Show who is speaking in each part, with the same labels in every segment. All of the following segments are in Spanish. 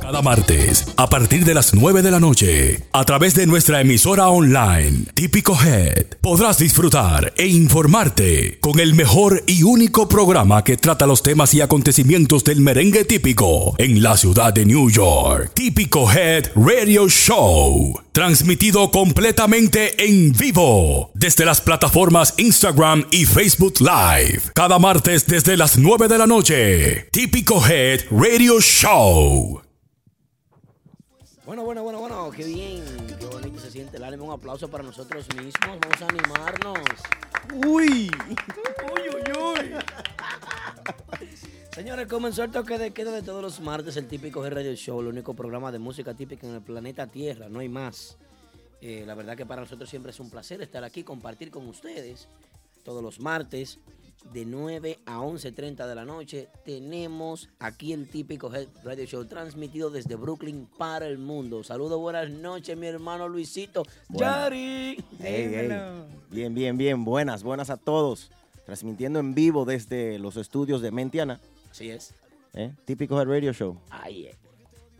Speaker 1: Cada martes, a partir de las 9 de la noche, a través de nuestra emisora online, Típico Head, podrás disfrutar e informarte con el mejor y único programa que trata los temas y acontecimientos del merengue típico en la ciudad de New York. Típico Head Radio Show, transmitido completamente en vivo desde las plataformas Instagram y Facebook Live, cada martes desde las 9 de la noche. Típico Head Radio Show.
Speaker 2: Bueno, bueno, bueno, bueno, qué bien, qué bonito se siente el ánimo. Un aplauso para nosotros mismos, vamos a animarnos.
Speaker 3: Uy,
Speaker 2: uy, uy, uy. Señores, comenzó el toque de queda de todos los martes, el típico G Radio Show, el único programa de música típica en el planeta Tierra, no hay más. Eh, la verdad que para nosotros siempre es un placer estar aquí, compartir con ustedes todos los martes de 9 a 11.30 de la noche. Tenemos aquí el típico Head Radio Show transmitido desde Brooklyn para el mundo. Saludos, buenas noches, mi hermano Luisito.
Speaker 4: Buenas.
Speaker 2: ¡Yari!
Speaker 4: Hey, hey. Bien, bien, bien. Buenas, buenas a todos. Transmitiendo en vivo desde los estudios de Mentiana.
Speaker 2: Así es.
Speaker 4: ¿eh? Típico del Radio Show.
Speaker 2: Ahí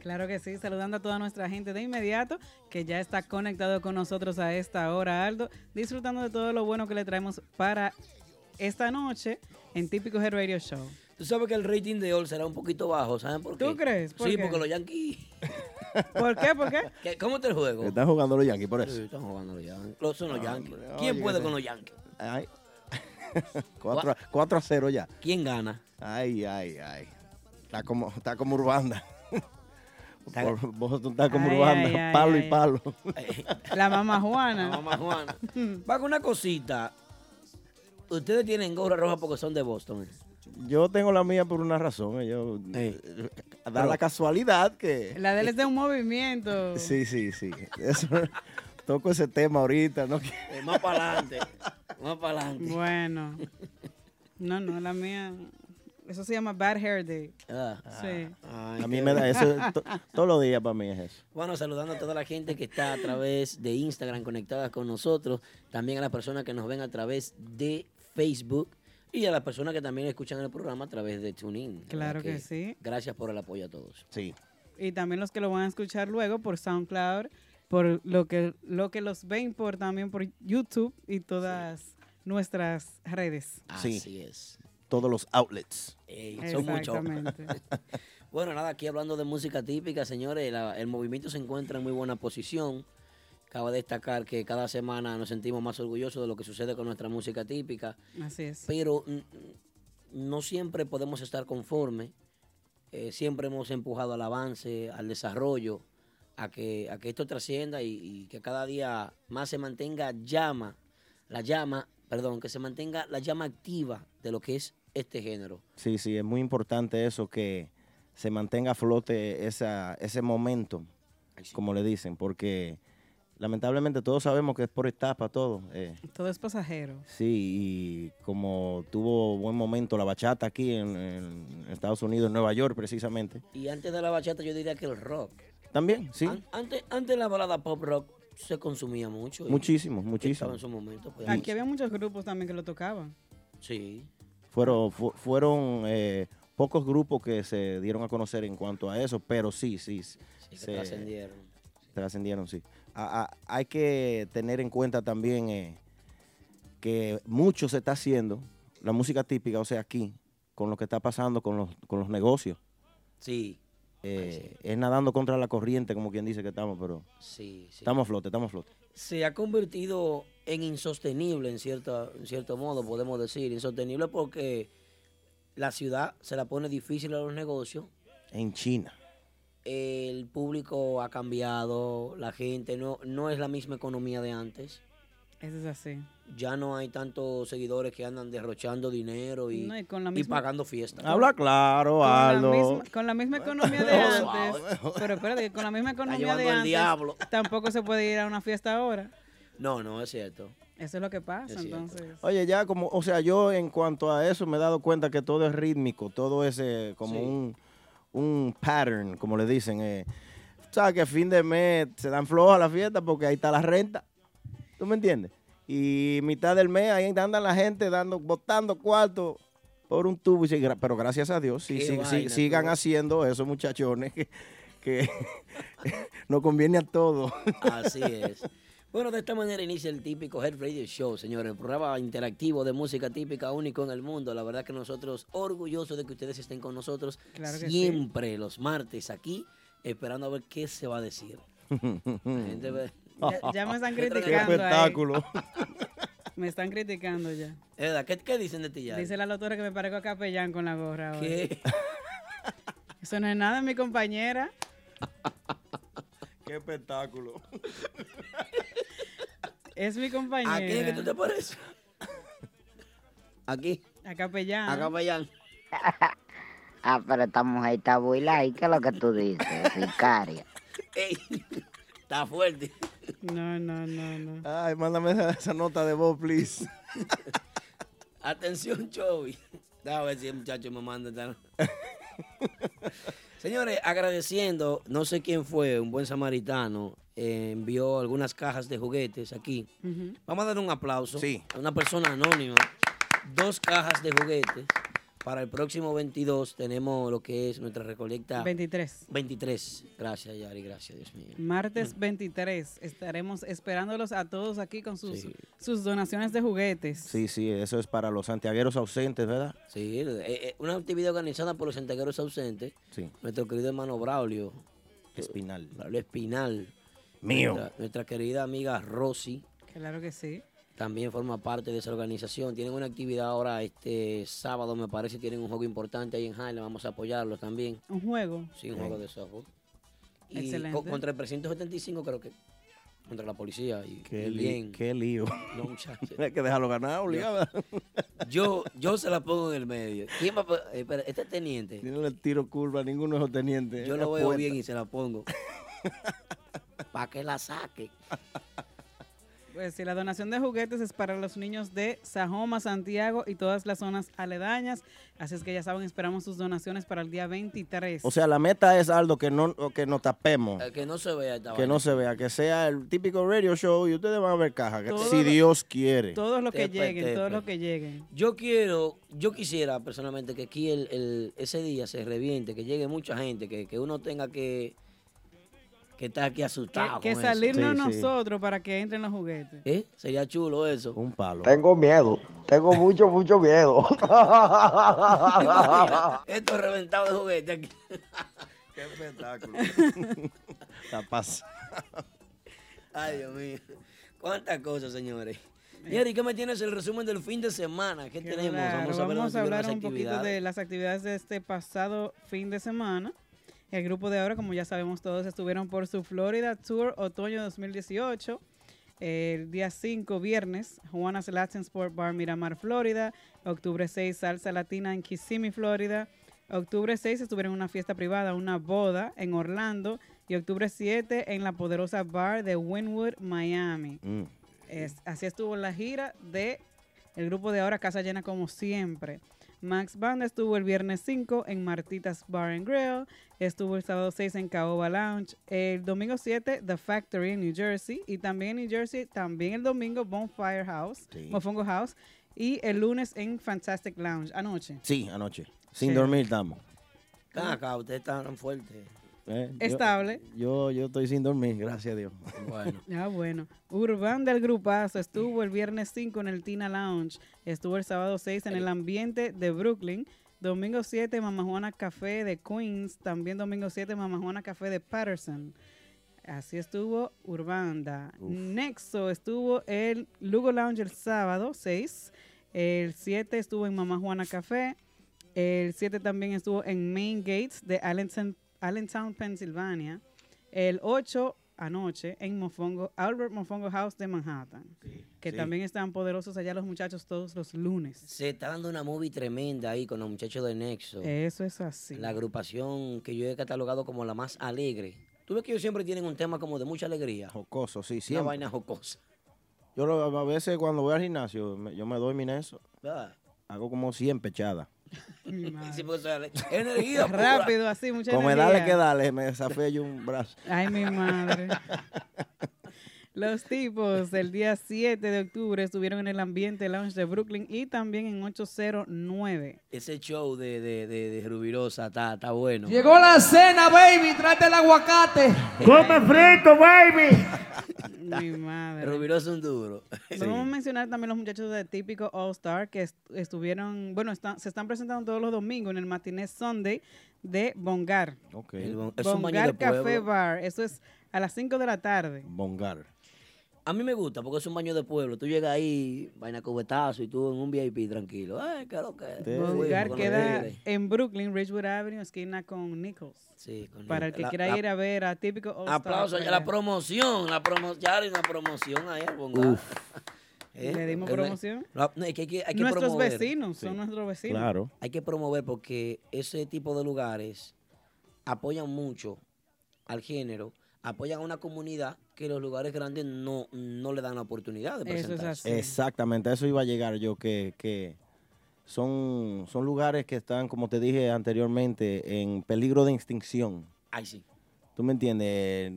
Speaker 5: Claro que sí, saludando a toda nuestra gente de inmediato que ya está conectado con nosotros a esta hora, Aldo, disfrutando de todo lo bueno que le traemos para esta noche en Típico Head Radio Show.
Speaker 2: Tú sabes que el rating de All será un poquito bajo, ¿saben por qué?
Speaker 5: ¿Tú crees? ¿Por
Speaker 2: sí,
Speaker 5: qué?
Speaker 2: porque los Yankees.
Speaker 5: ¿Por qué? ¿Por qué?
Speaker 2: ¿Cómo está el juego?
Speaker 4: Están jugando los Yankees por eso.
Speaker 2: están jugando los Yankees. Los son los Yankees.
Speaker 4: Hombre,
Speaker 2: ¿Quién
Speaker 4: oye,
Speaker 2: puede
Speaker 4: que-
Speaker 2: con los Yankees?
Speaker 4: Ay. 4, a, 4 a 0 ya.
Speaker 2: ¿Quién gana?
Speaker 4: Ay, ay, ay. Está como, está como Urbanda. Por- Boston está como
Speaker 5: Ay,
Speaker 4: Urbanda.
Speaker 5: ay, ay,
Speaker 4: palo
Speaker 5: ay.
Speaker 4: y palo.
Speaker 5: La mamá Juana.
Speaker 2: La mamá Juana. Va con una cosita. Ustedes tienen gorra roja porque son de Boston.
Speaker 4: Yo tengo la mía por una razón. eh, Yo, eh, da la casualidad que.
Speaker 5: La de él es de un movimiento.
Speaker 4: Sí, sí, sí. Eso- toco ese tema ahorita. No quiero-
Speaker 2: Eh, más para adelante. más para adelante.
Speaker 5: Bueno. No, no, la mía. Eso se llama Bad Hair Day.
Speaker 2: Ah.
Speaker 5: Sí.
Speaker 4: A mí me da eso, to- todos los días para mí es eso.
Speaker 2: Bueno, saludando a toda la gente que está a través de Instagram conectada con nosotros, también a las personas que nos ven a través de Facebook y a las personas que también escuchan el programa a través de TuneIn. La
Speaker 5: Claro
Speaker 2: verdad
Speaker 5: que sí.
Speaker 2: Gracias por el apoyo a todos.
Speaker 4: Sí.
Speaker 5: Y también los que lo van a escuchar luego por SoundCloud, por lo que, lo que los ven por también por YouTube y todas nuestras redes.
Speaker 4: Sí.
Speaker 2: Así es.
Speaker 4: Todos los outlets.
Speaker 2: Ah, Ey, son muchos.
Speaker 5: Exactamente.
Speaker 2: Bueno, nada, aquí hablando de música típica, señores, la- el movimiento se encuentra en muy buena posición. Cabe destacar que cada semana nos sentimos más orgullosos de lo que sucede con nuestra música típica.
Speaker 5: Así es.
Speaker 2: pero mm, mm, no siempre podemos estar conformes. Eh, siempre hemos empujado al avance, al desarrollo, a que, a que esto trascienda y, y que cada día más se mantenga llama, la llama, perdón, que se mantenga la llama activa de lo que es este género.
Speaker 4: Sí, sí, es muy importante eso que se mantenga a flote esa, ese momento, como le dicen, porque lamentablemente todos sabemos que es por etapa todo. eh.
Speaker 5: Todo es pasajero.
Speaker 4: Sí, y como tuvo buen momento la bachata aquí en, en Estados Unidos, en Nueva York precisamente.
Speaker 2: Y antes de la bachata yo diría que el rock.
Speaker 4: También, sí,
Speaker 2: An- antes, antes la balada pop rock se consumía mucho. y
Speaker 4: Muchísimo,
Speaker 2: Estaba
Speaker 4: muchísimo.
Speaker 2: en su momento. pues,
Speaker 5: Aquí había muchos grupos también que lo tocaban.
Speaker 2: Sí.
Speaker 4: fueron, fu- fueron eh, pocos grupos que se dieron a conocer en cuanto a eso, pero sí, sí.
Speaker 2: que trascendieron.
Speaker 4: Trascendieron, sí. A- a- hay que tener en cuenta también eh, que mucho se está haciendo, la música típica, o sea, aquí, con lo que está pasando con los, con los negocios.
Speaker 2: Sí,
Speaker 4: Eh, Es nadando contra la corriente, como quien dice que estamos, pero
Speaker 2: sí, sí.
Speaker 4: estamos a flote, estamos a flote.
Speaker 2: se ha convertido en insostenible en cierto, en cierto modo, podemos decir. Insostenible porque la ciudad se la pone difícil a los negocios,
Speaker 4: En China.
Speaker 2: el público ha cambiado, la gente no, no es la misma economía de antes.
Speaker 5: Eso es así.
Speaker 2: Ya no hay tantos seguidores que andan derrochando dinero y,
Speaker 5: No, y con la
Speaker 2: y
Speaker 5: misma-
Speaker 2: pagando fiestas.
Speaker 4: Habla claro,
Speaker 5: Con la
Speaker 4: Aldo.
Speaker 5: misma, con la misma economía de
Speaker 2: Wow.
Speaker 5: antes. Pero espérate, que con la misma economía
Speaker 2: llevando
Speaker 5: de
Speaker 2: al
Speaker 5: antes.
Speaker 2: diablo.
Speaker 5: Tampoco se puede ir a una fiesta ahora.
Speaker 2: No, no, es cierto.
Speaker 5: Eso es lo que pasa,
Speaker 2: Es cierto.
Speaker 5: entonces.
Speaker 4: Oye, ya como, o sea, yo en cuanto a eso me he dado cuenta que todo es rítmico, todo es eh, como
Speaker 2: Sí.
Speaker 4: un, un pattern, como le dicen. Eh. ¿Sabes que a fin de mes se dan flojas las fiestas porque ahí está la renta? ¿Tú me entiendes? Y mitad del mes ahí andan la gente dando, botando cuarto por un tubo. y sí, gra- Pero gracias a Dios, sí,
Speaker 2: Qué
Speaker 4: sí, sí,
Speaker 2: vaina,
Speaker 4: sigan
Speaker 2: tú.
Speaker 4: haciendo eso, muchachones, que, que nos conviene a todos.
Speaker 2: Así es. Bueno, de esta manera inicia el típico Head Radio Show, señores, el programa interactivo de música típica único en el mundo. La verdad que nosotros orgullosos de que ustedes estén con nosotros
Speaker 5: Claro que sí.
Speaker 2: siempre los martes aquí, esperando a ver qué se va a decir. La gente ve-
Speaker 5: Mm. Ya- ya me están
Speaker 2: Qué
Speaker 5: criticando ahí.
Speaker 2: tremendo.
Speaker 5: Espectáculo. Me están criticando ya.
Speaker 2: Edda, ¿qué, qué dicen de ti ya?
Speaker 5: Dice la lotora que me parezco a Capellán con la gorra ahora.
Speaker 2: ¿Qué?
Speaker 5: Eso no es nada, mi compañera.
Speaker 4: Qué espectáculo.
Speaker 5: Es mi compañera.
Speaker 2: ¿A quién es que tú te pareces? Aquí,
Speaker 5: A Capellán.
Speaker 2: acá para allá.
Speaker 3: Ah, pero esta mujer está buila. ¿Y qué es lo que tú dices, sicaria?
Speaker 2: Ey, está fuerte.
Speaker 5: No, no, no, no.
Speaker 4: Ay, mándame esa, esa nota de voz, please.
Speaker 2: Atención, Chovy. Déjame ver si el muchacho me manda esta- Señores, agradeciendo, no sé quién fue, un buen samaritano, eh, envió algunas cajas de juguetes aquí.
Speaker 5: Ujú.
Speaker 2: Vamos a dar un aplauso
Speaker 4: Sí.
Speaker 2: a una persona anónima. Dos cajas de juguetes. Para el próximo 22 tenemos lo que es nuestra recolecta
Speaker 5: 23.
Speaker 2: 23. Gracias, Yari, gracias, Dios mío.
Speaker 5: Martes 23 estaremos esperándolos a todos aquí con sus,
Speaker 2: Sí.
Speaker 5: sus donaciones de juguetes.
Speaker 4: Sí, sí, eso es para los santiagueros ausentes, ¿verdad?
Speaker 2: Sí, eh, eh, una actividad organizada por los santiagueros ausentes.
Speaker 4: Sí.
Speaker 2: Nuestro querido hermano Braulio,
Speaker 4: Espinal.
Speaker 2: Braulio Espinal.
Speaker 4: Mío.
Speaker 2: Nuestra, nuestra querida amiga Rosy
Speaker 5: Claro que sí.
Speaker 2: también forma parte de esa organización. Tienen una actividad ahora este sábado, me parece. Tienen un juego importante ahí en Harlem. Vamos a apoyarlos también.
Speaker 5: Un juego.
Speaker 2: Sí, un juego de softball. Y co-
Speaker 5: Excelente.
Speaker 2: contra el 375 creo que. Contra la policía. Y,
Speaker 4: Qué,
Speaker 2: y
Speaker 4: li-
Speaker 2: bien.
Speaker 4: qué lío.
Speaker 2: No, muchachos.
Speaker 4: Hay que dejarlo ganar, obligado.
Speaker 2: Yo, yo se la pongo en el medio. ¿Quién va a po- eh, espera, este es teniente.
Speaker 4: Tiene el tiro curva, ninguno es los tenientes.
Speaker 2: Yo
Speaker 4: Es la
Speaker 2: lo veo
Speaker 4: puerta.
Speaker 2: bien y se la pongo. Para que la saque.
Speaker 5: Pues sí, la donación de juguetes es para los niños de Sajoma, Santiago y todas las zonas aledañas. Así es que ya saben, esperamos sus donaciones para el día 23.
Speaker 4: O sea, la meta es, Aldo, que no que nos tapemos.
Speaker 2: Eh, Que no se vea esta
Speaker 4: Que
Speaker 2: vaina.
Speaker 4: no se vea, que sea el típico radio show y ustedes van a ver caja, que-
Speaker 5: Todo
Speaker 4: si
Speaker 5: lo-
Speaker 4: Dios quiere.
Speaker 5: todos los que
Speaker 2: Tepe,
Speaker 5: lleguen, todos
Speaker 2: tepe.
Speaker 5: los que lleguen.
Speaker 2: Yo quiero, yo quisiera personalmente que aquí el, el- ese día se reviente, que llegue mucha gente, que, que uno tenga que, que estar aquí
Speaker 5: Que,
Speaker 2: asustado.
Speaker 5: que
Speaker 2: con eso.
Speaker 5: salirnos
Speaker 4: Sí, sí.
Speaker 5: nosotros para que entren los juguetes.
Speaker 2: ¿Eh? Sería chulo eso.
Speaker 4: Un palo.
Speaker 6: Tengo miedo, tengo mucho, mucho miedo.
Speaker 2: Esto reventado de juguete aquí.
Speaker 4: Qué espectáculo. La paz.
Speaker 2: Ay, Dios mío. Cuántas cosas, señores. Jerry, ¿qué me tienes el resumen del fin de semana? ¿Qué tenemos?
Speaker 5: Claro, vamos a,
Speaker 2: ver dónde estuvieron
Speaker 5: hablar
Speaker 2: las
Speaker 5: un poquito
Speaker 2: actividades.
Speaker 5: de las actividades de este pasado fin de semana. El grupo de ahora, como ya sabemos todos, estuvieron por su Florida Tour otoño 2018. El día 5, viernes, Juana's Latin Sport Bar Miramar, Florida. Octubre 6, Salsa Latina en Kissimmee, Florida. Octubre 6 estuvieron en una fiesta privada, una boda en Orlando. Y octubre 7 en la poderosa bar de Wynwood, Miami.
Speaker 4: Mm.
Speaker 5: Es- así estuvo la gira de el grupo de ahora Casa Llena como siempre. Max Banda estuvo el viernes 5 en Martitas Bar and Grill, estuvo el sábado 6 en Caoba Lounge, el domingo 7 The Factory en New Jersey y también en New Jersey, también el domingo Bonfire House,
Speaker 4: Sí.
Speaker 5: Mofongo House y el lunes en Fantastic Lounge anoche.
Speaker 4: Sí, anoche. Sin
Speaker 5: Sí.
Speaker 4: dormir estamos.
Speaker 2: Ven acá, ustedes están tan fuertes.
Speaker 4: Eh, yo-
Speaker 5: Estable.
Speaker 4: Yo, yo, estoy sin dormir, gracias a Dios.
Speaker 2: Bueno.
Speaker 5: Ah, bueno. Urbán del Grupazo estuvo el viernes 5 en el Tina Lounge, estuvo el sábado 6 en el ambiente de Brooklyn, domingo 7 Mama Juana Café de Queens, también domingo 7 Mama Juana Café de Patterson. Así estuvo Urbanda. Nexo estuvo el Lugo Lounge el sábado 6, el 7 estuvo en Mama Juana Café, el 7 también estuvo en Main Gates de Allentown, Allentown Pensilvania. El 8 anoche en Mofongo, Albert Mofongo House de Manhattan. que
Speaker 4: sí.
Speaker 5: también están poderosos allá los muchachos todos los lunes.
Speaker 2: Se está dando una movie tremenda ahí con los muchachos de Nexo.
Speaker 5: Eso es así.
Speaker 2: La agrupación que yo he catalogado como la más alegre. Tú ves que ellos siempre tienen un tema como de mucha alegría.
Speaker 4: Jocoso, sí,
Speaker 2: Una
Speaker 4: siempre.
Speaker 2: vaina jocosa.
Speaker 4: Yo lo- a veces cuando voy al gimnasio, me- yo me doy mi eso.
Speaker 2: ¿verdad?
Speaker 4: Hago como 100 pechadas.
Speaker 5: Mi madre.
Speaker 2: Sí, porque eso es ale- energía pura.
Speaker 5: Rápido, así, muchachos.
Speaker 4: Como dale que dale, me desafío yo un brazo.
Speaker 5: Ay, mi madre. Los tipos el día 7 de octubre estuvieron en el ambiente lounge de Brooklyn y también en 809.
Speaker 2: Ese show de, de, de, de Rubirosa está, está bueno.
Speaker 7: Llegó la cena, baby, tráete el aguacate.
Speaker 2: Come
Speaker 7: frito, baby.
Speaker 5: Mi madre.
Speaker 2: Rubirosa es un duro.
Speaker 5: Vamos a mencionar también los muchachos de típico All Star que est- estuvieron, bueno, están- se están presentando todos los domingos en el matiné Sunday de Bongar.
Speaker 2: El bon- es un baño de
Speaker 5: Bongar Café
Speaker 2: pueblo.
Speaker 5: Bar. Eso es a las 5 de la tarde.
Speaker 4: Bongar.
Speaker 2: A mí me gusta porque es un baño de pueblo. Tú llegas ahí, vaina cubetazo y tú en un VIP tranquilo. Ay, qué lo que es.
Speaker 5: Bongar
Speaker 2: Fui con los
Speaker 5: queda
Speaker 2: tigres.
Speaker 5: en Brooklyn, Ridgewood Avenue, esquina con Nichols.
Speaker 2: Sí, con
Speaker 5: Para el
Speaker 2: Nichols.
Speaker 5: que
Speaker 2: La-
Speaker 5: quiera
Speaker 2: la-
Speaker 5: ir a ver a típico All Star.
Speaker 2: Aplausos, ya la promoción, la promoción, ya hay una promoción ahí al Bongar.
Speaker 5: ¿Le dimos
Speaker 2: Eh, no,
Speaker 5: promoción?
Speaker 2: no, no, es que hay que- hay que
Speaker 5: Nuestros
Speaker 2: promover.
Speaker 5: vecinos, son nuestros vecinos.
Speaker 4: Claro.
Speaker 2: Hay que promover porque ese tipo de lugares apoyan mucho al género, apoyan a una comunidad que los lugares grandes no, no le dan la oportunidad de presentarse.
Speaker 4: Exactamente, a eso iba a llegar yo, que, que son, son lugares que están, como te dije anteriormente, en peligro de extinción.
Speaker 2: Ay, sí.
Speaker 4: ¿Tú me entiendes?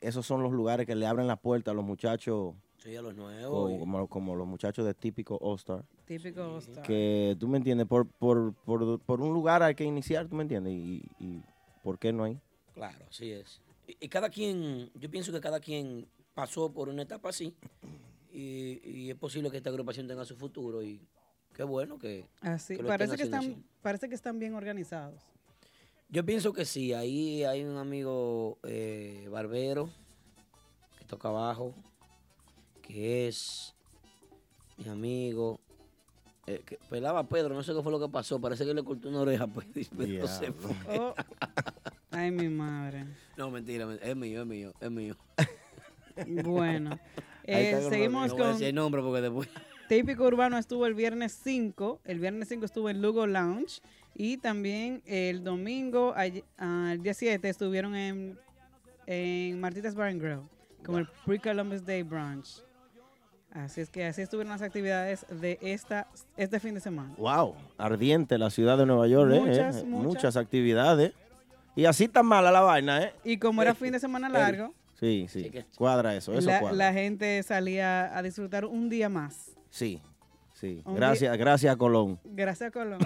Speaker 4: Esos son los lugares que le abren la puerta a los muchachos,
Speaker 2: Sí, a los nuevos.
Speaker 4: o como, como los muchachos de típico All-Star.
Speaker 5: Típico All Star.
Speaker 4: Que, ¿tú me entiendes? Por, por, por, por un lugar hay que iniciar, ¿tú me entiendes? Y, y ¿por qué no hay?
Speaker 2: Claro, así es. Y, y cada quien, yo pienso que cada quien pasó por una etapa así y, y es posible que esta agrupación tenga su futuro y qué bueno que...
Speaker 5: Así,
Speaker 2: que lo
Speaker 5: parece
Speaker 2: estén
Speaker 5: que
Speaker 2: haciendo
Speaker 5: están,
Speaker 2: así.
Speaker 5: parece que están bien organizados.
Speaker 2: Yo pienso que sí, ahí hay un amigo eh, barbero que toca abajo, que es mi amigo. eh, que pelaba a Pedro, no sé qué fue lo que pasó, parece que le cortó una oreja, pues, y Pedro se
Speaker 5: Diablo.
Speaker 2: fue.
Speaker 5: Oh. Ay, mi madre.
Speaker 2: No, mentira, men- es mío, es mío, es mío.
Speaker 5: Bueno, Ahí está eh, con seguimos
Speaker 2: No voy a
Speaker 5: con-
Speaker 2: decir el nombre porque después...
Speaker 5: Típico Urbano estuvo el viernes 5. El viernes 5 estuvo en Lugo Lounge. Y también el domingo, ay- ah, el día 7, estuvieron en, en Martitas Bar and Grill, como el Pre-Columbus Day Brunch. Así es que así estuvieron las actividades de esta, este fin de semana.
Speaker 4: ¡Wow! Ardiente la ciudad de Nueva York, ¿eh?
Speaker 5: Muchas,
Speaker 4: ¿eh?
Speaker 5: muchas.
Speaker 4: muchas actividades. Y así tan mala la vaina, ¿eh?
Speaker 5: Y como era fin de semana largo,
Speaker 4: Sí, sí. Cuadra eso, eso
Speaker 5: la,
Speaker 4: cuadra.
Speaker 5: la gente salía a disfrutar un día más.
Speaker 4: Sí, sí.
Speaker 5: Un
Speaker 4: Gracias,
Speaker 5: día-
Speaker 4: gracias a Colón.
Speaker 5: Gracias, Colón.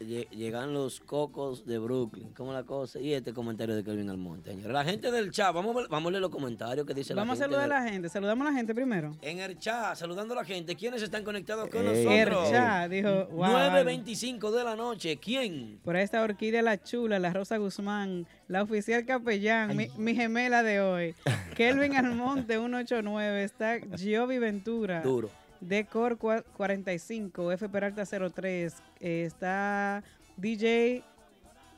Speaker 2: Lle- Llegan los cocos de Brooklyn. ¿Cómo la cosa? Y este comentario de Kelvin Almonte, señores. La gente del chat, vamos a, ver- vamos a leer los comentarios que dice
Speaker 5: Vamos a
Speaker 2: la gente.
Speaker 5: saludar a la gente. Saludamos a la gente primero.
Speaker 2: En el chat, saludando a la gente. ¿Quiénes están conectados con
Speaker 5: Ey.
Speaker 2: nosotros?
Speaker 5: Eh, El chat, dijo, wow,
Speaker 2: 9.25 de la noche. ¿Quién?
Speaker 5: Por ahí está Orquídea La Chula, la Rosa Guzmán, la oficial capellán, mi, mi gemela de hoy. Kelvin Almonte, 189. Está Giovi Ventura.
Speaker 2: Duro.
Speaker 5: De Cor cua- 45, F Peralta 03. eh, está DJ,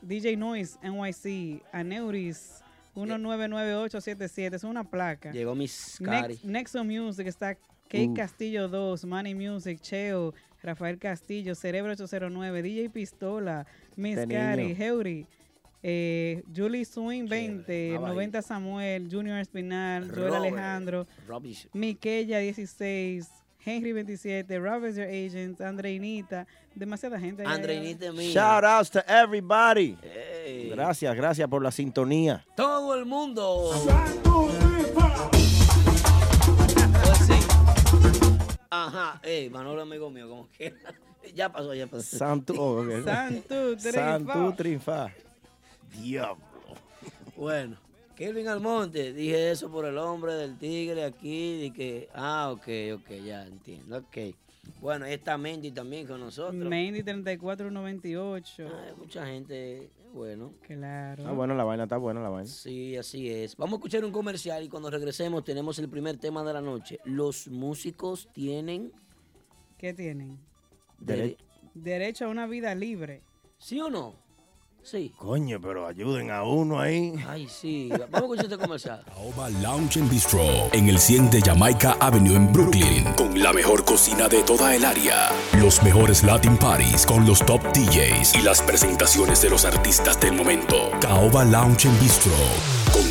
Speaker 5: DJ Noise NYC, Aneuris 1999877. Es una placa.
Speaker 2: Llegó mis
Speaker 5: Nex-
Speaker 2: cari.
Speaker 5: Nexo Music está Kate
Speaker 2: Uh.
Speaker 5: Castillo 2, Manny Music, Cheo, Rafael Castillo, Cerebro 809, DJ Pistola, Miss
Speaker 8: Este
Speaker 5: Cari,
Speaker 8: niño.
Speaker 5: Heuri, eh, Julie Swing 20,
Speaker 8: más
Speaker 5: 90 Samuel, Junior Espinal, Joel
Speaker 8: Robert.
Speaker 5: Alejandro,
Speaker 2: Robinson.
Speaker 5: Miquella 16, Henry 27, Robert Your Agents, Andreinita, demasiada gente. allá,
Speaker 2: Andreinita
Speaker 5: allá.
Speaker 2: mía.
Speaker 4: Shout outs to everybody.
Speaker 2: Ey.
Speaker 4: Gracias, gracias por la sintonía.
Speaker 2: Todo el mundo. Ajá. Ey, Manolo, amigo mío, como quiera. Ya pasó, ya pasó.
Speaker 4: Santo, oh, ok.
Speaker 5: Santo
Speaker 4: Santo Triunfa.
Speaker 2: Diablo. Bueno, Kelvin Almonte, dije eso por el hombre del tigre aquí, de que, ah, ok, ok, ya entiendo, ok. Bueno, ahí está Mendy también con nosotros.
Speaker 5: Mendy 34198.
Speaker 2: Ay, mucha gente, bueno.
Speaker 5: Claro.
Speaker 4: Está buena Ah, la vaina, está buena la vaina.
Speaker 2: Sí, así es. Vamos a escuchar un comercial y cuando regresemos tenemos el primer tema de la noche. Los músicos tienen...
Speaker 5: ¿Qué tienen?
Speaker 2: Dere-
Speaker 5: Derecho a una vida libre.
Speaker 2: ¿Sí o no? Sí.
Speaker 4: Coño, pero ayuden a uno ahí.
Speaker 2: Ay, sí. Vamos a escuchar este comercial.
Speaker 1: Oba Lounge and Bistro en el 100 de Jamaica Avenue en Brooklyn con la mejor cocina de toda el área, los mejores Latin parties con los top DJs y las presentaciones de los artistas del momento. Caoba Lounge and Bistro con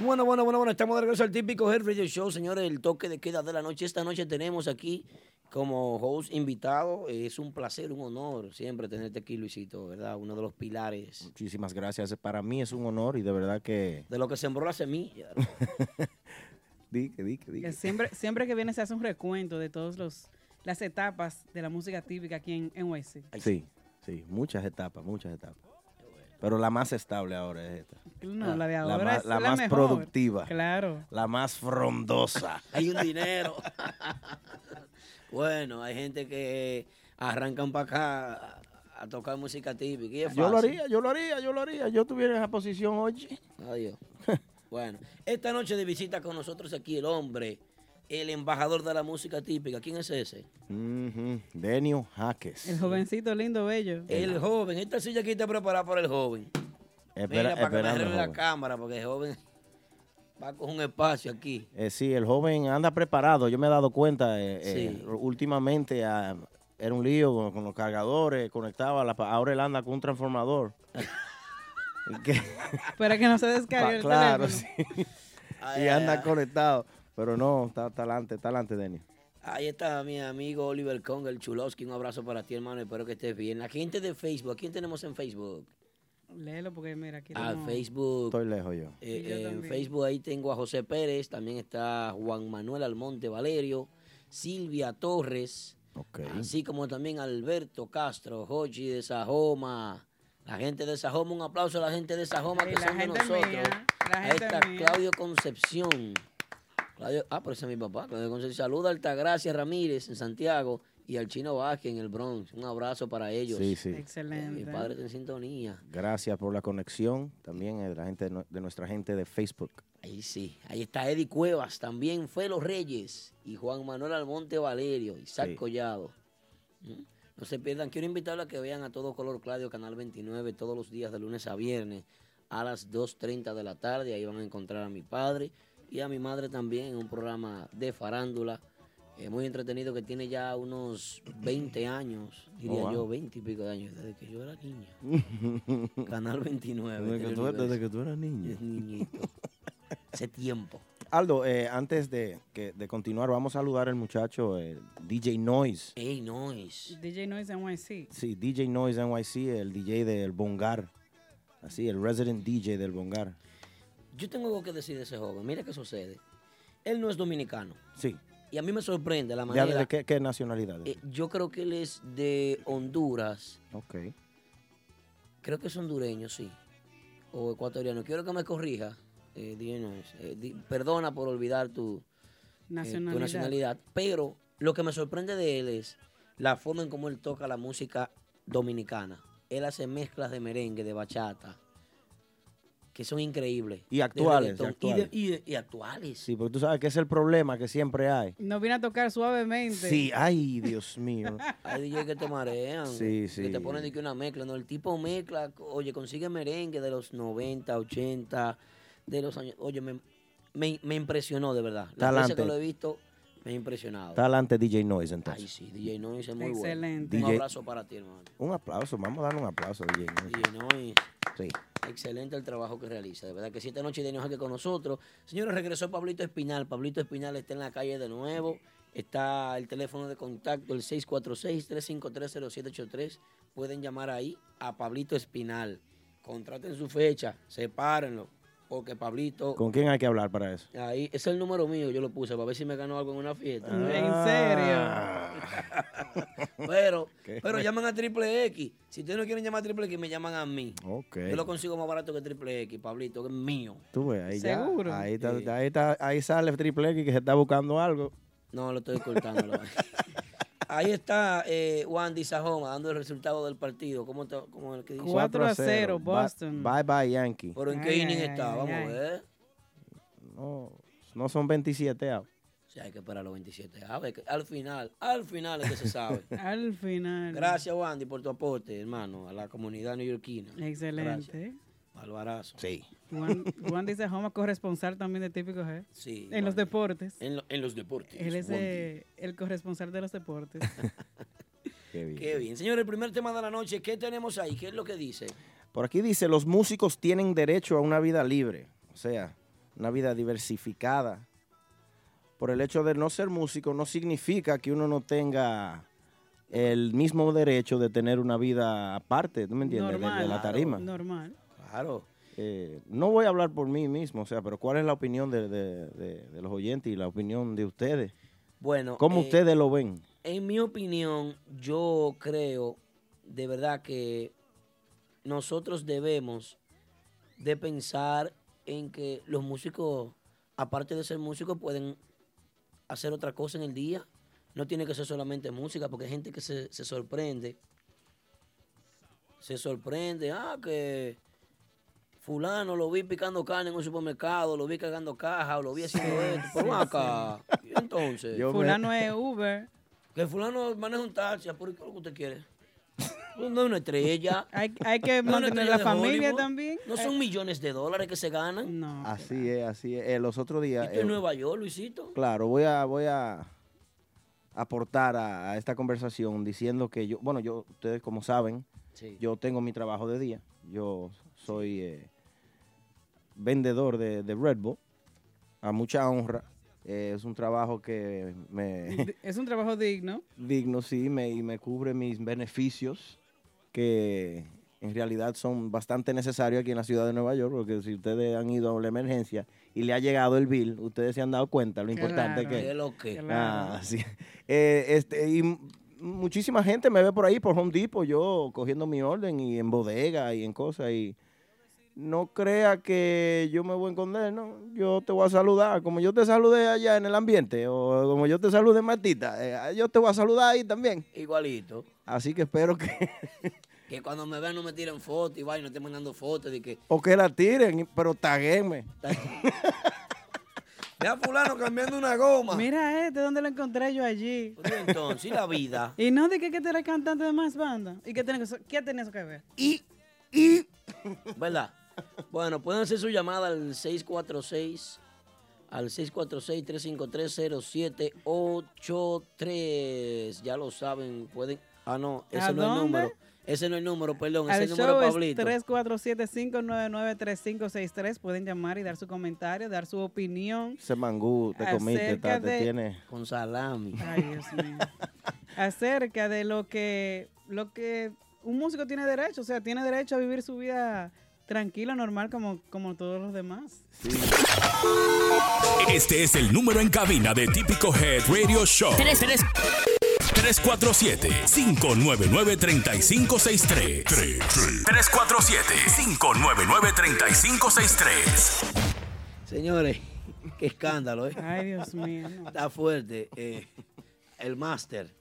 Speaker 2: Bueno, bueno, bueno, bueno, estamos de regreso al típico Head Radio Show, señores, el toque de queda de la noche. Esta noche tenemos aquí como host invitado, eh, es un placer, un honor siempre tenerte aquí, Luisito, ¿verdad? Uno de los pilares
Speaker 4: Muchísimas gracias. Para mí es un honor y de verdad que.
Speaker 2: de lo que sembró la semilla.
Speaker 4: Di, que di, que di.
Speaker 5: Que siempre, siempre que viene se hace un recuento de todas las etapas de la música típica aquí en, en NYC.
Speaker 4: Sí, sí, muchas etapas, muchas etapas. Pero la más estable ahora es esta.
Speaker 5: No, la de ahora
Speaker 4: ma-
Speaker 5: es
Speaker 4: la
Speaker 5: la
Speaker 4: más
Speaker 5: mejor.
Speaker 4: productiva.
Speaker 5: Claro.
Speaker 4: La más frondosa.
Speaker 2: hay un dinero. bueno, hay gente que arrancan para acá a- a tocar música típica. y es
Speaker 4: Yo lo
Speaker 2: fácil.
Speaker 4: haría, yo lo haría, yo lo haría. Yo tuviera esa posición, oye.
Speaker 2: Adiós. Bueno, esta noche de visita con nosotros aquí el hombre, el embajador de la música típica. ¿Quién es ese?
Speaker 4: Ujú, Denio Jaques.
Speaker 5: El jovencito lindo, bello.
Speaker 2: El joven. Esta silla aquí está preparada para el joven.
Speaker 4: Espera-
Speaker 2: Mira, para que me
Speaker 4: esperando,
Speaker 2: arregle la
Speaker 4: joven.
Speaker 2: cámara, porque el joven va con un espacio aquí.
Speaker 4: Eh, sí, el joven anda preparado. Yo me he dado cuenta eh, eh,
Speaker 2: Sí.
Speaker 4: últimamente ah, era un lío con, con los cargadores, conectaba la, pa- ahora él anda con un transformador. Que-
Speaker 5: Para que no se descargue
Speaker 4: Pa-
Speaker 5: el
Speaker 4: Claro,
Speaker 5: teléfono.
Speaker 4: sí.
Speaker 2: Ay,
Speaker 4: y
Speaker 2: ay,
Speaker 4: anda
Speaker 2: ay.
Speaker 4: conectado. Pero no, está, está adelante, está adelante, Denio.
Speaker 2: Ahí está mi amigo Oliver Kong, el Chulowski. Un abrazo para ti, hermano. Espero que estés bien. La gente de Facebook, ¿a quién tenemos en Facebook?
Speaker 5: Léelo porque mira, aquí
Speaker 2: A
Speaker 5: tenemos-
Speaker 2: Ah, Facebook.
Speaker 4: Estoy lejos yo.
Speaker 2: Eh,
Speaker 5: yo
Speaker 2: eh, en
Speaker 5: también.
Speaker 2: Facebook ahí tengo a José Pérez, también está Juan Manuel Almonte Valerio, Silvia Torres, así como también Alberto Castro, Jochi de Sajoma, la gente de Sajoma, un aplauso a la gente de Sajoma
Speaker 5: Ay,
Speaker 2: que
Speaker 5: la
Speaker 2: son de
Speaker 5: gente
Speaker 2: nosotros.
Speaker 5: mía, la
Speaker 2: ahí
Speaker 5: gente
Speaker 2: está
Speaker 5: mía.
Speaker 2: Claudio Concepción. Claudio- ah, pero ese es mi papá, Claudio Concepción. Saluda a Altagracia Ramírez en Santiago y al Chino Vázquez en el Bronx. Un abrazo para ellos.
Speaker 4: Sí, sí.
Speaker 2: Eh, Mi
Speaker 5: Excelente.
Speaker 2: padre está en sintonía.
Speaker 4: Gracias por la conexión también eh, de, la gente, de nu- de nuestra gente de Facebook.
Speaker 2: Ahí sí, ahí está Eddie Cuevas, también Felo Reyes y Juan Manuel Almonte Valerio, Isaac
Speaker 4: Sí.
Speaker 2: Collado. ¿Mm? No se pierdan, quiero invitarlos a que vean a todo color Claudio, Canal 29, todos los días de lunes a viernes a las 2.30 de la tarde. Ahí van a encontrar a mi padre y a mi madre también en un programa de farándula. eh, muy entretenido que tiene ya unos 20 años,
Speaker 4: Oh,
Speaker 2: diría
Speaker 4: wow.
Speaker 2: yo, 20 y pico de años, desde que yo era niña. Canal 29.
Speaker 4: Desde que tú- desde que tú eras niño.
Speaker 2: Niñito. Hace tiempo.
Speaker 4: Aldo, eh, antes de, que, de continuar, vamos a saludar al muchacho eh, DJ Noise.
Speaker 2: Ey, Noise.
Speaker 5: DJ Noise NYC.
Speaker 4: Sí, DJ Noise NYC, el DJ del Bongar. Así, el resident DJ del Bongar.
Speaker 2: Yo tengo algo que decir de ese joven. Mira qué sucede. Él no es dominicano.
Speaker 4: Sí.
Speaker 2: Y a mí me sorprende la
Speaker 4: ¿Ya
Speaker 2: manera.
Speaker 4: de qué, qué nacionalidad?
Speaker 2: Eh, yo creo que él es de Honduras.
Speaker 4: ok.
Speaker 2: Creo que es hondureño, sí. O ecuatoriano. Quiero que me corrija. eh, DJ Noise. Eh, di- perdona por olvidar tu, eh, tu
Speaker 5: Nacionalidad.
Speaker 2: nacionalidad. Pero lo que me sorprende de él es la forma en cómo él toca la música dominicana. Él hace mezclas de merengue, de bachata, que son increíbles.
Speaker 4: Y
Speaker 2: de
Speaker 4: actuales, y
Speaker 2: reggaetón, y de-
Speaker 4: actuales.
Speaker 2: y de- y actuales.
Speaker 4: Sí, porque tú sabes que es el problema que siempre hay.
Speaker 5: Nos viene a tocar suavemente.
Speaker 4: Sí, ay, Dios mío.
Speaker 2: Hay DJ que te marean.
Speaker 4: Sí,
Speaker 2: Que
Speaker 4: sí.
Speaker 2: te ponen de que una mezcla. No, el tipo mezcla, co- oye, consigue merengue de los 90, 80, de los años. Oye, me, me, me impresionó de verdad. Las veces
Speaker 4: Talante.
Speaker 2: que lo he visto, me ha impresionado.
Speaker 4: Está adelante DJ Noise, entonces.
Speaker 2: Ay, sí, DJ Noise es muy
Speaker 5: Excelente.
Speaker 2: bueno. Un
Speaker 4: DJ
Speaker 2: abrazo para ti, hermano.
Speaker 4: Un aplauso, vamos a darle un aplauso a DJ Noise.
Speaker 2: DJ Noise.
Speaker 4: Sí.
Speaker 2: Excelente el trabajo que realiza, de verdad que si esta noche tenemos aquí con nosotros. Señores, regresó Pablito Espinal. Pablito Espinal está en la calle de nuevo. Está el teléfono de contacto, el 646-353-0783. Pueden llamar ahí a Pablito Espinal. Contraten su fecha, sepárenlo, porque Pablito,
Speaker 4: ¿Con quién hay que hablar para eso?
Speaker 2: ahí es el número mío, yo lo puse para ver si me ganó algo en una fiesta.
Speaker 5: En serio.
Speaker 2: Pero,
Speaker 4: Qué
Speaker 2: pero
Speaker 4: re-
Speaker 2: llaman a Triple X. Si ustedes no quieren llamar a Triple X, me llaman a mí.
Speaker 4: Ok.
Speaker 2: Yo lo consigo más barato que Triple X, Pablito, que es mío.
Speaker 4: Tú ves, ahí ya.
Speaker 5: Seguro.
Speaker 4: Ahí, está,
Speaker 2: Sí.
Speaker 4: ahí, está, ahí sale Triple X que se está buscando algo.
Speaker 2: No, lo estoy cortando. la vaina. Ahí está eh, Wandy Sajoma dando el resultado del partido. ¿Cómo, está- cómo es el que dice?
Speaker 5: Cuatro. 4 a 0,
Speaker 4: Ba-
Speaker 5: Boston.
Speaker 4: Bye bye, Yankee.
Speaker 2: ¿Pero en qué
Speaker 5: Ay,
Speaker 2: inning
Speaker 5: ay,
Speaker 2: está?
Speaker 5: ay,
Speaker 2: Vamos
Speaker 5: ay.
Speaker 2: a ver.
Speaker 4: No, no son 27 out.
Speaker 2: Sí, sea, hay que esperar los 27 A ver, que al final, al final es que se sabe.
Speaker 5: Al final.
Speaker 2: Gracias, Wandy, por tu aporte, hermano, a la comunidad neoyorquina.
Speaker 5: Excelente.
Speaker 2: Gracias. Alvarazo.
Speaker 4: Sí.
Speaker 5: Juan, Juan dice Homa corresponsal también de Típico G.
Speaker 2: Sí,
Speaker 5: En los
Speaker 2: Wandy.
Speaker 5: deportes.
Speaker 2: En, lo- en los deportes.
Speaker 5: Él es
Speaker 2: Wandy.
Speaker 5: eh, el corresponsal de los deportes.
Speaker 4: Qué bien.
Speaker 2: Qué bien. Señor, el primer tema de la noche, ¿qué tenemos ahí? ¿Qué es lo que dice?
Speaker 4: Por aquí dice, los músicos tienen derecho a una vida libre, o sea, una vida diversificada. Por el hecho de no ser músico no significa que uno no tenga el mismo derecho de tener una vida aparte, ¿tú me entiendes? De- de, la
Speaker 5: Normal,
Speaker 4: tarima.
Speaker 5: Normal.
Speaker 2: Claro.
Speaker 4: Eh, no voy a hablar por mí mismo, o sea, pero ¿cuál es la opinión de, de- de- de los oyentes y la opinión de ustedes?
Speaker 2: Bueno,
Speaker 4: ¿Cómo
Speaker 2: eh,
Speaker 4: ustedes lo ven?
Speaker 2: En mi opinión, yo creo de verdad que nosotros debemos de pensar en que los músicos, aparte de ser músicos, pueden hacer otra cosa en el día. No tiene que ser solamente música, porque hay gente que se, se sorprende. Se sorprende, ah, que fulano lo vi picando carne en un supermercado, lo vi cagando caja, o lo vi haciendo esto. Pero ven acá, ¿y entonces?
Speaker 4: Yo me-
Speaker 5: Fulano es Uber.
Speaker 2: Que fulano maneja un taxi, ¿por qué es lo que usted quiere? No es una estrella.
Speaker 5: Hay, hay que
Speaker 2: No es una
Speaker 5: mantener
Speaker 2: estrella
Speaker 5: la
Speaker 2: de
Speaker 5: familia
Speaker 2: Hollywood.
Speaker 5: también. Eh.
Speaker 2: No son millones de dólares que se ganan.
Speaker 5: No.
Speaker 4: Así es, así es. Eh, los otros días...
Speaker 2: Esto es
Speaker 4: Ah, eh,
Speaker 2: Nueva York, Luisito.
Speaker 4: Claro, voy a voy a aportar a, a esta conversación diciendo que yo, bueno, yo ustedes como saben,
Speaker 2: Sí.
Speaker 4: yo tengo mi trabajo de día. Yo soy eh, vendedor de, de Red Bull a mucha honra. Eh, es un trabajo que me
Speaker 5: D- Es un trabajo digno.
Speaker 4: digno sí, me y me cubre mis beneficios que en realidad son bastante necesarios aquí en la ciudad de Nueva York, porque si ustedes han ido a la emergencia y le ha llegado el bill, ustedes se han dado cuenta lo importante
Speaker 5: Claro.
Speaker 4: que
Speaker 2: ¿Qué es lo que?
Speaker 5: Claro.
Speaker 4: Ah, sí. Eh, este, y m- muchísima gente me ve por ahí, por Home Depot, yo cogiendo mi orden y en bodega y en cosas. Y no crea que yo me voy a esconder, ¿no? Yo te voy a saludar, como yo te saludé allá en el ambiente, o como yo te saludé, Martita, eh, yo te voy a saludar ahí también.
Speaker 2: Igualito.
Speaker 4: Así que espero que,
Speaker 2: Que cuando me vean no me tiren fotos y vayan, no estén mandando fotos de que.
Speaker 4: o que la tiren, pero taguenme.
Speaker 2: Vea fulano cambiando una goma.
Speaker 5: Mira este, ¿dónde lo encontré yo allí?
Speaker 2: Oye, Entonces, ¿y la vida?
Speaker 5: Y no de que, que tú eres cantante de más bandas. ¿Y qué tiene, eso- qué tiene eso que ver?
Speaker 2: ¿Verdad? Bueno, pueden hacer su llamada al 646 al 646-353-0783. Ya lo saben, pueden. Ah, no,
Speaker 5: ¿A
Speaker 2: ese no es el
Speaker 5: dónde?
Speaker 2: número. Ese no es el número, perdón, ese
Speaker 5: Al
Speaker 2: es el número
Speaker 5: show
Speaker 2: de
Speaker 5: es
Speaker 2: Pablito.
Speaker 5: 347-599-3563. Pueden llamar y dar su comentario, dar su opinión.
Speaker 4: Ese mangú te comiste,
Speaker 5: Acerca
Speaker 4: ta- te
Speaker 5: de-
Speaker 4: tiene.
Speaker 2: Con salami.
Speaker 5: Ay, Dios mío. Acerca de lo que, lo que un músico tiene derecho. O sea, tiene derecho a vivir su vida tranquila, normal, como, como todos los demás.
Speaker 1: Este es el número en cabina de Típico Head Radio Show. 347-599-3563. 347-599-3563.
Speaker 2: Señores, qué escándalo, ¿eh?
Speaker 5: Ay, Dios mío. no.
Speaker 2: Está fuerte. eh, el máster.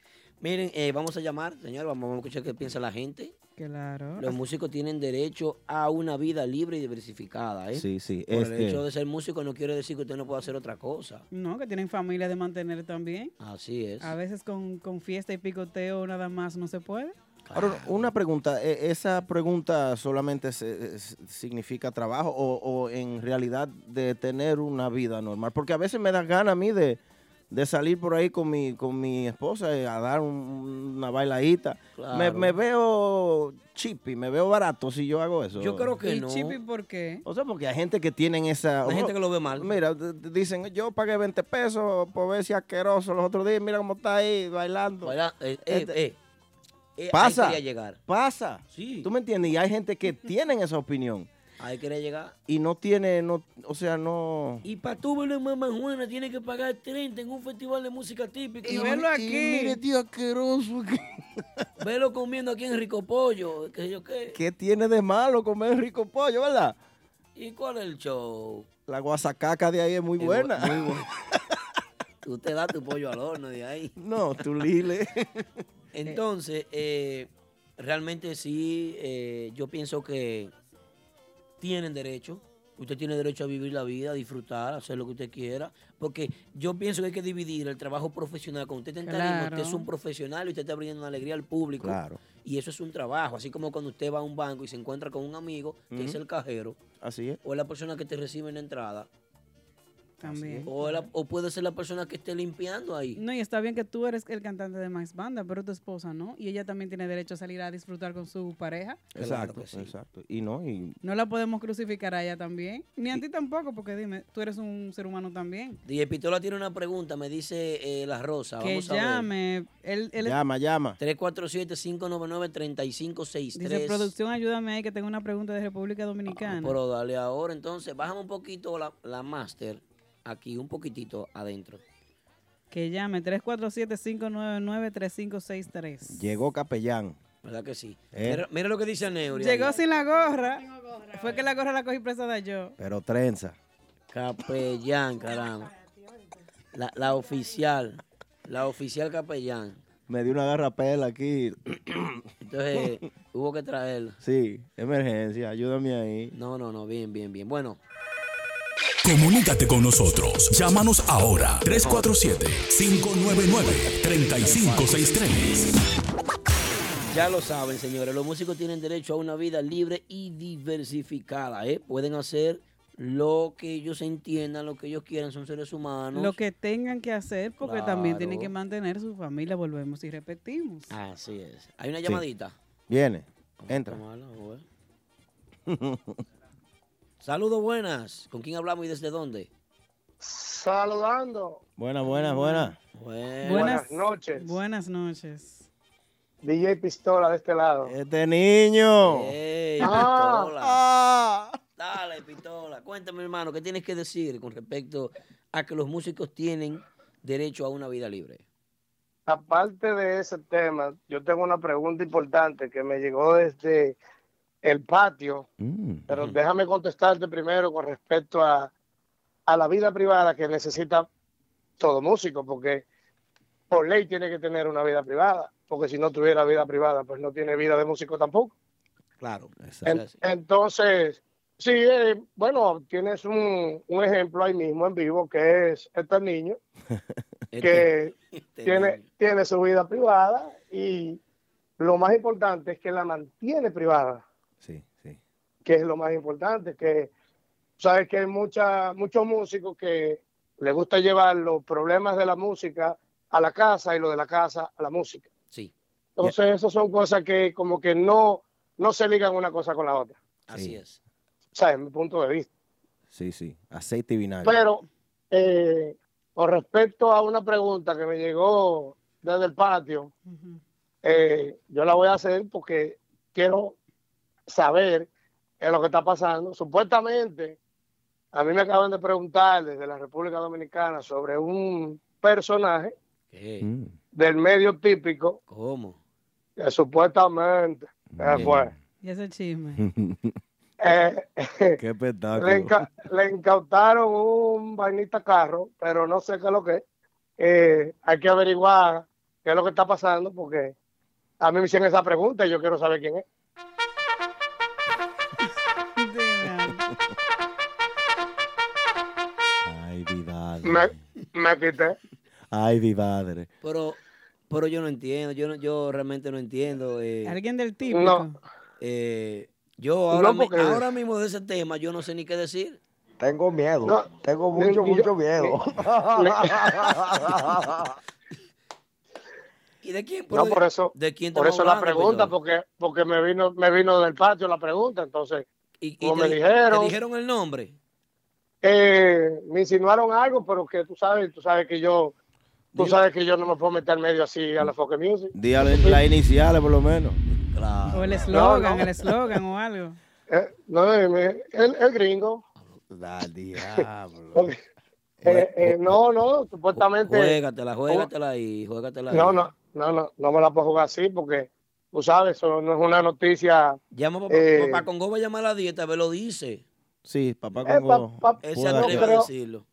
Speaker 2: Miren, eh, vamos a llamar, señor, vamos a escuchar qué piensa la gente.
Speaker 4: Ah,
Speaker 5: Claro.
Speaker 2: Los músicos tienen derecho a una vida libre y diversificada, ¿eh?
Speaker 4: Sí, sí.
Speaker 2: Por
Speaker 4: es
Speaker 2: el
Speaker 4: que-
Speaker 2: hecho de ser músico no quiere decir que usted no pueda hacer otra cosa.
Speaker 5: No, que tienen familia de mantener también.
Speaker 2: Así es.
Speaker 5: A veces con, con fiesta y picoteo nada más no se puede.
Speaker 4: Ahora, una pregunta, ¿e- ¿esa pregunta solamente se- se- significa trabajo o, o en realidad de tener una vida normal? Porque a veces me da ganas a mí de, de salir por ahí con mi, con mi esposa eh, a dar un- una bailadita. Me,
Speaker 2: Claro.
Speaker 4: me veo chippy, me veo barato si yo hago eso.
Speaker 2: Yo creo que
Speaker 5: ¿Y
Speaker 2: no.
Speaker 5: Chipi por qué?
Speaker 4: O sea, porque hay gente que tienen esa... "Oh,
Speaker 2: Hay gente que lo ve mal.
Speaker 4: Mira, d- d- dicen, yo pagué 20 pesos por ver si asqueroso los otros días, mira cómo está ahí bailando.
Speaker 2: Baila- eh, eh,
Speaker 4: Este-
Speaker 2: eh, eh, ahí
Speaker 4: Pasa.
Speaker 2: quería llegar.
Speaker 4: Pasa.
Speaker 2: Sí.
Speaker 4: ¿Tú me entiendes? Y hay gente que tienen esa opinión
Speaker 2: Ahí quería llegar.
Speaker 4: y no tiene, no, o sea, no.
Speaker 2: Y para tú verlo en Mamá Juana tiene que pagar 30 en un festival de música típica.
Speaker 5: Y verlo aquí.
Speaker 4: tío asqueroso. ¿qué,
Speaker 2: Velo comiendo aquí en Rico Pollo, qué sé yo qué.
Speaker 4: qué tiene de malo comer rico pollo, verdad?
Speaker 2: ¿Y cuál es el show?
Speaker 4: La guasacaca de ahí es muy
Speaker 2: Es bu-
Speaker 4: buena.
Speaker 2: muy buena. Tú te das tu pollo al horno de ahí.
Speaker 4: No, tú lile.
Speaker 2: Entonces, eh, realmente sí, eh, yo pienso que tienen derecho Usted tiene derecho a vivir la vida, a disfrutar, a hacer lo que usted quiera. Porque yo pienso que hay que dividir el trabajo profesional. Cuando usted está en tarima,
Speaker 5: Claro.
Speaker 2: usted es un profesional y usted está brindando una alegría al público.
Speaker 4: Claro.
Speaker 2: Y eso es un trabajo. Así como cuando usted va a un banco y se encuentra con un amigo que es
Speaker 4: Ujú.
Speaker 2: el cajero.
Speaker 4: Así es.
Speaker 2: O es la persona que te recibe en la entrada.
Speaker 5: También.
Speaker 2: O, es la- o puede ser la persona que esté limpiando ahí.
Speaker 5: No, y está bien que tú eres el cantante de Max Banda, pero tu esposa no. Y ella también tiene derecho a salir a disfrutar con su pareja.
Speaker 4: Exacto, exacto. Y no, y
Speaker 5: No la podemos crucificar a ella también. Ni a ti tampoco, porque dime, tú eres un ser humano también.
Speaker 2: DJ Pitola tiene una pregunta, me dice eh, La Rosa.
Speaker 5: Que
Speaker 2: Vamos a ver.
Speaker 5: llame. Él, él-
Speaker 4: llama.
Speaker 2: 347-599-3563.
Speaker 5: Dice, producción, ayúdame ahí, que tengo una pregunta de República Dominicana.
Speaker 2: Ah, Pero dale ahora, entonces, bájame un poquito la, la master aquí, un poquitito adentro.
Speaker 5: Que llame 347-599-3563.
Speaker 4: llegó Capellán.
Speaker 2: ¿Verdad que sí?
Speaker 4: Eh.
Speaker 2: Mira, mira lo que dice Neuri.
Speaker 5: Llegó
Speaker 2: ahí.
Speaker 5: sin la gorra. Fue que la gorra la cogí presa de yo.
Speaker 4: Pero trenza.
Speaker 2: Capellán, caramba. La, la oficial, la oficial capellán.
Speaker 4: Me dio una garrapela aquí.
Speaker 2: Entonces, hubo que traerla.
Speaker 4: Sí, em, emergencia, ayúdame ahí.
Speaker 2: No, no, no, bien, bien, bien. Bueno,
Speaker 1: Comunícate con nosotros. Llámanos ahora 347-599-3563.
Speaker 2: Ya lo saben, señores, los músicos tienen derecho a una vida libre y diversificada, ¿eh? Pueden hacer lo que ellos entiendan, lo que ellos quieran, son seres humanos.
Speaker 5: Lo que tengan que hacer, porque también tienen
Speaker 2: Claro.
Speaker 5: que mantener su familia. Volvemos y repetimos.
Speaker 2: Así es. Hay una
Speaker 4: Sí.
Speaker 2: llamadita.
Speaker 4: Viene, entra.
Speaker 2: Tomarla, vamos a ver. Saludos, buenas. ¿Con quién hablamos y desde dónde?
Speaker 8: Saludando.
Speaker 4: Buena, buena, buena.
Speaker 2: Buenas.
Speaker 8: Buenas noches.
Speaker 5: Buenas noches.
Speaker 8: DJ Pistola de este lado.
Speaker 4: Este niño.
Speaker 8: Ah,
Speaker 2: Pistola.
Speaker 4: ah.
Speaker 2: Dale, Pistola. Cuéntame, hermano, ¿qué tienes que decir con respecto a que los músicos tienen derecho a una vida libre?
Speaker 8: Aparte de ese tema, yo tengo una pregunta importante que me llegó desde el patio, pero déjame contestarte primero con respecto a, a la vida privada que necesita todo músico, porque por ley tiene que tener una vida privada, porque si no tuviera vida privada, pues no tiene vida de músico tampoco.
Speaker 2: Claro.
Speaker 8: En- entonces, sí, eh, bueno, tienes un, un ejemplo ahí mismo en vivo que es este niño
Speaker 4: Este
Speaker 8: que tiene, tiene su vida privada y lo más importante es que la mantiene privada.
Speaker 4: Sí, sí.
Speaker 8: que es lo más importante, que sabes que hay mucha, muchos músicos que les gusta llevar los problemas de la música a la casa y lo de la casa a la música.
Speaker 2: Sí.
Speaker 8: Entonces, esas son cosas que como que no, no se ligan una cosa con la otra.
Speaker 2: Así es.
Speaker 8: O sea, es mi punto de vista.
Speaker 4: Sí, sí. Aceite y vinagre.
Speaker 8: Pero eh, con respecto a una pregunta que me llegó desde el patio, eh, yo la voy a hacer porque quiero saber qué es lo que está pasando. Supuestamente, a mí me acaban de preguntar desde la República Dominicana sobre un personaje del medio típico
Speaker 2: ¿Cómo?
Speaker 8: que supuestamente eh, fue.
Speaker 5: Y ese chisme.
Speaker 8: eh,
Speaker 4: Qué
Speaker 7: Ah,
Speaker 4: espectáculo.
Speaker 8: le, inca- le incautaron un vainita carro, pero no sé qué es lo que es. Eh, hay que averiguar qué es lo que está pasando porque a mí me hicieron esa pregunta y yo quiero saber quién es.
Speaker 4: Ay, mi padre.
Speaker 8: Me, me quité.
Speaker 4: Ay, mi padre.
Speaker 2: Pero, pero yo no entiendo, yo, no- yo realmente no entiendo. eh,
Speaker 5: Alguien del típico.
Speaker 8: No.
Speaker 2: eh, yo ahora,
Speaker 8: No,
Speaker 2: mi-
Speaker 8: porque-
Speaker 2: ahora mismo de ese tema yo no sé ni qué decir.
Speaker 6: Tengo miedo.
Speaker 8: No,
Speaker 6: Tengo mucho,
Speaker 8: ni- ni yo-
Speaker 6: mucho miedo.
Speaker 2: ¿Y de quién?
Speaker 8: No,
Speaker 2: Pero de-
Speaker 8: por eso,
Speaker 2: ¿De quién
Speaker 8: por
Speaker 2: estamos
Speaker 8: eso la
Speaker 2: hablando,
Speaker 8: pregunta,
Speaker 2: Pistola?
Speaker 8: porque, porque me vino, me vino del patio la pregunta, entonces
Speaker 2: Y, y
Speaker 8: como
Speaker 2: te,
Speaker 8: me
Speaker 2: di-
Speaker 8: dijeron-
Speaker 2: te dijeron el nombre.
Speaker 8: eh, me insinuaron algo, pero que tú sabes, tú sabes que yo, tú sabes que yo no me puedo meter medio así a la Foque Music.
Speaker 4: Dígale las iniciales, por lo menos.
Speaker 5: O el
Speaker 8: No,
Speaker 5: eslogan,
Speaker 8: no.
Speaker 5: el eslogan o algo.
Speaker 8: Eh, no, eh, me- el, el gringo.
Speaker 4: La diablo.
Speaker 8: Eh, eh, no, no, supuestamente. Oh,
Speaker 2: Juégatela, juégatela ahí, juégatela ahí.
Speaker 8: No, no, no, no, no me la puedo jugar así porque tú sabes, eso no es una noticia.
Speaker 2: Llama a papá,
Speaker 8: Eh.
Speaker 2: papá Congo, va a llamar a la dieta, a ver, lo dice.
Speaker 4: Sí, papá
Speaker 8: Eh,
Speaker 4: Congo.
Speaker 8: pa- pa-
Speaker 2: Él se
Speaker 8: Puede
Speaker 2: atreve
Speaker 8: ser.
Speaker 2: a decirlo.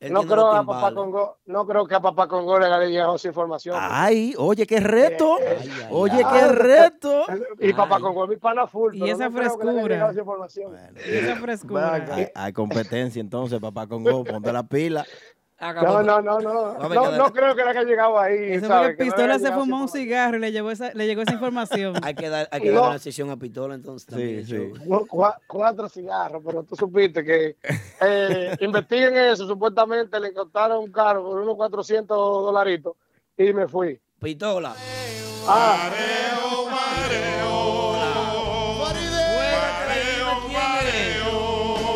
Speaker 2: Él
Speaker 8: No
Speaker 2: tiene los
Speaker 8: creo, a
Speaker 2: timbales.
Speaker 8: papá Congo, no creo que a papá Congo le gane lejos información. Eh, Ah,
Speaker 4: Ay, oye, qué reto.
Speaker 2: Ah, Ay, ay,
Speaker 4: Oye,
Speaker 2: ay.
Speaker 4: qué reto.
Speaker 8: Y papá
Speaker 2: Ay.
Speaker 8: Congo es mi pana full.
Speaker 5: Y
Speaker 8: pero
Speaker 5: esa
Speaker 8: no creo que le haya
Speaker 5: frescura.
Speaker 8: llegado esa información.
Speaker 5: Y esa frescura.
Speaker 4: Hay, hay competencia entonces, papá Congo, ponte la pila.
Speaker 8: No,
Speaker 2: Hagamos-
Speaker 8: no, no, no.
Speaker 2: Vamos a
Speaker 8: No,
Speaker 2: quedar-
Speaker 8: no creo que le haya llegado ahí.
Speaker 5: Eso
Speaker 8: ¿sabe?
Speaker 5: fue que
Speaker 8: Que no le
Speaker 5: Pistola
Speaker 8: haya
Speaker 5: se
Speaker 8: llegado
Speaker 5: fumó un
Speaker 8: esa información.
Speaker 5: cigarro y le, llevó esa, le llegó esa información.
Speaker 2: Hay que dar, hay que
Speaker 8: No.
Speaker 2: dar una sesión a Pistola entonces también.
Speaker 4: Sí,
Speaker 2: show.
Speaker 4: sí.
Speaker 8: No, cua- cuatro cigarros, pero tú supiste que eh, investiguen eso. Supuestamente le encontraron un carro por unos 400 dolaritos y me fui.
Speaker 2: Pistola.
Speaker 8: Ah,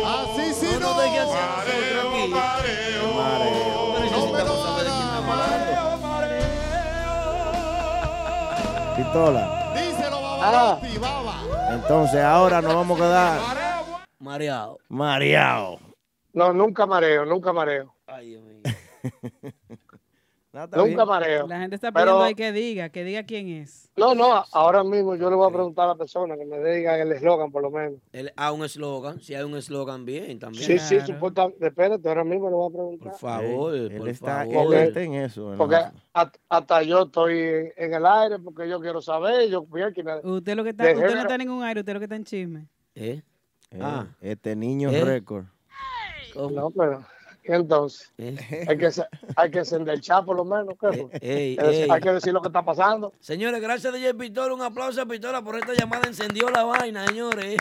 Speaker 7: Así sí
Speaker 2: No
Speaker 7: no.
Speaker 2: nos dejes hacer nosotros aquí. No necesitamos saber de quién estamos hablando.
Speaker 4: Pistola.
Speaker 7: Díselo,
Speaker 2: Ah.
Speaker 8: ah.
Speaker 7: Babarotti, Baba.
Speaker 4: Entonces ahora nos vamos a quedar
Speaker 2: Mareado.
Speaker 4: mareados.
Speaker 8: no, nunca mareo, nunca mareo.
Speaker 2: Ay, Dios mío.
Speaker 4: No, está bien.
Speaker 8: Nunca mareo.
Speaker 5: La gente está
Speaker 8: Pero-
Speaker 5: pidiendo ahí que diga, que diga quién es.
Speaker 8: No, no, ahora mismo yo le voy a preguntar a la persona que me diga el eslogan, por lo menos.
Speaker 2: Él- ah, un eslogan. Si hay un eslogan, bien también.
Speaker 8: Sí, sí,
Speaker 5: Claro.
Speaker 8: supuestamente. Espérate, ahora mismo le voy a
Speaker 2: Por
Speaker 8: preguntar.
Speaker 2: favor,
Speaker 4: Él- él
Speaker 2: por
Speaker 4: está, él
Speaker 2: favor.
Speaker 4: está este en eso. en
Speaker 8: Eh, Porque
Speaker 4: eso.
Speaker 8: at- hasta yo estoy en, en el aire porque yo quiero saber. Yo fui aquí, me-
Speaker 5: Usted lo que está,
Speaker 8: De
Speaker 5: usted no
Speaker 8: género.
Speaker 5: está en ningún aire, usted lo que está en chisme.
Speaker 2: ¿Eh?
Speaker 4: Eh,
Speaker 2: Ah.
Speaker 4: Este niño
Speaker 2: Eh.
Speaker 4: es récord.
Speaker 2: ¿Cómo?
Speaker 8: No, pero. ¿Y entonces?
Speaker 2: ¿Eh?
Speaker 8: Hay que, se- hay que encender el chat, por lo menos. ¿qué fue? Hay que
Speaker 2: Ey,
Speaker 8: decir-
Speaker 2: ey.
Speaker 8: Hay que decir lo que está pasando.
Speaker 2: Señores, gracias DJ Pistola. Un aplauso a Pistola por esta llamada. Encendió la vaina, señores.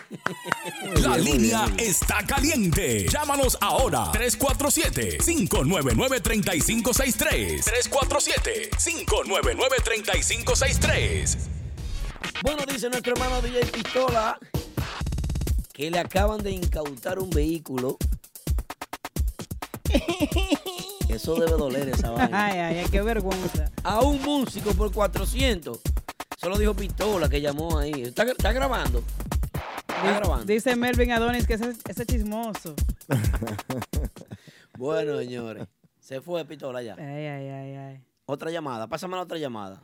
Speaker 1: La línea está caliente. Llámanos ahora. 347-599-3563. 347-599-3563.
Speaker 2: Bueno, dice nuestro hermano DJ Pistola que le acaban de incautar un vehículo. Eso debe doler esa vaina.
Speaker 5: Ay, ay, ay, qué vergüenza.
Speaker 2: A un músico por 400. Solo dijo Pistola que llamó ahí. ¿Está, está grabando? Está grabando.
Speaker 5: Dice Melvin Adonis que ese, ese chismoso.
Speaker 2: Bueno, señores. Se fue Pistola ya.
Speaker 5: Ay, ay, ay, ay.
Speaker 2: Otra llamada, pásame la otra llamada.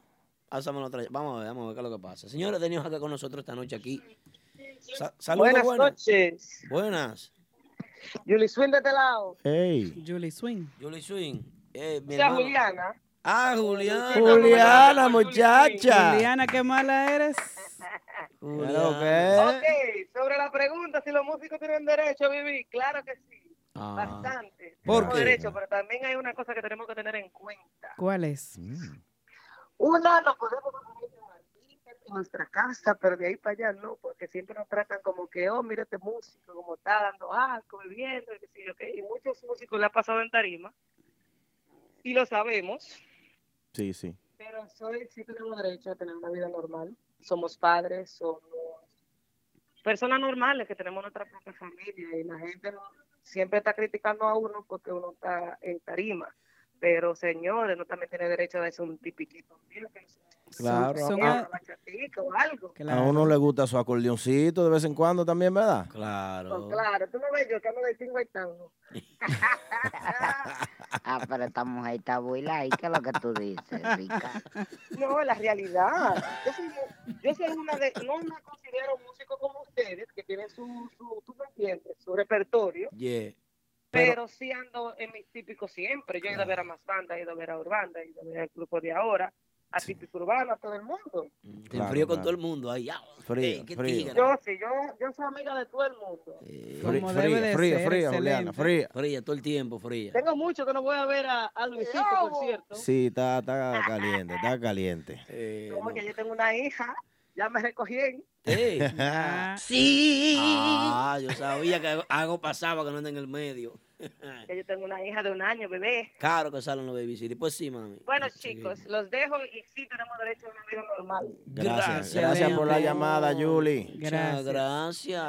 Speaker 2: Pásame la otra ll- Vamos a ver, vamos a ver qué es lo que pasa. Señores, tenemos acá con nosotros esta noche aquí. Sa- saludos, buenas.
Speaker 9: noches.
Speaker 2: Buenas.
Speaker 9: Julie Swin de este lado.
Speaker 4: Ey.
Speaker 5: Julie Swing.
Speaker 2: Julie Swing. Eh, mi
Speaker 9: O sea,
Speaker 2: hermano.
Speaker 9: Juliana.
Speaker 2: Ah, Julián.
Speaker 4: Juliana, muchacha.
Speaker 5: Juliana, qué mala eres.
Speaker 4: Claro
Speaker 2: Julián.
Speaker 4: que es.
Speaker 2: ¿Eh?
Speaker 9: Ok, sobre la pregunta, si los músicos tienen derecho a vivir, claro que sí,
Speaker 2: Ah,
Speaker 9: bastante.
Speaker 2: ¿Por
Speaker 9: Tenemos
Speaker 2: qué?
Speaker 9: derecho, pero también hay una cosa que tenemos que tener en cuenta.
Speaker 5: ¿Cuál es?
Speaker 9: Mm. Una, no pues, podemos vivir como artistas en nuestra casa, pero de ahí para allá no, porque siempre nos tratan como que, oh, mira este músico, como está dando algo, bebiendo, y qué sé yo qué. Y muchos músicos le ha pasado en tarima, y lo sabemos,
Speaker 4: Sí, sí.
Speaker 9: Pero soy, sí tenemos derecho a tener una vida normal. Somos padres, somos personas normales que tenemos nuestra propia familia y la gente no- siempre está criticando a uno porque uno está en tarima. Pero señores, uno también tiene derecho a darse un tipiquito. mira, que se-
Speaker 4: Claro.
Speaker 5: Son- son
Speaker 9: una
Speaker 2: Ah,
Speaker 5: a-
Speaker 9: bachatica o algo.
Speaker 4: A uno le gusta su acordeoncito de vez en cuando también, ¿verdad?
Speaker 2: Claro.
Speaker 9: Pues claro, tú no ves yo que no distingo el tango.
Speaker 3: Ah, pero esta mujer está buila. ¿Y qué es lo que tú dices, Rica?
Speaker 9: No, la realidad. Yo soy, mu- yo soy una de, no me considero músico como ustedes, que tienen su, su, tú me entiendes, su repertorio.
Speaker 2: Yeah.
Speaker 9: Pero, sí ando en mis típicos siempre. Yo he ido a ver a más bandas, he ido a ver a Urbanda, he ido a ver al grupo de ahora, a Típico Urbano, a todo el mundo.
Speaker 2: En
Speaker 4: Claro,
Speaker 2: frío con
Speaker 4: claro.
Speaker 2: todo el mundo. Ahí, ya.
Speaker 4: Frío,
Speaker 2: Ey, qué
Speaker 4: frío.
Speaker 2: tigre.
Speaker 9: Yo sí, yo, yo soy amiga de todo el mundo.
Speaker 2: Eh,
Speaker 4: Frí-
Speaker 5: Como debe
Speaker 4: Fría,
Speaker 5: de
Speaker 4: fría,
Speaker 5: ser,
Speaker 4: fría, Juliana,
Speaker 5: excelente.
Speaker 4: fría.
Speaker 2: fría, todo el tiempo, fría.
Speaker 9: Tengo mucho que no voy a ver a, a Luisito, por cierto.
Speaker 4: Sí, está, está caliente, está caliente.
Speaker 2: Eh,
Speaker 9: Como
Speaker 2: no.
Speaker 9: que yo tengo una hija, ya me recogí.
Speaker 2: Ey.
Speaker 5: Ah,
Speaker 2: Ah, yo sabía que algo- algo pasaba que no anda en el medio.
Speaker 9: Que yo tengo una hija de un año, bebé.
Speaker 2: Caro que salen los baby city. Pues sí, mami.
Speaker 9: Bueno,
Speaker 2: Sí.
Speaker 9: chicos, los dejo y sí tenemos derecho a una vida normal.
Speaker 4: Gracias.
Speaker 2: Gracias,
Speaker 4: Gracias por la
Speaker 2: Leonel.
Speaker 4: llamada, Julie.
Speaker 5: gracias.
Speaker 2: Muchas gracias.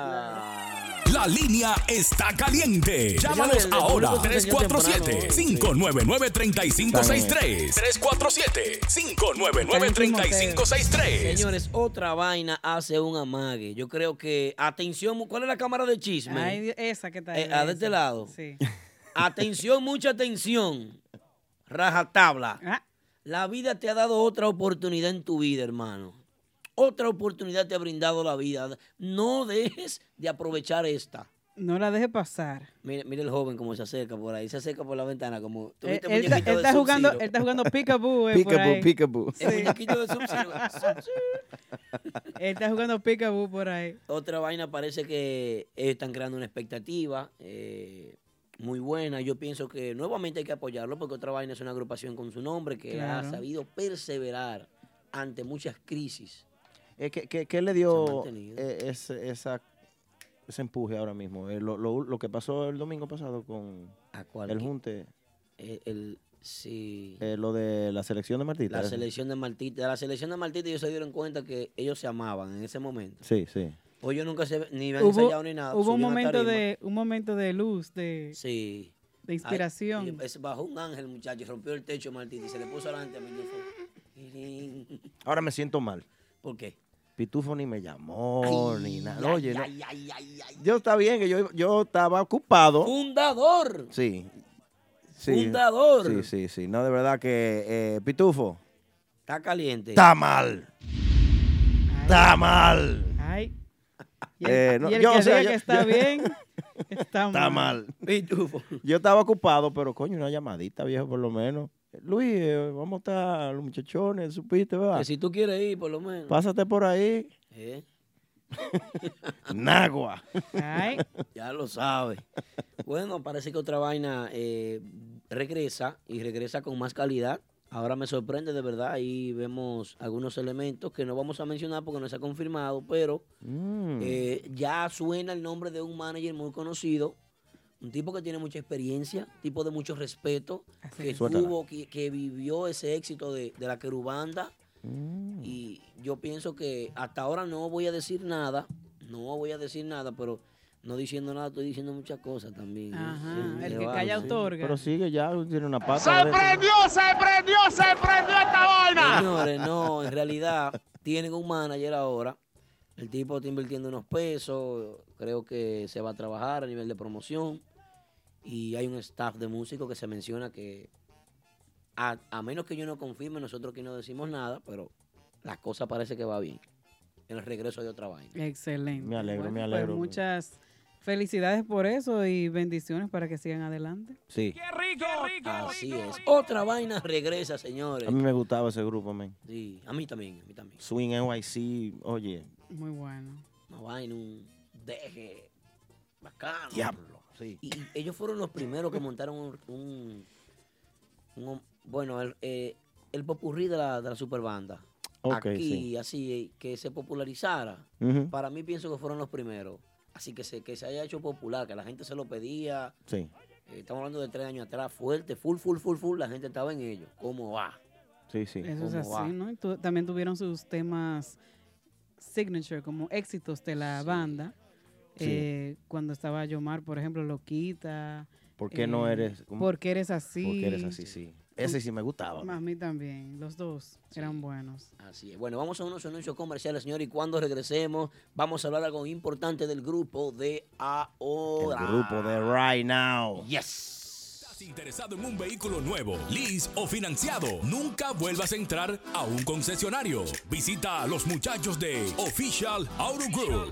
Speaker 1: La línea está caliente. Llámanos
Speaker 2: el
Speaker 1: ahora.
Speaker 2: público se encendió temprano
Speaker 1: 347-599-3563.
Speaker 5: pues,
Speaker 1: 347-599-3563.
Speaker 2: Señores, otra vaina hace un amague. Yo creo que. Atención, mu- ¿cuál es la cámara de chisme?
Speaker 5: Ay, esa que tal.
Speaker 2: Eh, ah, de este
Speaker 5: esa.
Speaker 2: lado.
Speaker 5: Sí.
Speaker 2: Atención, mucha atención. Rajatabla.
Speaker 5: Ah,
Speaker 2: La vida te ha dado otra oportunidad en tu vida, hermano. Otra oportunidad te ha brindado la vida. No dejes de aprovechar esta.
Speaker 5: No la deje pasar.
Speaker 2: Mira, mira el joven como se acerca por ahí. Se acerca por la ventana como... ¿tú
Speaker 5: Él,
Speaker 2: viste el
Speaker 5: Eh, él está,
Speaker 2: muñequito
Speaker 5: él
Speaker 2: de
Speaker 5: está jugando,
Speaker 2: Sub-Zero?
Speaker 5: él está jugando peekaboo. eh, por
Speaker 4: Peekaboo,
Speaker 5: ahí.
Speaker 4: peekaboo.
Speaker 2: El muñequito de Sub-Zero.
Speaker 5: Él está jugando peekaboo por ahí.
Speaker 2: Otra vaina parece que ellos están creando una expectativa eh, muy buena. Yo pienso que nuevamente hay que apoyarlo porque otra vaina es una agrupación con su nombre que
Speaker 4: Claro.
Speaker 2: ha sabido perseverar ante muchas crisis.
Speaker 4: Eh, ¿Qué, qué- qué le
Speaker 2: Se ha
Speaker 4: dio
Speaker 2: mantenido.
Speaker 4: eh, ese, esa- ese empuje ahora mismo? Eh, lo, lo- lo que pasó el domingo pasado con el Junte,
Speaker 2: Eh, el- sí,
Speaker 4: eh, lo de la selección de Martita.
Speaker 2: la
Speaker 4: ¿eh?
Speaker 2: selección de Martita. de La selección de Martita ellos se dieron cuenta que ellos se amaban en ese momento.
Speaker 4: Sí, sí.
Speaker 2: O ellos nunca se ni habían
Speaker 5: Hubo,
Speaker 2: ensayado ni nada.
Speaker 5: hubo un
Speaker 2: subieron a
Speaker 5: momento
Speaker 2: tarima.
Speaker 5: de un momento de luz, de,
Speaker 2: Sí.
Speaker 5: de inspiración.
Speaker 2: Ay, pues es- bajó un ángel, muchacho, y rompió el techo de Martita y se le puso delante a Pitufo.
Speaker 4: Ahora me siento mal.
Speaker 2: ¿Por qué?
Speaker 4: Pitufo ni me llamó, ni nada. Oye, no.
Speaker 2: ay, ay, ay, ay.
Speaker 4: yo está bien que yo, yo estaba ocupado.
Speaker 2: Fundador.
Speaker 4: Sí. sí.
Speaker 2: Fundador.
Speaker 4: Sí, sí, sí. No, de verdad que eh, Pitufo
Speaker 2: Está caliente.
Speaker 4: está mal. Está mal.
Speaker 5: Ay.
Speaker 2: Y el-
Speaker 4: Eh, no,
Speaker 5: y el
Speaker 4: yo,
Speaker 5: que
Speaker 4: o sea,
Speaker 5: diga
Speaker 4: yo-
Speaker 5: que está
Speaker 4: yo-
Speaker 5: bien, está,
Speaker 4: Está mal. Yo estaba ocupado, pero coño, una llamadita, viejo, por lo menos. Luis, eh, vamos a estar los muchachones, supiste, ¿verdad?
Speaker 2: Que si tú quieres ir, por lo menos.
Speaker 4: Pásate por ahí.
Speaker 2: ¿Eh?
Speaker 4: Nagua.
Speaker 5: Ay.
Speaker 2: Ya lo sabes. Bueno, parece que otra vaina eh, regresa y regresa con más calidad. Ahora me sorprende de verdad. Ahí vemos algunos elementos que no vamos a mencionar porque no se ha confirmado, pero
Speaker 4: Hmm.
Speaker 2: eh, ya suena el nombre de un manager muy conocido. Un tipo que tiene mucha experiencia, tipo de mucho respeto, que
Speaker 4: es. Suéltala.
Speaker 2: tuvo, que, que vivió ese éxito de, de la querubanda.
Speaker 5: Mm.
Speaker 2: Y yo pienso que hasta ahora no voy a decir nada, no voy a decir nada, pero no diciendo nada estoy diciendo muchas cosas también. ¿eh?
Speaker 5: Ajá,
Speaker 2: Sí,
Speaker 5: el
Speaker 2: me
Speaker 5: que
Speaker 2: va,
Speaker 5: calla
Speaker 2: sí.
Speaker 5: otorga.
Speaker 4: Pero sigue ya, tiene una
Speaker 2: Se
Speaker 4: pata. adentro.
Speaker 10: prendió, se prendió, se prendió esta vaina.
Speaker 2: Señores, no, en realidad tienen un manager ahora. El tipo está invirtiendo unos pesos, creo que se va a trabajar a nivel de promoción. Y hay un staff de músicos que se menciona que, a, a menos que yo no confirme, nosotros aquí no decimos nada, pero la cosa parece que va bien. En el regreso de otra vaina.
Speaker 5: Excelente.
Speaker 4: Me alegro, me
Speaker 5: pues
Speaker 4: alegro.
Speaker 5: muchas felicidades por eso y bendiciones para que sigan adelante.
Speaker 4: Sí.
Speaker 2: Así es. Otra vaina regresa, señores.
Speaker 4: A mí me gustaba ese grupo, men.
Speaker 2: Sí, a mí también, a mí también.
Speaker 4: Swing NYC, oye.
Speaker 5: Muy bueno.
Speaker 2: Una vaina, un deje bacano.
Speaker 4: Diablo, sí.
Speaker 2: Y y ellos fueron los primeros que montaron un... un- un- bueno, el, eh, el popurrí de la, de la superbanda.
Speaker 4: Ok,
Speaker 2: Aquí,
Speaker 4: sí.
Speaker 2: así, eh, que se popularizara.
Speaker 4: Ujú.
Speaker 2: Para mí pienso que fueron los primeros. Así que se, que se haya hecho popular, que la gente se lo pedía.
Speaker 4: Sí,
Speaker 2: Eh, estamos hablando de tres años atrás, fuerte, full, full, full, full. La gente estaba en ello. ¿Cómo va?
Speaker 4: sí, sí.
Speaker 5: Eso es
Speaker 2: ¿Cómo
Speaker 5: así,
Speaker 2: va?
Speaker 5: ¿no? Y tu- también tuvieron sus temas signature, como éxitos de la banda.
Speaker 4: Sí.
Speaker 5: Eh, cuando estaba Yomar, por ejemplo, Loquita.
Speaker 4: ¿Por qué no
Speaker 5: eh,
Speaker 4: eres? cómo?
Speaker 5: ¿Por qué eres así?
Speaker 4: Porque eres así, sí. Ese sí me gustaba.
Speaker 5: Más a mí también, los dos eran buenos.
Speaker 2: Así es. Bueno, vamos a unos anuncios comerciales, señor, y cuando regresemos vamos a hablar algo importante del grupo de ahora.
Speaker 4: El grupo de Right Now.
Speaker 2: Yes.
Speaker 1: interesado en un vehículo nuevo, lease o financiado, nunca vuelvas a entrar a un concesionario. Visita a los muchachos de Official Auto Group.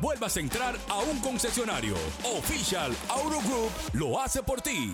Speaker 1: vuelvas a entrar a un concesionario. Official Auto Group lo hace por ti.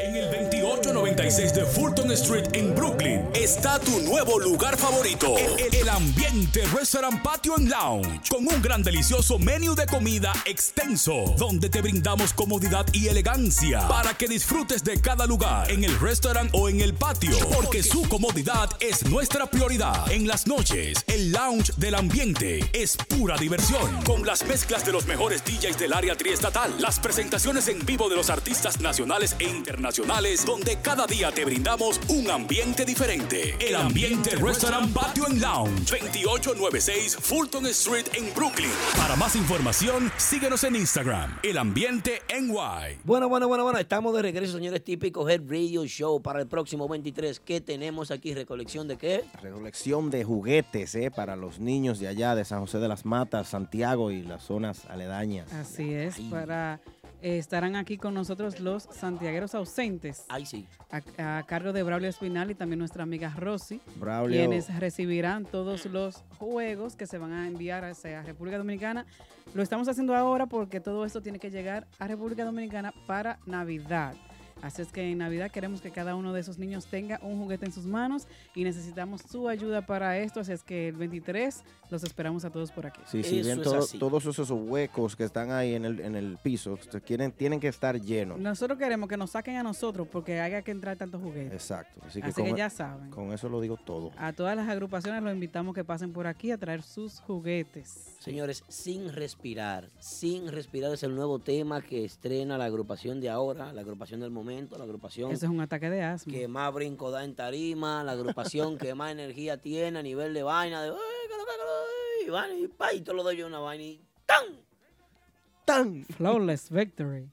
Speaker 1: En el 2896 de Fulton Street en Brooklyn está tu nuevo lugar favorito. El, el ambiente Restaurant Patio and Lounge con un gran delicioso menú de comida extenso donde te brindamos comodidad y elegancia para que disfrutes de cada lugar en el restaurant o en el patio porque su comodidad es nuestra prioridad. En las noches, el lounge del ambiente es pura diversión con las mezclas de los mejores DJs del área triestatal, las presentaciones en vivo de los artistas nacionales e internacionales internacionales donde cada día te brindamos un ambiente diferente. El Ambiente Restaurant Patio and Lounge, 2896 Fulton Street en Brooklyn. Para más información, síguenos en Instagram, El Ambiente NY.
Speaker 2: Bueno, bueno, bueno, bueno, estamos de regreso, señores típicos Head Radio Show para el próximo 23. ¿Qué tenemos aquí? ¿Recolección de qué?
Speaker 4: Recolección de juguetes eh, para los niños de allá, de San José de las Matas, Santiago y las zonas aledañas.
Speaker 5: Así es, para eh, estarán aquí con nosotros los santiagueros ausentes.
Speaker 2: Ahí sí.
Speaker 5: A, a cargo de Braulio Espinal y también nuestra amiga Rosy,
Speaker 4: Braulio.
Speaker 5: quienes recibirán todos los juegos que se van a enviar hacia República Dominicana. Lo estamos haciendo ahora porque todo esto tiene que llegar a República Dominicana para Navidad. Así es que en Navidad queremos que cada uno de esos niños tenga un juguete en sus manos y necesitamos su ayuda para esto. Así es que el 23 los esperamos a todos por aquí.
Speaker 4: Sí, sí, bien, todo- todos esos huecos que están ahí en el, en el piso se quieren, tienen que estar llenos.
Speaker 5: Nosotros queremos que nos saquen a nosotros porque haya que entrar tantos juguetes.
Speaker 4: Exacto. Así que,
Speaker 5: Así que
Speaker 4: con- e-,
Speaker 5: ya saben.
Speaker 4: Con eso lo digo todo.
Speaker 5: A todas las agrupaciones los invitamos que pasen por aquí a traer sus juguetes.
Speaker 2: Señores, sin respirar, sin respirar es el nuevo tema que estrena la agrupación de ahora, la agrupación del momento, la agrupación
Speaker 5: Eso es un ataque de asma.
Speaker 2: que más brinco da en tarima, la agrupación que más energía tiene a nivel de vaina, de "Ay, que lo que, que lo que", y vaina, y pa, y te lo doy yo una vaina y ¡tan!
Speaker 4: ¡Tan!
Speaker 5: Flawless Victory. Mm.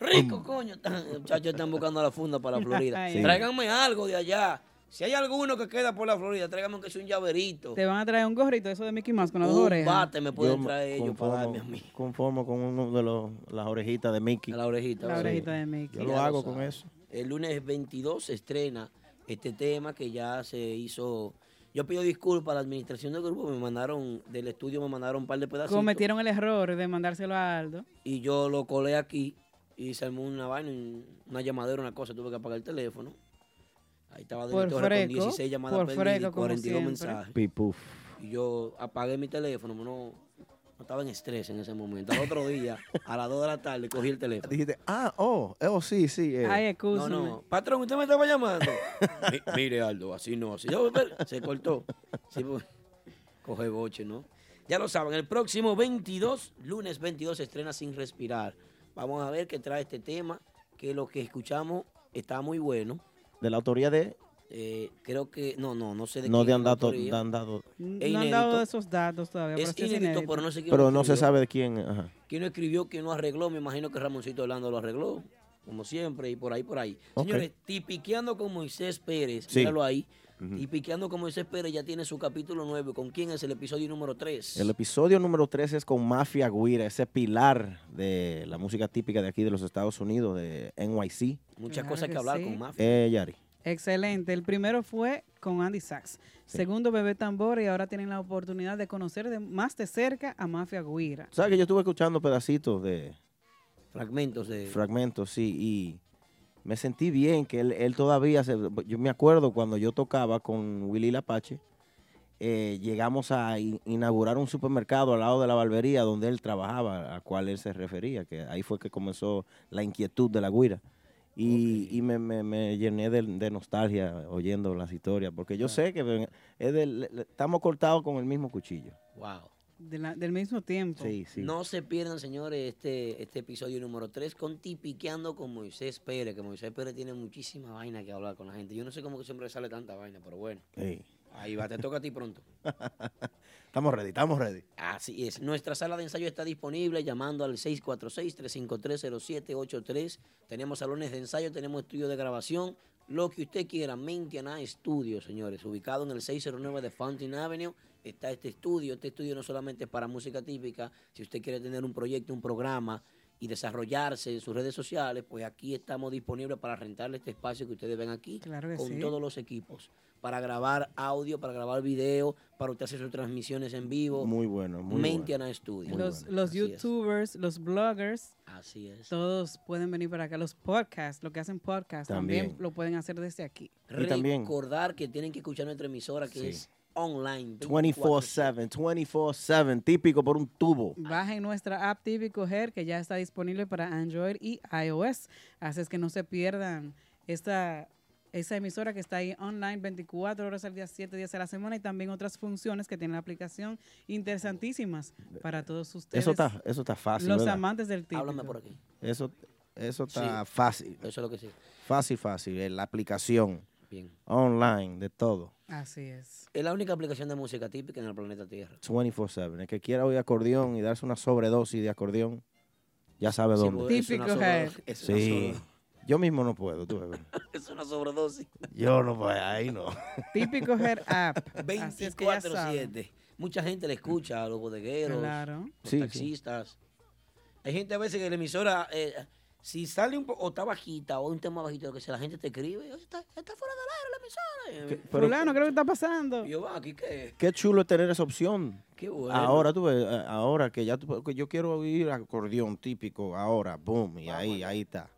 Speaker 2: ¡Rico, coño! ¡Tan! Los Muchachos están buscando la funda para la Florida.
Speaker 5: Sí.
Speaker 2: Tráiganme algo de allá. Si hay alguno que queda por la Florida, tráigame que es un llaverito.
Speaker 5: Te van a traer un gorrito, eso de Mickey Mouse con las dos
Speaker 2: Un
Speaker 5: orejas.
Speaker 2: bate me pueden
Speaker 4: Yo
Speaker 2: traer ellos para
Speaker 4: conformo-
Speaker 2: darme a mí.
Speaker 4: Conformo con uno de los, las orejitas de Mickey.
Speaker 2: La orejita.
Speaker 5: La
Speaker 2: sí.
Speaker 5: orejita de Mickey.
Speaker 4: Yo lo
Speaker 2: Ya
Speaker 4: hago
Speaker 2: saben.
Speaker 4: con eso.
Speaker 2: El lunes 22 se estrena este tema que ya se hizo. Yo pido disculpas a la administración del grupo, me mandaron del estudio, me mandaron un par de pedacitos.
Speaker 5: Cometieron el error de mandárselo a Aldo.
Speaker 2: Y yo lo colé aquí y se armó una vaina, un- una llamadera, una cosa, tuve que apagar el teléfono. Ahí estaba
Speaker 5: Por
Speaker 2: Denis Torres con
Speaker 5: freco,
Speaker 2: 16 llamadas
Speaker 5: por
Speaker 2: perdidas
Speaker 5: freco,
Speaker 2: y
Speaker 5: como
Speaker 2: 42
Speaker 5: siempre.
Speaker 2: mensajes.
Speaker 4: Pipuf.
Speaker 2: Y yo apagué mi teléfono, no, no estaba en estrés en ese momento. Al otro día, a las 2 de la tarde, cogí el teléfono.
Speaker 4: Dijiste, ah, oh, eh, oh, sí, sí. eh.
Speaker 2: No, no. Patrón, usted me estaba llamando. Mi- mire, Aldo, así no, así. Yo, pero, Se cortó. Sí, pues, coge boche, ¿no? Ya lo saben, el próximo 22, lunes 22, se estrena Sin Respirar. Vamos a ver qué trae este tema, que lo que escuchamos está muy bueno.
Speaker 4: De la autoría de...
Speaker 2: Eh, creo que, no, no, no sé de
Speaker 4: No
Speaker 2: quién
Speaker 4: de
Speaker 2: es
Speaker 4: han
Speaker 2: la
Speaker 4: dado...
Speaker 2: autoría.
Speaker 4: de han dado-
Speaker 2: Es
Speaker 5: no han
Speaker 2: inédito.
Speaker 5: dado esos datos todavía.
Speaker 2: Es
Speaker 5: pero sí es
Speaker 2: inédito,
Speaker 5: inédito.
Speaker 2: pero no sé quién
Speaker 4: Pero
Speaker 2: lo
Speaker 4: no se
Speaker 2: escribió.
Speaker 4: sabe de quién. Ajá.
Speaker 2: ¿Quién lo escribió? ¿Quién lo arregló? Me imagino que Ramoncito Orlando lo arregló, como siempre, y por ahí, por ahí.
Speaker 4: Ok.
Speaker 2: Señores, tipiqueando con Moisés Pérez,
Speaker 4: Sí.
Speaker 2: míralo ahí.
Speaker 4: Ujú.
Speaker 2: Y piqueando con Moisés Pérez ya tiene su capítulo 9. ¿Con quién es el episodio número 3?
Speaker 4: El episodio número 3 es con Mafia Guira, ese pilar de la música típica de aquí de los Estados Unidos, de NYC.
Speaker 2: Muchas
Speaker 5: Claro
Speaker 2: cosas que,
Speaker 5: que
Speaker 2: hablar
Speaker 5: sí.
Speaker 2: con Mafia.
Speaker 4: Eh, Yari.
Speaker 5: Excelente. El primero fue con Andy Sachs. Segundo, Bebé Tambor. Y ahora tienen la oportunidad de conocer de- más de cerca a Mafia Guira.
Speaker 4: ¿Sabes que yo estuve escuchando pedacitos de
Speaker 2: Fragmentos de...
Speaker 4: fragmentos, sí, y me sentí bien que él, él todavía, se- yo me acuerdo cuando yo tocaba con Willy Lapache, eh, llegamos a in- inaugurar un supermercado al lado de la barbería donde él trabajaba, a cual él se refería, que ahí fue que comenzó la inquietud de la guira. Y, y me, me- me llené de, de nostalgia oyendo las historias, porque yo sé que ven- es del- estamos cortados con el mismo cuchillo.
Speaker 2: Wow.
Speaker 5: De la- del mismo tiempo.
Speaker 4: Sí, sí.
Speaker 2: No se pierdan, señores, este, este episodio número 3 con Tipiqueando con Moisés Pérez, que Moisés Pérez tiene muchísima vaina que hablar con la gente. Yo no sé cómo que siempre sale tanta vaina, pero bueno.
Speaker 4: Ey.
Speaker 2: Ahí va, te toca a ti pronto.
Speaker 4: Estamos ready, estamos ready.
Speaker 2: Así es. Nuestra sala de ensayo está disponible llamando al 646-353-0783. Tenemos salones de ensayo, tenemos estudios de grabación, lo que usted quiera. Mentiana Estudio, señores. Ubicado en el 609 de Fountain Avenue está este estudio. Este estudio no solamente es para música típica. Si usted quiere tener un proyecto, un programa y desarrollarse en sus redes sociales, pues aquí estamos disponibles para rentarle este espacio que ustedes ven aquí
Speaker 5: Claro que
Speaker 2: con
Speaker 5: sí.
Speaker 2: todos los equipos. Para grabar audio, para grabar video, para usted hacer sus transmisiones en vivo.
Speaker 4: Muy bueno, muy bueno.
Speaker 2: Mentiana Studio.
Speaker 5: los los YouTubers, los bloggers.
Speaker 2: Así es.
Speaker 5: Todos pueden venir para acá. Los podcasts, lo que hacen podcasts, también,
Speaker 2: También.
Speaker 5: lo pueden hacer desde aquí.
Speaker 2: Recordar que tienen que escuchar nuestra emisora que
Speaker 4: Sí.
Speaker 2: es online.
Speaker 4: 24-7, 24-7, típico por un tubo.
Speaker 5: Bajen nuestra app Típico Hair que ya está disponible para Android y iOS. Así es que no se pierdan esta, esa emisora que está ahí online 24 horas al día, 7 días a la semana y también otras funciones que tiene la aplicación interesantísimas para todos ustedes.
Speaker 4: Eso está, eso está fácil.
Speaker 5: Los
Speaker 4: ¿verdad?
Speaker 5: amantes del típico.
Speaker 2: Háblame por aquí.
Speaker 4: Eso, Eso
Speaker 2: Sí.
Speaker 4: está fácil.
Speaker 2: Eso es lo que sí.
Speaker 4: Fácil, fácil. eh, La aplicación.
Speaker 2: Bien.
Speaker 4: Online, de todo.
Speaker 5: Así es.
Speaker 2: Es la única aplicación de música típica en el planeta Tierra.
Speaker 4: 24-7. El que quiera oír acordeón y darse una sobredosis de acordeón, ya sabe
Speaker 2: Sí,
Speaker 4: dónde.
Speaker 2: porque es una Típico sobredosis, Jael. es una
Speaker 4: Sí. Yo mismo no puedo, tú ves.
Speaker 2: Es una sobredosis.
Speaker 4: Yo no puedo, ahí no.
Speaker 5: Típico Her App. Así es que ya saben.
Speaker 2: 24-7. Mucha gente le escucha a los bodegueros,
Speaker 5: Claro.
Speaker 2: los
Speaker 5: Sí, sí.
Speaker 2: taxistas. Hay gente a veces que la emisora, eh, si sale un po- o está bajita o un tema bajito, lo que sea, la gente te escribe. "Oye, Está, está fuera del aire la emisora.
Speaker 4: ¿Qué? Pero- Fulano,
Speaker 5: creo que está pasando.
Speaker 2: Yo, va, aquí qué.
Speaker 4: Qué chulo es tener esa opción.
Speaker 2: Qué bueno.
Speaker 4: Ahora tú ves, eh, ahora que ya tú- que yo quiero oír acordeón típico, ahora, boom,
Speaker 2: Ah,
Speaker 4: y ahí, ahí está.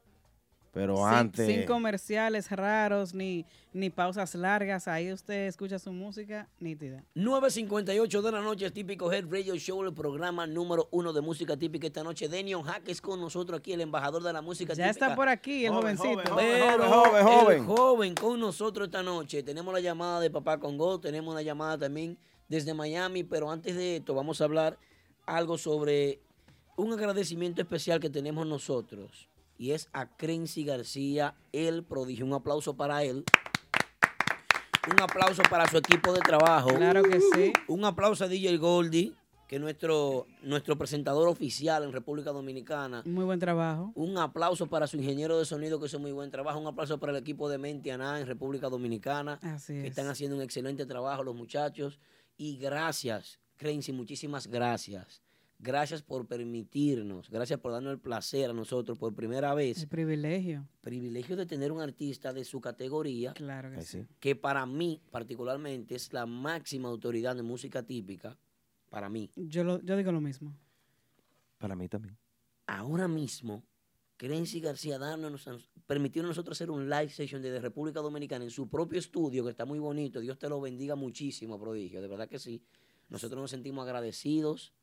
Speaker 4: Pero
Speaker 5: Sin-
Speaker 4: antes.
Speaker 5: Sin comerciales raros, ni, ni pausas largas. Ahí usted escucha su música nítida.
Speaker 2: 9.58 de la noche, típico Head Radio Show, el programa número uno de música típica esta noche. Denion Hack es con nosotros aquí, el embajador de la música
Speaker 5: Ya
Speaker 2: típica.
Speaker 5: está por aquí el
Speaker 2: Joven,
Speaker 5: jovencito.
Speaker 2: joven,
Speaker 4: Pero-
Speaker 2: joven,
Speaker 4: joven.
Speaker 2: El joven con nosotros esta noche. Tenemos la llamada de Papá Congo, tenemos una llamada también desde Miami, pero antes de esto vamos a hablar algo sobre un agradecimiento especial que tenemos nosotros y es a Crency García, el prodigio. Un aplauso para él. Un aplauso para su equipo de trabajo.
Speaker 5: Claro que sí.
Speaker 2: Un aplauso a DJ Goldie, que es nuestro, nuestro presentador oficial en República Dominicana.
Speaker 5: Muy buen trabajo.
Speaker 2: Un aplauso para su ingeniero de sonido que hizo muy buen trabajo. Un aplauso para el equipo de Mentiana en República Dominicana.
Speaker 5: Así
Speaker 2: que
Speaker 5: es.
Speaker 2: están haciendo un excelente trabajo los muchachos. Y gracias, Crency, muchísimas gracias. Gracias por permitirnos. Gracias por darnos el placer a nosotros por primera vez.
Speaker 5: El privilegio.
Speaker 2: Privilegio de tener un artista de su categoría.
Speaker 5: Mm. Claro que sí.
Speaker 2: Que para mí, particularmente, es la máxima autoridad de música típica. Para mí.
Speaker 5: Yo, lo- yo digo lo mismo.
Speaker 4: Para mí también.
Speaker 2: ahora mismo, Crency García darnos, permitió a nosotros hacer un live session desde República Dominicana en su propio estudio, que está muy bonito. Dios te lo bendiga muchísimo, prodigio. De verdad que sí. Nosotros nos sentimos agradecidos,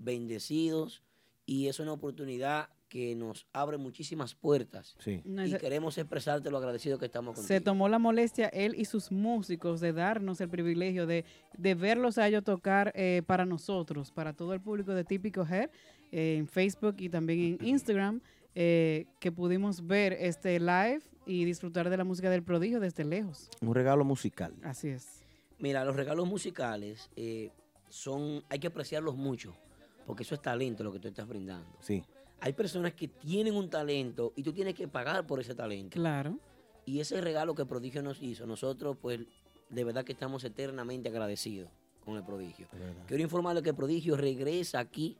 Speaker 2: bendecidos, y es una oportunidad que nos abre muchísimas puertas.
Speaker 4: Sí.
Speaker 5: No,
Speaker 2: y
Speaker 5: ese-
Speaker 2: queremos expresarte lo agradecido que estamos contigo.
Speaker 5: Se tomó la molestia él y sus músicos de darnos el privilegio de, de verlos a ellos tocar eh, para nosotros, para todo el público de Típico Hair, eh, en Facebook y también en Instagram, eh, que pudimos ver este live y disfrutar de la música del prodigio desde lejos.
Speaker 4: Un regalo musical.
Speaker 5: Así es.
Speaker 2: Mira, los regalos musicales eh, son, hay que apreciarlos mucho, porque eso es talento lo que tú estás brindando.
Speaker 4: Sí.
Speaker 2: Hay personas que tienen un talento y tú tienes que pagar por ese talento.
Speaker 5: Claro.
Speaker 2: Y ese regalo que el prodigio nos hizo, nosotros pues de verdad que estamos eternamente agradecidos con el prodigio. Quiero informarle que el prodigio regresa aquí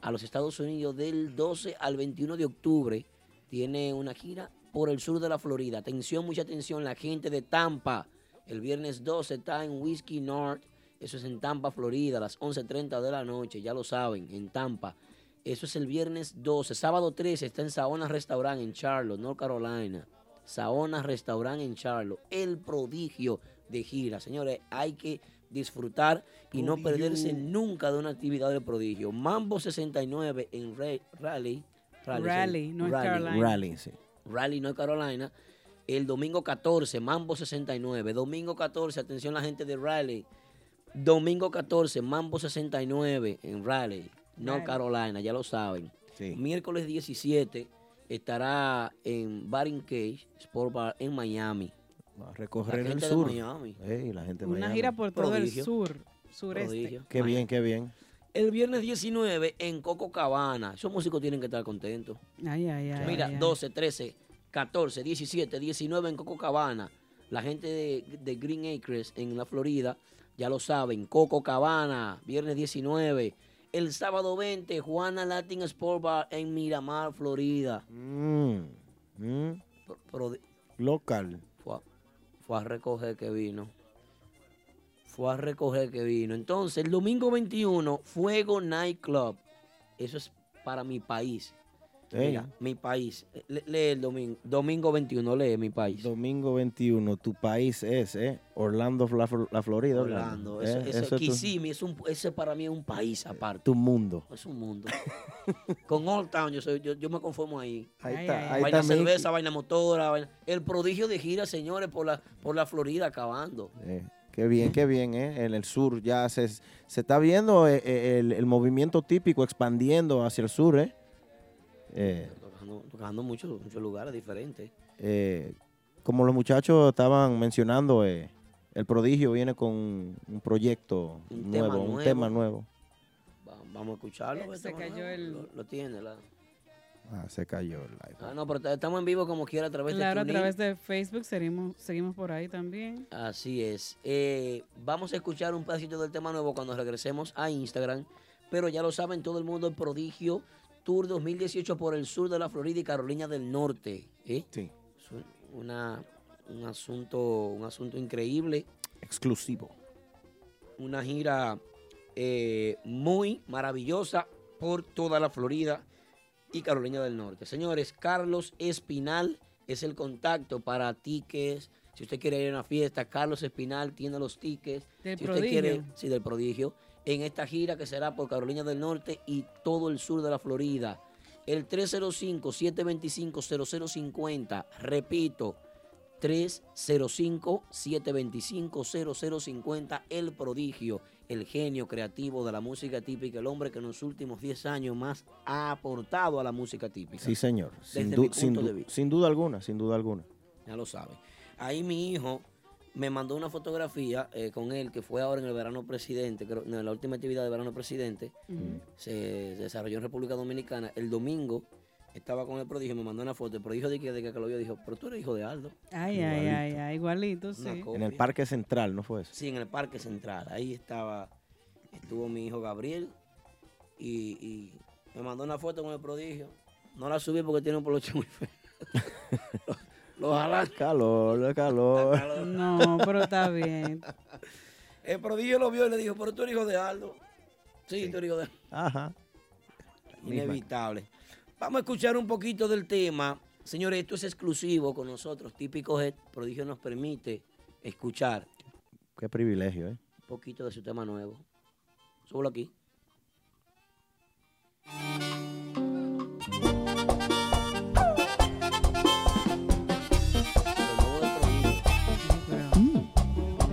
Speaker 2: a los Estados Unidos del 12 al 21 de octubre. Tiene una gira por el sur de la Florida. Atención, mucha atención, la gente de Tampa. El viernes 12 está en Whiskey North. Eso es en Tampa, Florida, a las 11.30 de la noche. Ya lo saben, en Tampa. Eso es el viernes 12. Sábado 13 está en Saona Restaurant en Charlotte, North Carolina. Saona Restaurant en Charlotte. El prodigio de gira. Señores, hay que disfrutar y no
Speaker 11: Prodigio.
Speaker 2: perderse nunca de una actividad del prodigio. Mambo 69 en Ra- Raleigh.
Speaker 5: Raleigh,
Speaker 2: sí.
Speaker 5: North Carolina.
Speaker 4: Rally, sí.
Speaker 2: Raleigh, North Carolina. El domingo 14, Mambo 69. Domingo 14, atención la gente de Raleigh. Domingo 14, Mambo 69 en Raleigh,
Speaker 11: Raleigh.
Speaker 2: North Carolina, ya lo saben. Miércoles 17 estará en Baring Cage Sport Bar en Miami.
Speaker 4: A recorrer
Speaker 2: La
Speaker 4: el
Speaker 2: gente de
Speaker 4: sur.
Speaker 2: Miami.
Speaker 4: Ey, la gente de
Speaker 5: Una
Speaker 4: Miami.
Speaker 5: gira por todo
Speaker 2: Prodigio.
Speaker 5: el sur, sureste.
Speaker 2: Prodigio.
Speaker 4: Qué bien, qué bien.
Speaker 2: El viernes 19 en Coco Cabana. Esos músicos tienen que estar contentos.
Speaker 5: Ay, ay, ay.
Speaker 2: Mira,
Speaker 5: ay, ay.
Speaker 2: 12, 13, 14, 17, 19 en Coco Cabana. La gente de, de Green Acres en la Florida, ya lo saben, Coco Cabana, viernes 19. El sábado 20, Juana Latin Sport Bar en Miramar, Florida.
Speaker 4: Mm, mm.
Speaker 2: Pero de-
Speaker 4: Local.
Speaker 2: fue a, fue a recoger que vino. Fue a recoger que vino. Entonces, el domingo 21, Fuego Night Club. Eso es para mi país.
Speaker 4: Ey.
Speaker 2: Mira, mi país. Le- lee el domingo. Domingo 21, lee mi país.
Speaker 4: Domingo 21, tu país es, ¿eh? Orlando, la, Fl- la Florida.
Speaker 2: Orlando.
Speaker 4: ¿eh?
Speaker 2: Eso, eso,
Speaker 4: es tu-
Speaker 2: Kissimmee, es un, ese para mí es un país aparte.
Speaker 4: tu mundo.
Speaker 2: Es un mundo. Con Old Town, yo, soy- yo, yo me conformo ahí.
Speaker 4: Ahí Ay, está, ay, ahí
Speaker 2: vaina
Speaker 4: está Mickey.
Speaker 2: cerveza, vaina motora. vaina- El prodigio de gira, señores, por la, por la Florida acabando.
Speaker 4: Eh, qué bien, qué bien, ¿eh? En el sur ya se, se está viendo eh, eh, el, el movimiento típico expandiendo hacia el sur, ¿eh? Eh,
Speaker 2: tocando, tocando muchos muchos lugares diferentes.
Speaker 4: eh, como los muchachos estaban mencionando, eh, el prodigio viene con un proyecto
Speaker 2: Un tema
Speaker 4: nuevo,
Speaker 2: nuevo.
Speaker 4: un tema nuevo.
Speaker 2: Va- vamos a escucharlo.
Speaker 5: Se
Speaker 2: este,
Speaker 5: cayó
Speaker 2: bueno,
Speaker 5: el-
Speaker 2: Lo, lo tiene. La...
Speaker 4: Ah, se cayó el live.
Speaker 2: Ah, no, pero t- estamos en vivo como quiera a través
Speaker 5: Claro, a
Speaker 2: de TuneIn.
Speaker 5: través de Facebook seguimos, seguimos por ahí también.
Speaker 2: Así es. Eh, vamos a escuchar un pedacito del tema nuevo cuando regresemos a Instagram. Pero ya lo saben todo el mundo, el prodigio Tour 2018 por el sur de la Florida y Carolina del Norte. ¿eh?
Speaker 4: Sí.
Speaker 2: Es un- una- un, asunto, un asunto increíble.
Speaker 4: Exclusivo.
Speaker 2: Una gira eh, muy maravillosa por toda la Florida y Carolina del Norte. Señores, Carlos Espinal es el contacto para tickets. Si usted quiere ir a una fiesta, Carlos Espinal tiene los tickets.
Speaker 5: Del
Speaker 2: si
Speaker 5: prodigio.
Speaker 2: usted quiere, sí, del prodigio. En esta gira que será por Carolina del Norte y todo el sur de la Florida. El 305-725-0050. Repito, 305-725-0050, el prodigio, el genio creativo de la música típica, el hombre que en los últimos 10 años más ha aportado a la música típica.
Speaker 4: Sí, señor. Sin,
Speaker 2: Desde
Speaker 4: du-
Speaker 2: mi punto
Speaker 4: sin
Speaker 2: de
Speaker 4: du- sin duda alguna, sin duda alguna.
Speaker 2: Ya lo sabe. Ahí mi hijo me mandó una fotografía eh, con él que fue ahora en el verano presidente, creo- no, en la última actividad de verano presidente,
Speaker 5: Ujú.
Speaker 2: se desarrolló en República Dominicana. El domingo estaba con el prodigio, me mandó una foto. El prodigio de que, de que lo vio dijo, pero tú eres hijo de Aldo.
Speaker 5: Ay, ay, ay, ay, igualito,
Speaker 2: Una
Speaker 5: sí.
Speaker 4: En el Parque Central, ¿no fue eso?
Speaker 2: Sí, en el Parque Central. Ahí estaba, estuvo mi hijo Gabriel y, y me mandó una foto con el prodigio. No la subí porque tiene un poloche muy feo. Los jalan.
Speaker 4: Calor, calor.
Speaker 5: No, pero está bien.
Speaker 2: El prodigio lo vio y le dijo, pero tú eres hijo de Aldo. Sí, tú eres hijo de Aldo.
Speaker 4: Ajá.
Speaker 2: Inevitable. Vamos a escuchar un poquito del tema. Señores, esto es exclusivo con nosotros. Típico Head. Prodigio nos permite escuchar
Speaker 4: Qué privilegio, ¿eh?
Speaker 2: un poquito de su tema nuevo. Súbelo aquí.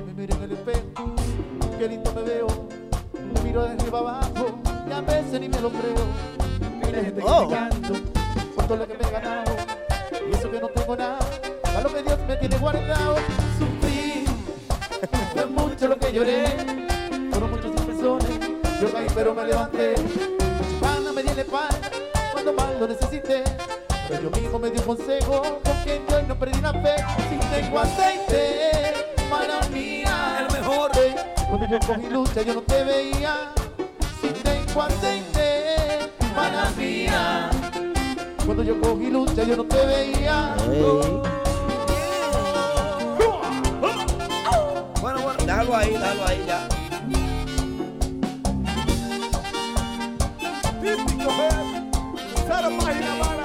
Speaker 11: Me miro en el espejo, qué lindo me veo. Me miro de arriba abajo y a veces ni me lo creo. Mira gente
Speaker 2: Oh.
Speaker 11: criticando por todo lo que me he ganado. Y eso que no tengo nada, a lo que Dios me tiene guardado. Sufrí, fue mucho lo que lloré. Fueron muchos impresiones, yo caí pero me levanté. Pana me di la espalda cuando más lo necesité. Pero yo mismo me di un consejo, porque en Dios no perdí la fe. Si tengo aceite para mí, el mejor. Cuando yo cogí lucha, yo no te veía. Si tengo aceite para mí, cuando yo cogí lucha, yo no te veía.
Speaker 2: Bueno, bueno, déjalo ahí, déjalo ahí ya.
Speaker 11: Típico
Speaker 10: eh.
Speaker 11: Head, cero página para.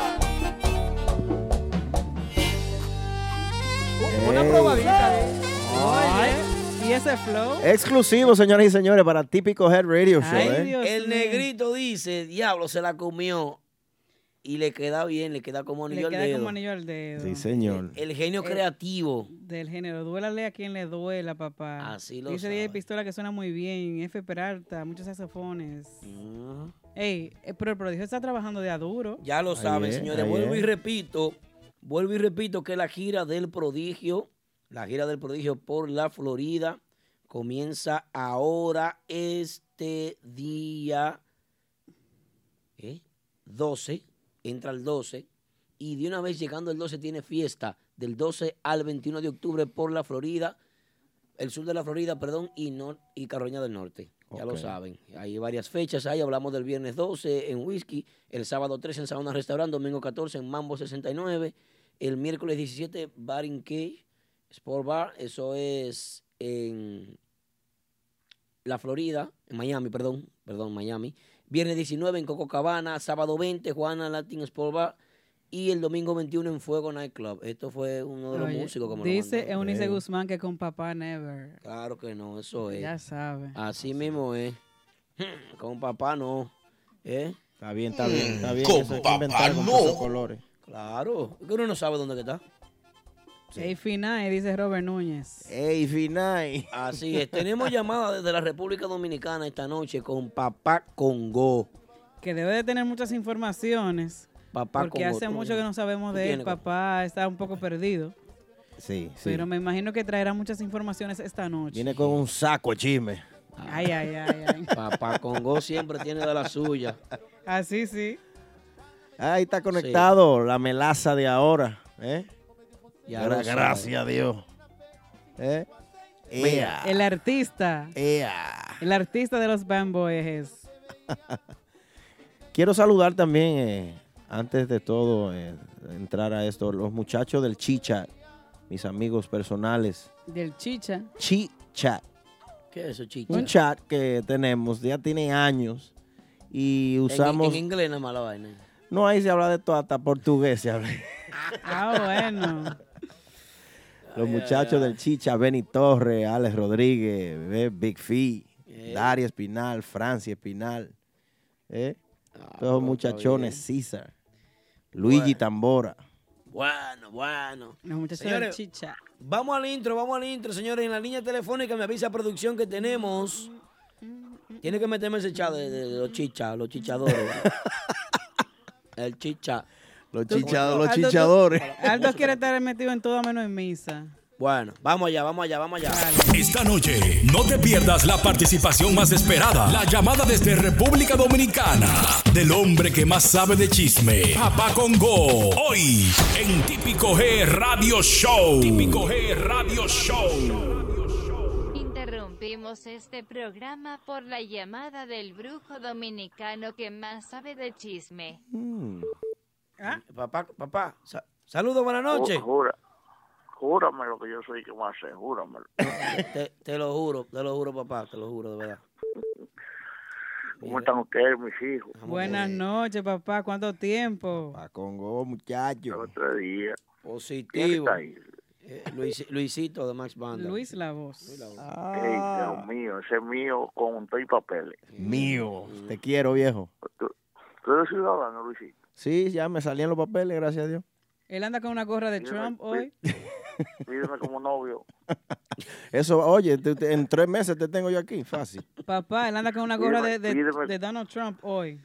Speaker 4: Ey.
Speaker 5: Oye, y ese flow.
Speaker 4: Exclusivo, señoras y señores, para Típico Head Radio Show, ¿eh?
Speaker 2: el negrito dice, diablo, se la comió. Y le queda bien, le queda como anillo
Speaker 5: Le queda
Speaker 2: al dedo.
Speaker 5: como anillo al dedo.
Speaker 4: Sí, señor.
Speaker 2: El genio
Speaker 5: Eh,
Speaker 2: creativo.
Speaker 5: Del género, duélale a quien le duela, papá.
Speaker 2: Así lo
Speaker 5: Dice DJ Pistola que suena muy bien. F. Peralta, muchos saxofones. Ey, eh, pero el prodigio está trabajando de aduro.
Speaker 2: Ya lo saben,
Speaker 5: es,
Speaker 2: señores.
Speaker 5: ahí
Speaker 2: Vuelvo y
Speaker 5: es.
Speaker 2: repito, vuelvo y repito que la gira del prodigio, la gira del prodigio por la Florida, comienza ahora este día ¿eh? 12, entra el 12, y de una vez llegando el 12 tiene fiesta del 12 al 21 de octubre por la Florida, el sur de la Florida, perdón, y, nor- y Carolina del Norte. Ya lo
Speaker 12: Ok.
Speaker 2: saben. Hay varias fechas ahí. Hablamos del viernes 12 en Whisky, el sábado 13 en Sauna Restaurant, domingo 14 en Mambo 69, el miércoles 17 Bar in Cage, Sport Bar, eso es en la Florida, en Miami, perdón, perdón, Miami. Viernes 19 en Coco Cabana, sábado 20 Juana Latin Sport Bar y el domingo 21 en Fuego Night Club. Esto fue uno de los
Speaker 5: Oye,
Speaker 2: músicos que me lo
Speaker 5: Dice
Speaker 2: mandó.
Speaker 5: Eunice Guzmán que con papá never.
Speaker 2: Claro que no, eso es.
Speaker 5: Ya sabe.
Speaker 2: Así mismo es. Hmm, Con papá no. ¿Eh?
Speaker 4: Está bien, está bien, está bien.
Speaker 2: Con
Speaker 4: Eso hay que
Speaker 2: papá
Speaker 4: inventar con
Speaker 2: no.
Speaker 4: tantos colores.
Speaker 2: Claro, es que uno no sabe dónde que está.
Speaker 5: Ey, Finay, dice Robert Núñez.
Speaker 4: Ey, Finay.
Speaker 2: Así es, tenemos llamada desde la República Dominicana esta noche con papá Congo.
Speaker 5: Que debe de tener muchas informaciones.
Speaker 2: Papá
Speaker 5: Porque
Speaker 2: con
Speaker 5: hace
Speaker 2: otro.
Speaker 5: mucho que no sabemos de él.
Speaker 2: Tiene-
Speaker 5: Papá está un poco perdido.
Speaker 4: Sí, sí.
Speaker 5: Pero me imagino que traerá muchas informaciones esta noche.
Speaker 4: Viene con un saco de chisme.
Speaker 5: Ay, ay, ay, ay.
Speaker 2: Papá Congo siempre tiene de la suya.
Speaker 5: Así sí.
Speaker 4: Ahí está conectado la melaza de ahora. ¿eh?
Speaker 2: Ya
Speaker 4: Gra-
Speaker 2: lo sabe.
Speaker 4: gracias a Dios. ¿eh? Ea.
Speaker 5: El artista. El artista de los Bamboys es.
Speaker 4: Quiero saludar también, eh, antes de todo, eh, entrar a esto, los muchachos del Chicha, mis amigos personales.
Speaker 5: Del Chicha.
Speaker 4: Chicha.
Speaker 2: ¿Qué es eso, chicha?
Speaker 4: Un chat que tenemos, ya tiene años. Y
Speaker 2: En-
Speaker 4: usamos.
Speaker 2: En, inglés nada más la vaina.
Speaker 4: No, ahí se habla de todo, hasta portugués se habla.
Speaker 5: Ah, bueno.
Speaker 4: Los muchachos del Chicha, Benny Torres, Alex Rodríguez, Bebé Big Fee,
Speaker 2: Eh.
Speaker 4: Daria Espinal, Francia Espinal, ¿eh?
Speaker 2: Ah,
Speaker 4: todos los muchachones, César, Luigi Tambora.
Speaker 2: Bueno, bueno.
Speaker 5: Los muchachos
Speaker 2: Señores,
Speaker 5: del Chicha.
Speaker 2: Vamos al intro, vamos al intro, señores. En la línea telefónica me avisa producción que tenemos. Tiene que meterme ese chat de, de- de los chichas, los chichadores. El chicha.
Speaker 4: Los
Speaker 5: Aldo, tú- Aldo quiere estar metido en todo menos en misa.
Speaker 2: Bueno, vamos allá, vamos allá, vamos allá.
Speaker 1: Esta noche no te pierdas la participación más esperada, la llamada desde República Dominicana del hombre que más sabe de chisme, Papá Congo. Hoy en Típico G Radio Show. Típico G Radio Show.
Speaker 12: Interrumpimos este programa por la llamada del brujo dominicano que más sabe de chisme.
Speaker 5: Mm. ¿Ah?
Speaker 2: Papá, papá, sa- saludos, buenas noches.
Speaker 13: Ju- Jura, júramelo que yo soy que más sé, júramelo.
Speaker 2: Te, te lo juro, te lo juro, papá, te lo juro, de verdad.
Speaker 13: ¿Cómo están ustedes, mis hijos?
Speaker 5: Buenas noches, papá. ¿Cuánto tiempo?
Speaker 4: A Congo, muchacho.
Speaker 13: Otro día.
Speaker 2: Positivo. Eh, Luis- Luisito de Max Banda.
Speaker 5: Luis la voz.
Speaker 13: Ey,
Speaker 2: Ah.
Speaker 13: Dios mío, ese es mío con todo y papeles.
Speaker 4: Mío. Te quiero, viejo.
Speaker 13: ¿Tú eres ciudadano, Luisito?
Speaker 4: Sí, ya me salían los papeles, gracias a Dios.
Speaker 5: Él anda con una gorra de Trump hoy.
Speaker 13: Pídeme como novio.
Speaker 4: Eso, oye, te- te- en tres meses te tengo yo aquí, fácil.
Speaker 5: Papá, él anda con una gorra de, de-
Speaker 4: Pídeme-
Speaker 5: de Donald Trump hoy.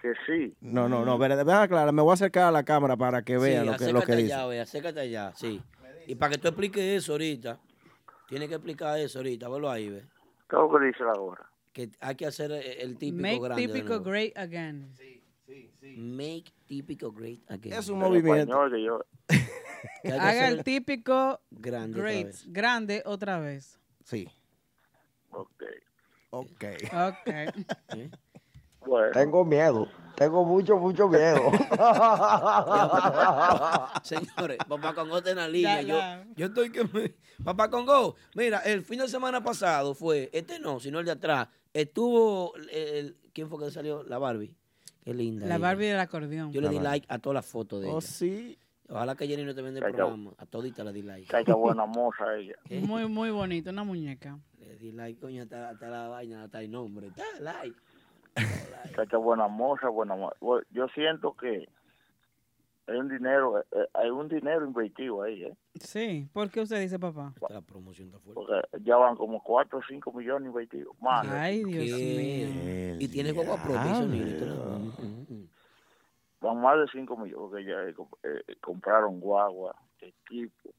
Speaker 13: Que sí.
Speaker 4: No, no, no, espérate, déjame aclarar, me voy a acercar a la cámara para que vean lo que, lo que
Speaker 2: acércate
Speaker 4: dice.
Speaker 2: allá, ve, acércate allá, sí. Y para que tú expliques eso ahorita, tienes que explicar eso ahorita, velo ahí, ve.
Speaker 13: ¿Qué es lo que dice la gorra?
Speaker 2: Que hay que hacer el- el típico
Speaker 5: Make
Speaker 2: grande. de
Speaker 5: típico
Speaker 2: nuevo.
Speaker 5: great again.
Speaker 2: Make típico great again.
Speaker 5: Es un
Speaker 13: Pero
Speaker 5: movimiento.
Speaker 13: español, que yo-
Speaker 2: Que hay que
Speaker 5: Haga
Speaker 2: hacer
Speaker 5: el típico
Speaker 2: grande otra
Speaker 5: great,
Speaker 2: vez.
Speaker 5: grande otra vez.
Speaker 4: Sí.
Speaker 13: Ok.
Speaker 4: Ok.
Speaker 2: ¿Eh?
Speaker 5: Ok.
Speaker 6: Tengo miedo. Tengo mucho, mucho miedo.
Speaker 2: Señores, papá Congo está en la línea. Yo, yo estoy que me... Papá Congo, mira, el fin de semana pasado fue, este no, sino el de atrás, estuvo, el- el- ¿quién fue que salió? La Barbie. Qué linda.
Speaker 5: La
Speaker 2: ella.
Speaker 5: Barbie del acordeón.
Speaker 2: Yo le di like a todas las fotos de
Speaker 5: Oh,
Speaker 2: ella.
Speaker 4: sí.
Speaker 2: Ojalá que Jenny no te venda el
Speaker 13: Chacha.
Speaker 2: programa. A todita le di like.
Speaker 13: Chacha, buena moza ella.
Speaker 5: Muy, muy bonito, una muñeca.
Speaker 2: Le di like, coño, hasta, hasta la vaina, hasta el nombre. Está like.
Speaker 13: Chacha, buena moza, buena moza. Bueno, Yo siento que hay un dinero, eh, hay un dinero invertido ahí, ¿eh?
Speaker 5: Sí, ¿por qué usted dice papá?
Speaker 2: La promoción está fuerte.
Speaker 13: Porque ya van como 4 o 5 millones invertidos. Más.
Speaker 5: Ay, Dios
Speaker 2: mío. Y tiene guagua propia y sonido y todo. Mm, mm, mm.
Speaker 13: Van más de 5 millones, porque ya eh, comp- eh, compraron guagua, equipo,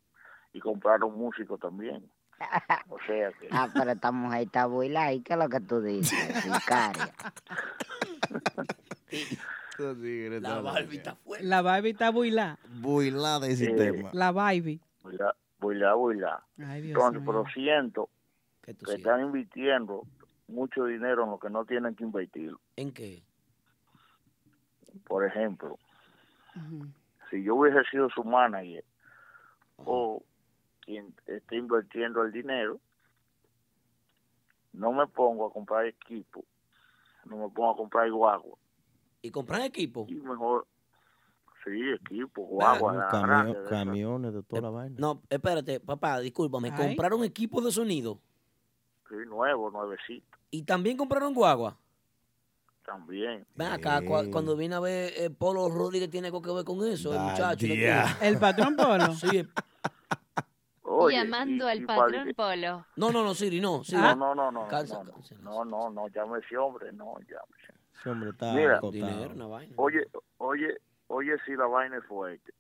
Speaker 13: y compraron músicos también. O sea que...
Speaker 3: Ah, pero esta mujer está buila ¿y ¿qué es lo que tú dices? Sicaria.
Speaker 2: La Barbie está fuerte.
Speaker 5: La Barbie está builá.
Speaker 4: Builá de
Speaker 13: eh,
Speaker 4: sistema.
Speaker 5: La Barbie.
Speaker 13: Builá, builá, builá.
Speaker 5: Ay, Dios
Speaker 13: Entonces,
Speaker 5: mío.
Speaker 13: pero siento que están invirtiendo mucho dinero en lo que no tienen que invertir.
Speaker 2: ¿En qué?
Speaker 13: Por ejemplo, si yo hubiese sido su manager o quien esté invirtiendo el dinero, no me pongo a comprar equipo, no me pongo a comprar guagua.
Speaker 2: ¿Y comprar equipo?
Speaker 13: Y mejor, sí, equipo,
Speaker 4: Ah,
Speaker 13: guagua, la
Speaker 4: camio-
Speaker 13: grande,
Speaker 4: camiones de toda la vaina.
Speaker 2: Eh, No, espérate, papá, discúlpame. ¿Compraron equipos de sonido?
Speaker 13: sí, nuevo, nuevecito,
Speaker 2: ¿Y también compraron guagua?
Speaker 13: también.
Speaker 2: Ven acá, cua- cuando vine a ver eh, Polo Rodríguez tiene algo que ver con eso, el muchacho. ¿no?
Speaker 13: Dadía.
Speaker 5: El patrón Polo.
Speaker 2: Sí, el-
Speaker 12: Llamando
Speaker 13: y-
Speaker 12: al
Speaker 13: y
Speaker 12: patrón
Speaker 13: pare-
Speaker 12: Polo.
Speaker 2: No, no, no, Siri, no. Siri.
Speaker 13: No, no, no, no, no,
Speaker 2: ¿Ah? Calza-
Speaker 13: no, no, no, llame ese hombre, no, llame.
Speaker 4: Ese hombre está
Speaker 13: Mira,
Speaker 4: acotado.
Speaker 13: Oye, oye, oye, si la vaina es fuerte.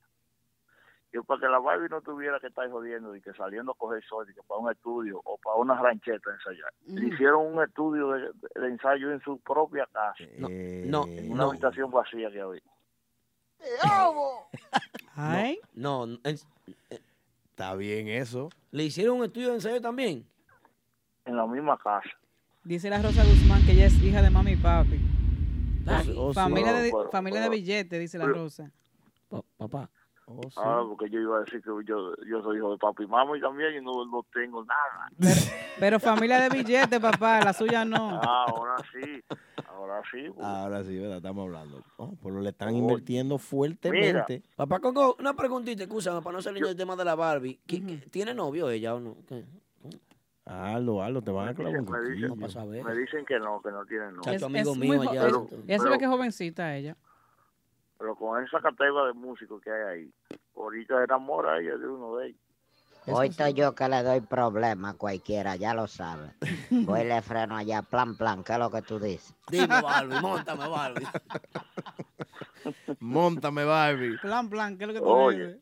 Speaker 13: Yo para que la vaina no tuviera que estar jodiendo y que saliendo a coger sol y que para un estudio o para una rancheta a ensayar. Le
Speaker 2: Mm.
Speaker 13: hicieron un estudio de, de ensayo en su propia casa.
Speaker 2: no,
Speaker 13: en una
Speaker 2: no.
Speaker 13: habitación vacía que había.
Speaker 2: No, no, en-
Speaker 4: Está bien eso.
Speaker 2: ¿Le hicieron un estudio de ensayo también?
Speaker 13: En la misma casa.
Speaker 5: Dice la Rosa Guzmán que ella es hija de mami y papi.
Speaker 2: Ah,
Speaker 13: Oh, sí. Oh, sí.
Speaker 5: familia de,
Speaker 13: Pero, pero,
Speaker 5: familia de
Speaker 13: pero-
Speaker 5: billete, dice la
Speaker 13: pero-
Speaker 5: Rosa.
Speaker 2: papá. Oh,
Speaker 13: Ah, porque yo iba a decir que yo, yo soy hijo de papi y mamá y también y no, no tengo nada.
Speaker 5: Pero familia de billete, papá, la suya no.
Speaker 13: Ah, ahora sí, ahora sí. pues.
Speaker 4: Ahora sí, ¿verdad? Estamos hablando. Oh, pero le están invirtiendo fuertemente.
Speaker 2: Papá Coco, una preguntita, escúchame, para no salir del tema de la Barbie. ¿Qui- qui- ¿Tiene novio ella o no? ¿Qué?
Speaker 4: Hazlo, hazlo, te van a clavar un
Speaker 13: Pues Me
Speaker 4: cuchillo.
Speaker 13: dicen, me dicen que no, que no tienen novio.
Speaker 5: Es, es muy jo- es- ella se ve que es jovencita ella.
Speaker 13: Pero con esa categoría de músicos que hay ahí, ahorita se enamora ella de uno de ellos.
Speaker 3: Hoy estoy yo que le doy problema a cualquiera, ya lo sabes. Voy y le freno allá, plan, plan, ¿qué es lo que tú dices?
Speaker 2: Dime, Barbie, montame, Barbie.
Speaker 4: Móntame, Barbie.
Speaker 5: Plan, plan, ¿qué es lo que tú
Speaker 13: Oye.
Speaker 5: dices?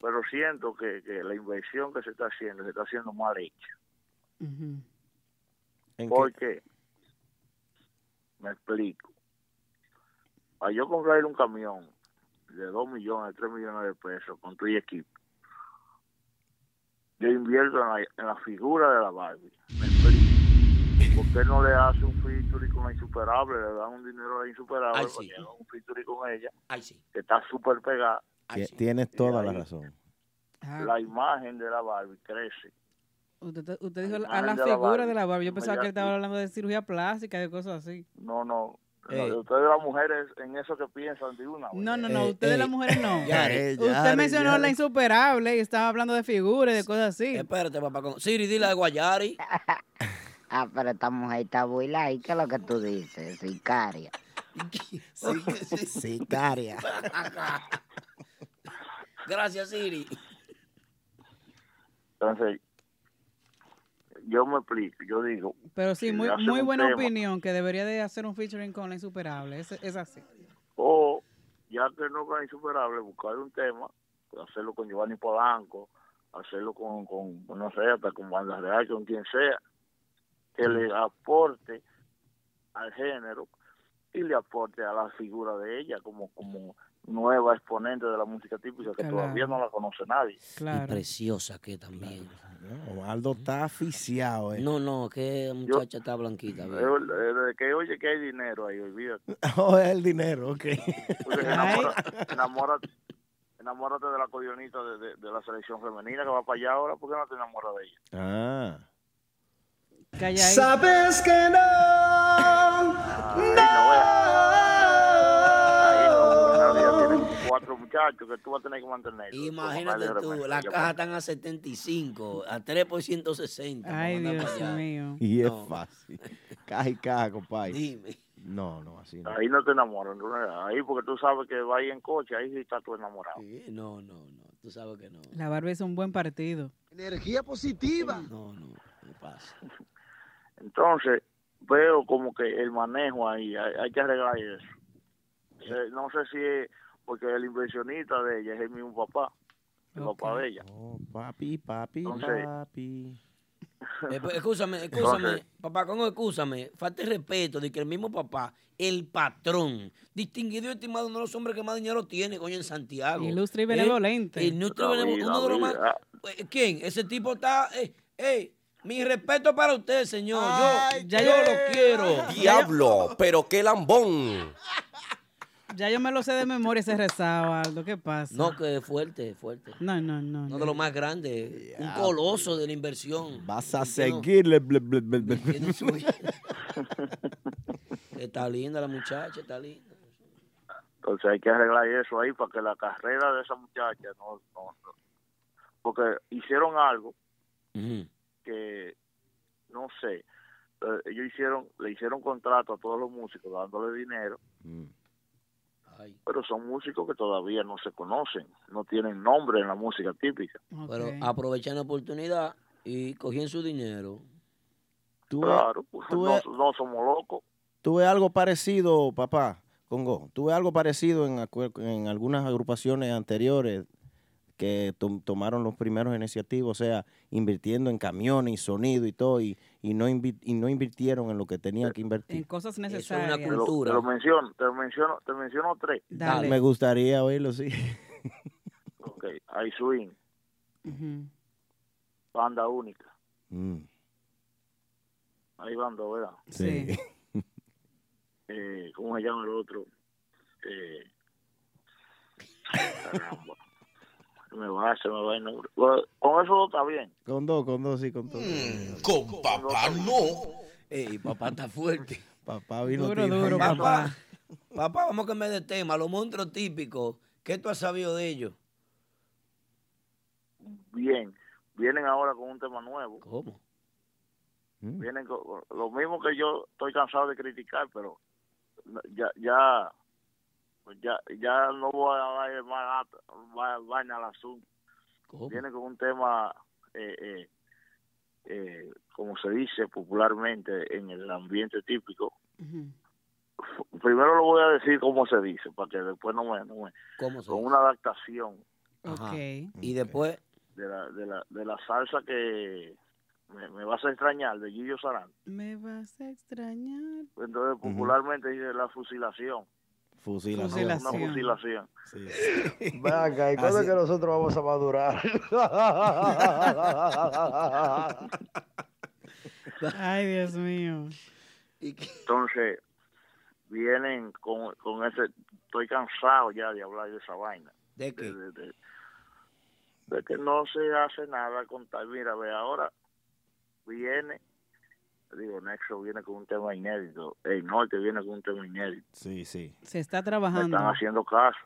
Speaker 13: Pero siento que, que la inversión que se está haciendo se está haciendo mal hecha.
Speaker 2: Mm.
Speaker 13: ¿Por qué? Me explico. Para yo comprarle un camión de 2 millones, 3 millones de pesos con tu equipo, yo invierto en la, en la figura de la Barbie. Me explico. ¿Por qué no le hace un featuring con la insuperable? Le dan un dinero a la insuperable
Speaker 2: Ay,
Speaker 13: para
Speaker 2: sí.
Speaker 13: que haga un featuring con ella,
Speaker 2: Ay, sí.
Speaker 13: que está súper pegada.
Speaker 4: Tie- Tienes toda la razón.
Speaker 13: La imagen de la Barbie crece.
Speaker 5: Usted, está- usted dijo
Speaker 13: imagen
Speaker 5: a la
Speaker 13: de la
Speaker 5: figura
Speaker 13: Barbie.
Speaker 5: de la Barbie. Yo pensaba
Speaker 13: Allá
Speaker 5: que él estaba
Speaker 13: aquí.
Speaker 5: hablando de cirugía plástica, de cosas así.
Speaker 13: No, no.
Speaker 5: Ey.
Speaker 13: no, Ustedes las mujeres en eso que piensan de una.
Speaker 5: Eh.
Speaker 13: Eh,
Speaker 5: No, no, no, ustedes las mujeres no.
Speaker 2: Yare,
Speaker 5: Usted
Speaker 2: Yare,
Speaker 5: mencionó
Speaker 2: Yare.
Speaker 5: la insuperable y estaba hablando de figuras y de cosas así.
Speaker 2: Espérate, Este papá. Con... Siri, dile algo a Yari.
Speaker 3: Ah, pero esta mujer está buila ¿y qué es lo que tú dices? Sicaria. Sicaria.
Speaker 2: Gracias, Siri.
Speaker 13: Entonces, yo me explico, yo digo,
Speaker 5: Pero sí,
Speaker 13: si
Speaker 5: muy,
Speaker 13: le hacen
Speaker 5: muy
Speaker 13: un
Speaker 5: buena
Speaker 13: tema,
Speaker 5: opinión que debería de hacer un featuring con la insuperable. Es, es así.
Speaker 13: o ya que no es insuperable, buscar un tema, pues, hacerlo con Giovanni Polanco, hacerlo con, con no sé, hasta con bandas reales, con quien sea, que le aporte al género y le aporte a la figura de ella como, como nueva exponente de la música típica que
Speaker 4: Claro.
Speaker 13: todavía no la conoce nadie.
Speaker 2: Y preciosa que también.
Speaker 4: Aldo está asfixiado, eh.
Speaker 2: No, no, que muchacha está blanquita. bien.
Speaker 13: Yo, eh, Desde que oye que hay dinero ahí, olvídate.
Speaker 4: Oh, es el dinero, ok.
Speaker 13: Pues Entonces, enamora- enamórate, enamórate de la codionita de, de- de la selección femenina que va para allá ahora, ¿por qué no te enamoras de ella?
Speaker 4: Ah.
Speaker 7: Sabes que no.
Speaker 13: Ahí tienen cuatro muchachos que tú vas a tener que mantener.
Speaker 2: Imagínate tú, la caja están a 75, a 3 por 160.
Speaker 5: Ay,
Speaker 2: vamos a andar
Speaker 5: Dios
Speaker 2: para allá.
Speaker 5: mío.
Speaker 4: Y es fácil. Caja y caja, compadre. No, no, así no.
Speaker 13: Ahí no te enamoran, no, no, ahí porque tú sabes que va ahí en coche, ahí sí estás tú enamorado.
Speaker 2: No, no, no, tú sabes que no.
Speaker 5: La Barbie es un buen partido.
Speaker 13: Energía positiva.
Speaker 2: No, no, no pasa.
Speaker 13: Entonces, veo como que el manejo ahí, hay, hay que arreglar eso. Eh, no sé si es porque el inversionista de ella es el mismo papá, el papá de ella.
Speaker 4: Oh, papi, papi,
Speaker 13: Entonces-
Speaker 4: papi.
Speaker 2: Eh, pues, Escúchame,
Speaker 13: Entonces-
Speaker 2: escúchame, papá, con escúchame, falta el respeto de que el mismo papá, el patrón, distinguido y estimado, uno de los hombres que más dinero tiene, coño, en Santiago.
Speaker 5: Ilustre y
Speaker 2: Eh,
Speaker 5: benevolente.
Speaker 2: Ilustre y benevolente. Uno de los más. eh, ¿Quién? Ese tipo está. Eh, eh, mi respeto para usted, señor. yo ya yo
Speaker 5: eh.
Speaker 2: lo quiero.
Speaker 14: Diablo, pero qué lambón.
Speaker 5: Ya yo me lo sé de memoria ese rezado, Aldo. ¿Qué pasa?
Speaker 2: No, que fuerte, fuerte.
Speaker 5: No, no, no.
Speaker 2: Uno de los más grandes. Un coloso de la inversión.
Speaker 4: Vas a
Speaker 2: Entiendo.
Speaker 4: seguirle. ble, ble, ble, ble.
Speaker 2: Está linda la muchacha, está linda.
Speaker 13: Entonces hay que arreglar eso ahí para que la carrera de esa muchacha no... no- no. Porque hicieron algo que, no sé, eh, ellos hicieron, le hicieron contrato a todos los músicos dándole dinero,
Speaker 4: Mm.
Speaker 13: pero son músicos que todavía no se conocen, no tienen nombre en la música típica.
Speaker 2: Pero aprovechan la oportunidad y cogían su dinero.
Speaker 4: Tú,
Speaker 13: claro, pues,
Speaker 2: tú e-
Speaker 13: no,
Speaker 2: ves-
Speaker 13: no somos locos.
Speaker 4: Tuve algo parecido, papá, Congo. Tuve algo parecido en, acuer- en algunas agrupaciones anteriores que tom- tomaron los primeros iniciativos, o sea, invirtiendo en camiones y sonido y todo, y, y no, invi- y no invirtieron en lo que tenían que invertir.
Speaker 5: En cosas
Speaker 2: Eso es
Speaker 5: necesarias.
Speaker 2: una cultura.
Speaker 13: Te lo menciono, te lo menciono, te menciono tres.
Speaker 4: Ah, Me gustaría oírlo, sí.
Speaker 13: Ok, hay swing, banda única.
Speaker 4: Mm,
Speaker 13: Hay banda, ¿verdad?
Speaker 4: sí.
Speaker 13: Eh, ¿Cómo se llama el otro? Eh, caramba. me va, se me va el nombre. Bueno, Con eso está bien.
Speaker 4: Con dos, con dos, sí, con dos.
Speaker 2: Mm,
Speaker 13: Con papá no.
Speaker 2: Ey, papá está fuerte.
Speaker 4: Papá vino
Speaker 2: Duro,
Speaker 4: tirando.
Speaker 2: duro, papá. Papá, vamos a cambiar de tema. Los monstruos típicos, ¿qué tú has sabido de ellos?
Speaker 13: Bien. Vienen ahora con un tema nuevo.
Speaker 2: ¿Cómo?
Speaker 13: Vienen con, con- lo mismo que yo estoy cansado de criticar, pero no- ya ya pues ya, ya no voy a darle más lata- va- vaina al asunto. Vienen con un tema eh, eh, eh, como se dice popularmente en el ambiente típico. Primero lo voy a decir como se dice, para que después no me... No me
Speaker 2: ¿Cómo se
Speaker 13: con
Speaker 2: dice?
Speaker 13: una adaptación
Speaker 2: Y después,
Speaker 13: de la, de la, de la salsa que me, me vas a extrañar, de Gillo Sarán.
Speaker 5: Me vas a extrañar.
Speaker 13: Entonces, popularmente dice la fusilación.
Speaker 4: Fusilación.
Speaker 13: Una fusilación.
Speaker 6: Ven acá, ¿y cuándo
Speaker 13: Así-
Speaker 6: es é que nosotros vamos a madurar?
Speaker 5: Ay, Dios mío.
Speaker 13: Entonces, vienen con, con ese... Estoy cansado ya de hablar de esa vaina.
Speaker 2: ¿De qué?
Speaker 13: De, de- de que no se hace nada con tal... Mira, ve, ahora viene... Digo, Nexo viene con un tema inédito. El norte viene con un tema inédito.
Speaker 4: Sí, sí.
Speaker 5: Se está
Speaker 13: Me
Speaker 5: trabajando.
Speaker 13: están haciendo caso.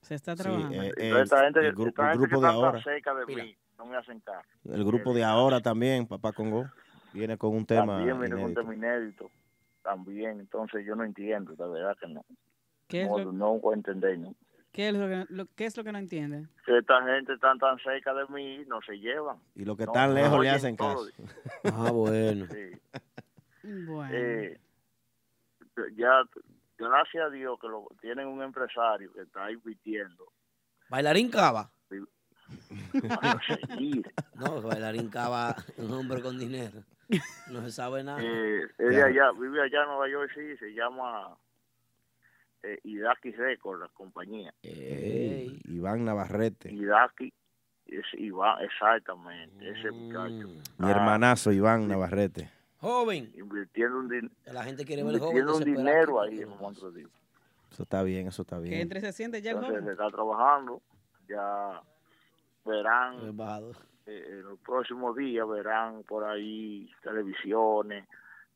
Speaker 5: Se está
Speaker 4: Sí,
Speaker 5: trabajando.
Speaker 4: eh, eh,
Speaker 13: Entonces, esta gente,
Speaker 4: el gru-
Speaker 13: esta
Speaker 4: el
Speaker 13: gente
Speaker 4: grupo
Speaker 13: que
Speaker 4: de
Speaker 13: está tan
Speaker 4: ahora.
Speaker 13: cerca de mí, no me hacen caso.
Speaker 4: El grupo de ahora también, papá Congo, viene con un tema.
Speaker 13: También viene con un
Speaker 4: inédito.
Speaker 13: tema inédito. También, entonces yo no entiendo, la verdad que no.
Speaker 5: ¿Qué es
Speaker 13: no,
Speaker 5: lo-
Speaker 13: no puedo entender. ¿no?
Speaker 5: ¿Qué es lo que, lo- qué es lo que no entiende?
Speaker 13: Que esta gente tan tan cerca de mí, no se llevan.
Speaker 4: Y los que
Speaker 13: No,
Speaker 4: están
Speaker 13: no
Speaker 4: lejos le
Speaker 13: oyen
Speaker 4: hacen
Speaker 13: todo.
Speaker 4: caso.
Speaker 2: Ah, bueno.
Speaker 13: Sí.
Speaker 5: Bueno.
Speaker 13: Eh, ya, gracias a Dios que lo, tienen un empresario que está invirtiendo.
Speaker 2: bailarín cava.
Speaker 13: para seguir.
Speaker 2: No, bailarín cava, un hombre con dinero. No se sabe
Speaker 5: Ah.
Speaker 2: nada.
Speaker 13: Eh, es de allá, vive allá en Nueva York, sí, se llama eh, Idaki Records, la compañía.
Speaker 4: Ey, Iván Navarrete.
Speaker 13: Idaki, es Iván, exactamente, ese muchacho.
Speaker 4: Mi hermanazo Iván Navarrete.
Speaker 2: Joven.
Speaker 13: Invirtiendo un, din-
Speaker 2: La gente quiere ver joven.
Speaker 13: invirtiendo un
Speaker 2: desesperado.
Speaker 13: dinero ahí en Monstruo Tío.
Speaker 4: Eso está bien, eso está bien.
Speaker 5: entre se siente ya el
Speaker 13: Entonces
Speaker 5: joven.
Speaker 13: se está trabajando, ya verán,
Speaker 2: El embajador.
Speaker 13: eh, en los próximos días verán por ahí televisiones,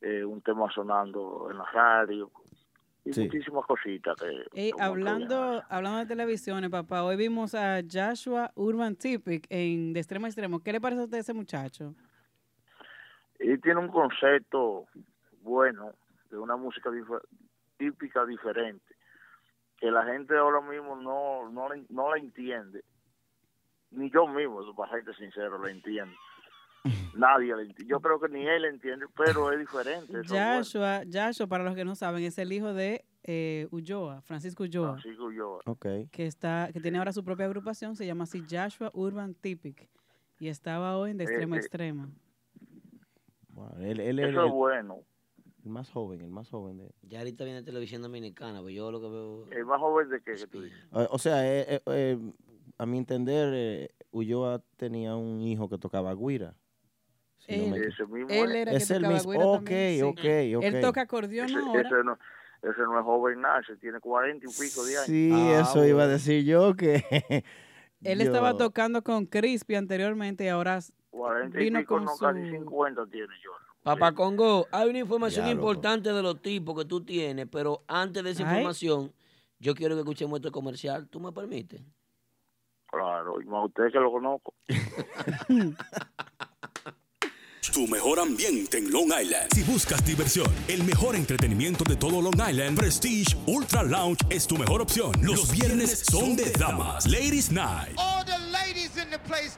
Speaker 13: eh, un tema sonando en la radio y
Speaker 4: Sí.
Speaker 13: muchísimas cositas que
Speaker 5: Ey, Eh, hablando, hablando de televisiones, papá, hoy vimos a Joshua Urban Tipic en De Extremo a Extremo. ¿Qué le parece a usted ese muchacho?
Speaker 13: Él tiene un concepto bueno de una música dif- típica diferente, que la gente ahora mismo no, no, la- no la entiende. Ni yo mismo, para ser sincero, la entiendo. Nadie la entiende. Yo creo que ni él la entiende, pero es diferente. eso es
Speaker 5: Joshua, Joshua, para los que no saben, es el hijo de eh, Ulloa, Francisco Ulloa,
Speaker 13: bueno. Sigo yo.
Speaker 5: que está, que tiene ahora su propia agrupación, se llama así Joshua Urban Tipic. Y estaba hoy en De
Speaker 13: Eh,
Speaker 5: Extremo a
Speaker 13: eh.
Speaker 5: Extremo.
Speaker 4: Bueno, él, él es
Speaker 13: Eso es bueno.
Speaker 4: el más joven, el más joven de
Speaker 2: Ya ahorita viene televisión dominicana, pues yo lo que veo.
Speaker 13: El más joven de que, que tú dices.
Speaker 4: O, o sea, eh, eh, eh, a mi entender, eh, Ulloa tenía un hijo que tocaba guira. si no me
Speaker 13: Él-
Speaker 4: equivoco.
Speaker 13: Ese mismo
Speaker 5: Él era que
Speaker 4: es el
Speaker 5: tocaba
Speaker 4: mismo.
Speaker 5: güira
Speaker 4: Ok,
Speaker 5: también,
Speaker 4: ok,
Speaker 5: sí.
Speaker 4: ok.
Speaker 5: Él toca acordeón
Speaker 13: Ese,
Speaker 5: ahora.
Speaker 13: ese no, ese no es joven nada, ese tiene cuarenta y pico de años.
Speaker 4: Sí,
Speaker 13: Ah,
Speaker 4: eso iba a decir yo que.
Speaker 5: Él
Speaker 4: yo-
Speaker 5: estaba tocando con Crispy anteriormente y ahora s-
Speaker 13: Cuarenta y
Speaker 5: vino
Speaker 13: pico,
Speaker 5: con
Speaker 13: no,
Speaker 5: su...
Speaker 13: casi cincuenta tiene yo.
Speaker 2: Papá Congo, hay una información
Speaker 13: Ya, loco.
Speaker 2: importante de los tipos que tú tienes, pero antes de esa
Speaker 13: Ay.
Speaker 2: información, yo quiero que escuchemos este comercial. ¿Tú me permites?
Speaker 13: Claro, y más usted que lo conozco.
Speaker 1: Tu mejor ambiente en Long Island. Si buscas diversión, el mejor entretenimiento de todo Long Island, Prestige Ultra Lounge es tu mejor opción. Los viernes son de damas, Ladies Night.
Speaker 15: All the ladies in the place,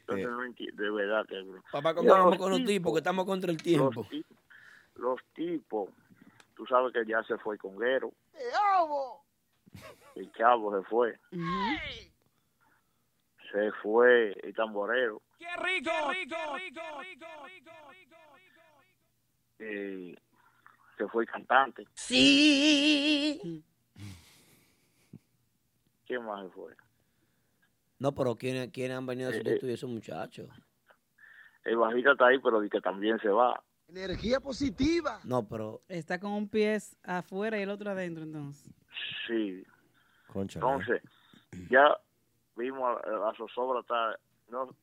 Speaker 13: Entonces, no enti- de verdad que... bro.
Speaker 2: Papá,
Speaker 13: Ya,
Speaker 2: como
Speaker 13: los
Speaker 2: con los tipos que estamos contra el tiempo.
Speaker 13: Los tipos, tú sabes que ya se fue Conguero, el Chavo se fue, se fue el Tamborero.
Speaker 10: ¡Qué rico, rico, rico, rico!
Speaker 13: eh, que fue cantante.
Speaker 10: Sí.
Speaker 13: ¿Quién más se fue?
Speaker 2: No, pero ¿quiénes quiénes han
Speaker 13: Eh,
Speaker 2: venido a sustituir a esos muchachos?
Speaker 13: El bajista está ahí, pero di que también se va.
Speaker 5: Energía positiva.
Speaker 2: No, pero
Speaker 5: Está con un pie afuera y el otro adentro, entonces.
Speaker 13: sí.
Speaker 4: Concha.
Speaker 13: Entonces, ya vimos a- a la zozobra está... No,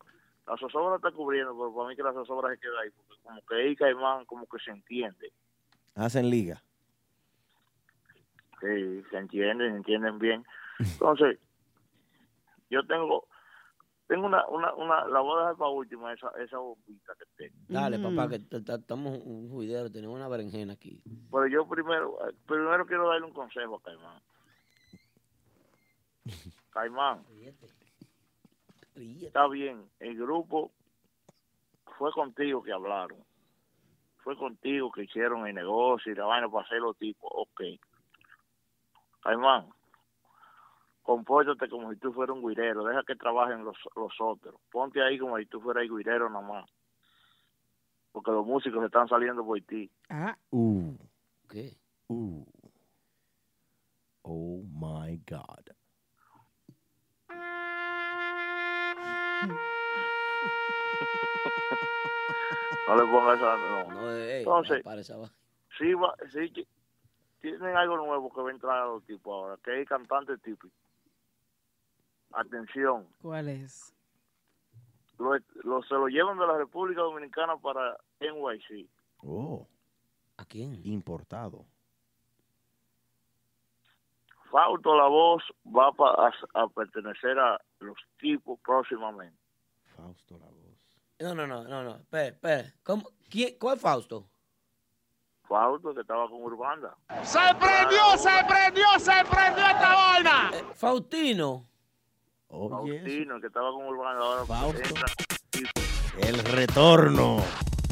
Speaker 13: la zozobra está cubriendo, pero para mí que la zozobra se queda ahí. Porque como que ahí Caimán como que se entiende.
Speaker 4: Hacen liga.
Speaker 13: Sí, se entienden, se entienden bien. Entonces, yo tengo... Tengo una, una, una, la voy a dejar para última, esa, esa bombita que tengo.
Speaker 2: dale,
Speaker 13: Mm.
Speaker 2: papá, que t- t- estamos un juidero, tenemos una berenjena aquí. Eh,
Speaker 13: Pero Pues yo primero, primero quiero darle un consejo a Caimán. Caimán, está bien, el grupo fue contigo que hablaron, fue contigo que hicieron el negocio y la vaina para hacer los tipos, ok. Caimán, compórtate como si tú fueras un guirero, deja que trabajen los, los otros, ponte ahí como si tú fueras el guirero nomás, porque los músicos están saliendo por ti.
Speaker 5: Ah.
Speaker 4: Uh.
Speaker 2: ¿Qué?
Speaker 4: Uh. Oh my God.
Speaker 13: No le pongas esa. No.
Speaker 2: No, eh, eh,
Speaker 13: Entonces,
Speaker 2: para esa va-
Speaker 13: sí, va- sí que- tienen algo nuevo que va a entrar a los tipos ahora, que es cantante típico. Atención,
Speaker 5: ¿Cuál es?
Speaker 13: lo, lo- se lo llevan de la República Dominicana para NYC.
Speaker 4: Oh.
Speaker 2: ¿A quién?
Speaker 4: Importado.
Speaker 13: Fausto La Voz va pa- a, a pertenecer a los tipos próximamente.
Speaker 2: No, no, no, no, no. Espera, espera. ¿Cómo? ¿Quién? ¿Cuál Fausto?
Speaker 13: Fausto que estaba con Urbanda.
Speaker 10: ¡Se prendió, se prendió, se prendió esta vaina!
Speaker 2: Faustino. Oh,
Speaker 13: Faustino, el que estaba con Urbanda ahora. pues entra.
Speaker 4: El retorno.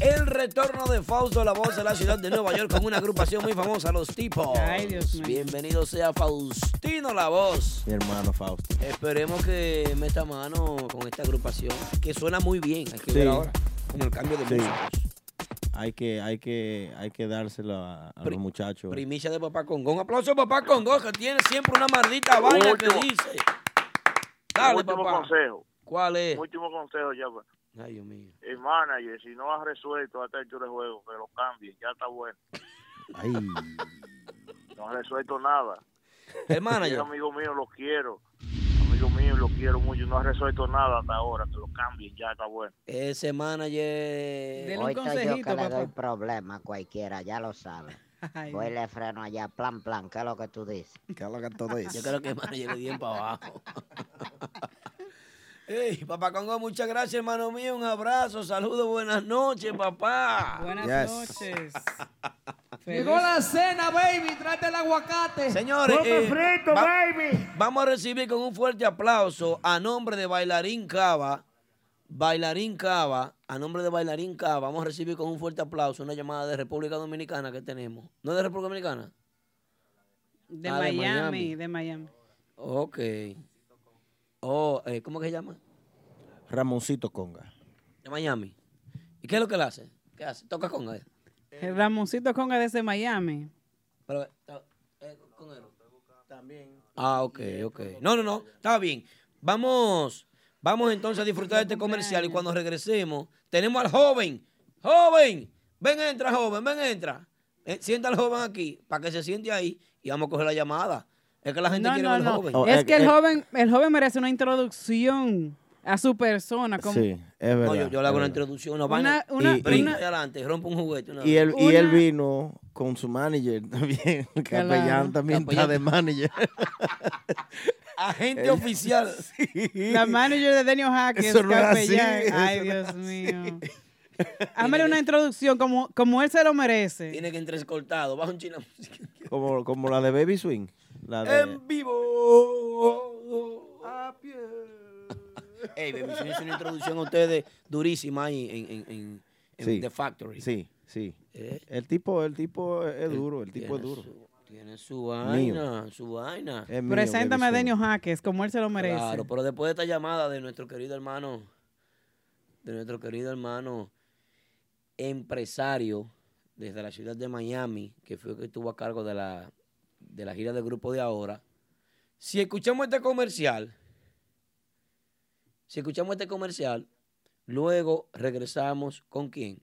Speaker 2: El retorno de Fausto La Voz a la ciudad de Nueva York con una agrupación muy famosa, Los Tipos. Bienvenido sea Faustino La Voz.
Speaker 4: Mi hermano Fausto.
Speaker 2: Esperemos que meta mano con esta agrupación, que suena muy bien. Hay que
Speaker 4: Sí.
Speaker 2: ver ahora, con el cambio de
Speaker 4: Sí.
Speaker 2: música.
Speaker 4: Hay que, hay que, hay que dárselo a, a los muchachos.
Speaker 2: Primicia de Papá Congo. Un aplauso a Papá Congo, que tiene siempre una maldita vaina que
Speaker 13: Último.
Speaker 2: dice. Dale,
Speaker 13: último
Speaker 2: papá.
Speaker 13: consejo.
Speaker 2: ¿Cuál es?
Speaker 13: Último consejo ya. pues, pa-
Speaker 2: Ay, Dios mío.
Speaker 13: El manager, si no has resuelto hasta el de juego, que lo cambie, ya está bueno.
Speaker 4: Ay.
Speaker 13: No han resuelto nada.
Speaker 2: El manager.
Speaker 13: Sí, amigo mío, lo quiero. Amigo mío, lo quiero mucho. No ha resuelto nada hasta ahora. Que lo cambien, ya está bueno.
Speaker 2: Ese manager.
Speaker 3: Hoy soy yo que le doy problema a cualquiera, ya lo sabes.
Speaker 2: Ay,
Speaker 3: Voy y le freno allá, plan, plan. ¿Qué es lo que tú dices?
Speaker 4: ¿Qué es lo que tú dices?
Speaker 2: Yo creo que el manager le dio para abajo. Ey, papá Congo, muchas gracias, hermano mío. Un abrazo, saludos, buenas noches, papá.
Speaker 7: Buenas
Speaker 2: noches.
Speaker 7: Llegó la cena, baby. Trate el aguacate.
Speaker 2: Señores,
Speaker 7: Come
Speaker 2: eh,
Speaker 7: frito,
Speaker 2: va-
Speaker 7: baby.
Speaker 2: Vamos a recibir con un fuerte aplauso a nombre de Bailarín Cava. Bailarín Cava, a nombre de Bailarín Cava, vamos a recibir con un fuerte aplauso una llamada de República Dominicana que tenemos. ¿No es de República Dominicana?
Speaker 5: De
Speaker 2: Ah, de
Speaker 5: Miami,
Speaker 2: Miami.
Speaker 5: de Miami.
Speaker 2: Ok. Oh, eh, ¿cómo que se llama?
Speaker 4: Ramoncito Conga.
Speaker 2: De Miami. ¿Y qué es lo que él hace? ¿Qué hace? Toca con él.
Speaker 5: El Ramoncito Conga desde Miami.
Speaker 2: Pero, eh, con él. Ah, ok, ok. No, no, no, está bien. Vamos, vamos entonces a disfrutar de este comercial y cuando regresemos tenemos al joven. Joven, ven, entra, joven, ven, entra. Eh, sienta al joven aquí para que se siente ahí y vamos a coger la llamada. Es Ah, que la gente
Speaker 5: No,
Speaker 2: quiere
Speaker 5: no,
Speaker 2: ver al
Speaker 5: no.
Speaker 2: joven.
Speaker 4: Oh, eh,
Speaker 5: es que el joven, el joven merece una introducción a su persona. Como
Speaker 4: Sí, es verdad.
Speaker 2: No, yo, yo le hago
Speaker 4: es
Speaker 2: una
Speaker 4: verdad.
Speaker 2: introducción, una vaina.
Speaker 5: una-
Speaker 2: y- brinca hacia adelante, rompe un juguete. una-
Speaker 4: Y él, y él vino con su manager también. El Capellán también está de manager.
Speaker 2: Agente
Speaker 4: Él-
Speaker 2: oficial.
Speaker 5: La manager de Daniel Hackett.
Speaker 4: Eso no es así,
Speaker 5: capellán.
Speaker 4: eso
Speaker 5: Ay,
Speaker 4: no
Speaker 5: Dios mío. Hámele una introducción como, como él se lo merece.
Speaker 2: Tiene que entrar escoltado. Baja un chino.
Speaker 4: Como, como la de Baby Swing. La de...
Speaker 2: En
Speaker 4: Oh,
Speaker 2: vivo. Ey, baby, hizo una introducción a ustedes durísima ahí en, en, en, en
Speaker 4: Sí.
Speaker 2: The Factory.
Speaker 4: Sí, sí.
Speaker 2: Eh.
Speaker 4: El tipo, el tipo es es duro, el tipo es
Speaker 2: tiene
Speaker 4: duro.
Speaker 2: Tiene su vaina, su vaina.
Speaker 4: Es mío,
Speaker 5: Preséntame a
Speaker 4: Baby
Speaker 5: Daniel Hackett como él se lo merece.
Speaker 2: Claro, pues. pero después de esta llamada de nuestro querido hermano, de nuestro querido hermano empresario desde la ciudad de Miami, que fue el que estuvo a cargo de la, de la gira del grupo de ahora. Si escuchamos este comercial, si escuchamos este comercial, luego regresamos con quién?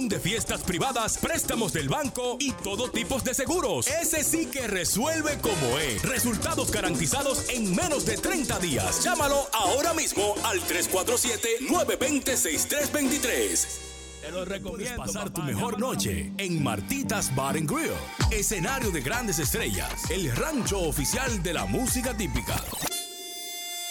Speaker 1: de fiestas privadas, préstamos del banco y todo tipo de seguros. Ese sí que resuelve como es. Resultados garantizados en menos de 30 días. Llámalo ahora mismo al 347-920-6323. Te lo recomiendo pasar tu mejor noche en Martitas Bar and Grill, escenario de grandes estrellas, el rancho oficial de la música típica.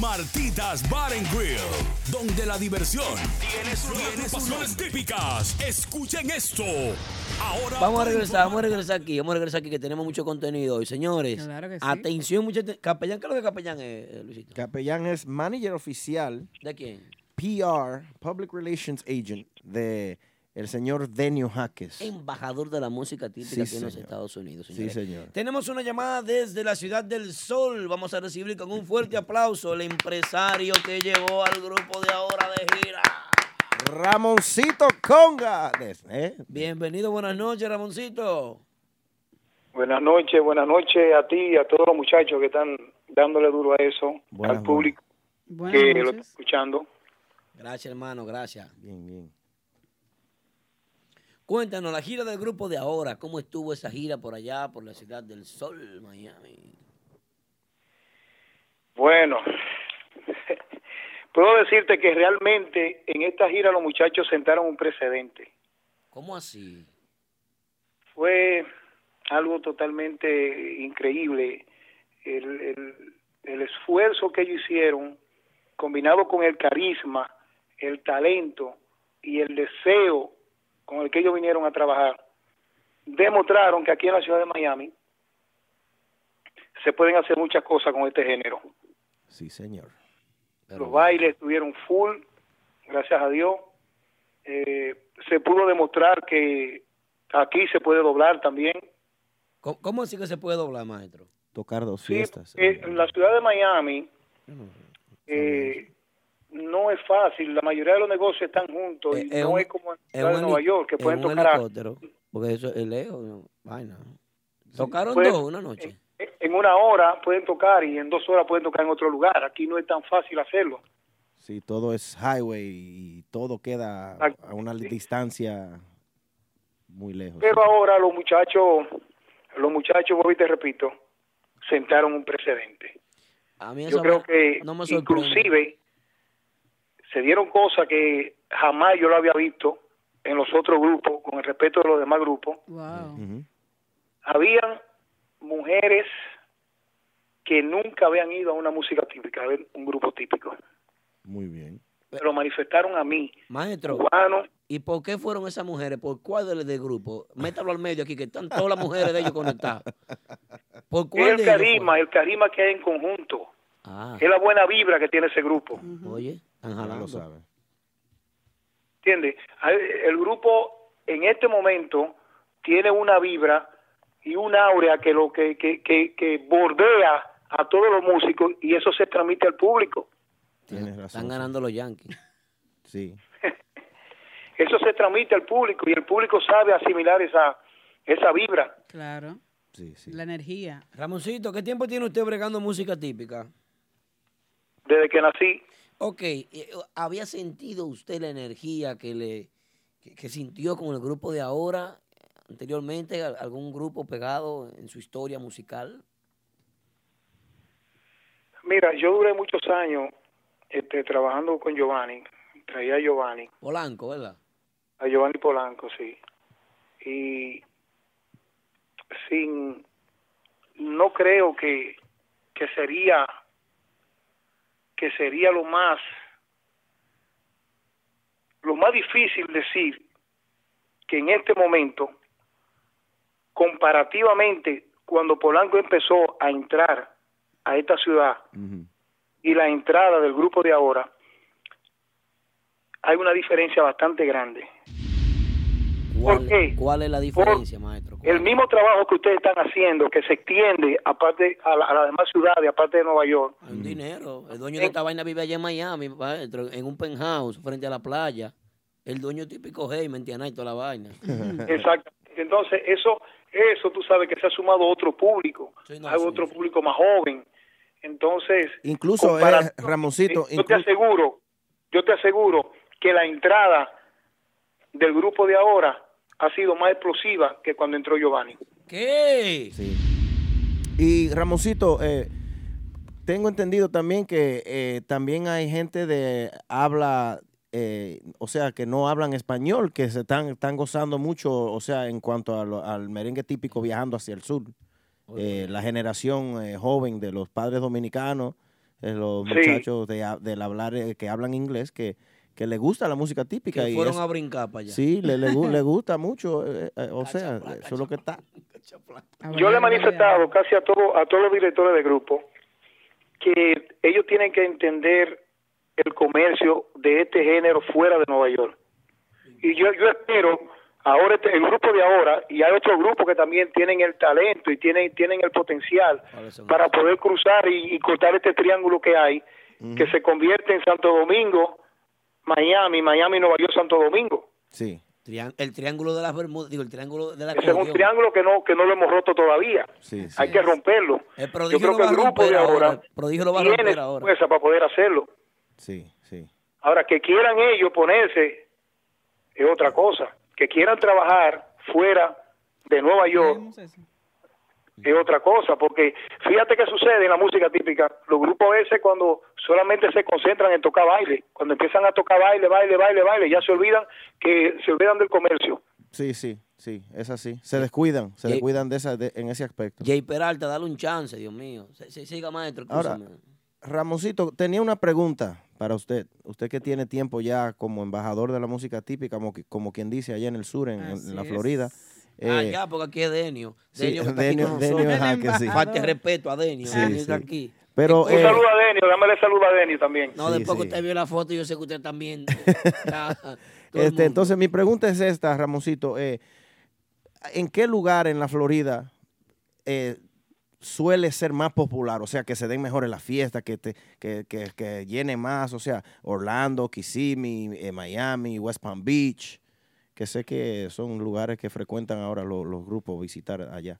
Speaker 1: Martitas Bar and Grill, donde la diversión tiene sus agrupaciones típicas. Escuchen esto. Ahora
Speaker 2: Vamos a regresar, vamos a regresar aquí, vamos a regresar aquí que tenemos mucho contenido hoy, señores.
Speaker 4: Claro que sí.
Speaker 2: Atención, mucha te- capellán, ¿qué es lo que capellán es, eh, Luisito?
Speaker 4: Capellán es manager oficial,
Speaker 2: ¿De quién?
Speaker 4: PR, Public Relations Agent, de el señor Denio Jaques.
Speaker 2: Embajador de la música típica
Speaker 4: Sí,
Speaker 2: aquí en los
Speaker 4: señor.
Speaker 2: Estados Unidos,
Speaker 4: Sí,
Speaker 2: señores.
Speaker 4: señor.
Speaker 2: Tenemos una llamada desde la ciudad del sol. Vamos a recibir con un fuerte aplauso el empresario que llevó al grupo de ahora de gira.
Speaker 4: Ramoncito Conga. ¿eh?
Speaker 2: Bienvenido, buenas noches, Ramoncito.
Speaker 16: Buenas noches, buenas noches a ti y a todos los muchachos que están dándole duro a eso,
Speaker 4: Buenas,
Speaker 16: al público
Speaker 2: buenas.
Speaker 16: que
Speaker 2: Buenas
Speaker 16: lo
Speaker 2: noches.
Speaker 16: está escuchando.
Speaker 2: Gracias, hermano, gracias.
Speaker 4: Bien, bien.
Speaker 2: Cuéntanos, la gira del grupo de ahora, ¿cómo estuvo esa gira por allá, por la ciudad del sol, Miami?
Speaker 16: Bueno, puedo decirte que realmente en esta gira los muchachos sentaron un precedente.
Speaker 2: ¿Cómo así?
Speaker 16: Fue algo totalmente increíble. El, el- el esfuerzo que ellos hicieron, combinado con el carisma, el talento y el deseo con el que ellos vinieron a trabajar, demostraron que aquí en la ciudad de Miami se pueden hacer muchas cosas con este género.
Speaker 4: Sí, señor.
Speaker 16: Los bailes estuvieron full, gracias a Dios. Eh, se pudo demostrar que aquí se puede doblar también.
Speaker 2: ¿Cómo, cómo así que se puede doblar, maestro?
Speaker 4: Tocar dos
Speaker 16: Sí,
Speaker 4: fiestas.
Speaker 16: eh, la ciudad de Miami
Speaker 2: Mm,
Speaker 16: eh, no es fácil. La mayoría de los negocios están juntos y
Speaker 2: Eh, es
Speaker 16: no
Speaker 2: un-
Speaker 16: es como en la
Speaker 2: En
Speaker 16: ciudad de
Speaker 2: un
Speaker 16: Nueva
Speaker 2: heli-
Speaker 16: York que
Speaker 2: en
Speaker 16: pueden
Speaker 2: un
Speaker 16: tocar a-
Speaker 2: helicóptero, porque eso es lejos, no, vaina. Tocaron
Speaker 16: Pues,
Speaker 2: dos una noche.
Speaker 16: en una hora pueden tocar y en dos horas pueden tocar en otro lugar. Aquí no es tan fácil hacerlo.
Speaker 4: Sí, todo es highway y todo queda a una distancia muy lejos.
Speaker 16: Pero ahora los muchachos, los muchachos, vuelvo y te repito, sentaron un precedente.
Speaker 2: A mí
Speaker 16: Yo
Speaker 2: esa
Speaker 16: creo
Speaker 2: va-
Speaker 16: que
Speaker 2: no me sorprende.
Speaker 16: inclusive se dieron cosas que jamás yo lo había visto en los otros grupos, con el respeto de los demás grupos. Habían mujeres que nunca habían ido a una música típica, a ver un grupo típico.
Speaker 4: Muy bien.
Speaker 16: Se lo manifestaron a mí,
Speaker 2: Maestro,
Speaker 16: eh, cubano,
Speaker 2: ¿y por qué fueron esas mujeres? ¿Por cuál del, del grupo? Métalo al medio aquí, que están todas las mujeres de ellos conectadas. ¿Por cuál
Speaker 16: Es el
Speaker 2: de ellos fueron?
Speaker 16: carisma, el carisma que hay en conjunto.
Speaker 2: Ah,
Speaker 16: Es la buena vibra que tiene ese grupo.
Speaker 2: oye, están jalando.
Speaker 16: ¿Entiendes? El grupo en este momento tiene una vibra y un áurea que lo que, que, que, que bordea a todos los músicos y eso se transmite al público.
Speaker 4: Tienes razón.
Speaker 2: Están ganando los Yankees.
Speaker 4: Sí.
Speaker 16: Eso se transmite al público y el público sabe asimilar esa, esa vibra.
Speaker 5: Claro.
Speaker 4: Sí, sí.
Speaker 5: La energía.
Speaker 2: Ramoncito, ¿qué tiempo tiene usted bregando música típica?
Speaker 16: Desde que nací,
Speaker 2: Ok, eh, ¿había sentido usted la energía que le que, que sintió con el grupo de ahora? Anteriormente, al- algún grupo pegado en su historia musical.
Speaker 16: mira, yo duré muchos años este, trabajando con Giovanni, traía a Giovanni,
Speaker 2: Polanco, ¿verdad?
Speaker 16: a Giovanni Polanco, sí. Y sin, no creo que, que sería, que sería lo más, lo más difícil decir que en este momento, comparativamente, cuando Polanco empezó a entrar a esta ciudad y la entrada del grupo de ahora, hay una diferencia bastante grande.
Speaker 2: ¿Cuál, cuál es la diferencia, maestro?
Speaker 16: El mismo trabajo que ustedes están haciendo, que se extiende aparte a, la- a las demás ciudades, aparte de Nueva York,
Speaker 2: Un dinero. El dueño de esta vaina vive allá en Miami, maestro, en un penthouse frente a la playa. El dueño típico hey, mentiana y toda la vaina.
Speaker 16: Exacto. Entonces, eso, eso tú sabes que se ha sumado otro público, hay otro público más joven. Entonces,
Speaker 4: Incluso, eh,
Speaker 16: compara-
Speaker 4: Ramoncito,
Speaker 16: yo te
Speaker 4: inclu-
Speaker 16: aseguro, yo te aseguro que la entrada del grupo de ahora ha sido más explosiva que cuando entró Giovanni.
Speaker 2: ¿Qué?
Speaker 4: Sí. Y Ramoncito, eh, tengo entendido también que eh, también hay gente de habla, eh, o sea, que no hablan español, que se están, están gozando mucho, o sea, en cuanto a lo- al merengue típico viajando hacia el sur. Eh, la generación eh, joven de los padres dominicanos, eh, los
Speaker 2: Sí.
Speaker 4: muchachos de, ha- del hablar, eh, que hablan inglés, que, que les gusta la música típica.
Speaker 2: Que
Speaker 4: y
Speaker 2: fueron
Speaker 4: es-
Speaker 2: a brincar para allá.
Speaker 4: Sí, le, le, gu- le gusta mucho, eh, eh, o sea, eso es lo que está.
Speaker 16: Yo le he manifestado casi a, todo, a todos los directores de grupo que ellos tienen que entender el comercio de este género fuera de Nueva York. Y yo, yo espero, ahora este- el grupo de ahora, y hay otros grupos que también tienen el talento y tienen, tienen el potencial para poder cruzar y, y cortar este triángulo que hay, que se convierte en Santo Domingo, Miami, Miami, Nueva York, Santo Domingo.
Speaker 4: Sí.
Speaker 2: Trián- el triángulo de las Bermudas, digo, el triángulo de la
Speaker 16: Ese es un triángulo que no, que no lo hemos roto todavía.
Speaker 4: Sí,
Speaker 16: Hay que romperlo.
Speaker 2: El
Speaker 16: Yo
Speaker 2: prodigio
Speaker 16: creo
Speaker 2: lo
Speaker 16: que
Speaker 2: va a
Speaker 16: el grupo
Speaker 2: romper
Speaker 16: de ahora,
Speaker 2: ahora. El prodigio lo va a
Speaker 16: tiene
Speaker 2: romper ahora.
Speaker 16: fuerza para poder hacerlo.
Speaker 4: Sí, sí.
Speaker 16: Ahora, que quieran ellos ponerse es otra cosa. Que quieran trabajar fuera de Nueva York es otra cosa. Porque fíjate qué sucede en la música típica. Los grupos ese cuando solamente se concentran en tocar baile. Cuando empiezan a tocar baile, baile, baile, baile, ya se olvidan que se olvidan del comercio.
Speaker 4: Sí, sí, sí, es así. Se descuidan, se
Speaker 2: Jay-
Speaker 4: descuidan de esa, de- en ese aspecto.
Speaker 2: Jay Peralta, dale un chance, Dios mío. Se- se- siga, maestro.
Speaker 4: Ahora,
Speaker 2: escúchame.
Speaker 4: Ramoncito, tenía una pregunta para usted. Usted que tiene tiempo ya como embajador de la música típica, como, que- como quien dice allá en el sur, en, en la
Speaker 2: es.
Speaker 4: Florida.
Speaker 2: ah,
Speaker 4: eh,
Speaker 2: ya, porque aquí es Denio.
Speaker 4: sí,
Speaker 2: Denio que está aquí
Speaker 4: Denio-
Speaker 2: con
Speaker 4: Denio
Speaker 2: nosotros.
Speaker 4: es ah, que sí.
Speaker 2: Falta de respeto a Denio.
Speaker 4: Sí,
Speaker 2: Denio está
Speaker 4: sí.
Speaker 2: aquí.
Speaker 4: Pero,
Speaker 16: Un
Speaker 4: eh,
Speaker 16: saludo a Denio, dámele saludo a Denio también.
Speaker 2: No,
Speaker 4: Sí,
Speaker 2: después
Speaker 4: sí.
Speaker 2: que usted vio la foto, yo sé que usted también.
Speaker 4: Este, entonces, mi pregunta es esta, Ramoncito. eh, ¿En qué lugar en la Florida eh, suele ser más popular? O sea, que se den mejores las fiestas, que, te- que, que- que llene más. O sea, Orlando, Kissimmee, eh, Miami, West Palm Beach. Que sé que son lugares que frecuentan ahora lo- los, grupos visitar allá.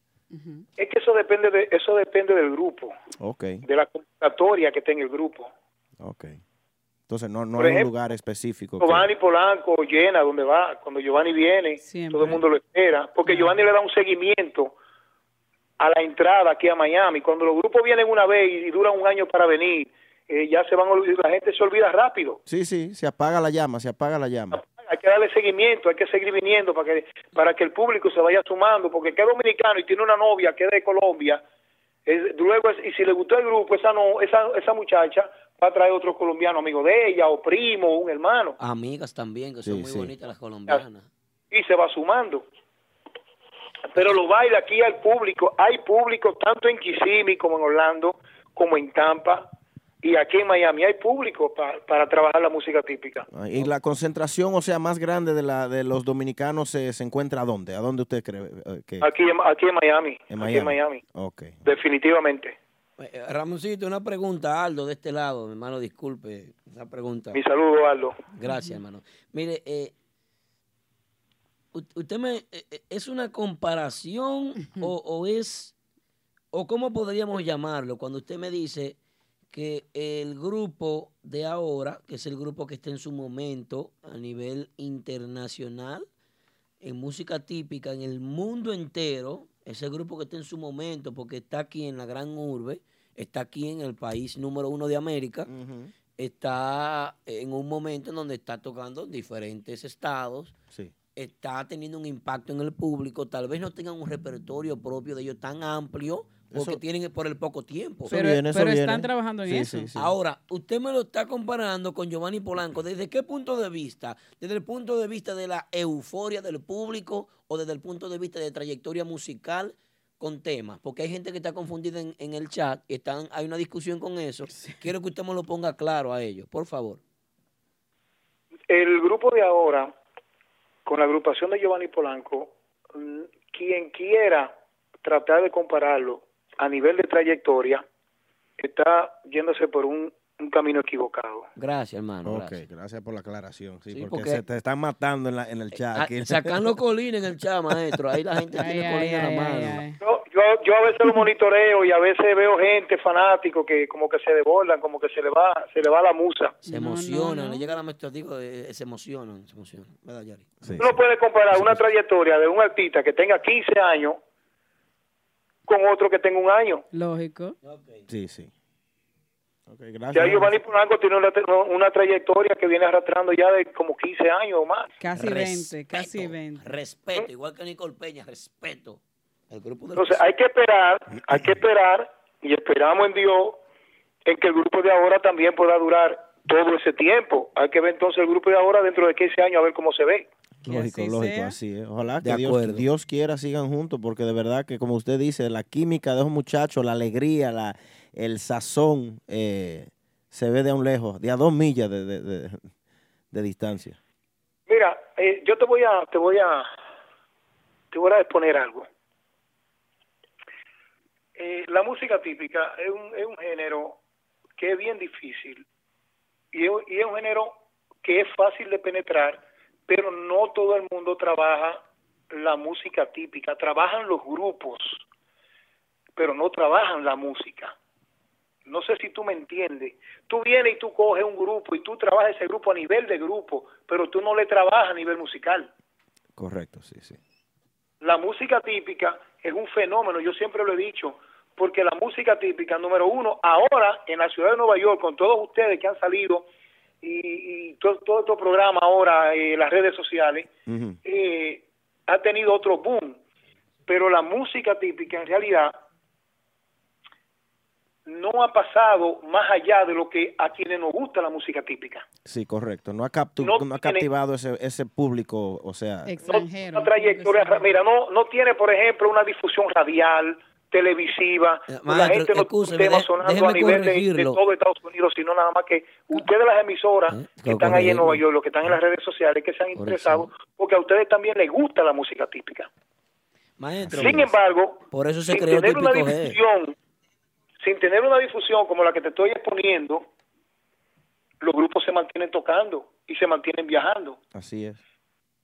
Speaker 16: Es que eso depende de eso depende del grupo,
Speaker 4: Ok,
Speaker 16: de la convocatoria que tenga el grupo.
Speaker 4: ok. Entonces, no, no
Speaker 16: Por
Speaker 4: hay
Speaker 16: ejemplo,
Speaker 4: un lugar específico. que-
Speaker 16: Giovanni Polanco llena donde va, cuando Giovanni viene, todo el mundo lo espera, porque Giovanni le da un seguimiento a la entrada aquí a Miami. Cuando los grupos vienen una vez y duran un año para venir, eh, ya se van, a olvidar, la gente se olvida rápido.
Speaker 4: Sí, sí, se apaga la llama, se apaga la llama.
Speaker 16: Hay que darle seguimiento, hay que seguir viniendo para que para que el público se vaya sumando, porque el que es dominicano y tiene una novia que es de Colombia, es- luego es- y si le gustó el grupo, esa no, esa esa muchacha va a traer otro colombiano amigo de ella o primo, o un hermano.
Speaker 2: Amigas también, que son muy bonitas las colombianas.
Speaker 16: y se va sumando. Pero lo baila aquí al público, hay público tanto en Kissimmee como en Orlando, como en Tampa y aquí en Miami hay público pa- para trabajar la música típica.
Speaker 4: Ah, Y la concentración, o sea, más grande de la de los dominicanos se, se encuentra a dónde? ¿A dónde usted cree eh, que?
Speaker 16: Aquí en, aquí en Miami,
Speaker 4: En
Speaker 16: aquí en Miami,
Speaker 4: Ok.
Speaker 16: definitivamente.
Speaker 2: Eh, Ramoncito, una pregunta, Aldo, de este lado, mi hermano, disculpe esa pregunta.
Speaker 16: Mi saludo, Aldo.
Speaker 2: Gracias, hermano. Mire, eh, u- usted me, eh, eh, ¿es una comparación o, o es, o cómo podríamos llamarlo cuando usted me dice que el grupo de ahora, que es el grupo que está en su momento a nivel internacional, en música típica, en el mundo entero, ese grupo que está en su momento, porque está aquí en la gran urbe, está aquí en el país número uno de América, está en un momento en donde está tocando en diferentes estados,
Speaker 4: Sí.
Speaker 2: está teniendo un impacto en el público, tal vez no tengan un repertorio propio de ellos tan amplio, porque
Speaker 4: Eso-
Speaker 2: tienen por el poco tiempo.
Speaker 5: Eso Pero- viene, eso pero están viene. trabajando en Sí, eso. sí, sí.
Speaker 2: Ahora, usted me lo está comparando con Giovanni Polanco. ¿Desde qué punto de vista? ¿Desde el punto de vista de la euforia del público o desde el punto de vista de trayectoria musical con temas? Porque hay gente que está confundida en, en el chat y están, hay una discusión con eso. Quiero que usted me lo ponga claro a ellos, por favor.
Speaker 16: El grupo de ahora, con la agrupación de Giovanni Polanco, mm, quien quiera tratar de compararlo a nivel de trayectoria, está yéndose por un- un camino equivocado.
Speaker 2: Gracias, hermano.
Speaker 4: Ok,
Speaker 2: gracias.
Speaker 4: gracias, por la aclaración. Sí,
Speaker 2: Sí,
Speaker 4: porque,
Speaker 2: porque-
Speaker 4: se te están matando en, la- en el chat.
Speaker 2: Ah,
Speaker 4: aquí.
Speaker 2: Sacan los colines en el chat, maestro. Ahí la gente tiene colines en la mano.
Speaker 16: Yo, yo, yo a veces lo monitoreo y a veces veo gente fanático que como que se desbordan, como que se le va, se le va la musa.
Speaker 2: Se emocionan, le llega la maestra, digo, eh, eh, se emocionan, se emocionan. ¿Verdad, Yari?
Speaker 16: Tú no puedes comparar una trayectoria de un artista que tenga 15 años con otro que tenga un año.
Speaker 5: Lógico.
Speaker 4: Sí, sí. Ok, gracias.
Speaker 16: Ya Giovanni Polanco tiene una, tra- una trayectoria que viene arrastrando ya de como 15 años o más.
Speaker 5: Casi
Speaker 16: Res-
Speaker 5: 20, casi 20.
Speaker 2: Respeto, igual que Nicole Peña, respeto. El grupo de
Speaker 16: Entonces hay que esperar, hay que esperar y esperamos en Dios en que el grupo de ahora también pueda durar todo ese tiempo. Hay que ver entonces el grupo de ahora dentro de 15 años a ver cómo se ve.
Speaker 4: Lógico,
Speaker 16: así
Speaker 4: lógico,
Speaker 16: sea.
Speaker 4: así es. Ojalá
Speaker 2: De
Speaker 4: que
Speaker 2: acuerdo.
Speaker 4: Dios, Dios quiera sigan juntos, porque de verdad que, como usted dice, la química de esos muchachos, la alegría, la, el sazón, eh, se ve de a un lejos, de a dos millas de, de- de- de distancia.
Speaker 16: Mira, eh, yo te voy a, te voy a, te voy a exponer algo. Eh, la música típica es un, es un género que es bien difícil y es, y es un género que es fácil de penetrar, pero no todo el mundo trabaja la música típica. Trabajan los grupos, pero no trabajan la música. No sé si tú me entiendes. Tú vienes y tú coges un grupo y tú trabajas ese grupo a nivel de grupo, pero tú no le trabajas a nivel musical.
Speaker 4: Correcto, sí, sí.
Speaker 16: La música típica es un fenómeno, yo siempre lo he dicho, porque la música típica, número uno, ahora en la ciudad de Nueva York, con todos ustedes que han salido este y, y to- todo, estos programas ahora, eh, las redes sociales, eh, ha tenido otro boom, pero la música típica en realidad no ha pasado más allá de lo que a quienes nos gusta la música típica.
Speaker 4: Sí, correcto. No ha, captu-
Speaker 16: No
Speaker 4: no ha
Speaker 16: tiene-
Speaker 4: captivado ese, ese público, o sea,
Speaker 16: Una trayectoria, mira, no, no tiene, por ejemplo, una difusión radial, televisiva. la
Speaker 2: Eh, maestro,
Speaker 16: gente no tiene
Speaker 2: excúseme,
Speaker 16: un tema
Speaker 2: de-
Speaker 16: sonando
Speaker 2: déjeme
Speaker 16: a nivel de, de
Speaker 2: corregirlo. Eh,
Speaker 16: todo Estados Unidos, sino nada más que ustedes, las emisoras que están ahí en
Speaker 2: corregirlo.
Speaker 16: Nueva York, los que están en las redes sociales, que se han interesado, porque a ustedes también les gusta la música típica.
Speaker 2: Maestro,
Speaker 16: Sin em- embargo,
Speaker 2: por eso se
Speaker 16: sin
Speaker 2: creó
Speaker 16: tener
Speaker 2: Típico
Speaker 16: una
Speaker 2: G.
Speaker 16: difusión, sin tener una difusión como la que te estoy exponiendo, los grupos se mantienen tocando y se mantienen viajando.
Speaker 4: así es.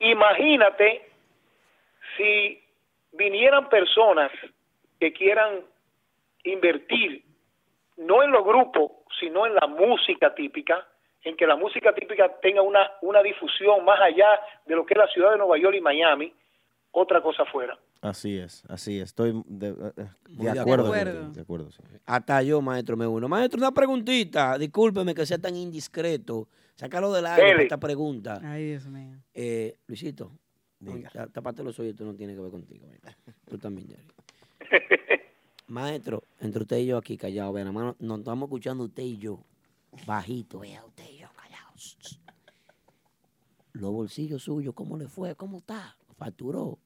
Speaker 16: Imagínate si vinieran personas que quieran invertir, no en los grupos, sino en la música típica, en que la música típica tenga una, una difusión más allá de lo que es la ciudad de Nueva York y Miami, otra cosa fuera.
Speaker 4: Así es, así es. Estoy de, eh, de
Speaker 2: Muy de
Speaker 4: acuerdo.
Speaker 2: acuerdo.
Speaker 4: contigo, De acuerdo, sí.
Speaker 2: Hasta yo, maestro, me uno. Maestro, una preguntita. Discúlpeme que sea tan indiscreto. Sácalo del aire
Speaker 5: Dele.
Speaker 2: para esta pregunta.
Speaker 5: Ay, Dios mío.
Speaker 2: Eh, Luisito, ta- tapate los oídos, esto no tiene que ver contigo. ¿verdad? Tú también, Jerry. Maestro, entre usted y yo aquí callado, vean, hermano, nos estamos escuchando usted y yo, bajito, vea, usted y yo callados. Los bolsillos suyos, ¿cómo le fue? ¿Cómo está? Facturó.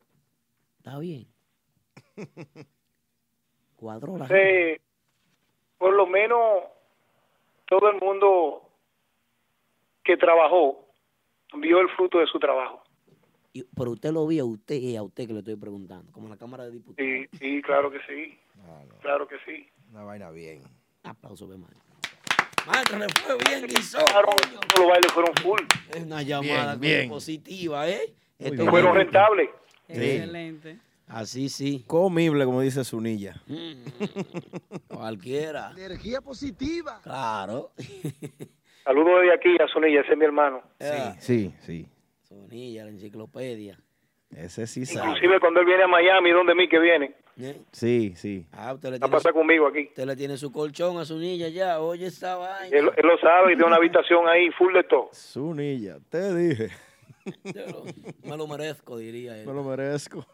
Speaker 2: ¿Está bien? Cuadró la gente.
Speaker 16: Eh, por lo menos todo el mundo que trabajó vio el fruto de su trabajo.
Speaker 2: Y- Pero usted lo vio, usted y a usted que le estoy preguntando, como en la Cámara de Diputados.
Speaker 16: Sí, sí, claro que sí. Claro que sí.
Speaker 2: Una vaina bien. Aplauso, ve, maestro. Maestro, le fue bien, guisó.
Speaker 16: Los bailes fueron full.
Speaker 2: Es una llamada
Speaker 16: Bien,
Speaker 2: coño, positiva, ¿eh? Esto es
Speaker 16: Fueron
Speaker 2: bueno.
Speaker 16: rentables.
Speaker 5: Excelente.
Speaker 2: Así sí.
Speaker 4: Comible, como dice Zunilla.
Speaker 2: Mm. Cualquiera.
Speaker 9: Energía positiva.
Speaker 2: Claro.
Speaker 16: Saludos desde aquí a Sonilla, ese es mi hermano.
Speaker 4: Sí, sí.
Speaker 2: Sonilla, Ah, la enciclopedia.
Speaker 4: Ese sí sabe.
Speaker 16: Inclusive cuando él viene a Miami, donde mí que viene,
Speaker 4: Sí, sí.
Speaker 2: Ah, usted le
Speaker 16: va a
Speaker 2: tiene,
Speaker 16: pasar conmigo aquí.
Speaker 2: usted le tiene su colchón a su niña ya. Oye, esta vaina.
Speaker 16: Él, él lo sabe y tiene una habitación ahí full de todo.
Speaker 4: Zunilla, te dije.
Speaker 2: Me lo merezco, diría él.
Speaker 4: Me lo merezco.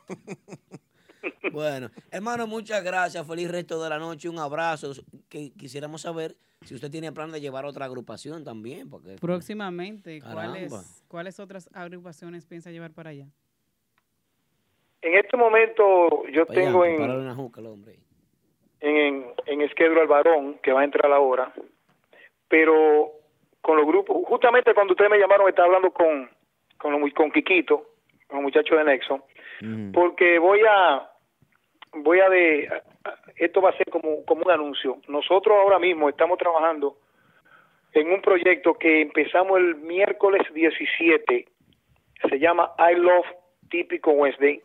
Speaker 2: Bueno, hermano, muchas gracias. Feliz resto de la noche. Un abrazo. Que quisiéramos saber si usted tiene plan de llevar otra agrupación también. Porque
Speaker 5: Próximamente, ¿cuáles,
Speaker 2: Caramba.
Speaker 5: ¿cuáles otras agrupaciones piensa llevar para allá?
Speaker 16: En este momento yo
Speaker 2: Para allá,
Speaker 16: tengo en,
Speaker 2: prepararle una juca al hombre.
Speaker 16: en, en, en Esquedro al varón, que va a entrar ahora, pero con los grupos, justamente cuando ustedes me llamaron estaba hablando con, con, los mu- con Quiquito, con los muchachos de Nexo, porque voy a, voy a de, a- a- esto va a ser como, como un anuncio. Nosotros ahora mismo estamos trabajando en un proyecto que empezamos el miércoles 17, se llama I Love Típico Wednesday,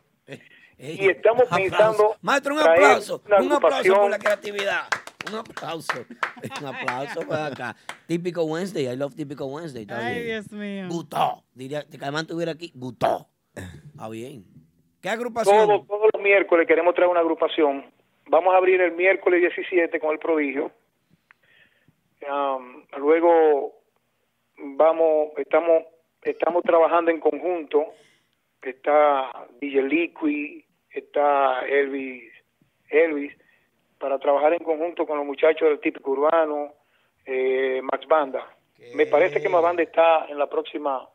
Speaker 2: Eh,
Speaker 16: y estamos pensando...
Speaker 2: Maestro, un
Speaker 16: traer
Speaker 2: aplauso.
Speaker 16: una
Speaker 2: Un aplauso por
Speaker 16: agrupación
Speaker 2: la creatividad. Un aplauso. Un aplauso para acá. Típico Wednesday. I love Típico Wednesday. Está
Speaker 5: Ay,
Speaker 2: bien.
Speaker 5: Dios mío.
Speaker 2: Gustó. Diría que además estuviera aquí. Gustó. Está bien. ¿Qué agrupación?
Speaker 16: Todos, todos los miércoles queremos traer una agrupación. Vamos a abrir el miércoles 17 con el prodigio. Am, luego vamos, estamos, estamos trabajando en conjunto. Está DJ Liqui, está Elvis, Elvis, para trabajar en conjunto con los muchachos del típico urbano, eh, Max Banda. Me parece que Max Banda está en la próxima,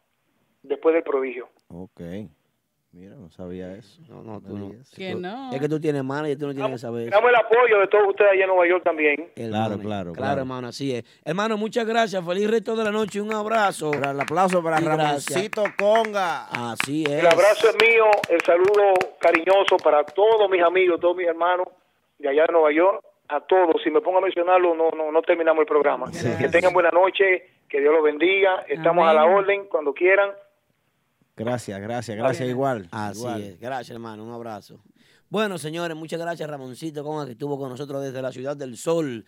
Speaker 16: después del prodigio.
Speaker 4: Ok. Mira, no sabía eso.
Speaker 2: No, no, tú no.
Speaker 5: Que no.
Speaker 2: Es que tú tienes mala y tú no tienes que saber. eso.
Speaker 16: Damos el apoyo de todos ustedes allá en Nueva York también.
Speaker 2: Hermano,
Speaker 4: claro,
Speaker 2: Claro, hermano, así es. Hermano, muchas gracias. Feliz resto de la noche. Un abrazo.
Speaker 4: Un aplauso para Ramoncito Conga.
Speaker 2: Así es.
Speaker 16: El abrazo es mío, el saludo cariñoso para todos mis amigos, todos mis hermanos de allá de Nueva York, a todos. Si me pongo a mencionarlo, no, no, no terminamos el programa. Que tengan buena noche, que Dios los bendiga. Estamos a la orden cuando quieran.
Speaker 4: Gracias, gracias, gracias igual.
Speaker 2: Así
Speaker 4: igual.
Speaker 2: es. Gracias, hermano. Un abrazo. Bueno, señores, muchas gracias, Ramoncito Conga, que estuvo con nosotros desde la Ciudad del Sol.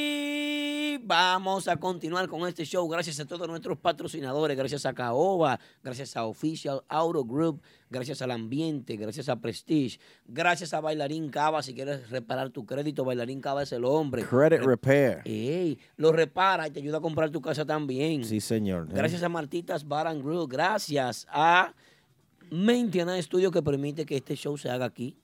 Speaker 2: Y vamos a continuar con este show. Gracias a todos nuestros patrocinadores. Gracias a Caoba, gracias a Official Auto Group, gracias al Ambiente, gracias a Prestige, gracias a Bailarín Cava. Si quieres reparar tu crédito, Bailarín Cava es el hombre.
Speaker 4: Credit Repair.
Speaker 2: Ey, lo repara y te ayuda a comprar tu casa también.
Speaker 4: Sí, señor.
Speaker 2: Gracias a Martitas Bar and Grill, gracias a Maintenance Studio que permite que este show se haga aquí.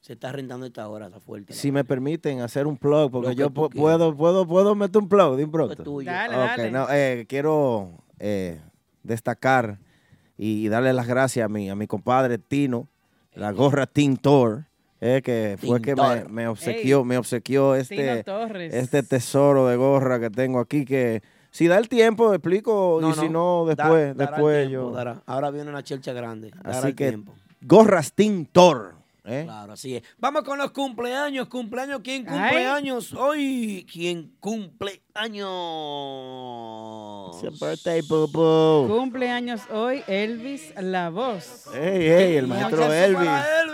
Speaker 2: Se está rentando esta hora, está fuerte.
Speaker 4: Si me permiten hacer un plug,
Speaker 2: Lo
Speaker 4: porque
Speaker 2: que
Speaker 4: yo
Speaker 2: tú
Speaker 4: pu-
Speaker 2: quieras.
Speaker 4: puedo, puedo, puedo meter un plug de un pronto.
Speaker 2: tuyo.
Speaker 4: Ok, no, eh, quiero eh, destacar y, y darle las gracias a mi, a mi compadre Tino, la gorra Tintor, eh, que fue que me,
Speaker 14: Tintor.
Speaker 4: me obsequió,
Speaker 14: Ey,
Speaker 4: me obsequió
Speaker 14: Tino
Speaker 4: este,
Speaker 14: Torres.
Speaker 4: este tesoro de gorra que tengo aquí, que si da el tiempo explico y si no
Speaker 2: da-
Speaker 4: después,
Speaker 2: dará el
Speaker 4: después
Speaker 2: tiempo,
Speaker 4: yo.
Speaker 2: dará. Ahora viene una chelcha grande. dará
Speaker 4: Así
Speaker 2: el
Speaker 4: que
Speaker 2: tiempo.
Speaker 4: gorras Tintor. ¿eh?
Speaker 2: Claro, así es. Vamos con los cumpleaños. Cumpleaños, ¿quién cumple
Speaker 4: Ay.
Speaker 2: años hoy? ¿Quién cumple años?
Speaker 4: It's your birthday, boo boo.
Speaker 5: Cumpleaños hoy, Elvis La Voz.
Speaker 4: Ey, ey, el
Speaker 5: Un
Speaker 4: maestro
Speaker 5: aplauso
Speaker 4: Elvis.
Speaker 5: para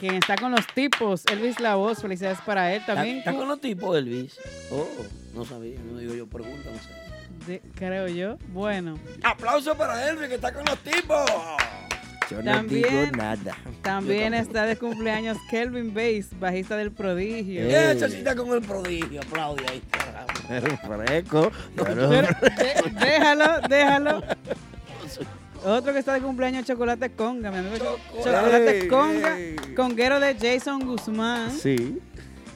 Speaker 5: Quien está con los tipos, Elvis La Voz, felicidades para él también.
Speaker 2: ¿Está
Speaker 5: cu-
Speaker 2: con los tipos, Elvis? Oh, no sabía. No digo yo, pregunta, no sé.
Speaker 5: de- creo yo. Bueno,
Speaker 2: ¡Aplauso para Elvis, que está con los tipos!
Speaker 4: Yo
Speaker 5: no digo También-
Speaker 4: nada.
Speaker 5: también está de cumpleaños Kelvin Bass, bajista del prodigio.
Speaker 4: Ey. Ese sí
Speaker 2: está con el prodigio, aplaude ahí.
Speaker 4: Era un fresco. Era un
Speaker 5: Pero, de- déjalo, déjalo. Otro que está de cumpleaños, Chocolate Conga, mi amigo. Chocolate
Speaker 4: Ey,
Speaker 5: Conga, conguero de Jason Guzmán.
Speaker 4: Sí.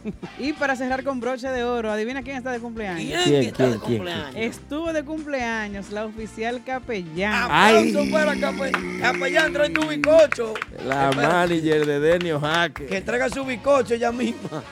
Speaker 5: Y para cerrar con broche de oro, adivina quién está de cumpleaños.
Speaker 4: ¿Quién ¿Quién, está de quién, quién, cumpleaños?
Speaker 5: Estuvo de cumpleaños la oficial capellán.
Speaker 4: Ay. Aplauso
Speaker 2: para capellán, trae tu bizcocho.
Speaker 4: La manager de Denio Jaque.
Speaker 2: Que traiga su bizcocho ella misma.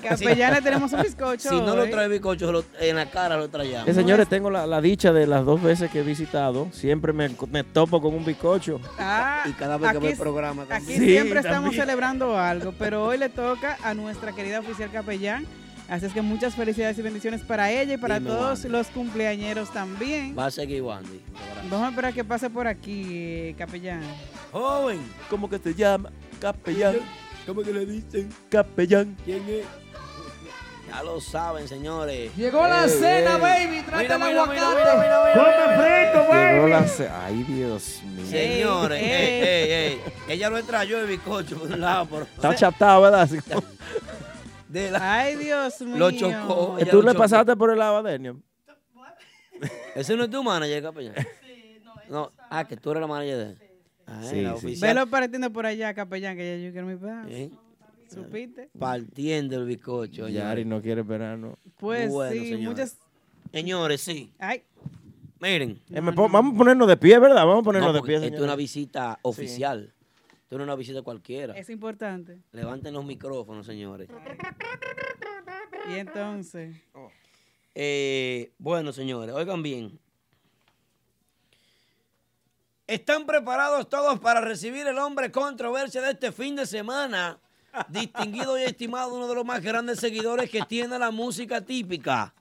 Speaker 5: capellán le tenemos un bizcocho
Speaker 2: Si no lo
Speaker 5: hoy.
Speaker 2: trae bizcocho, lo- en la cara lo traíamos.
Speaker 4: Eh, señores, tengo la, la dicha de las dos veces que he visitado. Siempre me, me topo con un bizcocho.
Speaker 5: Ah,
Speaker 2: Y cada vez que
Speaker 5: aquí-
Speaker 2: ve el programa
Speaker 5: Aquí
Speaker 2: también.
Speaker 4: Sí,
Speaker 5: siempre estamos
Speaker 4: también.
Speaker 5: celebrando algo, pero hoy le toca a nuestra querida oficial capellán. Así es que muchas felicidades y bendiciones para ella y para
Speaker 2: Dime,
Speaker 5: todos los cumpleañeros también.
Speaker 2: Va a seguir Wandy.
Speaker 5: Vamos a esperar que pase por aquí, eh, capellán.
Speaker 2: Joven,
Speaker 4: ¿cómo que te llama? Capellán.
Speaker 2: ¿Cómo que le dicen?
Speaker 4: Capellán.
Speaker 2: ¿Quién es? Ya lo saben, señores.
Speaker 7: Llegó la
Speaker 2: Ey,
Speaker 7: cena,
Speaker 2: ey.
Speaker 7: baby. Trate el
Speaker 2: Eh, Mira, mira,
Speaker 7: aguacate.
Speaker 2: mira, mira, mira, mira, mira.
Speaker 4: Llegó la ce- Ay, Dios mío.
Speaker 2: Señores, ey, ey, ey. Ella lo entrayó el bizcocho por un lado, por
Speaker 4: Está chatado, ¿verdad? Así como-
Speaker 2: de la-
Speaker 5: Ay, Dios mío.
Speaker 2: Lo chocó.
Speaker 4: Eh, ¿Tú le pasaste por el lado a Denio?
Speaker 2: Ese no es tu manager, capellán. No, ah, que tú eres la manager de él. Ah,
Speaker 4: Sí,
Speaker 2: la
Speaker 4: sí.
Speaker 2: oficial.
Speaker 5: Velo partiendo por allá, capellán, que ya yo quiero mi pedazo.
Speaker 2: ¿Eh?
Speaker 5: ¿Supiste?
Speaker 2: Partiendo el bizcocho.
Speaker 4: Yari no quiere verano.
Speaker 5: Pues
Speaker 2: Bueno,
Speaker 5: sí,
Speaker 2: señores.
Speaker 5: muchas...
Speaker 2: Señores, sí.
Speaker 5: Ay,
Speaker 2: Miren.
Speaker 4: Eh, me pon- vamos a ponernos de pie, ¿verdad? Vamos a
Speaker 2: No,
Speaker 4: ponernos de
Speaker 2: porque
Speaker 4: pie.
Speaker 2: esto es una
Speaker 4: señores.
Speaker 2: visita oficial. Esto no es una visita cualquiera.
Speaker 5: es importante.
Speaker 2: Levanten los micrófonos, señores.
Speaker 5: Y entonces...
Speaker 2: Oh, Eh, bueno, señores, oigan bien. ¿Están preparados todos para recibir el hombre controversia de este fin de semana? Distinguido y estimado, uno de los más grandes seguidores que tiene la música típica.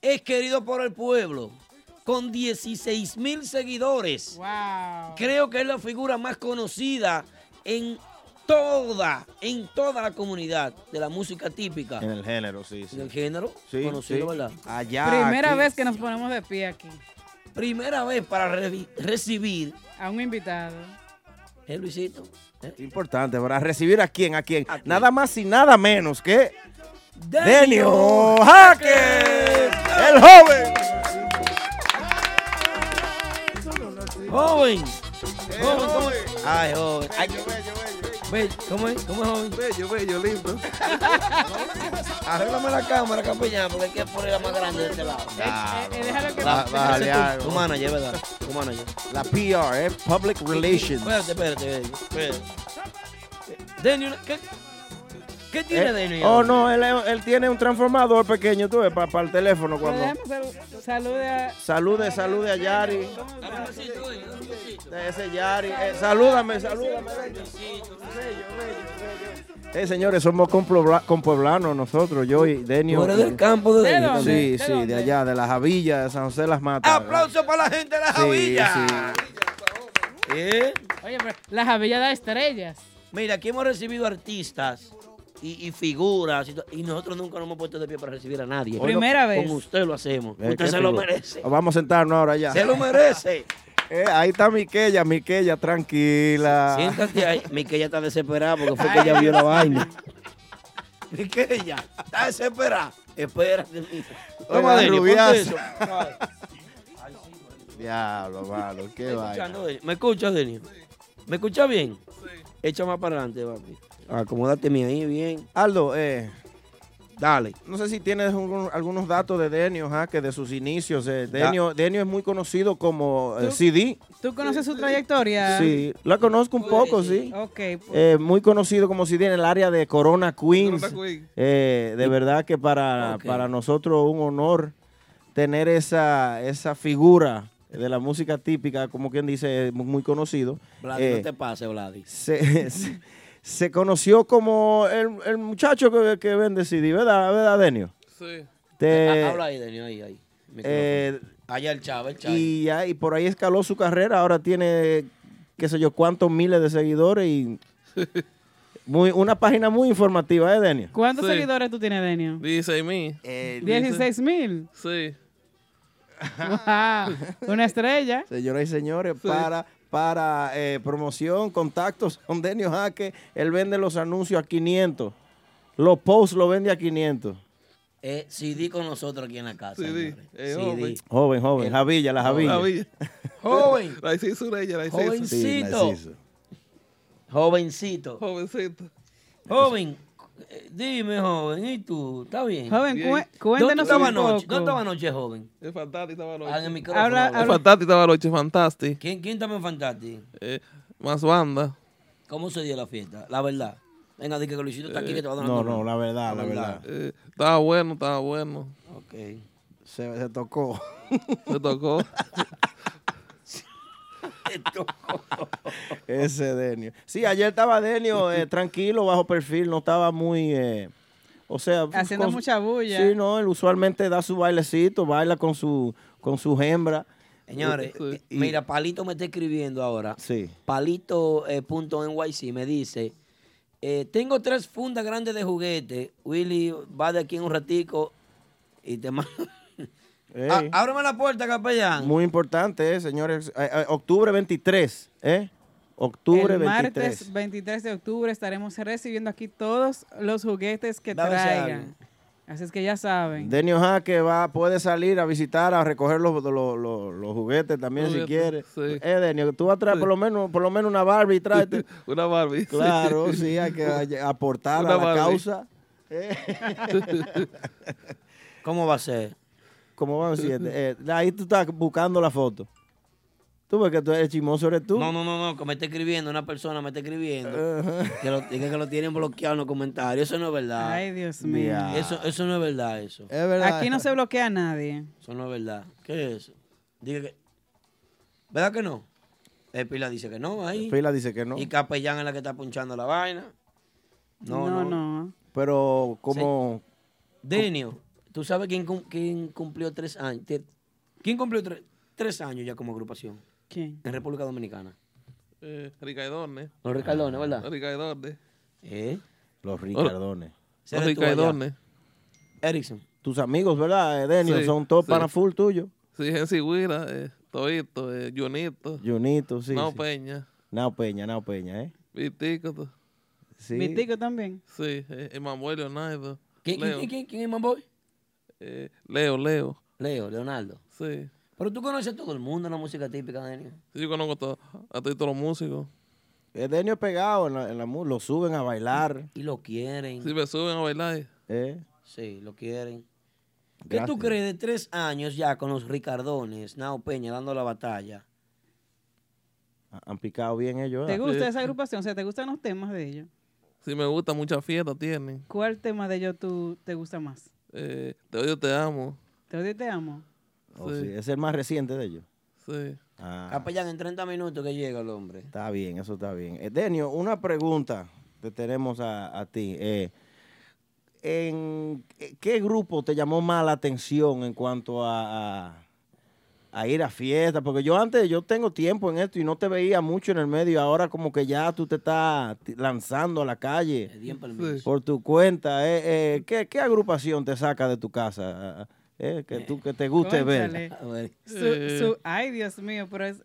Speaker 2: Es querido por el pueblo, con 16 mil seguidores. Creo que es la figura más conocida en toda, en toda la comunidad de la música típica.
Speaker 4: En el género, sí. sí.
Speaker 2: En el género,
Speaker 4: Sí,
Speaker 2: conocido,
Speaker 4: sí.
Speaker 2: ¿verdad?
Speaker 4: Allá.
Speaker 5: Primera
Speaker 4: aquí.
Speaker 5: vez que nos ponemos de pie aquí.
Speaker 2: Primera vez para revi- recibir
Speaker 5: A un invitado.
Speaker 2: el Luisito.
Speaker 4: Importante, para recibir a quién, a quién. Nada más y nada menos que. Denio Jaques, el joven.
Speaker 2: Joven. Eh, Joven, ¿cómo es? Ay, joven. Ay, Bello, ¿Cómo es? ¿Cómo es, joven? Bello, bello, lindo. Arréglame la cámara, capellán, porque hay que ponerla más grande de este lado.
Speaker 5: eh, déjalo que-
Speaker 4: Ba- bájale
Speaker 2: Ese es tu-
Speaker 4: algo.
Speaker 2: Tu manager, ¿verdad? Tu manager.
Speaker 4: La PR, eh, Public Relations.
Speaker 2: Espérate, espérate, espérate. espérate. Denio, ¿qué, qué tiene
Speaker 4: Eh,
Speaker 2: Denio?
Speaker 4: oh, no, él, él tiene un transformador pequeño, tú ves, para el teléfono.
Speaker 5: Pero
Speaker 4: cuando
Speaker 5: déjame sal- salude a...
Speaker 4: Salude, salude a Yari. Ese Yari. eh, salúdame, salúdame. Eh, señores, somos compobla- compueblanos nosotros, yo y Denio.
Speaker 2: Tú eres del campo de ¿De Denio
Speaker 4: Denio.
Speaker 2: dónde?
Speaker 4: Sí,
Speaker 2: ¿De
Speaker 4: sí,
Speaker 2: dónde?
Speaker 4: de allá, de las Javillas, de San José de las Matas.
Speaker 2: ¡Aplauso para la gente de la
Speaker 4: Sí,
Speaker 2: Javilla! ¿Eh?
Speaker 9: Oye, pero la Javilla da estrellas.
Speaker 2: Mira, aquí hemos recibido artistas y, y figuras y, to- y nosotros nunca nos hemos puesto de pie para recibir a nadie.
Speaker 4: Hoy lo- Primera vez.
Speaker 2: Con usted lo hacemos.
Speaker 4: Eh,
Speaker 2: usted
Speaker 4: qué
Speaker 2: se lo
Speaker 4: figura.
Speaker 2: merece.
Speaker 4: Vamos a sentarnos ahora ya.
Speaker 2: Se lo merece.
Speaker 4: Eh, ahí está Miquella, Miquella, tranquila.
Speaker 2: Siéntate ahí. Miquella está desesperada porque fue que ella vio la vaina. Miquella, está desesperada. Espérate, mija.
Speaker 4: Oiga,
Speaker 2: Denio, ponte
Speaker 4: rubiaza.
Speaker 2: eso. Ay.
Speaker 4: Diablo, mano, qué
Speaker 2: Estoy
Speaker 4: vaina.
Speaker 2: escuchando, Denis. ¿Me escuchas, Denis? ¿Me escuchas bien? Sí. Echa más para adelante, papi. Acomódate mi ahí bien.
Speaker 4: Aldo, eh.
Speaker 2: Dale.
Speaker 4: No sé si tienes un- algunos datos de Denio, ja, que de sus inicios. eh,
Speaker 5: Ya.
Speaker 4: Denio, Denio es muy conocido como eh, CD.
Speaker 5: ¿Tú ah, conoces su trayectoria?
Speaker 4: Sí, la conozco un poco, sí.
Speaker 5: Ok.
Speaker 4: Eh, muy conocido como CD en el área de Corona Queens.
Speaker 5: Corona Queens.
Speaker 4: Eh, de verdad que para, para nosotros un honor tener esa, esa figura de la música típica, como quien dice, es muy- muy conocido.
Speaker 2: Vladi,
Speaker 4: Eh,
Speaker 2: no te pases, Vladi.
Speaker 4: se, se- se conoció como el, el muchacho que, que vende CD, ¿verdad, ¿verdad Denio?
Speaker 2: Sí.
Speaker 4: Te-
Speaker 2: Habla ahí, Denis, ahí, ahí. Micrófono.
Speaker 4: Eh,
Speaker 2: Allá el chavo, el chavo.
Speaker 4: y, ya, y por ahí escaló su carrera, ahora tiene qué sé yo cuántos miles de seguidores y muy, una página muy informativa, ¿eh, Denio?
Speaker 5: ¿Cuántos seguidores tú tienes, Denio?
Speaker 17: 16 mil.
Speaker 5: ¿16 mil?
Speaker 17: Sí.
Speaker 2: Ah.
Speaker 5: Una estrella.
Speaker 4: Señoras y señores, para, para eh, promoción, contactos con Denio Jaque, él vende los anuncios a 500, los posts los vende a 500.
Speaker 2: Eh, CD con nosotros aquí en la casa.
Speaker 17: CD,
Speaker 2: señores.
Speaker 17: eh,
Speaker 2: CD.
Speaker 17: joven.
Speaker 4: Joven, joven, Javilla, la Javilla.
Speaker 2: Joven.
Speaker 17: La hizo ella, la hizo.
Speaker 2: Jovencito.
Speaker 17: Sí,
Speaker 2: Jovencito.
Speaker 17: Jovencito.
Speaker 2: Joven. eh, Dime, joven, ¿y tú? ¿Está bien?
Speaker 17: Joven, Bien. cué-
Speaker 2: ¿Dónde
Speaker 17: cuéntanos
Speaker 2: estaba
Speaker 17: un poco.
Speaker 2: anoche? ¿Dónde estaba anoche, joven?
Speaker 17: Es fantástico, estaba
Speaker 2: Ah, en el micrófono.
Speaker 17: Habla-
Speaker 2: joven.
Speaker 17: habla- Fantástico, estaba noche, fantástico.
Speaker 2: ¿Quién, ¿Quién estaba en Fantástico?
Speaker 17: Eh, más banda.
Speaker 2: ¿Cómo se dio la fiesta? La verdad. Venga, di que Luisito está aquí que te va a dar
Speaker 4: No,
Speaker 2: una
Speaker 4: no,
Speaker 2: turra.
Speaker 4: la verdad, la, verdad.
Speaker 17: Eh, estaba bueno, estaba bueno.
Speaker 2: Ok.
Speaker 4: Se, se tocó.
Speaker 17: Se tocó.
Speaker 4: Ese Denio. Sí, ayer estaba Denio eh, tranquilo, bajo perfil, no estaba muy... eh, o sea...
Speaker 5: Haciendo
Speaker 4: con-
Speaker 5: mucha bulla.
Speaker 4: Sí, no, él usualmente da su bailecito, baila con su, con su hembra.
Speaker 2: Señores, eh, mira, Palito me está escribiendo ahora. eh,
Speaker 4: Sí.
Speaker 2: Palito.nyc me dice, eh, tengo tres fundas grandes de juguete. Willy va de aquí en un ratico y te manda... Ah, ábreme la puerta, capellán.
Speaker 4: Eh, Muy importante, eh, señores. Eh, eh, octubre 23, ¿eh? Octubre
Speaker 5: el
Speaker 4: 23.
Speaker 5: martes 23 de octubre estaremos recibiendo aquí todos los juguetes que
Speaker 4: Dame ese
Speaker 5: traigan. Así es que ya saben.
Speaker 4: Denio Jaque va, puede salir a visitar, a recoger los, los- los- los juguetes también si quiere.
Speaker 17: Juguetes, sí.
Speaker 4: Eh, Denio, tú vas a traer por lo menos, por lo menos una Barbie, tráete.
Speaker 17: Una Barbie.
Speaker 4: Claro, sí, hay que ay- aportar a la causa.
Speaker 2: ¿Cómo va a ser?
Speaker 4: ¿Cómo va a ser? Eh, ahí tú estás buscando la foto. Tú ves que tú eres chismoso, eres tú.
Speaker 2: No, no, no, no, que me está escribiendo, una persona me está escribiendo. que, lo, dice que lo tienen bloqueado en los comentarios. Eso no es verdad.
Speaker 5: Ay, Dios mío. Ya.
Speaker 2: Eso, eso no es verdad, eso.
Speaker 5: Aquí no se bloquea a nadie.
Speaker 2: Eso no es verdad. ¿Qué es eso? Diga que... ¿Verdad que no? El Pila dice que no ahí.
Speaker 4: Pila dice que no.
Speaker 2: Y Capellán es la que está punchando la vaina. No, no.
Speaker 4: Pero como...
Speaker 2: Denio, ¿tú sabes quién, cum- quién cumplió tres años? Te- ¿Quién cumplió tre- tres años ya como agrupación?
Speaker 5: ¿Quién?
Speaker 2: En República Dominicana.
Speaker 17: Eh, Ricaidone.
Speaker 2: Los Ricardones, ¿verdad?
Speaker 17: Los Ricaidone.
Speaker 2: ¿Eh?
Speaker 4: Los Ricardones.
Speaker 17: Los Ricardones.
Speaker 2: Erickson.
Speaker 4: Tus amigos, ¿verdad, eh, Denio?
Speaker 17: Sí,
Speaker 4: Son todos
Speaker 17: sí.
Speaker 4: para full tuyo.
Speaker 17: Sí, Gensi Guira, eh, Toito, eh, Junito.
Speaker 4: Junito, sí,
Speaker 17: No,
Speaker 4: sí.
Speaker 17: Peña.
Speaker 4: Nao Peña, Nao Peña, ¿eh?
Speaker 17: Vitico. to-
Speaker 4: Sí.
Speaker 5: Vitico también.
Speaker 17: Sí, eh, Emanuel Leonardo.
Speaker 2: ¿Quién,
Speaker 17: Leo.
Speaker 2: quién, quién, quién es Mamboy?
Speaker 17: Eh, Leo, Leo.
Speaker 2: Leo, Leonardo.
Speaker 17: Sí.
Speaker 2: Pero tú conoces a todo el mundo, la música típica, Denio.
Speaker 17: Sí, Yo conozco to- a todos los músicos.
Speaker 4: Eh, Denio es pegado en la, en la mu- lo suben a bailar.
Speaker 2: Y lo quieren.
Speaker 17: Sí, me suben a bailar.
Speaker 4: ¿Eh?
Speaker 2: Sí, lo quieren. ¿Qué
Speaker 4: Gracias.
Speaker 2: tú crees de tres años ya con los Ricardones, Nao Peña dando la batalla?
Speaker 4: Ha- Han picado bien ellos.
Speaker 5: ¿Te
Speaker 2: Ah,
Speaker 4: ¿eh?
Speaker 5: gusta esa agrupación? O sea, ¿te gustan los temas de ellos?
Speaker 17: Sí, me gusta, muchas fiestas tienen.
Speaker 5: ¿Cuál tema de ellos tú te gusta más?
Speaker 17: Eh, te odio, te amo.
Speaker 5: ¿Te odio y te amo?
Speaker 4: Oh, sí, Es el más reciente de ellos.
Speaker 17: Sí.
Speaker 4: Ah.
Speaker 2: Capellán, en 30 minutos que llega el hombre.
Speaker 4: Está bien, eso está bien. Eh, Denio, una pregunta te tenemos a, a ti. Eh, ¿En eh, qué grupo te llamó más la atención en cuanto a, a- a ir a fiestas? Porque yo antes, yo tengo tiempo en esto y no te veía mucho en el medio. Ahora como que ya tú te estás ti- lanzando a la calle
Speaker 2: bien permiso.
Speaker 4: por tu cuenta. Eh, eh, ¿qué, qué agrupación te saca de tu casa? Ah, eh, que tú que te guste ver.
Speaker 5: Cónchale. Su-
Speaker 2: Eh.
Speaker 5: su- ay, Dios mío, pero es...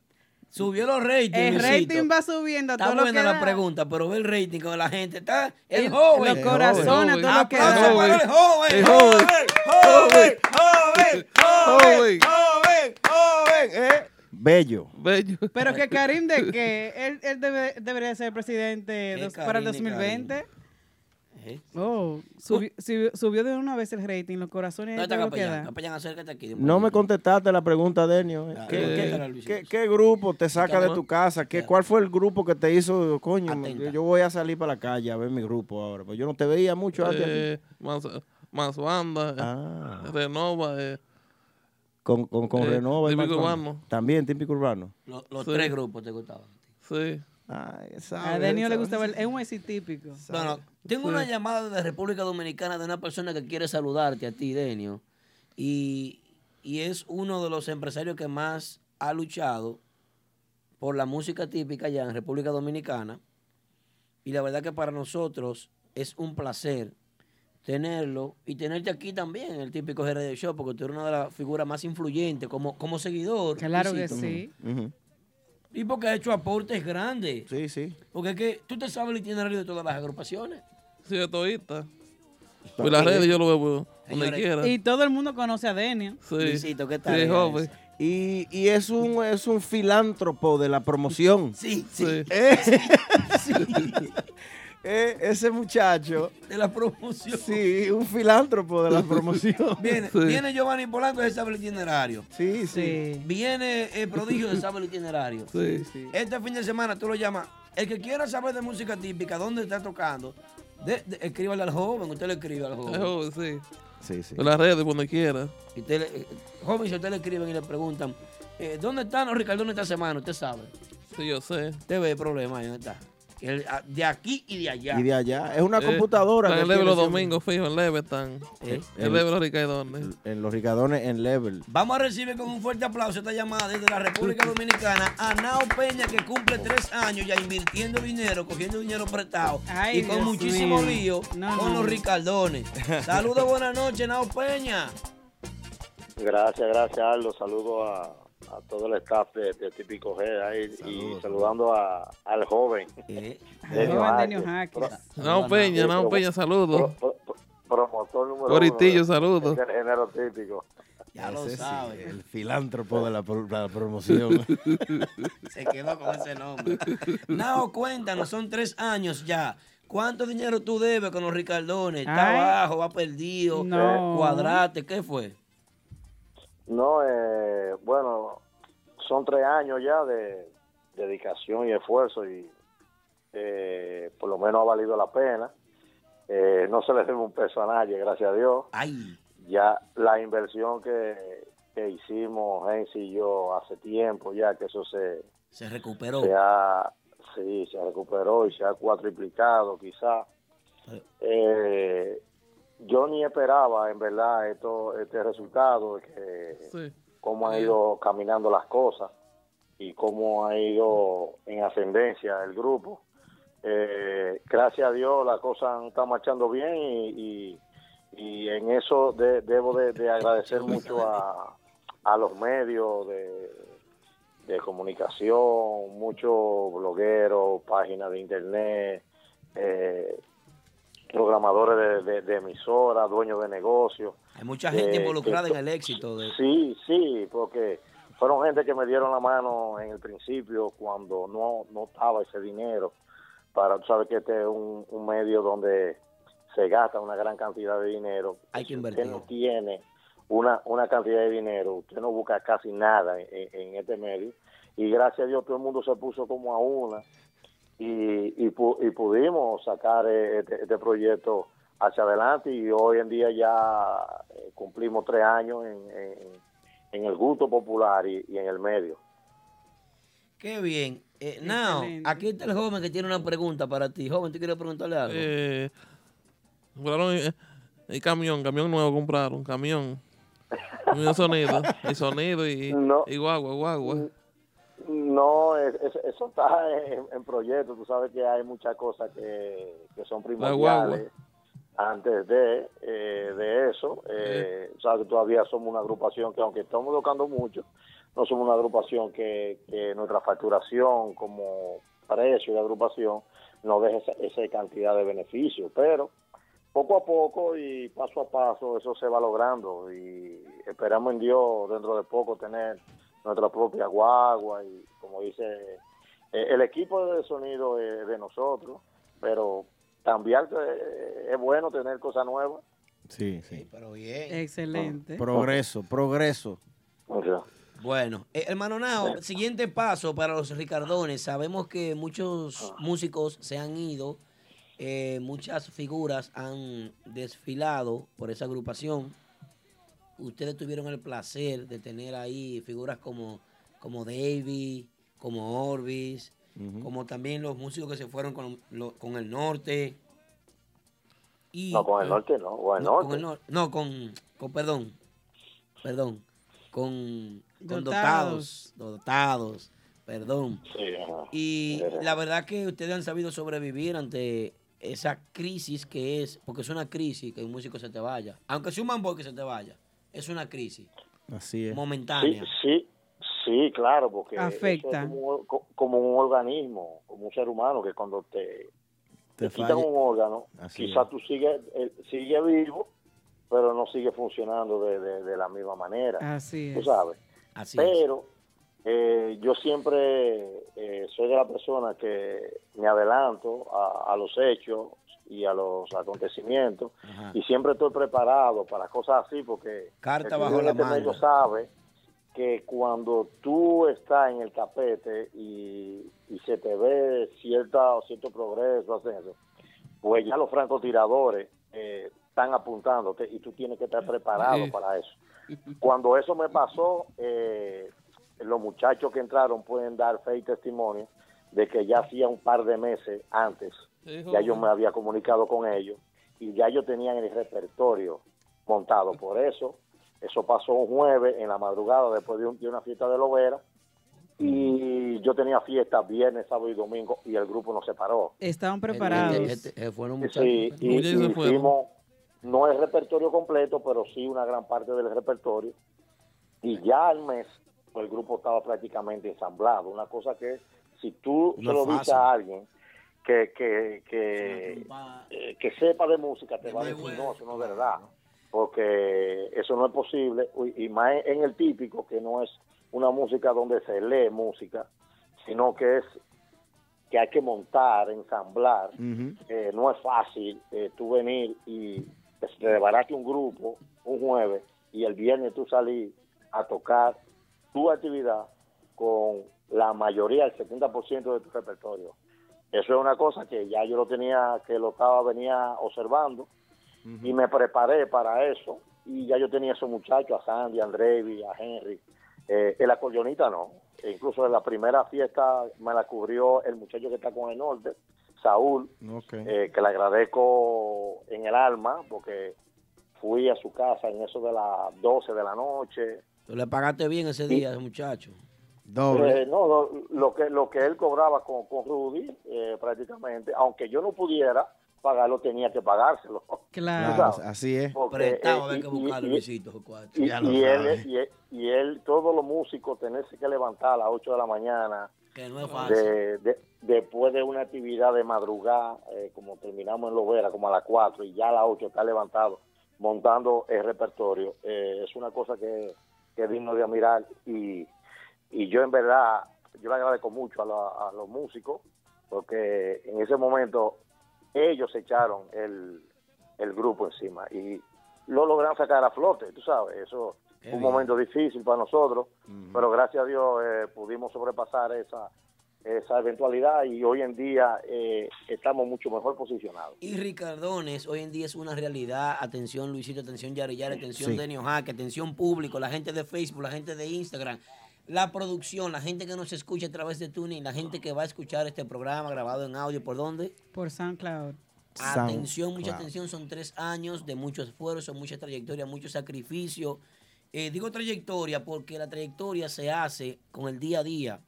Speaker 2: Subió los ratings.
Speaker 5: El
Speaker 2: Luisito.
Speaker 5: rating va subiendo a
Speaker 2: Está
Speaker 5: todo lo que
Speaker 2: buena la
Speaker 5: da.
Speaker 2: pregunta, pero ve el rating con la gente. Está
Speaker 5: El-
Speaker 2: el joven.
Speaker 5: los corazones, todo lo que da.
Speaker 2: Aplauso para el joven.
Speaker 5: El
Speaker 2: joven.
Speaker 4: joven, joven, joven, joven, joven, ¿eh? Bello.
Speaker 17: Bello.
Speaker 5: Pero que Karim de que él, él debe- debería ser presidente dos- para el
Speaker 17: Karim y Karim?
Speaker 5: 2020.
Speaker 2: ¿Eh?
Speaker 5: Oh, subió,
Speaker 17: Uh.
Speaker 5: subió- subió de una vez el rating, los corazones
Speaker 2: ¿Dónde
Speaker 5: de
Speaker 2: está
Speaker 5: todo lo que
Speaker 2: Capellán?
Speaker 5: da.
Speaker 2: Capellán, acércate aquí. de un
Speaker 4: No me contestaste la pregunta, Denio. ¿Qué,
Speaker 2: Ah, ¿dónde
Speaker 4: qué-
Speaker 2: estará Luisito?
Speaker 4: qué- qué grupo te saca de tu casa? ¿Qué, ¿Cuál fue el grupo que te hizo, coño? me- Yo voy a salir para la calle a ver mi grupo ahora. Pues yo no te veía mucho antes.
Speaker 17: Eh, más, más banda, eh,
Speaker 4: Ah.
Speaker 17: Renova, eh,
Speaker 4: Con, con, con
Speaker 17: eh,
Speaker 4: Renova. y
Speaker 17: típico
Speaker 4: Macron.
Speaker 17: urbano.
Speaker 4: También típico urbano.
Speaker 2: Los, los
Speaker 17: Sí.
Speaker 2: tres grupos te gustaban.
Speaker 17: Sí.
Speaker 5: A Denio le gustaba, el- es un exit típico.
Speaker 2: Bueno, tengo una llamada de República Dominicana de una persona que quiere saludarte a ti, Denio. Y, y es uno de los empresarios que más ha luchado por la música típica allá en República Dominicana. Y la verdad que para nosotros es un placer tenerlo y tenerte aquí también, el típico GR de Show, porque tú eres una de las figuras más influyentes como, como seguidor.
Speaker 5: Claro que
Speaker 2: Luisito.
Speaker 5: sí.
Speaker 2: Y porque ha hecho aportes grandes.
Speaker 4: Sí, sí.
Speaker 2: Porque es que tú te sabes el itinerario de todas las agrupaciones.
Speaker 17: Sí, de todita. Pues las redes yo lo veo donde
Speaker 2: Señores,
Speaker 17: quiera.
Speaker 5: Y todo el mundo conoce a Denio.
Speaker 17: Sí, joven.
Speaker 4: Y, y es un es un filántropo de la promoción. Eh.
Speaker 2: Sí,
Speaker 17: sí.
Speaker 4: ese muchacho.
Speaker 2: De la promoción.
Speaker 4: Sí, un filántropo de la promoción.
Speaker 2: Viene, viene Giovanni Polanco de sabe el itinerario.
Speaker 4: Sí,
Speaker 5: sí.
Speaker 2: Viene el prodigio de sabe el itinerario.
Speaker 17: Sí,
Speaker 2: Este fin de semana tú lo llamas. El que quiera saber de música típica, dónde está tocando, de- de- escríbale al joven. Usted le escribe al joven.
Speaker 17: Al joven, sí.
Speaker 4: Sí, sí.
Speaker 17: De las redes, donde quiera.
Speaker 2: Y usted le- eh, joven, si a usted le escriben y le preguntan, eh, ¿dónde están los Ricardones esta semana? Usted sabe.
Speaker 17: Sí, yo sé.
Speaker 2: Usted ve el problema ahí, ¿dónde está? El- a- de aquí y de allá.
Speaker 4: Y de allá. Es una
Speaker 17: Eh,
Speaker 4: computadora que
Speaker 17: Están en Leve
Speaker 4: tiene
Speaker 17: los
Speaker 4: ese-
Speaker 17: domingos, fijo, en Leve están.
Speaker 4: Eh,
Speaker 17: En Leve los ricaidones.
Speaker 4: En los ricadones en level.
Speaker 2: Vamos a recibir con un fuerte aplauso esta llamada desde la República Dominicana a Nao Peña que cumple tres años ya invirtiendo dinero, cogiendo dinero prestado
Speaker 5: Ay,
Speaker 2: y con
Speaker 5: Dios
Speaker 2: muchísimo
Speaker 5: mío.
Speaker 2: lío
Speaker 5: No,
Speaker 2: con
Speaker 5: no.
Speaker 2: los Ricardones. Saludos, buenas noches, Nao Peña.
Speaker 18: Gracias, gracias, Aldo. Saludo a, a todo el staff de, de Típico G ahí y saludando a, al joven. Denio
Speaker 5: joven
Speaker 18: Jaque.
Speaker 5: Denio Jaque.
Speaker 18: Pro-
Speaker 17: Nao Peña, Nao Peña, saludos.
Speaker 18: pro- pro- promotor número
Speaker 17: Coritillo,
Speaker 18: uno.
Speaker 17: saludos.
Speaker 18: Este género típico.
Speaker 2: Ya lo
Speaker 4: Ese sí,
Speaker 2: sabe.
Speaker 4: el filántropo de la, pro- la promoción.
Speaker 2: Se quedó con ese nombre. Nao, cuéntanos, son tres años ya. ¿Cuánto dinero tú debes con los Ricardones? ¿Está
Speaker 18: Ay.
Speaker 2: abajo? ¿Va perdido?
Speaker 18: No.
Speaker 2: ¿Cuadrate? ¿Qué fue?
Speaker 18: No, eh, bueno, son tres años ya de dedicación y esfuerzo y eh, por lo menos ha valido la pena. Eh, no se le debe un peso a nadie, gracias a Dios. Ya la inversión que, que hicimos, Hensi y yo, hace tiempo ya que eso se,
Speaker 2: Se recuperó.
Speaker 18: se ha, sí, se recuperó y se ha cuatriplicado quizá. Eh, yo ni esperaba en verdad esto, este resultado, que cómo han ido caminando las cosas y cómo ha ido en ascendencia el grupo. Eh, gracias a Dios las cosas están marchando bien y, y- y en eso de- debo de, de agradecer mucho a, a los medios de, de comunicación, muchos blogueros, páginas de internet, eh, programadores de, de- de emisoras, dueños de negocios.
Speaker 2: Hay mucha gente
Speaker 18: Eh,
Speaker 2: involucrada en
Speaker 18: esto-
Speaker 2: el éxito de...
Speaker 18: Sí, sí, porque fueron gente que me dieron la mano en el principio cuando no, no estaba ese dinero. Para, tú sabes que este es un, un medio donde se gasta una gran cantidad de dinero.
Speaker 2: Hay que
Speaker 18: Si
Speaker 2: invertir.
Speaker 18: Usted no tiene una, una cantidad de dinero, usted no busca casi nada en, en este medio. Y gracias a Dios todo el mundo se puso como a una y, y, pu- y pudimos sacar eh, este, este proyecto hacia adelante y hoy en día ya eh, cumplimos tres años en, en- en el gusto popular y, y en el medio.
Speaker 2: Qué bien. Eh, Now, aquí está el joven que tiene una pregunta para ti. Joven, ¿tú quieres preguntarle algo?
Speaker 17: Eh, compraron eh, el camión, camión nuevo compraron, camión. Camión sonido, y sonido y, y guagua, guagua.
Speaker 18: No, es- es- eso está en, en proyecto, tú sabes que hay muchas cosas que, que son primordiales antes de, eh, de eso. Eh, Sabes que todavía somos una agrupación que aunque estamos tocando mucho, no somos una agrupación que, que nuestra facturación como precio de agrupación no deja esa, esa cantidad de beneficios, pero poco a poco y paso a paso eso se va logrando y esperamos en Dios dentro de poco tener nuestra propia guagua y como dice, eh, el equipo de sonido es de nosotros, pero también eh, es bueno tener cosas nuevas.
Speaker 4: Sí, sí.
Speaker 5: Excelente.
Speaker 4: Progreso, progreso.
Speaker 2: Bueno, eh, hermano Nao, siguiente paso para los Ricardones. Sabemos que
Speaker 18: Ah.
Speaker 2: muchos músicos se han ido, eh, muchas figuras han desfilado por esa agrupación. Ustedes tuvieron el placer de tener ahí figuras como, como Davy, como Orbis, como también los músicos que se fueron con, lo- con el norte. Y,
Speaker 18: No, con el norte no, con el
Speaker 2: no,
Speaker 18: norte.
Speaker 2: Con nor- no, con, con- perdón, perdón, con, con dotados,
Speaker 18: Dotados.
Speaker 2: dotados, perdón.
Speaker 18: Sí, ajá.
Speaker 2: Y
Speaker 18: Ajá.
Speaker 2: la verdad que ustedes han sabido sobrevivir ante esa crisis que es, porque es una crisis que un músico se te vaya, aunque sea un mambo que se te vaya, es una crisis
Speaker 4: Así es.
Speaker 18: Sí,
Speaker 2: momentánea.
Speaker 18: sí, sí, claro, porque eso es
Speaker 2: Afecta.
Speaker 18: como, un or- co- como un organismo, como un ser humano que cuando te, te quitan
Speaker 4: falla.
Speaker 18: un órgano,
Speaker 4: Así
Speaker 18: quizás
Speaker 4: es.
Speaker 18: tú sigues eh, sigue vivo, pero no sigue funcionando de, de- de la misma manera.
Speaker 5: Así
Speaker 18: Tú
Speaker 5: es.
Speaker 18: sabes.
Speaker 2: Así es.
Speaker 18: pero eh, yo siempre eh, soy de la persona que me adelanto a, a los hechos y a los acontecimientos y siempre estoy preparado para cosas así porque
Speaker 2: Carta
Speaker 18: el que
Speaker 2: bajo
Speaker 18: vive
Speaker 2: la
Speaker 18: en este medio
Speaker 2: manga.
Speaker 18: sabe que cuando tú estás en el tapete y, y se te ve cierta cierto progreso, hacen eso, pues ya los francotiradores eh, están apuntándote y tú tienes que estar preparado
Speaker 19: Sí.
Speaker 18: para eso. Cuando eso me pasó, eh, los muchachos que entraron pueden dar fe y testimonio de que ya hacía un par de meses antes, ya yo me había comunicado con ellos y ya yo tenía el repertorio montado. Por eso, eso pasó un jueves en la madrugada después de, un- de una fiesta de Lovera y yo tenía fiesta viernes, sábado y domingo y el grupo no se paró.
Speaker 5: Estaban preparados.
Speaker 2: fueron
Speaker 5: muchachos.
Speaker 18: Sí, y,
Speaker 5: Oye, se
Speaker 18: y
Speaker 5: fueron.
Speaker 18: hicimos, no el repertorio completo, pero sí una gran parte del repertorio. Y ya al mes el grupo estaba prácticamente ensamblado. Una cosa que si tú
Speaker 19: No
Speaker 18: se lo
Speaker 19: es
Speaker 18: dices
Speaker 19: fácil.
Speaker 18: a alguien que, que, que, eh, que sepa de música, te va a decir, no, eso no es verdad. Porque eso no es posible. Uy, Y más en el típico, que no es una música donde se lee música, sino que es que hay que montar, ensamblar eh, no es fácil eh, tú venir y te te desbarate un grupo un jueves y el viernes tú salir a tocar tu actividad con la mayoría, el 70% de tu repertorio. Eso es una cosa que ya yo lo tenía, que lo estaba, venía observando y me preparé para eso y ya yo tenía esos muchachos, a Sandy, a Andrevi, a Henry. Eh, el acordeonista no. E incluso en la primera fiesta me la cubrió el muchacho que está con el norte, Saúl, eh, que le agradezco en el alma porque fui a su casa en eso de las 12 de la noche.
Speaker 2: Tú le pagaste bien ese día, muchacho.
Speaker 18: Eh, no, lo, lo que, lo que él cobraba con, con Rudy, eh, prácticamente, aunque yo no pudiera pagarlo, tenía que pagárselo.
Speaker 4: Claro,
Speaker 18: ¿Tú sabes?
Speaker 4: así es.
Speaker 18: Porque,
Speaker 2: Prestado,
Speaker 18: eh,
Speaker 2: había
Speaker 18: y-
Speaker 2: que
Speaker 18: y-
Speaker 2: buscarlo,
Speaker 18: y-
Speaker 2: Luisito, esos cuatro.
Speaker 18: y,
Speaker 2: Ya lo
Speaker 18: y él,
Speaker 2: sabes.
Speaker 18: y, él- y él, todos los músicos, tenerse que levantar a las 8 de la mañana,
Speaker 2: Que no es fácil.
Speaker 18: de, de- después de una actividad de madrugada, eh, como terminamos en Lovera, como a las 4, y ya a las 8 está levantado, montando el repertorio. Eh, es una cosa que, que es digno de admirar. Y, y yo, en verdad, yo le agradezco mucho a, la- a los músicos, porque en ese momento ellos se echaron el, el grupo encima y lo lograron sacar a flote, tú sabes, eso
Speaker 19: Qué
Speaker 18: fue un
Speaker 19: bien.
Speaker 18: momento difícil para nosotros, pero gracias a Dios eh, pudimos sobrepasar esa, esa eventualidad y hoy en día eh, estamos mucho mejor posicionados.
Speaker 2: Y Ricardones hoy en día es una realidad. Atención Luisito, atención Yari Yari, atención
Speaker 18: Sí.
Speaker 2: Denio Jaque, atención público, la gente de Facebook, la gente de Instagram, la producción, la gente que nos escucha a través de Tuning, la gente que va a escuchar este programa grabado en audio, ¿por dónde?
Speaker 5: Por SoundCloud.
Speaker 2: Atención, mucha
Speaker 5: SoundCloud.
Speaker 2: atención, son tres años de mucho esfuerzo, mucha trayectoria, mucho sacrificio. Eh, digo trayectoria porque la trayectoria se hace con el día a día.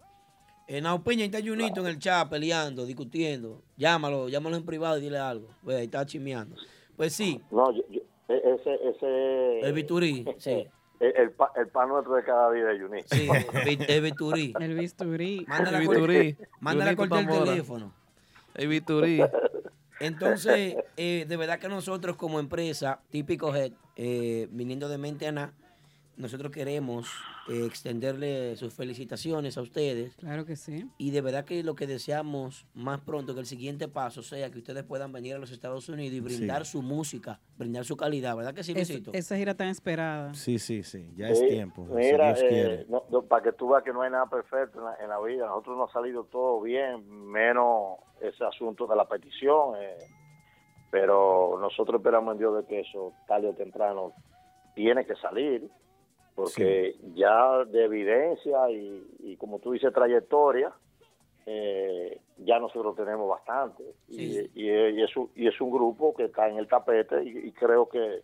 Speaker 2: En Nao Peña ahí está Junito en el chat peleando, discutiendo. Llámalo, llámalo en privado y dile algo. Ve, ahí está chimeando. Pues sí.
Speaker 18: No, yo- yo- e- ese, ese...
Speaker 2: El Biturí, sí.
Speaker 18: El, el pa- el pan nuestro de cada día de Junín.
Speaker 2: Sí, el Biturí.
Speaker 5: El bisturí.
Speaker 2: Mándala
Speaker 17: El
Speaker 2: a cor-
Speaker 17: bisturí.
Speaker 2: mándala a
Speaker 17: Junito
Speaker 2: cortar el
Speaker 17: Pamola.
Speaker 2: teléfono.
Speaker 17: El bisturí.
Speaker 2: Entonces, eh, de verdad que nosotros como empresa, típico Head, eh, viniendo de mente a nada, nosotros queremos eh, extenderle sus felicitaciones a ustedes
Speaker 5: Claro que sí.
Speaker 2: y de verdad que lo que deseamos más pronto que el siguiente paso sea que ustedes puedan venir a los Estados Unidos y brindar
Speaker 4: Sí.
Speaker 2: su música, brindar su calidad, ¿verdad que sí,
Speaker 5: Es-
Speaker 2: Luisito?
Speaker 5: esa gira tan esperada.
Speaker 4: Sí, sí, sí. Ya es
Speaker 5: Sí,
Speaker 4: tiempo. Pues si
Speaker 5: mira,
Speaker 4: Dios
Speaker 5: eh,
Speaker 4: quiere.
Speaker 18: No, no, para que tú veas que no hay nada perfecto en la, en la vida. Nosotros nos ha salido todo bien, menos ese asunto de la petición. eh. Pero nosotros esperamos en Dios de que eso tarde o temprano tiene que salir, porque ya de evidencia y, y como tú dices, trayectoria, eh, ya nosotros tenemos bastante. Y- eh,
Speaker 19: Sí.
Speaker 18: Y, y es un, y es un grupo que está en el tapete y, y creo que,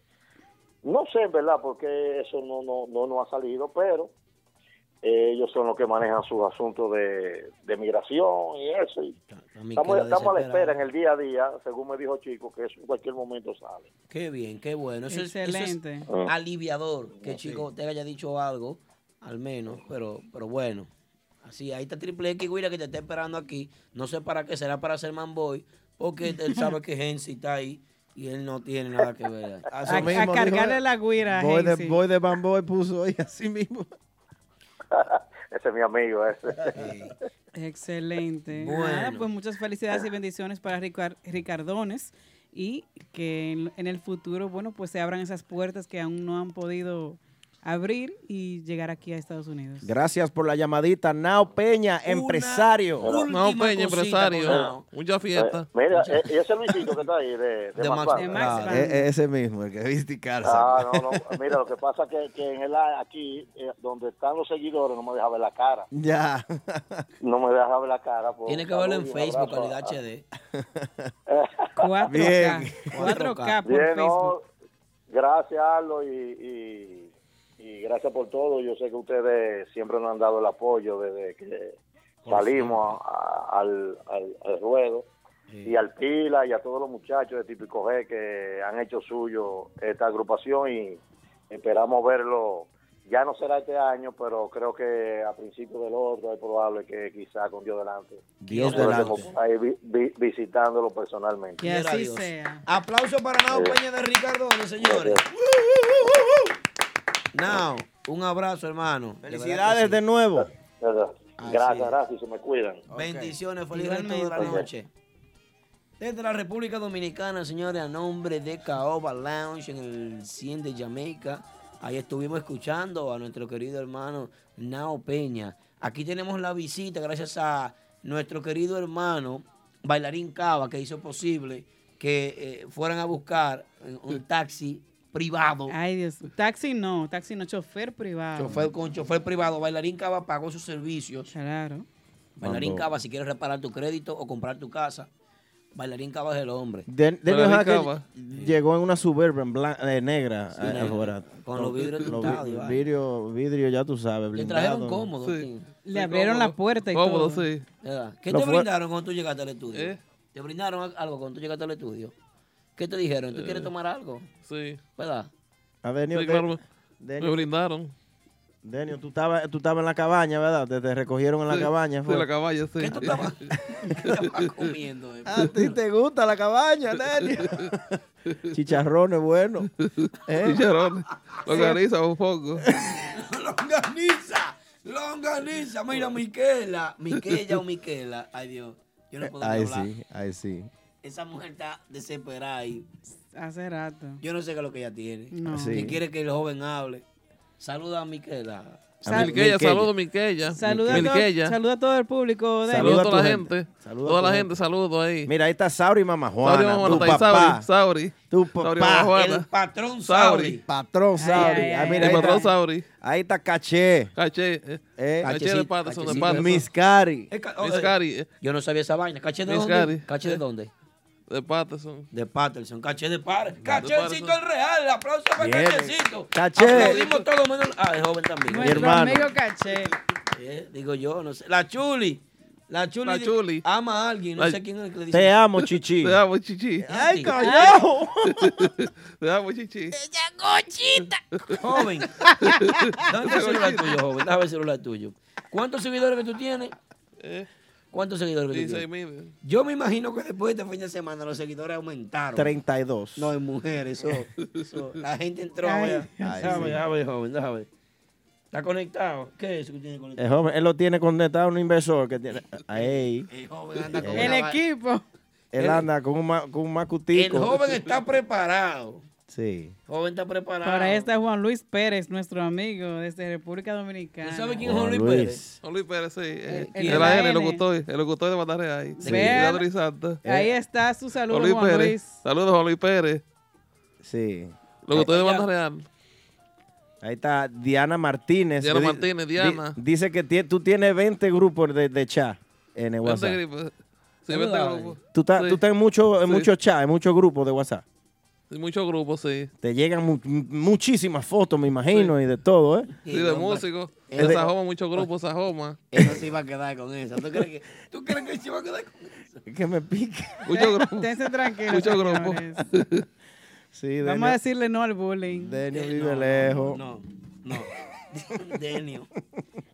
Speaker 18: no sé, en ¿verdad? Porque eso no no, no, no ha salido, pero eh, ellos son los que manejan sus asuntos de, de migración y eso. y estamos
Speaker 2: Miquela
Speaker 18: estamos a la
Speaker 2: desesperada.
Speaker 18: espera en el día a día, según me dijo Chico, que eso en cualquier momento sale.
Speaker 2: Qué bien, qué bueno. Eso es- eso es
Speaker 5: Excelente.
Speaker 2: aliviador que
Speaker 18: Sí.
Speaker 2: Chico te haya dicho algo, al menos, pero, pero bueno. Así, ahí está Triple X Guira que te está esperando aquí. No sé para qué, será para ser manboy, porque él sabe que Hensi está ahí y él no tiene nada que ver. ahí.
Speaker 5: A- a mismo, cargarle dijo, la guira a
Speaker 4: Boy de,
Speaker 5: Hensi.
Speaker 4: boy de Bamboy puso hoy así mismo.
Speaker 18: Ese es mi amigo, eh. ese.
Speaker 5: Excelente.
Speaker 18: Bueno.
Speaker 5: Nada, pues muchas felicidades y bendiciones para Ricar- Ricardones y que en, en el futuro, bueno, pues se abran esas puertas que aún no han podido abrir y llegar aquí a Estados Unidos.
Speaker 4: Gracias por la llamadita. Nao Peña, empresario.
Speaker 17: última Nao Peña, cosita, empresario. Nao. Mucha fiesta.
Speaker 18: mira, eh, y ese Luisito que está ahí, de, de,
Speaker 4: De
Speaker 18: Max
Speaker 4: Max
Speaker 18: Plan.
Speaker 4: Plan. Ah, e- e- ese mismo, el que viste y calza.
Speaker 18: Ah, no, no. Mira, lo que pasa es que, que en el, aquí, eh, donde están los seguidores, no me deja ver la cara.
Speaker 4: Ya.
Speaker 18: No me deja ver la cara. pues,
Speaker 2: Tiene que verlo
Speaker 18: saludo
Speaker 2: en
Speaker 18: y un
Speaker 2: Facebook,
Speaker 18: abrazo
Speaker 2: calidad
Speaker 18: a-
Speaker 2: HD.
Speaker 5: 4K.
Speaker 18: Bien.
Speaker 5: 4K por
Speaker 18: Bien, no,
Speaker 5: Facebook.
Speaker 18: gracias, Arlo, y, y, y gracias por todo. Yo sé que ustedes siempre nos han dado el apoyo desde que
Speaker 19: Por
Speaker 18: salimos a- al, al- al ruedo. Y al Pila y a todos los muchachos de Típico G que han hecho suyo esta agrupación y esperamos verlo. Ya no será este año, pero creo que a principios del otro es probable que quizá con Dios delante.
Speaker 4: Dios
Speaker 18: nosotros
Speaker 4: delante.
Speaker 18: estemos ahí vi- vi- visitándolo personalmente.
Speaker 2: Quiera Dios. Aplauso para Nao
Speaker 18: Sí.
Speaker 2: Peña de Ricardo, señores. Nao, un abrazo, hermano. De verdad que
Speaker 4: Felicidades de nuevo.
Speaker 18: Gracias, gracias, se me cuidan.
Speaker 2: Bendiciones, feliz resto de la
Speaker 18: Igualmente.
Speaker 2: noche. Desde la República Dominicana, señores, a nombre de Caoba Lounge en el 100 de Jamaica. Ahí estuvimos escuchando a nuestro querido hermano Nao Peña. Aquí tenemos la visita gracias a nuestro querido hermano Bailarín Cava que hizo posible que eh, fueran a buscar eh, un taxi privado.
Speaker 5: Ay, Dios. Taxi no, taxi no, chofer privado.
Speaker 2: Chofer con chofer privado. Bailarín Cava pagó sus servicios.
Speaker 5: Claro.
Speaker 2: Bailarín
Speaker 4: Mandó.
Speaker 2: Cava, si quieres reparar tu crédito o comprar tu casa, Bailarín Cava es el hombre.
Speaker 4: Den- Denio
Speaker 2: Bailarín
Speaker 4: Hacker
Speaker 2: Cava.
Speaker 4: llegó en una suburban blan- eh, negra
Speaker 2: Sí,
Speaker 4: eh,
Speaker 2: negra.
Speaker 4: afuera.
Speaker 2: Con los vidrios
Speaker 4: vi-
Speaker 2: tutados y vaina.
Speaker 4: vidrio, vidrio, ya tú sabes.
Speaker 2: Le trajeron
Speaker 4: blindado.
Speaker 2: cómodo. sí.
Speaker 5: Le abrieron la puerta y
Speaker 17: Cómodo,
Speaker 5: todo.
Speaker 17: sí.
Speaker 2: ¿Verdad? ¿Qué
Speaker 4: Lo
Speaker 2: te
Speaker 4: fue- ¿Eh?
Speaker 2: brindaron cuando tú llegaste al estudio? ¿Te brindaron al- algo cuando tú llegaste al estudio? ¿Qué te dijeron? ¿Tú
Speaker 17: Eh.
Speaker 2: quieres tomar algo? Pues
Speaker 17: Sí.
Speaker 2: ¿Verdad?
Speaker 4: A Ah, Denio,
Speaker 17: Sí,
Speaker 4: ¿qué-
Speaker 17: claro, me-
Speaker 4: Denio?
Speaker 17: me brindaron.
Speaker 4: Denio, tú estabas tú estabas en la cabaña, ¿verdad? Te, te recogieron en la
Speaker 17: Sí,
Speaker 4: cabaña.
Speaker 17: sí,
Speaker 4: fue.
Speaker 17: la cabaña, sí. ¿Qué tú estabas-
Speaker 2: comiendo? eh?
Speaker 4: ¿A ti te gusta la cabaña, Denio? Chicharrones, bueno. ¿Eh?
Speaker 17: Chicharrones. Organiza un poco.
Speaker 2: ¡Longaniza! ¡Longaniza! Mira, Miquela. Miquela o Miquela. Ay, Dios. Yo no puedo ni
Speaker 4: Eh, Ahí
Speaker 2: hablar.
Speaker 4: sí, ahí sí.
Speaker 2: Esa mujer está desesperada ahí.
Speaker 5: Hace rato.
Speaker 2: Yo no sé qué es lo que ella tiene.
Speaker 5: No.
Speaker 4: Ah, Sí.
Speaker 2: Ni quiere que el joven hable. Saluda a ah. Miquela.
Speaker 17: Sal- Miquela, saludo, Miquela.
Speaker 5: Saluda a, todo,
Speaker 17: Miquela.
Speaker 5: saluda a todo el público. Denio.
Speaker 17: Saludos a toda
Speaker 4: tu
Speaker 17: la
Speaker 4: gente.
Speaker 17: gente.
Speaker 4: Saluda
Speaker 17: toda
Speaker 4: a tu
Speaker 17: la
Speaker 4: gente.
Speaker 17: gente, saludos ahí.
Speaker 4: Mira, ahí está Sauri Mamá
Speaker 17: Sauri
Speaker 4: Juana.
Speaker 17: Mamá
Speaker 4: tu
Speaker 17: Juana, está ahí,
Speaker 4: papá.
Speaker 17: Sauri, Sauri.
Speaker 4: Tu
Speaker 17: Sauri
Speaker 4: papá.
Speaker 17: Mamá Juana.
Speaker 2: El patrón
Speaker 17: Sauri.
Speaker 4: Patrón Sauri.
Speaker 17: ay,
Speaker 4: Ah,
Speaker 17: ay,
Speaker 4: mira,
Speaker 17: ay.
Speaker 4: ahí
Speaker 17: El patrón
Speaker 4: está-
Speaker 17: Sauri.
Speaker 4: Ahí está Caché.
Speaker 17: Caché. eh,
Speaker 4: Eh,
Speaker 17: Caché de
Speaker 4: Cachecito,
Speaker 17: pata, son de
Speaker 4: Cachecito.
Speaker 17: pata.
Speaker 4: Miss Cari.
Speaker 2: Eh, ca- oh,
Speaker 17: Miss
Speaker 2: eh,
Speaker 17: Cari, eh.
Speaker 2: Yo no sabía esa vaina. ¿Caché de
Speaker 17: Miss
Speaker 2: dónde?
Speaker 17: Cari. Eh,
Speaker 2: ¿Caché de dónde?
Speaker 17: De Patterson.
Speaker 2: De Patterson. Caché de Patterson.
Speaker 17: Patterson.
Speaker 2: Cachecito el real. Aplauso para
Speaker 17: Bien.
Speaker 2: Cachecito.
Speaker 17: Caché.
Speaker 2: Aplaudimos todo menos. Ah, el joven también.
Speaker 5: Nuestro amigo Caché.
Speaker 2: Eh, digo yo, no sé. La Chuli. La Chuli,
Speaker 17: La
Speaker 2: di- ama a alguien. No
Speaker 17: La-
Speaker 2: sé quién es el que le dice.
Speaker 4: Te amo, Chichi.
Speaker 17: Te amo, chichi.
Speaker 4: ¡Ay,
Speaker 17: carajo! Te amo, chichi.
Speaker 2: Joven. Dame el celular tuyo, joven. Dame el celular tuyo. ¿Cuántos seguidores que tú tienes? ¿Cuántos seguidores que tú tienes?
Speaker 17: 16 Eh. mil. eh.
Speaker 2: Yo me imagino que después de este fin de semana los seguidores aumentaron.
Speaker 4: 32.
Speaker 2: No, hay mujeres. Eso, eso- la gente entró.
Speaker 4: Ay.
Speaker 2: vea.
Speaker 4: Ay,
Speaker 2: Déjame,
Speaker 4: sí.
Speaker 2: déjame, joven, déjame. ¿Está conectado? ¿Qué es eso que tiene conectado?
Speaker 4: El joven, él lo tiene conectado a un inversor que tiene. Ahí.
Speaker 2: El joven anda con
Speaker 4: Eh,
Speaker 2: una
Speaker 4: el
Speaker 2: va-
Speaker 5: equipo.
Speaker 4: Él anda con un, ma- con un
Speaker 2: El
Speaker 4: macutico.
Speaker 2: joven está preparado.
Speaker 4: Sí.
Speaker 2: Joven está preparado.
Speaker 5: Para esta Juan Luis Pérez, nuestro amigo desde República Dominicana.
Speaker 17: sabe
Speaker 5: quién
Speaker 17: es Juan Juan Luis Luis. Pérez? Juan Luis Pérez, sí. el, era él, el locutor, el locutor de Batarea ahí.
Speaker 5: Sí.
Speaker 17: De Adri Santa.
Speaker 5: Ahí
Speaker 2: Eh.
Speaker 5: está su saludo,
Speaker 17: Juan Luis
Speaker 5: Juan
Speaker 17: Pérez.
Speaker 5: Luis.
Speaker 17: Saludos, Juan Luis Pérez.
Speaker 4: Sí.
Speaker 17: Locutor de Banda Real.
Speaker 4: Ahí está Diana Martínez.
Speaker 17: Diana
Speaker 4: Di-
Speaker 17: Martínez,
Speaker 4: di-
Speaker 17: Diana.
Speaker 4: dice que tie- tú tienes 20 grupos de, de chat en el
Speaker 17: Vente,
Speaker 4: WhatsApp.
Speaker 17: gripe. Sí, vente, grupo.
Speaker 4: Tú estás,
Speaker 17: Sí.
Speaker 4: tú estás en muchos en
Speaker 17: Sí.
Speaker 4: mucho chat, en muchos grupos de WhatsApp.
Speaker 17: Sí, muchos grupos, sí.
Speaker 4: Te llegan mu- muchísimas fotos, me imagino, y de todo, ¿eh?
Speaker 17: Sí, de músicos.
Speaker 4: Es
Speaker 17: De
Speaker 4: de-
Speaker 17: Sajoma, muchos grupos, Sajoma.
Speaker 2: Él no se iba a quedar con eso. ¿Tú crees que, tú crees que él se iba a quedar con
Speaker 4: Que me pique.
Speaker 17: Muchos grupos.
Speaker 5: Tense tranquilo,
Speaker 17: Muchos
Speaker 5: señores.
Speaker 17: grupos.
Speaker 4: Sí,
Speaker 5: Vamos a decirle no al bullying.
Speaker 4: Denio vive lejos.
Speaker 2: No, no. Denio.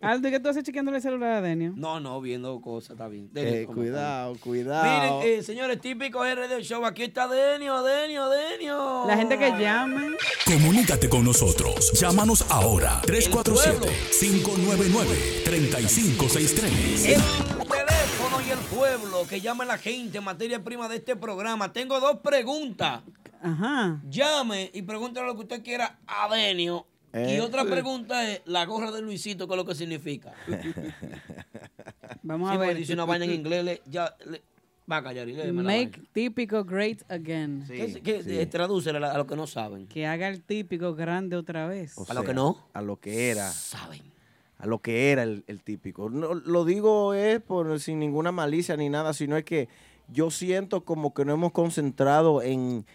Speaker 5: Aldo, ¿y qué tú haces chequeándole el celular a Denio?
Speaker 2: No, no, viendo cosas, está bien.
Speaker 4: Eh, cuidado, cuidado.
Speaker 2: Miren, eh, señores, típico RD Show. Aquí está Denio, Denio, Denio.
Speaker 5: La gente que llama.
Speaker 1: Comunícate con nosotros. Llámanos ahora 347-599-3563.
Speaker 2: El teléfono y el pueblo que llama la gente, materia prima de este programa. Tengo dos preguntas.
Speaker 5: Ajá.
Speaker 2: Llame y pregúntele lo que usted quiera a Denio.
Speaker 5: Eh.
Speaker 2: y otra
Speaker 5: Sí.
Speaker 2: pregunta es la gorra de Luisito, ¿qué es lo que significa?
Speaker 5: Vamos
Speaker 2: Sí,
Speaker 5: a
Speaker 2: porque
Speaker 5: ver.
Speaker 2: Dice una vaina en inglés, le- ya, le- va a callar y léeme la
Speaker 5: Make típico great again.
Speaker 2: vaina. ¿Qué- qué- eh, Tradúcela a la- a los que no saben.
Speaker 5: Que haga el típico grande otra vez.
Speaker 4: O
Speaker 2: A lo que
Speaker 4: sea,
Speaker 2: no.
Speaker 4: A lo que era.
Speaker 2: Saben.
Speaker 4: A lo que era el, el típico. No, lo digo es por, sin ninguna malicia ni nada, sino es que yo siento como que no hemos concentrado en,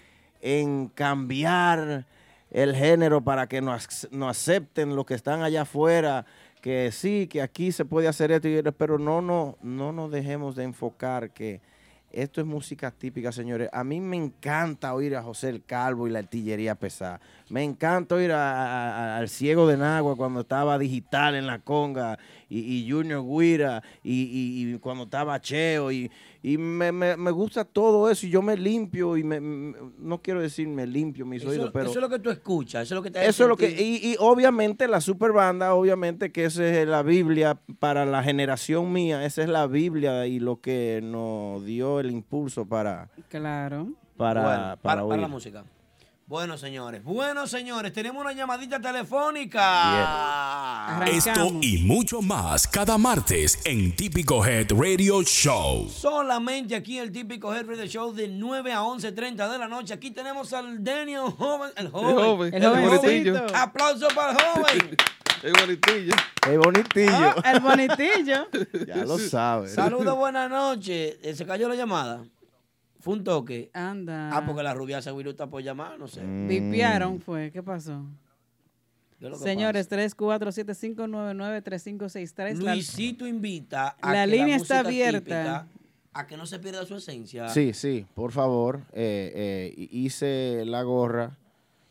Speaker 4: en cambiar el género para que nos, ac- nos acepten los que están allá afuera, que sí, que aquí se puede hacer esto, y- pero no, no, no nos dejemos de enfocar que esto es música típica, señores. A mí me encanta oír a José el Calvo y la artillería pesada. Me encanta oír a- a- a- al Ciego de Nagua cuando estaba digital en la conga y, y Junior Guira y, y- y cuando estaba Cheo. Y, y me, me- me gusta todo eso y yo me limpio y me, me- no quiero decir me limpio mis
Speaker 2: Eso,
Speaker 4: oídos, pero...
Speaker 2: eso es lo que tú escuchas, eso es lo que te hace
Speaker 4: Eso es lo que.
Speaker 2: sentir.
Speaker 4: Y, y obviamente la super banda, obviamente que esa es la Biblia para la generación mía, esa es la Biblia y lo que nos dio el impulso para.
Speaker 5: Claro.
Speaker 4: Para,
Speaker 2: Bueno,
Speaker 4: Ah, para,
Speaker 2: para, para
Speaker 4: oír.
Speaker 2: la música. Bueno, señores, bueno, señores, tenemos una llamadita telefónica.
Speaker 1: Esto y mucho más cada martes en Típico Head Radio Show.
Speaker 2: Solamente aquí el típico jefe de show de 9 a 11.30 de la noche. Aquí tenemos al Daniel joven. El joven.
Speaker 17: joven, El el jovencito. bonitillo.
Speaker 2: Aplauso para el joven.
Speaker 17: El bonitillo.
Speaker 4: El bonitillo.
Speaker 5: Ah, el bonitillo.
Speaker 4: ya lo sabes.
Speaker 2: Saludos, buenas noches. Eh, Se cayó la llamada. Fue un toque.
Speaker 5: Anda.
Speaker 2: Ah, porque la rubia se está por llamar, no sé. Mm.
Speaker 5: Vipiaron fue. ¿Qué pasó?
Speaker 2: Yo lo que
Speaker 5: Señores, 347-599-3563.
Speaker 2: pasa.
Speaker 5: La-
Speaker 2: Luisito invita a
Speaker 5: la
Speaker 2: que
Speaker 5: línea
Speaker 2: música
Speaker 5: está abierta.
Speaker 2: típica, a que no se pierda su esencia.
Speaker 4: Sí, sí, por favor. eh, eh, hi- hice la gorra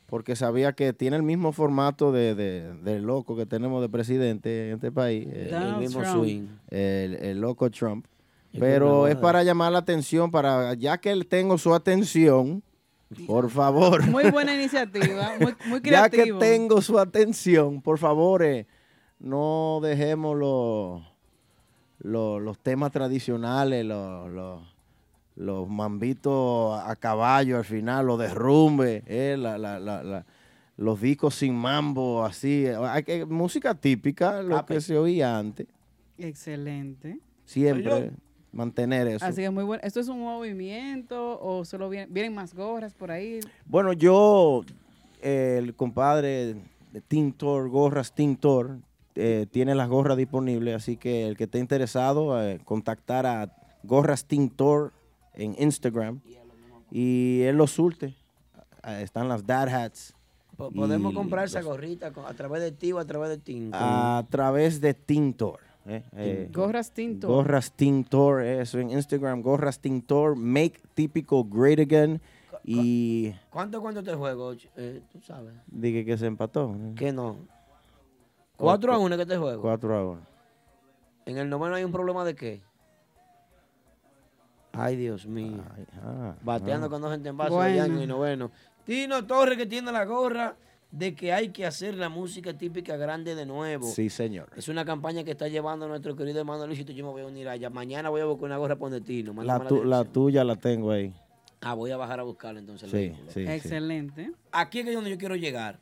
Speaker 4: porque sabía que tiene el mismo formato de, de- de loco que tenemos de presidente en este país. eh,
Speaker 2: Donald El mismo Trump. swing.
Speaker 4: El, el loco Trump.
Speaker 2: Y con la
Speaker 4: Pero
Speaker 2: gorra
Speaker 4: es
Speaker 2: de-
Speaker 4: para llamar la atención, para ya que él tengo su atención, por favor.
Speaker 5: Muy buena iniciativa. Muy, muy
Speaker 4: ya que
Speaker 5: creativo.
Speaker 4: tengo su atención, por favor, eh, no dejemos los, los, los temas tradicionales, los, los, los mambitos a caballo al final, los derrumbes, eh, la- la- la- la- los discos sin mambo, así. Hay que, música típica, lo que se oía antes.
Speaker 5: Excelente.
Speaker 4: Siempre eh, mantener eso.
Speaker 5: Así que muy bueno. ¿Esto es un movimiento o solo vienen, vienen más gorras por ahí?
Speaker 4: Bueno, yo, eh, el compadre de Tintor, gorras Tintor, eh, tiene las gorras disponibles, así que el que esté interesado, eh, contactar a gorras Tintor en Instagram y él lo surte. Ah, Están las dad hats.
Speaker 2: Po- Podemos
Speaker 4: y
Speaker 2: comprar esa
Speaker 4: los-
Speaker 2: gorrita con- a través de ti o a través de Tinto.
Speaker 4: a través de Tintor. eh, eh,
Speaker 5: Gorras Tintor.
Speaker 4: Gorras Tintor, eso en Instagram, Gorras Tintor, Make Típico Great Again. Y
Speaker 2: ¿Cuánto, cuánto te juego? Ch- eh, tú sabes.
Speaker 4: dije que se empató.
Speaker 2: Que no. 4 a 1 que te juego.
Speaker 4: 4 a 1.
Speaker 2: En el noveno hay un problema de qué? Ay, Dios mío.
Speaker 4: ah,
Speaker 2: Bateando
Speaker 4: ah.
Speaker 2: con dos gente en base
Speaker 4: Bueno.
Speaker 2: allá en el noveno. Tino Torres que tiene la gorra de que hay que hacer la música típica grande de nuevo.
Speaker 4: Sí, señor.
Speaker 2: Es una campaña que está llevando nuestro querido hermano Luisito. Yo me voy a unir allá. Mañana voy a buscar una gorra ponetino.
Speaker 4: La, tu- la tuya la tengo ahí.
Speaker 2: Ah, voy a bajar a buscarla entonces. el
Speaker 4: Sí,
Speaker 2: vehículo.
Speaker 4: sí, sí.
Speaker 5: Excelente.
Speaker 2: Aquí es donde yo quiero llegar.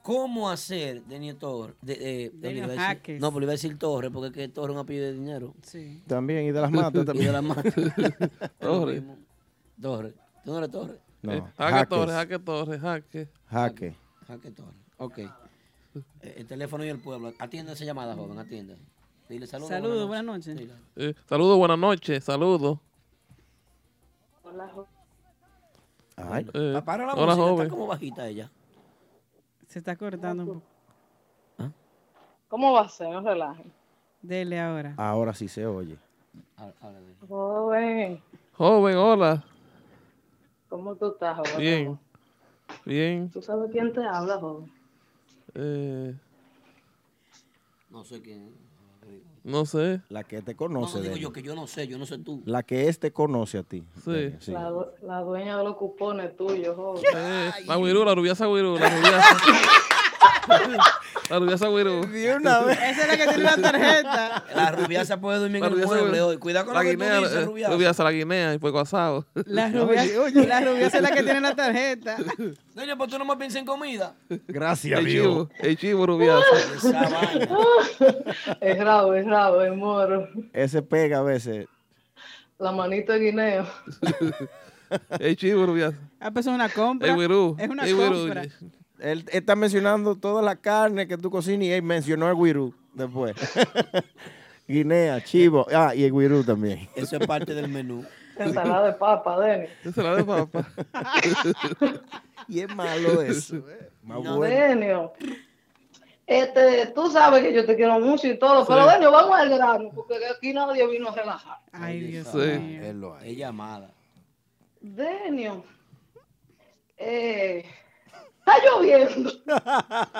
Speaker 2: ¿Cómo hacer de Nio Torres? De, eh, de-
Speaker 5: Denio
Speaker 2: iba a decir-
Speaker 5: Jaques.
Speaker 2: no, pero le iba a decir Torres, porque es que Torres es un apellido de dinero.
Speaker 5: Sí.
Speaker 4: También, y de las matas
Speaker 2: y de
Speaker 4: también.
Speaker 2: las matas.
Speaker 4: Torres.
Speaker 2: Torres. ¿Tú no eres Torres?
Speaker 4: No,
Speaker 17: Eh, jaque
Speaker 4: Jaques.
Speaker 17: Torres, jaque Torres, jaque.
Speaker 4: Jaque.
Speaker 2: Jaque Torres. Ok. Eh, El teléfono y el pueblo. Atienda esa llamada, joven, atienda. Dile saludos.
Speaker 5: Saludos,
Speaker 2: buenas
Speaker 5: buenas noches.
Speaker 17: Eh, saludos, buenas noches, saludos. Eh,
Speaker 2: Para la
Speaker 17: hola,
Speaker 2: música,
Speaker 17: joven.
Speaker 2: está como bajita ella.
Speaker 5: Se está cortando un poco.
Speaker 20: ¿Cómo va a ser? No relaje.
Speaker 5: Dele ahora.
Speaker 4: Ahora sí se oye.
Speaker 20: Joven,
Speaker 17: Joven, hola.
Speaker 20: ¿cómo tú estás, joven?
Speaker 17: Bien. Bien.
Speaker 20: ¿Tú sabes quién te habla, joven?
Speaker 17: Eh,
Speaker 2: No sé quién.
Speaker 17: no sé.
Speaker 4: La que te
Speaker 2: No,
Speaker 4: conoce.
Speaker 2: no digo
Speaker 4: Denny.
Speaker 2: yo que yo no sé, yo no sé tú.
Speaker 4: La que este conoce a ti. Denny,
Speaker 20: La, du- la dueña de los cupones tuyos, joven.
Speaker 17: La guirula, rubiasa guirula, rubiasa. la rubiasa guirula.
Speaker 4: una
Speaker 17: vez.
Speaker 5: Esa es la que tiene la tarjeta.
Speaker 2: La rubiasa puede dormir en el mueble hoy. Cuidado con
Speaker 17: la
Speaker 2: lo que tú
Speaker 17: guinea,
Speaker 2: dices,
Speaker 17: eh,
Speaker 2: rubiasa.
Speaker 17: la guinea y pues asado.
Speaker 5: La rubiasa, la rubiasa es la que tiene la tarjeta.
Speaker 2: Doña, pues tú no me piensas en comida.
Speaker 4: Gracias,
Speaker 17: el
Speaker 4: viejo.
Speaker 17: chivo, el chivo rubiasa.
Speaker 20: es rabo, es rabo, es moro.
Speaker 4: Ese pega a veces.
Speaker 20: La manito de guineo.
Speaker 17: el chivo rubiasa.
Speaker 5: Ah, pues es una compra.
Speaker 4: El güirú.
Speaker 5: Es una
Speaker 4: El güirú.
Speaker 5: compra.
Speaker 4: Él está mencionando toda la carne que tú cocinas y él mencionó el guirú después. Guinea, chivo, ah, y el guirú también.
Speaker 2: Eso es parte del menú.
Speaker 20: Ensalada de papa, Denny.
Speaker 17: Ensalada de papa.
Speaker 4: y es malo eso. eh. Más
Speaker 20: No,
Speaker 4: bueno.
Speaker 20: Denio. Este, tú sabes que yo te quiero mucho y todo, pero Denio, vamos al grano, porque aquí nadie vino a relajar.
Speaker 5: Ay, Dios
Speaker 17: Sí.
Speaker 2: Es llamada.
Speaker 20: Denio. Eh, está lloviendo.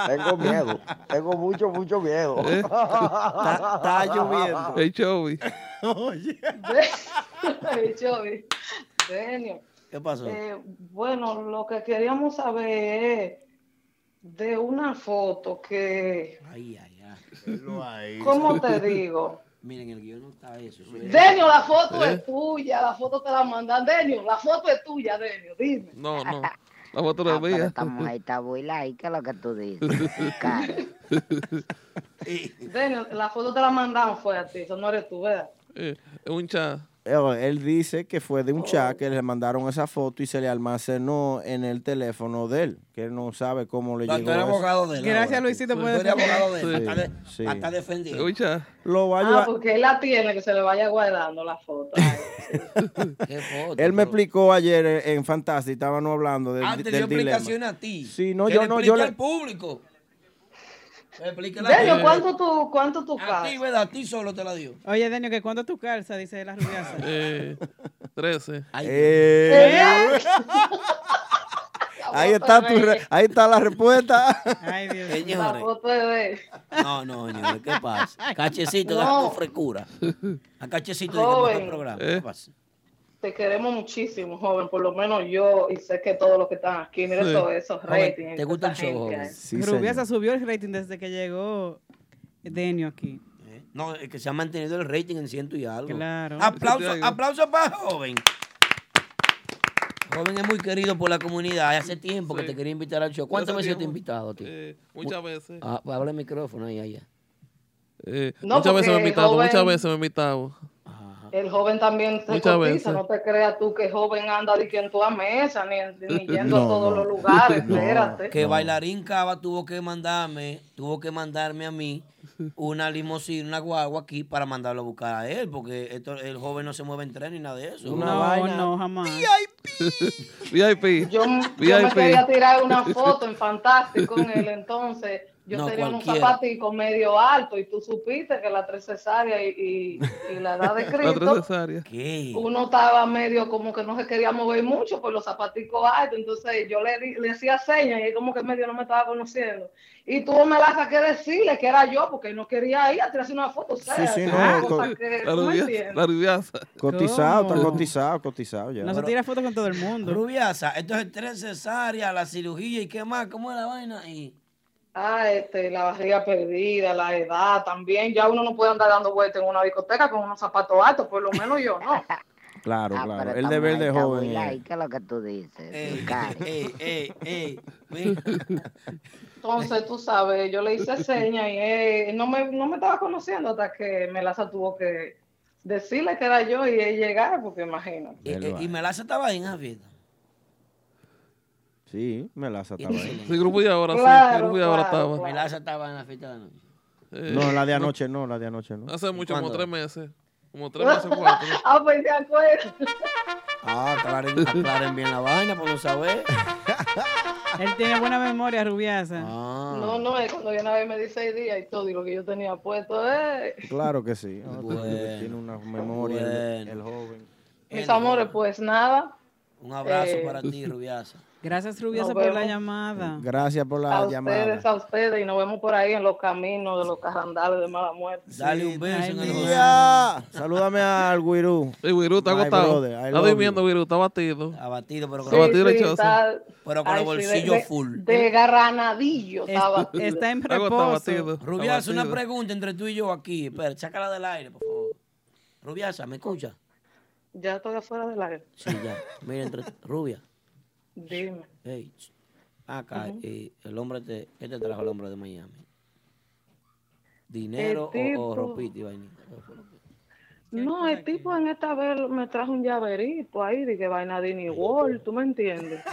Speaker 6: Tengo miedo. Tengo mucho, mucho miedo.
Speaker 2: Ah.
Speaker 4: Está lloviendo.
Speaker 17: El chovi.
Speaker 6: Tá
Speaker 20: Ay, Chovy. Denio.
Speaker 2: ¿Qué pasó?
Speaker 20: Eh, bueno, lo que queríamos saber es de una foto que,
Speaker 2: Ay, ay, ay.
Speaker 20: ¿cómo te digo?
Speaker 2: Miren, el guión no está eso. eso es-
Speaker 20: Denio, la foto
Speaker 17: ¿Eh?
Speaker 20: es tuya, la foto te la mandan. Denio, la foto es tuya, Denio, dime.
Speaker 17: No, no. La foto
Speaker 3: Ah,
Speaker 17: la
Speaker 3: pero
Speaker 17: mía.
Speaker 3: esta mujer está muy laica, lo que tú dices. Cara.
Speaker 20: Denio, la foto te la mandaron fue a ti, eso no eres tú, ¿verdad?
Speaker 17: Eh, es un chat.
Speaker 4: Eh, Él dice que fue de un chat que le mandaron esa foto y se le almacenó en el teléfono de él, que él no sabe cómo le
Speaker 2: No, tú
Speaker 4: llegó.
Speaker 2: eres
Speaker 4: eso.
Speaker 2: abogado de él.
Speaker 5: Gracias,
Speaker 2: ahora.
Speaker 5: Luisito,
Speaker 2: Tú
Speaker 5: por
Speaker 2: eres
Speaker 5: defender.
Speaker 2: abogado de él.
Speaker 4: Sí,
Speaker 2: Hasta, de-
Speaker 4: sí.
Speaker 2: hasta defendido.
Speaker 4: Lo va a
Speaker 20: Ah,
Speaker 4: ayudar.
Speaker 20: porque él la tiene, que se le vaya guardando la foto.
Speaker 2: Qué foto.
Speaker 4: Él me explicó ayer eh, en Fantastic, estábamos hablando del,
Speaker 2: Ah, te dio
Speaker 4: del dilema.
Speaker 2: explicación a ti.
Speaker 4: Sí, no,
Speaker 2: Que
Speaker 4: yo
Speaker 2: le
Speaker 4: no,
Speaker 2: explique
Speaker 4: yo le-
Speaker 2: al público. Que le explique la
Speaker 20: Denio,
Speaker 2: gente. Ah.
Speaker 20: ¿cuánto tú, cuánto tú
Speaker 2: A ti,
Speaker 20: pagas?
Speaker 2: ¿verdad? A ti solo te la dio.
Speaker 5: Oye, Denio, que cuánto tu calza, dice la rubiasa.
Speaker 17: Eh, 13.
Speaker 4: Eh, ahí, está tu re- ahí está la respuesta.
Speaker 5: Ay, Dios
Speaker 20: La
Speaker 2: Señores.
Speaker 20: foto es de él.
Speaker 2: No, no, señores, ¿qué pasa? Cachecito,
Speaker 20: No.
Speaker 2: deja tu frescura. A Cachecito, de
Speaker 20: Joven.
Speaker 2: el programa.
Speaker 17: Eh.
Speaker 2: ¿Qué pasa?
Speaker 20: Te queremos muchísimo, joven, por lo menos yo y sé que todos los que están aquí, mira
Speaker 17: Sí.
Speaker 20: todo eso,
Speaker 17: Joven,
Speaker 20: rating.
Speaker 17: ¿te
Speaker 20: esta
Speaker 17: gusta el show,
Speaker 20: gente
Speaker 17: joven?
Speaker 20: que
Speaker 2: eh,
Speaker 20: hay.
Speaker 4: Sí,
Speaker 5: rubiasa subió el rating desde que llegó Denio aquí.
Speaker 2: ¿Eh? No, es que se ha mantenido el rating en ciento y algo.
Speaker 5: Claro.
Speaker 2: Aplauso, aplauso para joven. Joven es muy querido por la comunidad. Hace tiempo que te quería invitar al show. ¿Cuántas
Speaker 17: Hace
Speaker 2: veces yo te he
Speaker 17: tiempo.
Speaker 2: invitado a ti?
Speaker 17: Eh, muchas veces.
Speaker 2: Ah, pues habla el micrófono ahí, allá.
Speaker 17: Eh,
Speaker 20: No,
Speaker 17: muchas veces me
Speaker 20: porque
Speaker 17: han invitado,
Speaker 20: joven-
Speaker 17: muchas veces me han invitado.
Speaker 20: El joven también se cotiza,
Speaker 17: Muchas veces.
Speaker 20: no te creas tú que el joven anda de que en tu mesa, ni, ni yendo a
Speaker 17: No,
Speaker 20: todos
Speaker 17: no.
Speaker 20: los lugares, espérate.
Speaker 2: Que bailarín Cava tuvo que mandarme, tuvo que mandarme a mí una limusina, una guagua aquí para mandarlo a buscar a él, porque esto, el joven no se mueve en tren ni nada de eso.
Speaker 5: no, no, jamás.
Speaker 17: VIP.
Speaker 4: Pues
Speaker 20: Yo, Yo me quería tirar una foto en Fantástico con él, entonces Yo
Speaker 2: No,
Speaker 20: tenía unos
Speaker 2: cualquiera.
Speaker 20: zapaticos medio altos y tú supiste que la tres cesárea y, y- y la edad de Cristo, uno estaba medio como que no se quería mover mucho por los zapaticos altos. Entonces yo le, di- le hacía señas y él como que medio no me estaba conociendo. Y tú me la saqué decirle que era yo porque no quería ir a tirarse una foto. o sea,
Speaker 4: Sí, sí,
Speaker 20: una
Speaker 4: no,
Speaker 20: cosa
Speaker 4: co-
Speaker 20: que-
Speaker 4: la
Speaker 20: ¿tú me
Speaker 4: rubia-
Speaker 20: entiendes?
Speaker 17: La rubiaza.
Speaker 4: Cotizado,
Speaker 2: ¿Cómo?
Speaker 4: está cotizado, cotizado ya.
Speaker 5: No se tira fotos con todo el mundo.
Speaker 2: Rubiasa, entonces tres cesáreas, la cirugía y qué más, ¿cómo es la vaina? Y
Speaker 20: Ah, este, la barriga perdida, la edad también. Ya uno no puede andar dando vueltas en una discoteca con unos zapatos altos, por lo menos yo no.
Speaker 4: Claro, claro.
Speaker 3: Ah, pero
Speaker 4: El
Speaker 3: estamos
Speaker 4: deber
Speaker 3: ahí,
Speaker 4: de
Speaker 3: estamos
Speaker 4: joven.
Speaker 3: ahí,
Speaker 4: es-
Speaker 3: ¿Qué es lo que tú dices? Sicario.
Speaker 2: ey, ey, ey, ven.
Speaker 20: Entonces, tú sabes, yo le hice señas y él no me, no me estaba conociendo hasta que Melaza tuvo que decirle que era yo y él llegar, porque imagínate.
Speaker 2: y, y, y Melaza estaba ahí en Javier.
Speaker 4: Sí, me la ataba ahí.
Speaker 17: Sí, grupo de ahora, sí.
Speaker 2: Claro,
Speaker 17: El grupo de ahora
Speaker 2: claro,
Speaker 17: estaba.
Speaker 2: Melaza estaba en la fiesta de la noche.
Speaker 17: Eh,
Speaker 4: No, la de anoche no, la de anoche no.
Speaker 17: Hace mucho, como
Speaker 4: ¿Cuándo?
Speaker 17: tres meses. Como tres meses, cuatro.
Speaker 20: Ah, pues de acuerdo.
Speaker 2: Ah, aclaren, aclaren bien la vaina, por no saber.
Speaker 5: Él tiene buena memoria, Rubiasa.
Speaker 2: Ah.
Speaker 20: No, no, es cuando yo una vez me di seis días y todo, y lo que yo tenía puesto, eh.
Speaker 4: Claro que sí. Ah,
Speaker 2: Bueno.
Speaker 4: Tiene una memoria el,
Speaker 2: Bueno.
Speaker 4: el joven.
Speaker 20: Mis amores, pues nada.
Speaker 2: Un abrazo
Speaker 20: Eh,
Speaker 2: para ti, Rubiasa.
Speaker 5: Gracias, Rubiasa,
Speaker 20: Nos
Speaker 5: por la
Speaker 20: vemos.
Speaker 5: llamada.
Speaker 4: Gracias por
Speaker 20: a
Speaker 4: la llamada.
Speaker 20: ustedes, a ustedes, y nos vemos por ahí en los caminos de los carrandales de mala muerte.
Speaker 2: Dale un beso en el
Speaker 4: Tía, Ah, salúdame al Guirú.
Speaker 17: El Guirú está
Speaker 4: My
Speaker 17: agotado.
Speaker 4: brother, I
Speaker 17: Está
Speaker 4: love
Speaker 17: durmiendo, Guirú. Está abatido.
Speaker 2: Abatido, pero
Speaker 20: Sí, sí, está-
Speaker 2: Pero con
Speaker 20: Ay, sí, de-
Speaker 2: el bolsillo
Speaker 20: de-
Speaker 2: full.
Speaker 20: De garranadillo estaba.
Speaker 2: Rubiasa, una pregunta entre tú y yo aquí. Espera, sácala del aire, por favor. Rubiasa, ¿me escucha?
Speaker 20: Ya estoy afuera del aire.
Speaker 2: Sí, ya. Mira, entre... Rubia.
Speaker 20: Dime.
Speaker 2: Hey, ch- acá,
Speaker 20: Ujú.
Speaker 2: eh, el hombre te, ¿qué te trajo el hombre de Miami? ¿Dinero
Speaker 20: El
Speaker 2: o, o
Speaker 20: tipo.
Speaker 2: ropita y vainita? ¿Qué fue lo que-
Speaker 20: No, el tipo en esta vez me trajo un llaverito ahí, de que vaina de New World, ¿tú me entiendes?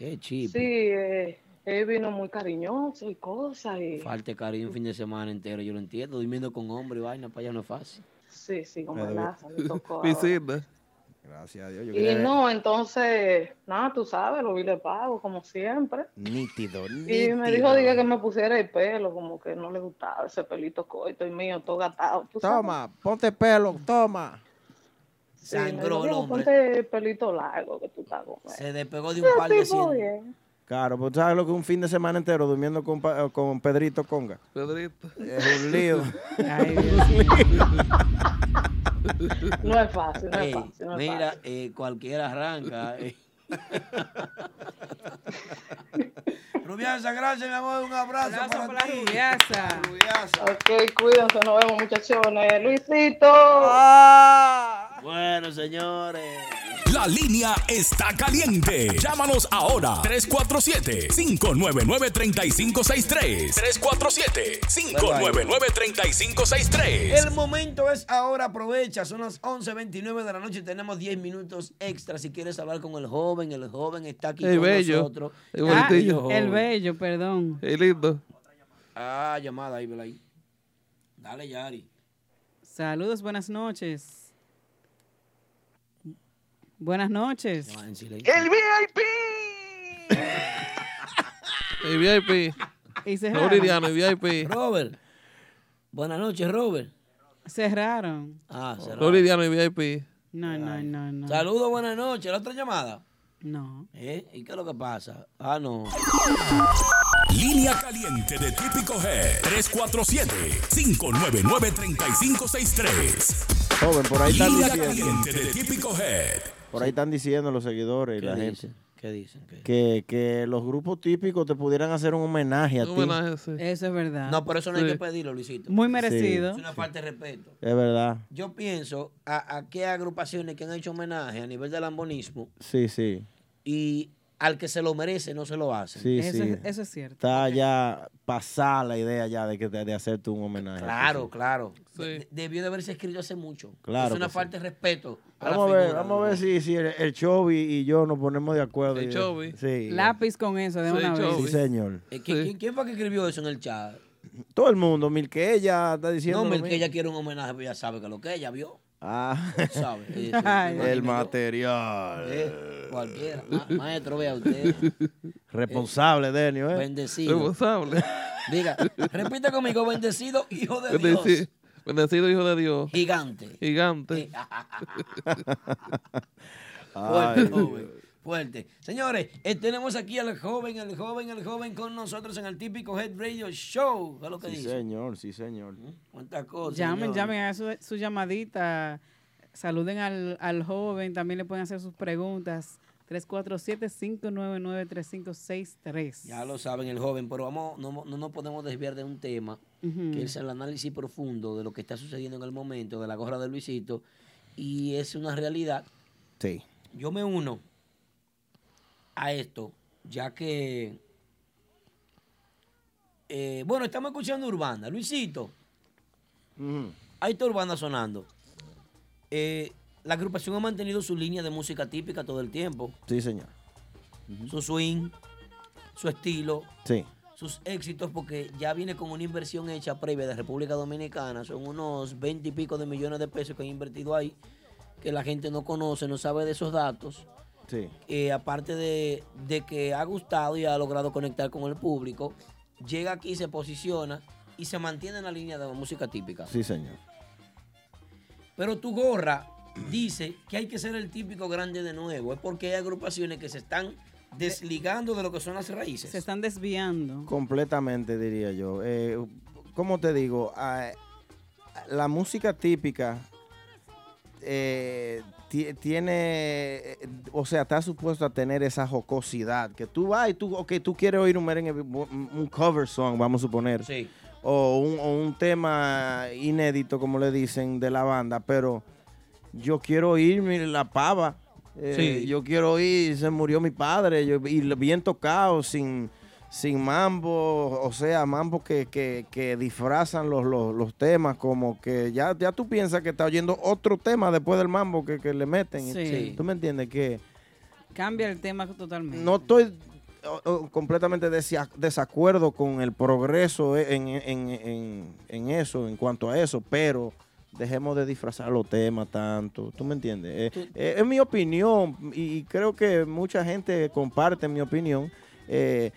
Speaker 2: Qué
Speaker 20: Sí,
Speaker 2: chip.
Speaker 20: eh, él vino muy cariñoso y cosas. Y...
Speaker 2: Falte cariño un fin de semana entero, yo lo entiendo. Durmiendo con hombre y vaina, para allá no es fácil.
Speaker 20: Sí, sí, con
Speaker 2: Me duele.
Speaker 20: verdad, me tocó. ahora.
Speaker 17: Visita.
Speaker 4: Gracias a Dios. Yo
Speaker 20: Y
Speaker 4: quería ver-
Speaker 20: no, entonces, nada, tú sabes, lo vi le pago, como siempre.
Speaker 4: Nítido,
Speaker 20: Y
Speaker 4: nítido.
Speaker 20: me dijo dije, que me pusiera el pelo, como que no le gustaba ese pelito corto y mío, todo gatado. ¿tú sabes?
Speaker 4: Toma, ponte pelo, toma.
Speaker 20: Sí, me dijo,
Speaker 2: Sangró el
Speaker 20: "Viejo,
Speaker 2: hombre.
Speaker 20: Ponte el pelito largo que tú estás con él".
Speaker 2: Se despegó de
Speaker 20: Ese
Speaker 2: un par de
Speaker 20: tipo,
Speaker 2: cien.
Speaker 20: bien.
Speaker 4: Claro, pues sabes lo que un fin de semana entero durmiendo con, pa- eh, con Pedrito Conga.
Speaker 17: Pedrito.
Speaker 4: Es un lío.
Speaker 5: Ay,
Speaker 20: No es fácil, no es
Speaker 2: Ey,
Speaker 20: fácil, no es
Speaker 2: mira, eh, cualquiera arranca. eh. Rubiasa, gracias, mi amor. Un abrazo para, ti.
Speaker 5: Rubiasa.
Speaker 20: Ok, cuídense, nos vemos muchachones. Luisito.
Speaker 2: Bueno, señores.
Speaker 1: La línea está caliente. Llámanos ahora 347-599-3563. 347-599-3563.
Speaker 2: El momento es ahora, aprovecha. Son las 11.29 de la noche y tenemos 10 minutos extra. Si quieres hablar con el joven, el joven está aquí
Speaker 17: El
Speaker 2: con
Speaker 17: bello.
Speaker 2: nosotros.
Speaker 17: El
Speaker 5: Ah,
Speaker 17: bonitillo.
Speaker 5: el bello, perdón.
Speaker 17: El lindo.
Speaker 2: Ah, llamada ahí, vela ahí. Dale, Yari.
Speaker 5: Saludos, buenas noches. Buenas noches.
Speaker 2: El
Speaker 5: VIP.
Speaker 17: El VIP.
Speaker 5: Y cerraron.
Speaker 17: Floridiano, el VIP.
Speaker 2: Robert. Buenas noches, Robert.
Speaker 5: Cerraron.
Speaker 2: Ah, cerrado.
Speaker 17: Floridiano, el VIP.
Speaker 5: No, no, no, no.
Speaker 2: Saludos, buenas noches. ¿La otra llamada?
Speaker 5: No.
Speaker 2: ¿Eh? ¿Y qué es lo que pasa? Ah, no.
Speaker 1: Línea caliente de Típico Head. 347-599-3563.
Speaker 4: Joven, por ahí están
Speaker 1: Línea
Speaker 4: diciendo.
Speaker 1: caliente de Típico Head.
Speaker 4: Por ahí están diciendo los seguidores y
Speaker 2: ¿Qué
Speaker 4: la gente.
Speaker 2: dicen? ¿Qué dicen? ¿Qué?
Speaker 4: Que, que los grupos típicos te pudieran hacer un homenaje a ti.
Speaker 5: Eso es verdad.
Speaker 2: No, pero eso no hay
Speaker 4: Sí.
Speaker 2: que pedirlo, Luisito.
Speaker 4: Muy merecido.
Speaker 2: Es una falta de respeto.
Speaker 4: Es verdad.
Speaker 2: Yo pienso a, a qué agrupaciones que han hecho homenaje a nivel del lambonismo
Speaker 4: Sí, sí.
Speaker 2: y al que se lo merece no se lo hacen.
Speaker 4: Sí, sí.
Speaker 5: cierto.
Speaker 4: Está ya pasada la idea ya de que de, de hacerte un homenaje.
Speaker 2: Claro, claro. De- debió de haberse escrito hace mucho.
Speaker 4: Claro
Speaker 2: Es una
Speaker 4: que sí.
Speaker 2: falta de respeto. a la
Speaker 4: Vamos a ver,
Speaker 2: figura.
Speaker 4: vamos a ver si, si el, el Chovy y yo nos ponemos de acuerdo.
Speaker 2: El
Speaker 4: Y-
Speaker 2: Chovy.
Speaker 4: Sí.
Speaker 5: Lápiz con eso de
Speaker 4: Sí,
Speaker 5: una vez.
Speaker 4: Sí, señor.
Speaker 2: Eh, ¿qui- ¿quién, quién fue que escribió eso en el chat?
Speaker 4: Todo el mundo, Milqueya está diciendo.
Speaker 2: no,
Speaker 4: lo
Speaker 2: el que
Speaker 4: mismo.
Speaker 2: ella quiere un homenaje, pues ya sabe que lo que ella vio.
Speaker 4: Ah,
Speaker 2: ¿Sabe? Sí, sí,
Speaker 4: el
Speaker 2: imagínate.
Speaker 4: material.
Speaker 2: Eh, cualquiera. Ma- maestro, vea usted.
Speaker 4: Responsable, Denio, ¿eh?
Speaker 2: Bendecido. Diga, repite conmigo, bendecido hijo de Dios.
Speaker 17: Bendeci- Bendecido hijo de Dios.
Speaker 2: Gigante. Eh, ah,
Speaker 17: Gigante.
Speaker 2: Fuerte,
Speaker 17: Ay,
Speaker 2: joven. Fuerte. Señores, eh, tenemos aquí al joven, al joven, al joven con nosotros en el típico Head Radio Show. ¿Qué es lo que
Speaker 4: Sí,
Speaker 2: dice?
Speaker 4: señor, sí, señor.
Speaker 2: ¿Cuántas cosas?
Speaker 5: Llamen,
Speaker 2: señores?
Speaker 5: llamen, hagan su, su llamadita. Saluden al, al joven, también le pueden hacer sus preguntas. 347-599-3563.
Speaker 2: Ya lo saben, el joven, pero vamos, no, no nos podemos desviar de un tema
Speaker 5: Ujú.
Speaker 2: que es el análisis profundo de lo que está sucediendo en el momento, de la gorra de Luisito, y es una realidad.
Speaker 4: Sí.
Speaker 2: Yo me uno a esto, ya que. eh, bueno, estamos escuchando Urbana. Luisito, ahí está Urbana sonando. Eh, la agrupación ha mantenido su línea de música típica todo el tiempo,
Speaker 4: Sí, señor.
Speaker 2: su swing, su estilo,
Speaker 4: Sí.
Speaker 2: sus éxitos porque ya viene con una inversión hecha previa de República Dominicana. Son unos 20 y pico de millones de pesos que han invertido ahí, que la gente no conoce, no sabe de esos datos.
Speaker 4: Sí.
Speaker 2: Eh, aparte de, de que ha gustado y ha logrado conectar con el público, llega aquí, se posiciona y se mantiene en la línea de la música típica.
Speaker 4: Sí, señor.
Speaker 2: Pero tu gorra dice que hay que ser el típico grande de nuevo. Es porque hay agrupaciones que se están desligando de lo que son las raíces.
Speaker 5: Se están desviando.
Speaker 4: Completamente, diría yo. Eh, ¿Cómo te digo? Ah, la música típica eh, ti- tiene, eh, o sea, está supuesto a tener esa jocosidad. Que tú vas y tú, ok, tú quieres oír un merengue, un un cover song, vamos a suponer.
Speaker 2: Sí.
Speaker 4: O un, o un tema inédito, como le dicen, de la banda, pero yo quiero oír mi- la pava. Eh,
Speaker 17: Sí.
Speaker 4: Yo quiero oír, se murió mi padre, yo- y lo- bien tocado, sin, sin mambo, o sea, mambo que, que- que disfrazan los, los- los temas, como que ya, ya tú piensas que estás oyendo otro tema después del mambo que, que le meten.
Speaker 5: Sí.
Speaker 4: ¿Tú me entiendes? Que
Speaker 5: Cambia el tema totalmente.
Speaker 4: no estoy o- o, completamente desia- desacuerdo con el progreso e- en, en- en- en eso, en cuanto a eso, pero dejemos de disfrazar los temas tanto, ¿tú me entiendes? Eh, eh, es mi opinión y, y creo que mucha gente comparte mi opinión. Eh,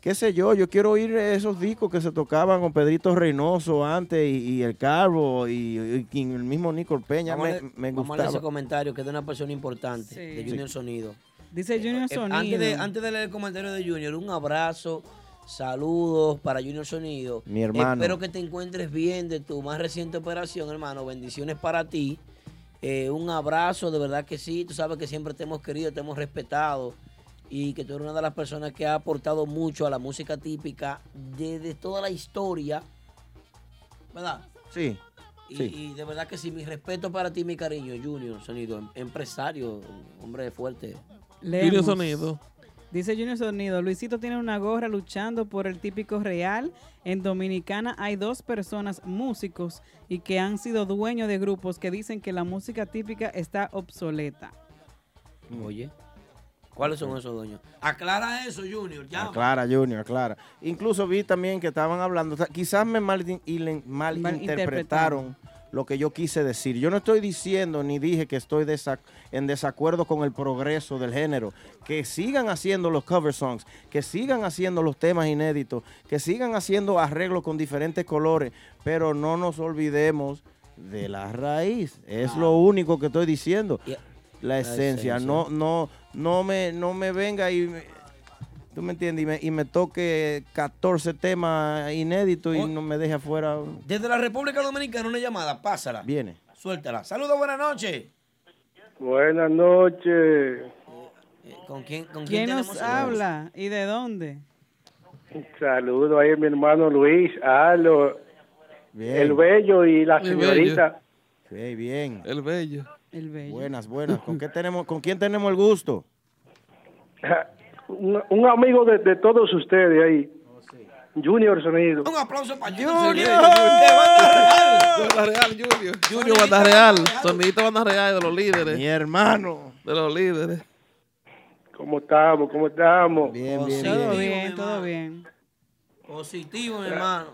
Speaker 4: qué sé yo, yo quiero oír esos discos que se tocaban con Pedrito Reynoso antes y, y el Carbo y, y- y el mismo Nicol Peña,
Speaker 2: Vamos a
Speaker 4: me,
Speaker 2: leer-
Speaker 4: me
Speaker 2: vamos a leer ese
Speaker 4: gustaba.
Speaker 2: comentario que es de una persona importante,
Speaker 5: Sí.
Speaker 2: de Junior Sonido.
Speaker 5: Dice Junior
Speaker 2: Eh,
Speaker 5: Sonido.
Speaker 2: Antes de, antes de leer el comentario de Junior, un abrazo, saludos para Junior Sonido.
Speaker 4: Mi hermano.
Speaker 2: Espero que te encuentres bien de tu más reciente operación, hermano. Bendiciones para ti. Eh, un abrazo, de verdad que sí. Tú sabes que siempre te hemos querido, te hemos respetado y que tú eres una de las personas que ha aportado mucho a la música típica desde toda la historia, ¿verdad?
Speaker 4: Sí,
Speaker 2: Y,
Speaker 4: sí.
Speaker 2: y de verdad que sí, mi respeto para ti, mi cariño, Junior Sonido, em- empresario, hombre fuerte.
Speaker 5: Leemos. Dice Junior Sonido, Luisito tiene una gorra luchando por el típico real. En Dominicana hay dos personas, músicos, y que han sido dueños de grupos que dicen que la música típica está obsoleta.
Speaker 2: Oye, ¿cuáles son esos Ah, dueños? Aclara eso, Junior, ya.
Speaker 4: Aclara, Junior, aclara. Incluso vi también que estaban hablando, o sea, quizás me malin- ilen- malinterpretaron
Speaker 5: Malinterpretaron.
Speaker 4: lo que yo quise decir. Yo no estoy diciendo ni dije que estoy desac- en desacuerdo con el progreso del género. Que sigan haciendo los cover songs, que sigan haciendo los temas inéditos, que sigan haciendo arreglos con diferentes colores, pero no nos olvidemos de la raíz. Es lo único que estoy diciendo. La esencia.
Speaker 14: esencia.
Speaker 4: No, no, no me, no me venga y me- tú me entiendes y me, y me toque 14 temas inéditos y no me deje afuera.
Speaker 2: Desde la República Dominicana una llamada, pásala,
Speaker 4: Viene.
Speaker 2: suéltala. Saludos, buenas noches.
Speaker 16: Buenas noches.
Speaker 2: eh, ¿Con quién, con
Speaker 5: ¿Quién nos
Speaker 2: tenemos?
Speaker 5: habla y de dónde?
Speaker 16: Saludo ahí a mi hermano Luis, a Alo, el bello y la
Speaker 4: El bello.
Speaker 16: señorita.
Speaker 4: Sí, bien.
Speaker 17: El bello.
Speaker 5: El bello.
Speaker 4: Buenas, buenas. ¿Con qué tenemos, con quién tenemos el gusto?
Speaker 16: Un, un amigo de, de todos ustedes ahí.
Speaker 4: Oh,
Speaker 16: Junior Sonido.
Speaker 2: Un aplauso para
Speaker 17: Banda Real, Junior. Junior, Banda Real. Sonidito Banda Real de los líderes.
Speaker 4: Mi hermano.
Speaker 17: De los líderes.
Speaker 16: ¿Cómo estamos? ¿Cómo estamos?
Speaker 4: Bien,
Speaker 5: todo bien, todo bien.
Speaker 2: Positivo, mi hermano.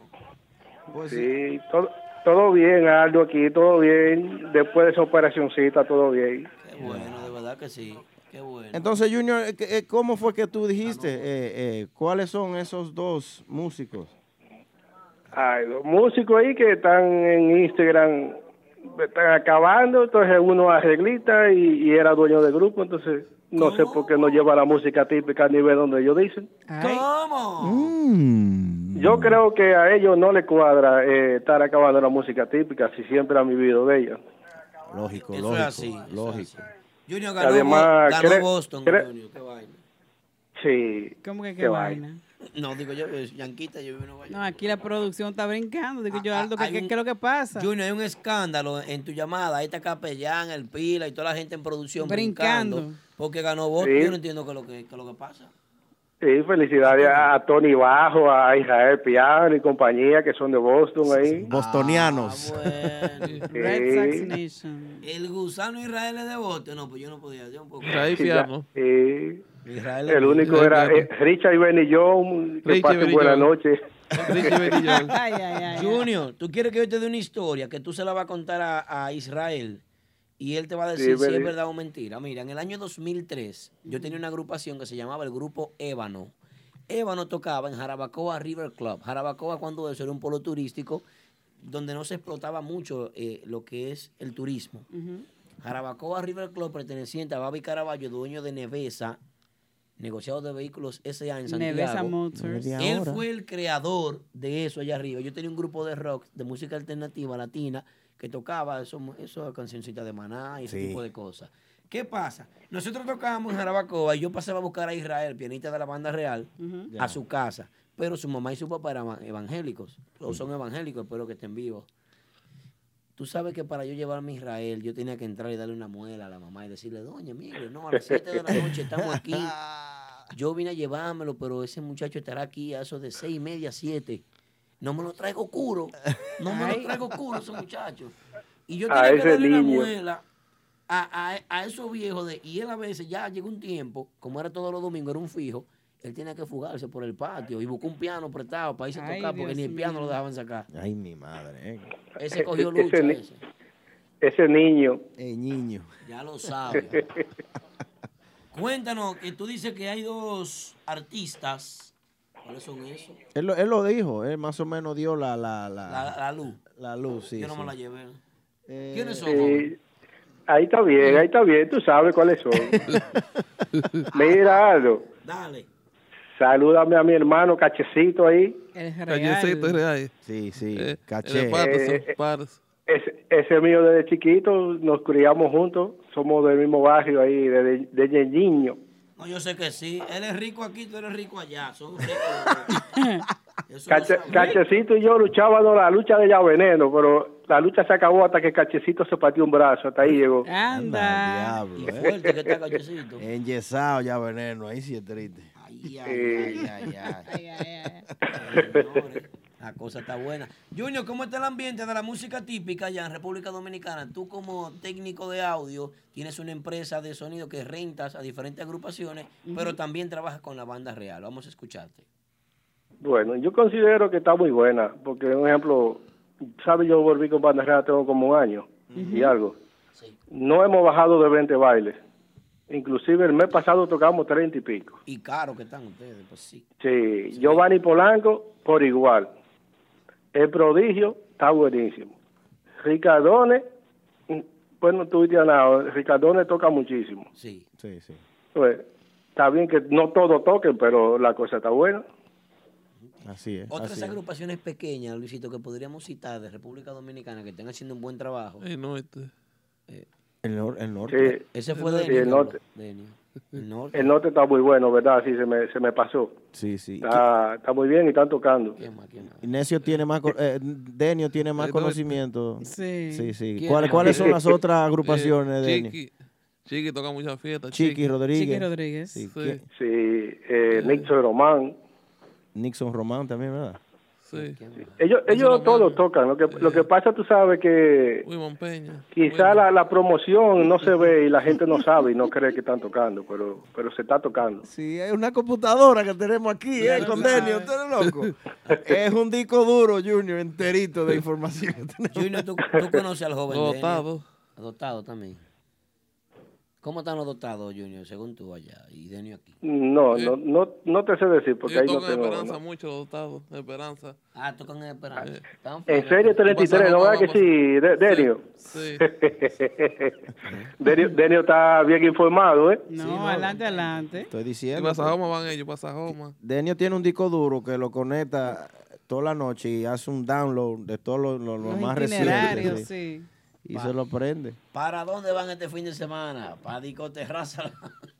Speaker 16: Sí, todo,
Speaker 21: Todo bien, Aldo, aquí, todo bien. Después de esa operacioncita, todo bien.
Speaker 2: Bueno, de verdad que sí. Qué bueno.
Speaker 4: Entonces, Junior, eh, que- eh, ¿cómo fue que tú dijiste? eh, eh, ¿Cuáles son esos dos músicos?
Speaker 21: Ay, los músicos ahí que están en Instagram están acabando, entonces uno arreglita y, y era dueño del grupo, entonces no sé por qué no lleva la música típica a nivel donde ellos dicen.
Speaker 2: ¿Cómo?
Speaker 21: Yo creo que a ellos no les cuadra eh, estar acabando la música típica si siempre han vivido de ella.
Speaker 4: Lógico,
Speaker 2: Eso
Speaker 4: lógico.
Speaker 2: es así. eso es
Speaker 4: lógico.
Speaker 2: así. Junior ganó,
Speaker 21: Además,
Speaker 2: ganó
Speaker 21: cre-
Speaker 2: Boston,
Speaker 21: cre-
Speaker 2: Junior, qué vaina.
Speaker 21: Sí.
Speaker 2: No, digo yo, eh, Yanquita, yo no voy
Speaker 5: No, aquí la producción está brincando. Digo yo, Aldo, ¿qué,
Speaker 2: Ah, hay
Speaker 5: qué-
Speaker 2: un-
Speaker 5: qué es lo que pasa?
Speaker 2: Junior, hay un escándalo en tu llamada. Ahí está Capellán, el Pila y toda la gente en producción brincando.
Speaker 5: Brincando.
Speaker 2: porque ganó Boston.
Speaker 21: Sí.
Speaker 2: Yo no entiendo qué es lo que, qué es lo que pasa.
Speaker 21: Sí, felicidades a Tony Bajo, a Israel Piano y compañía que son de Boston ahí.
Speaker 4: Bostonianos.
Speaker 2: Red
Speaker 21: Sí.
Speaker 2: Sox El gusano Israel es de Boston. No, pues yo no podía. Yo un poco.
Speaker 21: Sí, ya, sí.
Speaker 2: Israel
Speaker 21: el único
Speaker 2: Israel
Speaker 21: era
Speaker 2: Piano.
Speaker 21: eh, Richard y Benny John. Que
Speaker 2: Richie
Speaker 21: pasen
Speaker 2: Benny
Speaker 21: buena
Speaker 2: John.
Speaker 21: noche.
Speaker 2: Junior, tú quieres que yo te dé una historia que tú se la vas a contar a, a Israel y él te va a
Speaker 21: Sí,
Speaker 2: decir si
Speaker 21: Benny.
Speaker 2: es verdad o mentira. Mira, en el año 2003 yo tenía una agrupación que se llamaba el Grupo Ébano. Ébano tocaba en Jarabacoa River Club. Jarabacoa cuando eso era un polo turístico donde no se explotaba mucho eh, lo que es el turismo. Jarabacoa River Club perteneciente a Babi Caraballo, dueño de Nevesa, negociado de vehículos S.A. en Santiago.
Speaker 5: Nevesa Motors. Media
Speaker 2: Él
Speaker 5: hora.
Speaker 2: fue el creador de eso allá arriba. Yo tenía un grupo de rock, de música alternativa latina, que tocaba eso, eso cancioncitas de maná y ese
Speaker 4: Sí.
Speaker 2: tipo de cosas. ¿Qué pasa? Nosotros tocábamos en Jarabacoa y yo pasaba a buscar a Israel, pianista de la banda real,
Speaker 5: Ujú.
Speaker 2: a su casa. Pero su mamá y su papá eran evangélicos. O son evangélicos, espero que estén vivos. Tú sabes que para yo llevarme a Israel, yo tenía que entrar y darle una muela a la mamá y decirle, doña, mire, no, a las 7 de la noche estamos aquí. Yo vine a llevármelo, pero ese muchacho estará aquí a eso de seis y media, siete. No me lo traigo oscuro. No me lo traigo oscuro, ese muchacho. Y yo
Speaker 21: A
Speaker 2: tenía que
Speaker 21: ese
Speaker 2: darle una
Speaker 21: niño.
Speaker 2: muela a, a- a esos viejos. De, y él a veces ya llegó un tiempo, como era todos los domingos, era un fijo, él tenía que fugarse por el patio y buscó un piano prestado para irse a
Speaker 4: Ay,
Speaker 2: tocar porque
Speaker 4: Dios
Speaker 2: ni el piano
Speaker 4: mío.
Speaker 2: lo dejaban sacar.
Speaker 4: Ay, mi madre. eh.
Speaker 2: Ese cogió
Speaker 21: E-, Ese
Speaker 2: lucha.
Speaker 21: ni-
Speaker 2: ese.
Speaker 21: Ese niño.
Speaker 4: El niño.
Speaker 2: Ya lo sabe. Cuéntanos, que tú dices que hay dos artistas. ¿Cuáles son esos?
Speaker 4: Él, lo- él lo dijo, él más o menos dio la, la, la,
Speaker 2: La, la luz.
Speaker 4: la luz, sí.
Speaker 2: Yo no me
Speaker 4: sí.
Speaker 2: la llevé.
Speaker 5: Eh,
Speaker 2: ¿Quiénes son? joven?
Speaker 21: Sí. Ahí está bien, ahí está bien, tú sabes cuáles son. Mira, Aldo,
Speaker 2: Dale.
Speaker 21: salúdame a mi hermano Cachecito ahí.
Speaker 17: Callecito real.
Speaker 4: Sí, sí.
Speaker 17: El
Speaker 4: Caché.
Speaker 21: Eh,
Speaker 17: Patterson,
Speaker 21: eh,
Speaker 17: Patterson.
Speaker 21: Ese, ese mío desde chiquito, nos criamos juntos, somos del mismo barrio ahí, desde, desde niño.
Speaker 2: No, yo sé que sí. Él es rico aquí, tú eres rico allá. Son ricos. Eso no
Speaker 21: Cache-
Speaker 2: sabe.
Speaker 21: Cachecito y yo luchábamos la lucha de ya veneno, pero la lucha se acabó hasta que Cachecito se partió un brazo, hasta ahí llegó.
Speaker 5: Anda.
Speaker 4: Diablo, eh.
Speaker 2: Fuerte que está Cachecito.
Speaker 4: Enyesado ya veneno, ahí sí es triste.
Speaker 2: Ay,
Speaker 4: Eh.
Speaker 2: ay, ay, ay, ay. Señores, La cosa está buena. Junior, ¿cómo está el ambiente de la música típica allá en República Dominicana? Tú como técnico de audio tienes una empresa de sonido que rentas a diferentes agrupaciones, pero también trabajas con la banda real. Vamos a escucharte.
Speaker 21: Bueno, yo considero que está muy buena, porque, por ejemplo, ¿sabes? Yo volví con Banda Real, tengo como un año y algo. No hemos bajado de 20 bailes. Inclusive el mes pasado tocamos 30 y pico.
Speaker 2: Y caro que están ustedes, pues sí.
Speaker 21: Sí, Giovanni Polanco, por igual. El prodigio está buenísimo. Ricardone, mm, bueno, tú dices nada, Ricardone toca muchísimo.
Speaker 2: Sí.
Speaker 4: Sí, sí.
Speaker 21: Pues, está bien que no todos toquen, pero la cosa está buena.
Speaker 4: Así es.
Speaker 2: Otras
Speaker 4: así es.
Speaker 2: agrupaciones pequeñas, Luisito, que podríamos citar de República Dominicana que están haciendo un buen trabajo.
Speaker 17: El norte.
Speaker 4: El, nor- el norte.
Speaker 21: Sí.
Speaker 2: Ese fue de
Speaker 21: Sí, el norte.
Speaker 2: El norte.
Speaker 21: El norte está muy bueno, ¿verdad? Sí, se me, se me pasó.
Speaker 4: Sí, sí.
Speaker 21: Está, está muy bien y están tocando.
Speaker 4: Necio tiene más, co- eh, Denio tiene más
Speaker 17: Eh, no,
Speaker 4: conocimiento.
Speaker 17: sí.
Speaker 4: Sí, sí.
Speaker 17: ¿Quién?
Speaker 4: ¿Cuál- ¿Cuáles son las
Speaker 21: Eh,
Speaker 4: otras agrupaciones,
Speaker 17: Eh,
Speaker 4: Denio?
Speaker 17: Chiqui. Chiqui toca muchas fiestas.
Speaker 4: Chiqui Rodríguez. Chiqui
Speaker 5: Rodríguez.
Speaker 4: Sí,
Speaker 17: Sí.
Speaker 21: Sí, eh, Nixon Román.
Speaker 4: Nixon Román también, ¿verdad?
Speaker 17: Sí.
Speaker 21: Ellos, ellos todos tocan. Lo que, lo que pasa, tú sabes que
Speaker 17: Wilmon Peña.
Speaker 21: quizá la, la promoción no se ve y la gente no sabe y no cree que están tocando, pero, pero se está tocando.
Speaker 4: Sí, es una computadora que tenemos aquí, ¿eh? Con Denio, tú eres loco. es un disco duro, Junior, enterito de información.
Speaker 2: Junior, ¿tú, tú conoces al joven
Speaker 4: Los
Speaker 2: Denio?
Speaker 4: dotados.
Speaker 2: Dotado también. ¿Cómo están los dotados, Junior, según tú allá y Denio aquí?
Speaker 21: No, no, no, no te sé decir, porque
Speaker 17: Ellos
Speaker 21: ahí no
Speaker 17: tocan
Speaker 21: tengo.
Speaker 17: esperanza mucho, los dotados. Esperanza. Eh.
Speaker 2: Ah, tocan esperanza.
Speaker 21: En serie 33, ¿no verdad que sí, De- Denio?
Speaker 17: Sí.
Speaker 21: Denio? Denio está bien informado, ¿eh?
Speaker 7: No, adelante, adelante.
Speaker 4: Estoy
Speaker 17: Y
Speaker 4: diciendo.
Speaker 17: Pasajoma van ellos, Pasajoma.
Speaker 4: Denio tiene un disco duro que lo conecta toda la noche y hace un download de todo lo, lo- lo
Speaker 2: Los
Speaker 4: más
Speaker 2: itinerarios,
Speaker 4: reciente.
Speaker 2: sí.
Speaker 4: Y se lo prende.
Speaker 2: ¿Para dónde van este fin de semana? Para Dicoterraza.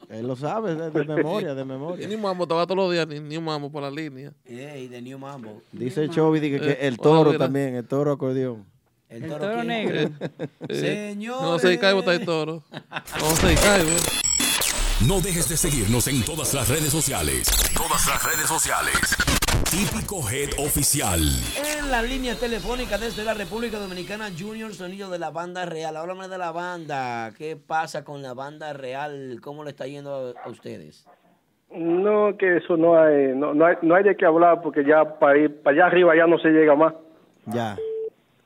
Speaker 4: Él lo sabe de, de memoria, de memoria.
Speaker 17: Y ni mambo, estaba todos los días, ni, ni un mambo por la línea.
Speaker 2: Eh, y de New Mambo.
Speaker 4: Dice Chovy dice que,
Speaker 17: Eh,
Speaker 4: el toro
Speaker 17: hola, mira.
Speaker 4: también, el toro acordeón.
Speaker 2: El
Speaker 17: toro,
Speaker 7: toro negro.
Speaker 17: Señor. Eh, No sé, Caibo está el toro. No sé, Caibo.
Speaker 1: No dejes de seguirnos en todas las redes sociales. Todas las redes sociales. Típico Head Oficial.
Speaker 2: En la línea telefónica desde la República Dominicana, Junior Sonido de la Banda Real. Háblame de la banda. ¿Qué pasa con la Banda Real? ¿Cómo le está yendo a, a ustedes?
Speaker 21: No, que eso no hay, no, no hay, no hay de qué hablar porque ya para ir para allá arriba ya no se llega más.
Speaker 4: Ya.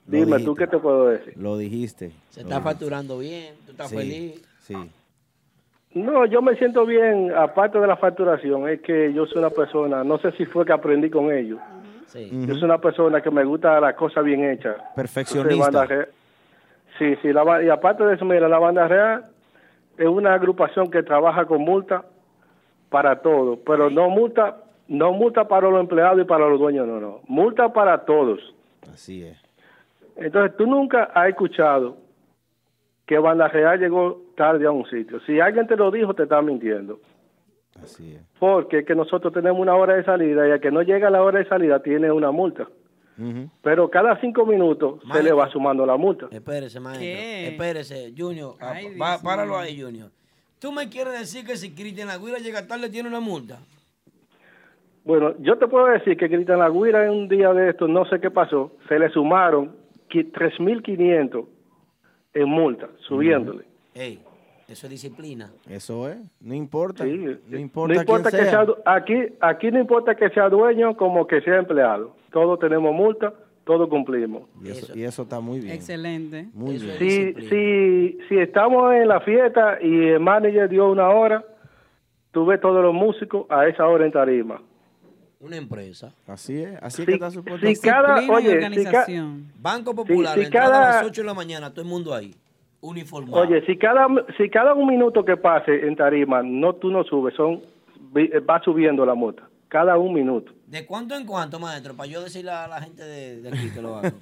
Speaker 4: Lo
Speaker 21: Dime,
Speaker 4: dijiste.
Speaker 21: ¿tú qué te puedo decir?
Speaker 4: Lo dijiste.
Speaker 2: Se está facturando bien, tú estás
Speaker 4: Sí.
Speaker 2: feliz.
Speaker 4: Sí.
Speaker 21: No, yo me siento bien, aparte de la facturación, es que yo soy una persona, no sé si fue que aprendí con ellos. Yo soy una persona que me gusta las cosas bien hechas. Entonces,
Speaker 4: Perfeccionista.
Speaker 21: banda real- Sí, sí, la ba- y aparte de eso, mira, la banda real es una agrupación que trabaja con multa para todo, pero no multa, no multa para los empleados y para los dueños, no, no, multa para todos.
Speaker 4: Así es.
Speaker 21: Entonces, tú nunca has escuchado que Banda Real llegó tarde a un sitio. Si alguien te lo dijo, te está mintiendo.
Speaker 4: Así es.
Speaker 21: Porque es que nosotros tenemos una hora de salida y al que no llega a la hora de salida tiene una multa.
Speaker 4: Ujú.
Speaker 21: Pero cada cinco minutos se le va sumando la multa.
Speaker 2: Espérese, maestro. Espérese, Junior. Ah, va-
Speaker 21: Dios
Speaker 2: páralo
Speaker 21: mío.
Speaker 2: ahí, Junior. ¿Tú me quieres decir que si Cristian Agüira llega tarde tiene una multa?
Speaker 21: Bueno, yo te puedo decir que Cristian La Guira en un día de estos, no sé qué pasó, se le sumaron qui- 3.500 en multa, subiéndole.
Speaker 2: Ey, eso es disciplina.
Speaker 4: Eso es. No importa. no importa,
Speaker 21: No importa
Speaker 4: quién sea.
Speaker 21: que sea, du- aquí, aquí no importa que sea dueño como que sea empleado. Todos tenemos multa, todos cumplimos.
Speaker 4: Y eso, y eso está muy bien.
Speaker 7: Excelente.
Speaker 4: Muy bien.
Speaker 21: Si, si, si estamos en la fiesta y el manager dio una hora, tú ves todos los músicos a esa hora en tarima.
Speaker 2: Una empresa.
Speaker 4: Así es, así
Speaker 21: es que Sí, está supuesto. sí, cada-
Speaker 2: Disciplina y
Speaker 21: oye, sí,
Speaker 2: organización. Banco Popular,
Speaker 21: sí,
Speaker 2: la entrada a
Speaker 21: cada-
Speaker 2: las 8 de la mañana, todo el mundo ahí, uniformado.
Speaker 21: Oye, si cada, si cada un minuto que pase en tarima, no tú no subes, son vi- eh, va subiendo la multa. Cada un minuto.
Speaker 2: ¿De cuánto en cuánto, maestro? Para yo decirle a la gente de, de aquí que lo haga.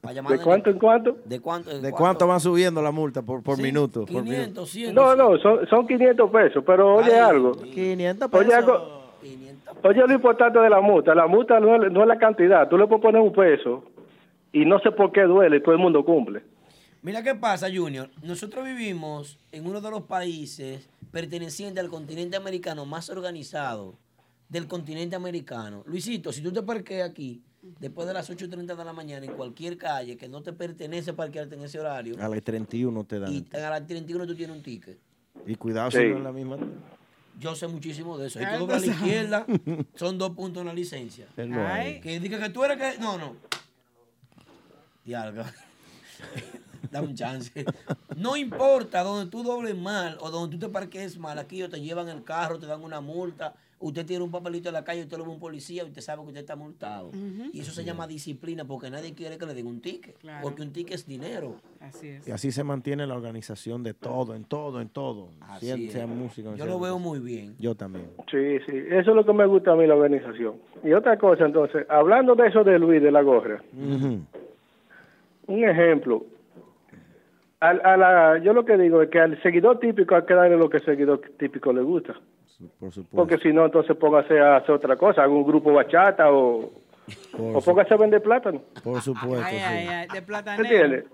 Speaker 2: Para llamar
Speaker 21: ¿De cuánto en cuánto?
Speaker 2: ¿De cuánto?
Speaker 4: ¿De cuánto van subiendo la multa por, por minuto? por minuto?
Speaker 2: 500, 100.
Speaker 21: No, no, son, son 500 pesos, pero oye algo.
Speaker 4: 500
Speaker 21: Oye, algo, oye lo importante de la multa. La multa no es, no es la cantidad. Tú le puedes poner un peso y no sé por qué duele y todo el mundo cumple.
Speaker 2: Mira qué pasa, Junior. Nosotros vivimos en uno de los países pertenecientes al continente americano más organizado del continente americano. Luisito, si tú te parqueas aquí después de las 8.30 de la mañana en cualquier calle que no te pertenece parquearte en ese horario,
Speaker 4: A
Speaker 21: Ah.
Speaker 4: E las 31 te dan.
Speaker 2: y a las 31 tú tienes un ticket.
Speaker 4: Y cuidado
Speaker 2: Sí.
Speaker 4: si no es la misma.
Speaker 2: Yo sé muchísimo de eso. Y
Speaker 4: Ah,
Speaker 2: tú doblas a la
Speaker 4: tú sabes.
Speaker 2: izquierda, son dos puntos en la licencia.
Speaker 4: Él lo Ay. hace.
Speaker 2: Que diga que tú eres que... No, no. Diablo. da un chance. No importa donde tú dobles mal o donde tú te parques mal, aquí o te llevan el carro, te dan una multa, usted tiene un papelito en la calle, usted lo ve un policía y usted sabe que usted está multado.
Speaker 7: Ujú.
Speaker 2: Y eso se llama disciplina porque nadie quiere que le den un ticket.
Speaker 7: Claro.
Speaker 2: Porque un ticket es dinero.
Speaker 7: Así es.
Speaker 4: Y así se mantiene la organización de todo, en todo, en todo.
Speaker 2: Así
Speaker 4: sea,
Speaker 2: es.
Speaker 4: sea música.
Speaker 2: Yo
Speaker 4: sea
Speaker 2: lo veo
Speaker 4: cosa.
Speaker 2: muy bien.
Speaker 4: Yo también.
Speaker 21: Sí, sí. Eso es lo que me gusta a mí, la organización. Y otra cosa, entonces, hablando de eso de Luis de la Gorra, un ejemplo. Al- a la- yo lo que digo es que al seguidor típico hay que darle lo que al seguidor típico le gusta.
Speaker 4: Por supuesto.
Speaker 21: Porque si no, entonces póngase a hacer otra cosa, haga un grupo bachata o,
Speaker 16: Eh,
Speaker 21: o póngase a vender plátano.
Speaker 4: Por supuesto.
Speaker 7: Ay, ay, ay, de plata
Speaker 21: ¿Entiendes?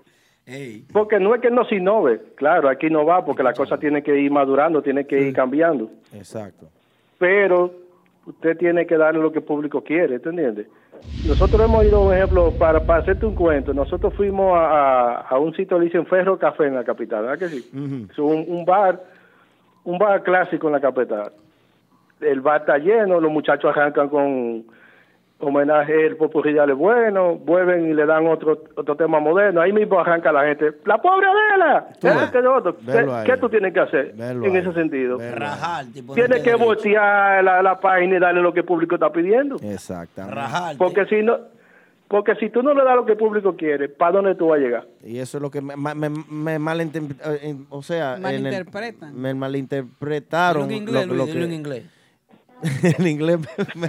Speaker 7: negra.
Speaker 21: Porque no es que no se innove, claro, aquí no va porque la cosa tiene que ir madurando, tiene que ir cambiando.
Speaker 4: Exacto.
Speaker 21: Pero usted tiene que darle lo que el público quiere, ¿te entiendes? Nosotros hemos ido, un ejemplo, para, para hacerte un cuento, nosotros fuimos a, a, a un sitio, le dicen Ferro Café en la capital, ¿verdad que sí?
Speaker 4: Mm.
Speaker 21: Es un, un bar, un bar clásico en la capital. El bar está lleno, los muchachos arrancan con homenaje, el popurrí ya le bueno, vuelven y le dan otro otro tema moderno, ahí mismo arranca la gente, la pobre Adela,
Speaker 4: Tú
Speaker 21: Este,
Speaker 4: ves,
Speaker 21: este, otro. ¿Qué,
Speaker 4: velo ahí,
Speaker 21: qué tú tienes que hacer
Speaker 4: velo
Speaker 21: en
Speaker 4: ahí,
Speaker 21: ese sentido?
Speaker 4: Rajar,
Speaker 2: tipo,
Speaker 21: Tienes que voltear la, la página y darle lo que el público está pidiendo.
Speaker 4: Exactamente.
Speaker 21: Porque si no, porque si tú no le das lo que el público quiere, ¿para dónde tú vas a llegar?
Speaker 4: Y eso es lo que me, ma- me, me malinterpre- eh, en- o sea, en el-
Speaker 7: Malinterpretan.
Speaker 4: me malinterpretaron.
Speaker 7: Dilo en inglés, Luis, dilo en
Speaker 2: inglés.
Speaker 4: en inglés. me-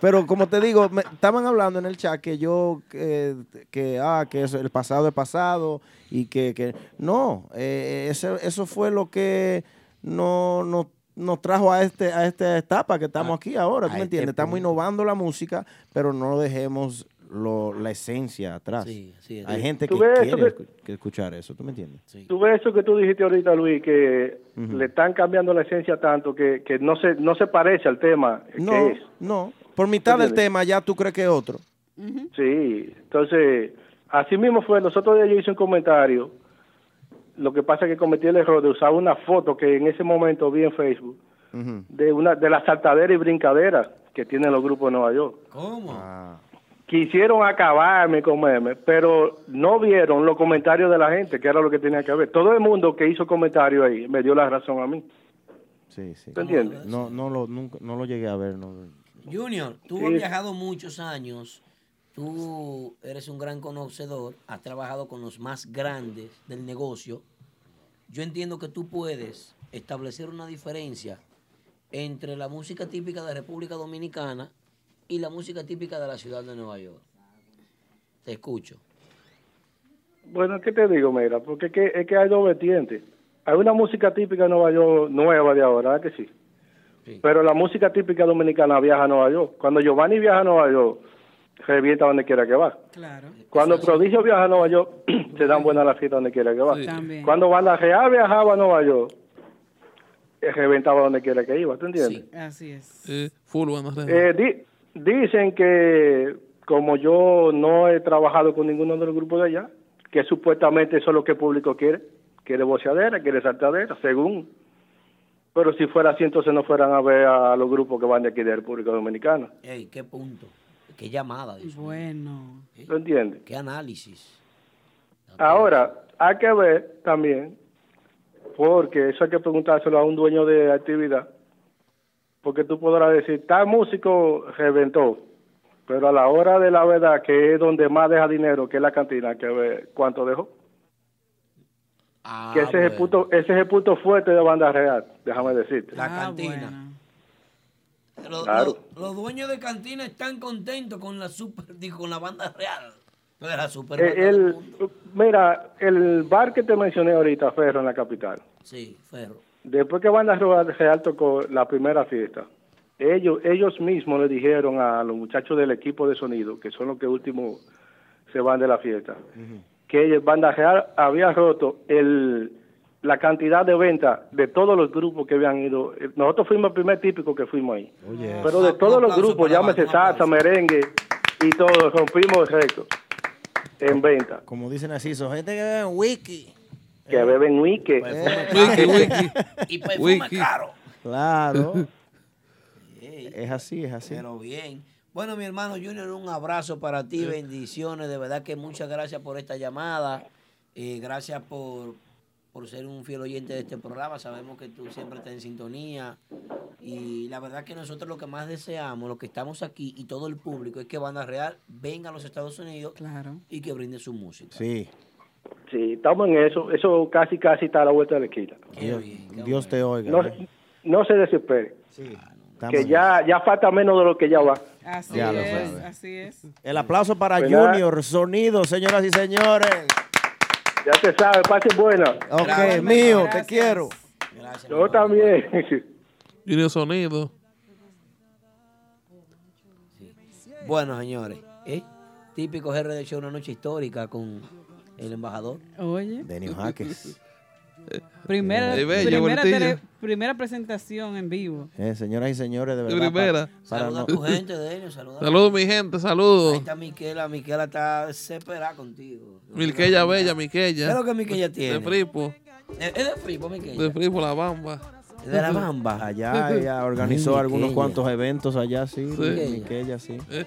Speaker 4: pero como te digo, me- estaban hablando en el chat que yo, que, que, ah, que eso, el pasado es pasado y que, que no, eh, eso, eso fue lo que no, no- nos trajo a este a esta etapa que estamos aquí ahora, ¿tú me entiendes? Estamos innovando la música, pero no dejemos lo- la esencia atrás.
Speaker 2: es.
Speaker 4: Hay gente que
Speaker 21: ¿Tú ves eso
Speaker 4: quiere
Speaker 21: que-
Speaker 4: escu- que escuchar eso, ¿tú me entiendes?
Speaker 21: Tú ves eso que tú dijiste ahorita, Luis, que le están cambiando la esencia tanto que, que no se no se parece al tema
Speaker 4: No,
Speaker 21: que es.
Speaker 4: no. Por mitad del
Speaker 21: ¿Entiendes?
Speaker 4: tema ya tú crees que es otro.
Speaker 21: Sí, entonces, así mismo fue. Nosotros de ellos hice un comentario. Lo que pasa es que cometí el error de usar una foto que en ese momento vi en Facebook de una de la saltadera y brincadera que tienen los grupos de Nueva York.
Speaker 2: ¿Cómo?
Speaker 4: Ah,
Speaker 21: Quisieron acabarme y comerme, pero no vieron los comentarios de la gente, que era lo que tenía que ver. Todo el mundo que hizo comentario ahí me dio la razón a mí.
Speaker 4: Sí, sí.
Speaker 21: ¿Te entiendes?
Speaker 4: No, no lo, nunca, no lo llegué a ver. no.
Speaker 2: Junior, tú
Speaker 4: Sí.
Speaker 2: has viajado muchos años, tú eres un gran conocedor, has trabajado con los más grandes del negocio. Yo entiendo que tú puedes establecer una diferencia entre la música típica de República Dominicana y la música típica de la ciudad de Nueva York. Te escucho.
Speaker 21: Bueno, ¿qué te digo, mira? Porque es que, es que hay dos vertientes. Hay una música típica de Nueva York nueva de ahora, ¿verdad que sí? Pero la música típica dominicana viaja a Nueva York. Cuando Giovanni viaja a Nueva York, revienta donde quiera que va.
Speaker 7: Claro.
Speaker 21: Cuando Prodigio viaja a Nueva York, se dan buenas las fiestas donde quiera que va.
Speaker 7: Sí. También.
Speaker 21: Cuando Banda Real viajaba a Nueva York, eh, reventaba donde quiera que iba, ¿tú entiendes?
Speaker 7: Así es.
Speaker 17: Eh, full banda
Speaker 21: Eh, di- dicen que como yo no he trabajado con ninguno de los grupos de allá, que supuestamente eso es lo que el público quiere, quiere boceadera, quiere saltadera, según. Pero si fuera así, entonces no fueran a ver a los grupos que van de aquí de República Dominicana.
Speaker 2: Ey, qué punto, qué llamada.
Speaker 7: Bueno.
Speaker 21: ¿Lo entiendes?
Speaker 2: Qué análisis.
Speaker 21: Ahora, hay que ver también, porque eso hay que preguntárselo a un dueño de actividad, porque tú podrás decir, tal músico reventó, pero a la hora de la verdad, que es donde más deja dinero, que es la cantina, hay que ver cuánto dejó.
Speaker 16: Ah,
Speaker 4: Ah,
Speaker 21: que ese, es el punto, ese es el punto fuerte de banda real, déjame decirte.
Speaker 2: La cantina. Los,
Speaker 21: Claro.
Speaker 2: los- los dueños de cantina están contentos con la super, digo, con la banda real. No era super.
Speaker 21: Eh,
Speaker 2: banda
Speaker 21: el-
Speaker 2: del mundo.
Speaker 21: mira, el bar que te mencioné ahorita, Ferro, en la capital,
Speaker 2: Sí, Ferro.
Speaker 21: Después que Banda Real tocó la primera fiesta, ellos, ellos mismos le dijeron a los muchachos del equipo de sonido, que son los que últimos se van de la fiesta, que ellos- Banda Real había roto el, la cantidad de ventas de todos los grupos que habían ido. Eh, Nosotros fuimos el primer típico que fuimos ahí. Pero de todos los grupos, llámese salsa, merengue y todo, rompimos el récord en venta.
Speaker 4: Como dicen así, son gente que Eh, bebe wiki.
Speaker 21: Que beben wiki.
Speaker 4: pues, Wiki, wiki.
Speaker 2: Y perfume Wiki. caro.
Speaker 4: Claro.
Speaker 2: Ey.
Speaker 4: es así, es así.
Speaker 2: Pero bien. Bueno, mi hermano Junior, un abrazo para ti, bendiciones. De verdad que muchas gracias por esta llamada. Eh, gracias por, por ser un fiel oyente de este programa. Sabemos que tú siempre estás en sintonía. Y la verdad que nosotros lo que más deseamos, lo que estamos aquí y todo el público, es que Banda Real venga a los Estados Unidos y que brinde su música.
Speaker 4: Sí.
Speaker 21: Sí, estamos en eso. Eso casi, casi está a la vuelta de la esquina.
Speaker 4: Dios, Dios te oiga.
Speaker 21: No,
Speaker 4: ¿eh?
Speaker 21: no se desespere.
Speaker 4: Estamos
Speaker 21: Que
Speaker 4: en
Speaker 21: ya, ya falta menos de lo que ya va.
Speaker 7: Así
Speaker 4: Ya lo
Speaker 7: es,
Speaker 4: sabes.
Speaker 7: así es.
Speaker 4: El aplauso para
Speaker 21: Pues nada.
Speaker 4: Junior Sonido, señoras y señores.
Speaker 21: Ya te sabes, pase buena.
Speaker 4: Ok, mío, te quiero.
Speaker 21: Yo también.
Speaker 17: Junior Sonido.
Speaker 2: Bueno, señores, ¿eh? típico GR de Show, una noche histórica con el embajador.
Speaker 7: Oye.
Speaker 4: Denio Jaques.
Speaker 5: Primera,
Speaker 17: Eh, bello,
Speaker 5: primera,
Speaker 17: Bertillo.
Speaker 5: tele- primera presentación en vivo.
Speaker 4: Eh, señoras y señores, de
Speaker 17: De
Speaker 4: verdad.
Speaker 17: primera.
Speaker 2: Saluda
Speaker 4: no-
Speaker 2: a tu gente, Deño, saluda.
Speaker 17: Saludos, mi gente, saludos.
Speaker 2: Ahí está Miquela, Miquela está desesperada contigo.
Speaker 17: Milquella Bella, Miquella.
Speaker 2: ¿Qué es lo que Miquella
Speaker 17: De-
Speaker 2: tiene?
Speaker 17: De Fripo.
Speaker 2: Eh, Es de Fripo, Miquella.
Speaker 17: De Fripo, la bamba.
Speaker 2: De la bamba.
Speaker 4: Allá ella organizó
Speaker 17: Ay,
Speaker 4: algunos
Speaker 17: Miquella.
Speaker 4: cuantos eventos allá, sí.
Speaker 17: Miquella.
Speaker 4: Miquella, sí.
Speaker 17: Eh,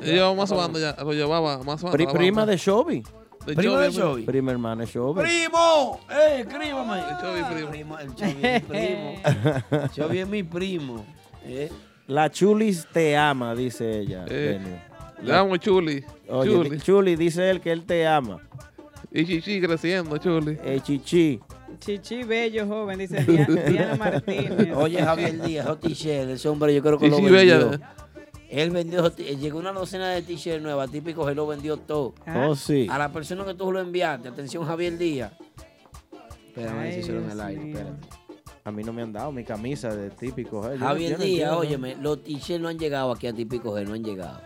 Speaker 17: ella llevaba más banda ya, lo llevaba más banda.
Speaker 4: Pri-
Speaker 17: la
Speaker 4: prima
Speaker 17: banda.
Speaker 4: de Shobi.
Speaker 17: De Prima Shobi, de prima. Shobi.
Speaker 4: Prima hermana de Shobi.
Speaker 2: ¡Primo! ¡Eh, escríbame! El
Speaker 17: primo.
Speaker 2: el Chovy es mi primo. Chovy es mi primo. ¿eh?
Speaker 4: La Chulis te ama, dice ella.
Speaker 17: Eh,
Speaker 4: Denio.
Speaker 17: le amo, Chuli.
Speaker 4: Oye,
Speaker 17: Chuli.
Speaker 4: di- Chuli, dice él que él te ama.
Speaker 17: Y Chichi creciendo, Chuli.
Speaker 4: Eh, Chichi.
Speaker 5: Chichi Bello, joven, dice Diana, Diana Martínez.
Speaker 2: Oye, Javier Díaz, Hot T-shirt, ese hombre yo creo que
Speaker 17: Sí,
Speaker 2: lo
Speaker 17: sí,
Speaker 2: vendió.
Speaker 17: bella.
Speaker 2: Él vendió, hot- eh, llegó una docena de t-shirts nuevas, típicos, él lo vendió todo.
Speaker 4: Ah. Oh, sí.
Speaker 2: A la persona que tú lo enviaste, atención Javier Díaz. Espérame, a ver si hicieron el aire, espérate.
Speaker 4: A mí no me han dado mi camisa de típico. eh, yo- yo
Speaker 2: Javier
Speaker 4: no
Speaker 2: Díaz,
Speaker 4: entiendo.
Speaker 2: óyeme, los t-shirts no han llegado aquí a Típico G, no han llegado.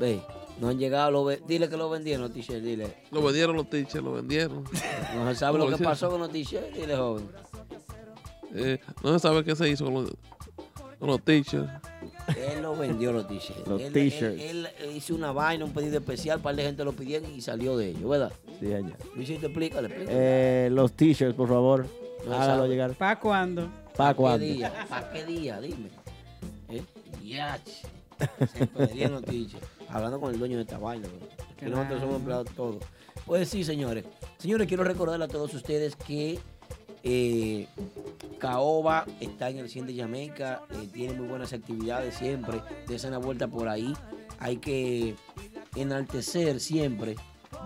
Speaker 2: Ve, no han llegado, lo ve- dile que lo vendieron los t-shirts, dile.
Speaker 17: Lo vendieron los teachers, lo vendieron.
Speaker 2: No se sabe lo que pasó con los t-shirts, dile, joven.
Speaker 17: Eh, no se sabe qué se hizo con los, con los teachers.
Speaker 2: Él lo vendió los t-shirts.
Speaker 17: Los
Speaker 2: Él-
Speaker 17: t-shirts.
Speaker 2: Él, él hizo una vaina, un pedido especial, para la gente lo pidieron y salió de ello, ¿verdad?
Speaker 4: Sí, señor.
Speaker 2: Luisito, explícale, explícale.
Speaker 4: Eh, los t-shirts, por favor.
Speaker 2: No
Speaker 4: Hágalo
Speaker 2: sabe.
Speaker 4: llegar.
Speaker 5: ¿Para cuándo?
Speaker 4: ¿Para
Speaker 2: ¿Qué
Speaker 4: cuándo?
Speaker 2: día? ¿Para qué día? Dime. ¿Eh? Yach. Se perdían los t-shirts. Hablando con el dueño de esta vaina, bro. Que nosotros
Speaker 5: Claro.
Speaker 2: somos empleados todos. Pues sí, señores. Señores, quiero recordarle a todos ustedes que eh, Caoba está en el 100 de Jamaica. eh, tiene muy buenas actividades siempre. Desen la vuelta por ahí. Hay que enaltecer siempre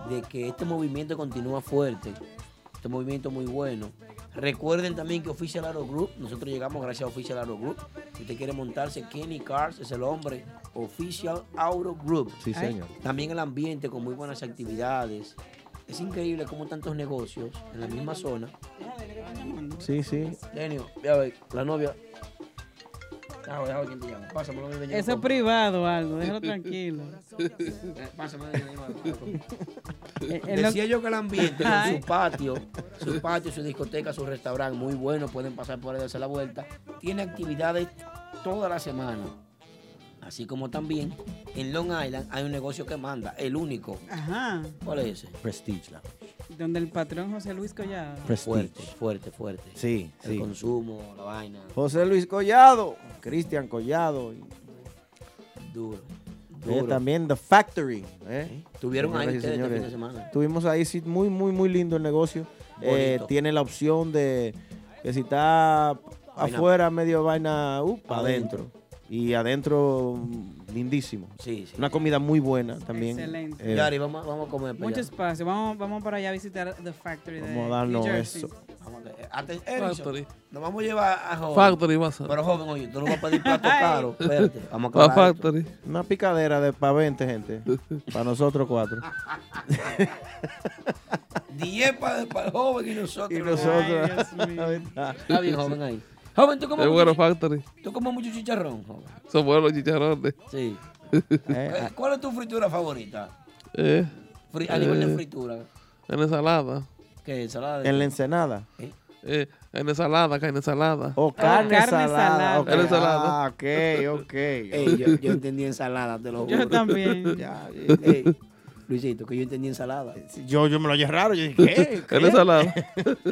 Speaker 2: de que este movimiento continúa fuerte. Este movimiento muy bueno. Recuerden también que Official Aero Group, nosotros llegamos gracias a Official Aero Group. Si usted quiere montarse, Kenny Cars es el hombre. Official Aero Group. ¿Eh?
Speaker 4: Sí, señor.
Speaker 2: También el ambiente con muy buenas actividades. Es increíble cómo tantos negocios en la misma zona.
Speaker 4: Sí, sí.
Speaker 2: Denio, ve a ver, la novia. Déjame, déjame quién te llama. Pásamelo, mi bello.
Speaker 5: Eso es privado, algo, déjalo tranquilo.
Speaker 2: Eh, Pásamelo, mi bello.
Speaker 5: Eh, eh, lo-
Speaker 2: Decía yo que el ambiente con
Speaker 5: Ay.
Speaker 2: su patio, su patio, su discoteca, su restaurante, muy bueno, pueden pasar por ahí a hacer la vuelta. Tiene actividades toda la semana. Así como también en Long Island hay un negocio que manda, el único.
Speaker 5: Ajá.
Speaker 2: ¿Cuál es ese?
Speaker 4: Prestige Lounge.
Speaker 5: Donde el patrón José Luis Collado.
Speaker 2: Fuerte, fuerte, fuerte.
Speaker 4: Sí,
Speaker 2: El
Speaker 4: sí.
Speaker 2: consumo, la vaina.
Speaker 4: José Luis Collado. Cristian Collado. y-
Speaker 2: Duro.
Speaker 4: Eh,
Speaker 2: duro.
Speaker 4: también The Factory. eh.
Speaker 2: Tuvieron ahí
Speaker 4: y
Speaker 2: ustedes este fin de semana.
Speaker 4: Tuvimos ahí, sí, muy, muy, muy lindo el negocio. Eh,
Speaker 2: Bonito.
Speaker 4: tiene la opción de que si está
Speaker 2: Vaina.
Speaker 4: afuera, medio vaina, uh, para
Speaker 2: Adentro.
Speaker 4: adentro. Y adentro, mm, lindísimo.
Speaker 2: Sí, sí.
Speaker 4: Una comida muy buena también.
Speaker 5: Excelente.
Speaker 4: Eh,
Speaker 2: Yari, vamos, vamos a comer. para
Speaker 5: Mucho
Speaker 2: allá.
Speaker 5: espacio. Vamos, vamos para allá a visitar The Factory. de
Speaker 4: Vamos a darnos
Speaker 5: New Jersey.
Speaker 4: eso.
Speaker 2: Vamos a- eh, aten- Erickson,
Speaker 17: Factory.
Speaker 2: Nos vamos a llevar a joven.
Speaker 17: Factory, vas a-
Speaker 2: Pero joven, oye, tú no vas a pedir plato caro. Espérate, vamos a
Speaker 17: Va
Speaker 2: acabar esto.
Speaker 17: Factory.
Speaker 4: Una picadera de para 20 gente. para nosotros cuatro.
Speaker 2: 10 para el joven y nosotros.
Speaker 4: Y nosotros.
Speaker 2: Ay, Dios mío. Está bien, joven ahí. Joven, tú comes
Speaker 17: Es bueno,
Speaker 2: mucho,
Speaker 17: Factory.
Speaker 2: tú comes mucho chicharrón, joven.
Speaker 17: Son buenos los chicharrones.
Speaker 2: Sí.
Speaker 4: Eh,
Speaker 2: ¿Cuál es tu fritura favorita?
Speaker 17: Eh,
Speaker 2: Fri- ah, a nivel de
Speaker 17: eh,
Speaker 2: fritura.
Speaker 17: En ensalada.
Speaker 2: ¿Qué? ¿Ensalada? de
Speaker 4: en la
Speaker 2: qué?
Speaker 4: ensenada.
Speaker 17: Eh, en ensalada, carne ensalada.
Speaker 4: O carne,
Speaker 5: carne
Speaker 4: salada.
Speaker 5: salada.
Speaker 4: ok.
Speaker 17: Carne salada.
Speaker 4: Ah, ok, ok.
Speaker 2: Ey, yo, yo entendí ensalada, te lo juro.
Speaker 5: Yo también.
Speaker 4: Ya,
Speaker 2: Ey, Luisito, que yo entendí ensalada.
Speaker 4: Yo, yo me lo oye raro. Yo dije, ¿qué?
Speaker 17: En ensalada.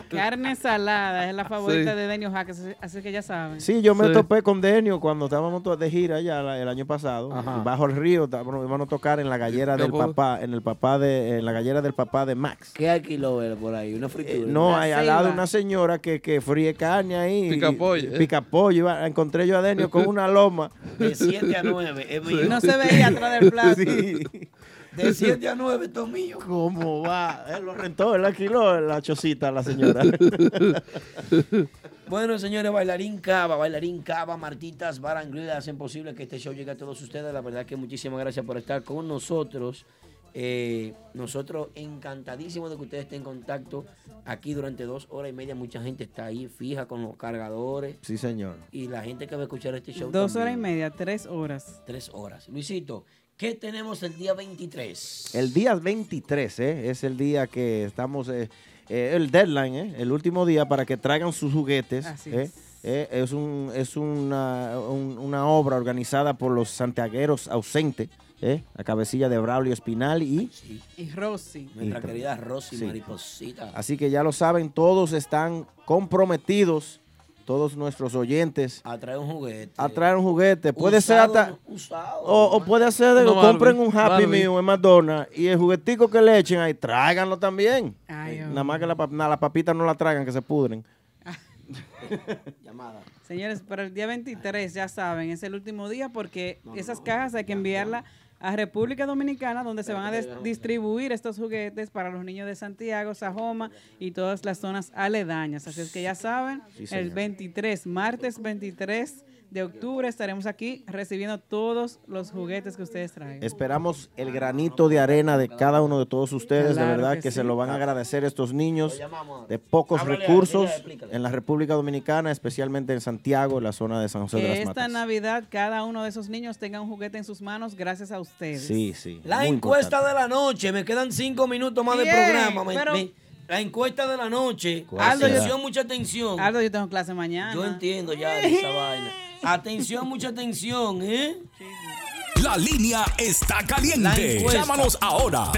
Speaker 5: Carne salada es la favorita
Speaker 17: Sí.
Speaker 5: de Daniel Hackers, así que ya saben.
Speaker 4: Sí, yo me
Speaker 17: Sí.
Speaker 4: topé con Denio cuando estábamos to- de gira allá la- el año pasado, bajo el río, estábamos- íbamos a tocar en la gallera del
Speaker 17: Capó.
Speaker 4: papá, en el papá de, en la gallera del papá de Max.
Speaker 2: ¿Qué hay kilo era por ahí? ¿Una fritura?
Speaker 4: Eh, No, hay al lado
Speaker 5: ceiba.
Speaker 4: una señora que, que fríe carne ahí.
Speaker 17: Pica pollo, eh.
Speaker 4: Pica pollo. Iba- encontré yo a Denio con una loma.
Speaker 2: De 7 a 9. Es mío.
Speaker 5: No se veía atrás del plato.
Speaker 4: Sí.
Speaker 2: De 7 a 9, esto es mío.
Speaker 4: ¿Cómo va? Él lo rentó, él alquiló la chocita a la señora.
Speaker 2: Bueno, señores, bailarín Cava, bailarín Cava, Martitas, Baranglida hacen posible que este show llegue a todos ustedes. La verdad que muchísimas gracias por estar con nosotros. Eh, nosotros encantadísimos de que ustedes estén en contacto aquí durante dos horas y media. Mucha gente está ahí fija con los cargadores
Speaker 4: sí, señor.
Speaker 2: y la gente que va a escuchar este show.
Speaker 5: Dos horas y
Speaker 2: también.
Speaker 5: media, tres horas.
Speaker 2: Tres horas. Luisito, ¿qué tenemos el día 23?
Speaker 4: El día 23 ¿eh? es el día que estamos eh, eh, el deadline, eh, el último día para que traigan sus juguetes.
Speaker 5: Así
Speaker 4: eh, eh, es un, es una, un- una obra organizada por los santiagueros ausentes, eh, a cabecilla de Braulio Espinal y
Speaker 5: Y Rosy.
Speaker 2: Nuestra
Speaker 4: Y-
Speaker 2: querida Rosy
Speaker 4: sí.
Speaker 2: Mariposita.
Speaker 4: Así que ya lo saben, todos están comprometidos, todos nuestros oyentes,
Speaker 2: a traer un juguete.
Speaker 4: a traer un juguete. Puede ser
Speaker 2: Usado,
Speaker 4: hasta... o, o puede ser de
Speaker 2: Uno
Speaker 4: que compren un
Speaker 2: Barbie,
Speaker 4: Happy
Speaker 2: Barbie.
Speaker 4: Meal en McDonald's y el juguetico que le echen ahí, tráiganlo también.
Speaker 5: Ay,
Speaker 4: Nada más que la, pap- na- las papitas no la traigan, que se pudren.
Speaker 2: Llamada.
Speaker 5: Señores, para el día 23, ya saben, es el último día porque esas cajas hay que enviarlas a República Dominicana, donde se van a des- distribuir estos juguetes para los niños de Santiago, Sajoma y todas las zonas aledañas. Así es que ya saben,
Speaker 9: Sí, señor.
Speaker 5: el 23, martes 23 de octubre, estaremos aquí recibiendo todos los juguetes que ustedes traigan.
Speaker 4: Esperamos el granito de arena de cada uno de todos ustedes,
Speaker 5: Claro
Speaker 4: de verdad
Speaker 5: que
Speaker 4: que se
Speaker 5: sí.
Speaker 4: lo van a agradecer estos niños de pocos
Speaker 5: Háblale,
Speaker 4: recursos
Speaker 5: dile, explícale.
Speaker 4: en la República Dominicana, especialmente en Santiago, en la zona de San José de
Speaker 5: Que
Speaker 4: las
Speaker 5: esta
Speaker 4: Matas.
Speaker 5: Navidad cada uno de esos niños tenga un juguete en sus manos gracias a ustedes.
Speaker 4: Sí, sí.
Speaker 2: La
Speaker 4: muy
Speaker 2: encuesta
Speaker 4: importante.
Speaker 2: de la noche, me quedan cinco minutos más de
Speaker 5: Bien,
Speaker 2: programa. me-
Speaker 5: pero-
Speaker 2: me- la encuesta de la noche.
Speaker 5: ¿Cuál Aldo, será? yo-
Speaker 2: atención, mucha atención.
Speaker 5: Aldo, yo tengo clase mañana.
Speaker 2: Yo entiendo ya de esa vaina. Atención, mucha atención, ¿eh?
Speaker 1: La línea está
Speaker 2: La
Speaker 1: caliente.
Speaker 2: encuesta.
Speaker 1: Llámanos ahora.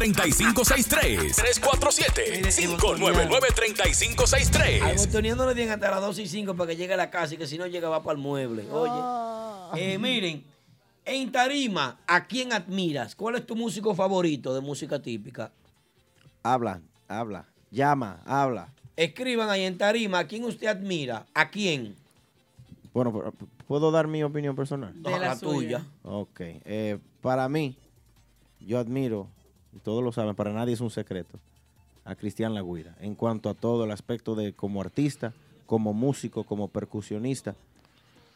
Speaker 1: 347-599-3563. 347-599-3563.
Speaker 2: Al botoneando le tienen hasta las 12 y 5 para que llegue a la casa y que si no llega va para el mueble.
Speaker 20: Oh.
Speaker 2: Oye, Eh, miren, en Tarima, ¿a quién admiras? ¿Cuál es tu músico favorito de música típica?
Speaker 4: Habla, habla, llama, habla.
Speaker 2: Escriban ahí en Tarima, ¿a quién usted admira? ¿A quién?
Speaker 4: Bueno, pero, ¿puedo dar mi opinión personal?
Speaker 2: De la La suya. tuya.
Speaker 4: Ok. eh, para mí, yo admiro, y todos lo saben, para nadie es un secreto, a Cristian Lagüira. En cuanto a todo el aspecto de como artista, como músico, como percusionista,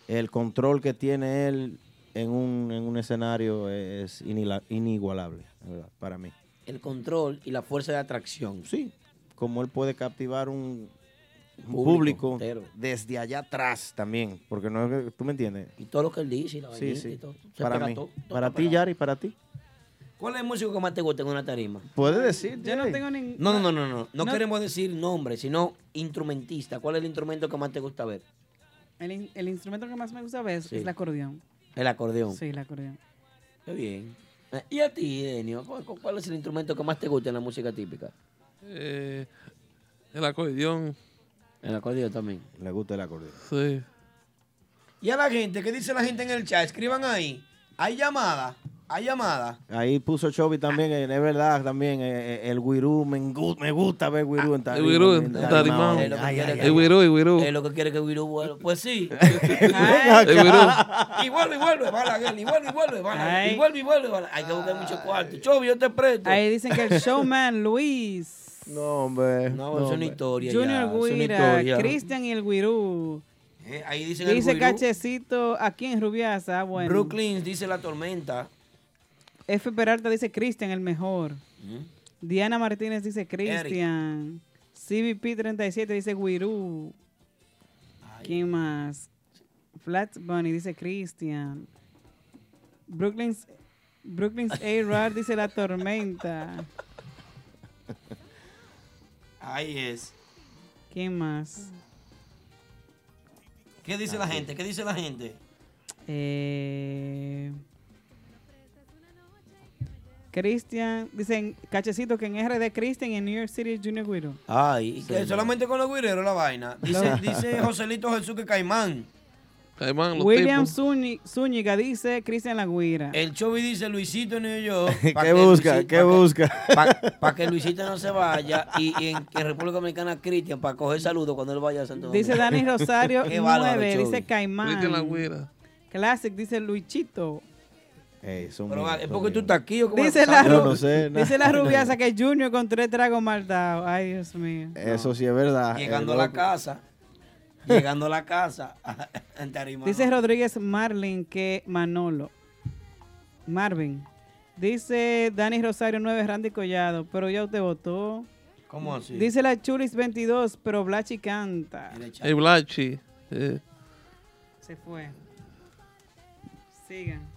Speaker 4: el control que tiene él en un, en un escenario es inila- inigualable, la verdad, para mí.
Speaker 2: El control y la fuerza de atracción.
Speaker 4: Sí, como él puede captivar un, un
Speaker 2: Público
Speaker 4: público,
Speaker 2: entero.
Speaker 4: desde allá atrás también, porque no es que- tú me entiendes.
Speaker 2: Y todo lo que él dice y la
Speaker 4: Sí,
Speaker 2: vainita
Speaker 4: sí.
Speaker 2: y todo. Se
Speaker 4: Para
Speaker 2: pega
Speaker 4: mí,
Speaker 2: todo, todo
Speaker 4: para
Speaker 2: está
Speaker 4: ti,
Speaker 2: pegado.
Speaker 4: Yari, para ti.
Speaker 2: ¿Cuál es el músico que más te gusta en una tarima?
Speaker 4: Puedes decir.
Speaker 5: Yo no tengo ningún...
Speaker 2: No, no, no, no, no. No
Speaker 5: No.
Speaker 2: queremos decir nombre, sino instrumentista. ¿Cuál es el instrumento que más te gusta ver?
Speaker 5: El, in- el instrumento que más me gusta ver
Speaker 2: Sí.
Speaker 5: es el acordeón.
Speaker 9: Eh.
Speaker 2: El acordeón.
Speaker 5: Sí, el acordeón.
Speaker 2: Qué bien. Eh, ¿Y a ti, Denio? ¿Cuál, cu- cuál es el instrumento que más te gusta en la música típica?
Speaker 17: Eh, el acordeón.
Speaker 2: El acordeón también.
Speaker 4: Le gusta el acordeón.
Speaker 17: Sí.
Speaker 2: ¿Y a la gente? ¿Qué dice la gente en el chat? Escriban ahí. Hay llamada. Hay llamada.
Speaker 4: Ahí puso Chovy también, eh, es verdad, también eh, eh, el guirú, me, engu- me gusta ver guirú en
Speaker 2: Ah,
Speaker 4: tarima.
Speaker 17: el guirú
Speaker 4: en
Speaker 17: en
Speaker 4: tarima.
Speaker 17: tarimao.
Speaker 4: Ay, ay, ay,
Speaker 17: El guirú, el guirú.
Speaker 2: Es lo que quiere que Virú vuelva. Pues sí.
Speaker 17: Ay. El Virú.
Speaker 2: y vuelve, y vuelve, Balaguer. Y vuelve, y vuelve, Balaguer.
Speaker 5: Ay.
Speaker 2: Y vuelve, y vuelve, Balaguer. Hay que buscar mucho cuarto. Chovy, yo te presto.
Speaker 5: Ahí dicen que el showman Luis.
Speaker 4: No, hombre.
Speaker 2: No, es una historia ya,
Speaker 5: Junior
Speaker 2: es una
Speaker 5: Guira,
Speaker 2: historia.
Speaker 5: Cristian y el Guirú.
Speaker 2: Eh, ahí dicen el
Speaker 5: Dice
Speaker 2: Guirú.
Speaker 5: Cachecito aquí en Rubiasa. ah, Bueno.
Speaker 2: Brooklyn dice la tormenta.
Speaker 5: F. Peralta dice Cristian, el mejor. Diana Martínez dice Cristian. CBP37 dice Guirú. ¿Quién más? Flat Bunny dice Cristian. Brooklyn's, Brooklyn's A-Rod dice La Tormenta.
Speaker 2: Ahí es.
Speaker 5: ¿Quién más?
Speaker 2: ¿Qué dice la gente? ¿Qué dice la gente?
Speaker 5: Eh, Cristian, dicen, cachecito que en RD Cristian y en New York City Junior Guido.
Speaker 2: Ay, y
Speaker 5: Sí,
Speaker 2: que
Speaker 5: no.
Speaker 2: solamente con los guireros la vaina. Dice,
Speaker 5: No.
Speaker 2: dice Joselito Jesús que Caimán.
Speaker 17: Caimán, los
Speaker 5: William
Speaker 17: tipos.
Speaker 5: Zúñi- Zúñiga dice Cristian Laguira.
Speaker 2: El Chovy dice Luisito en New York.
Speaker 4: ¿Qué
Speaker 2: pa' que
Speaker 4: busca?
Speaker 2: Luisito-
Speaker 4: ¿Qué
Speaker 2: pa' que-
Speaker 4: busca?
Speaker 2: Para que Luisito no se vaya. Y, y en, en República Dominicana, Cristian, para coger saludos cuando él vaya a Santo
Speaker 5: Dice
Speaker 2: Domingo.
Speaker 5: Dani Rosario
Speaker 2: Qué bárbaro,
Speaker 5: 9,
Speaker 2: Chovy.
Speaker 5: dice
Speaker 17: Cristian
Speaker 5: Caimán.
Speaker 17: Laguira.
Speaker 5: Classic dice Luichito.
Speaker 4: Ey, son
Speaker 2: Pero, ah,
Speaker 4: míos,
Speaker 2: ¿es
Speaker 4: son
Speaker 2: porque tú
Speaker 4: míos.
Speaker 2: estás aquí o cómo
Speaker 5: Dice
Speaker 2: es?
Speaker 5: la,
Speaker 4: Yo
Speaker 5: ru-
Speaker 4: no sé, nada.
Speaker 5: dice la rubiasa que Junior con tres tragos mal dados. Ay, Dios mío.
Speaker 4: Eso sí es verdad.
Speaker 2: Llegando
Speaker 4: Eh,
Speaker 2: a la
Speaker 4: loco.
Speaker 2: casa. Llegando a la casa. en Tarima.
Speaker 5: Dice Rodríguez Marlin que Manolo. Marvin. Dice Dani Rosario 9, Randy Collado, pero ya usted votó.
Speaker 2: ¿Cómo así?
Speaker 5: Dice la Chulis 22, pero Blachi canta.
Speaker 17: El Blachi. eh,
Speaker 5: Se fue. Sigan.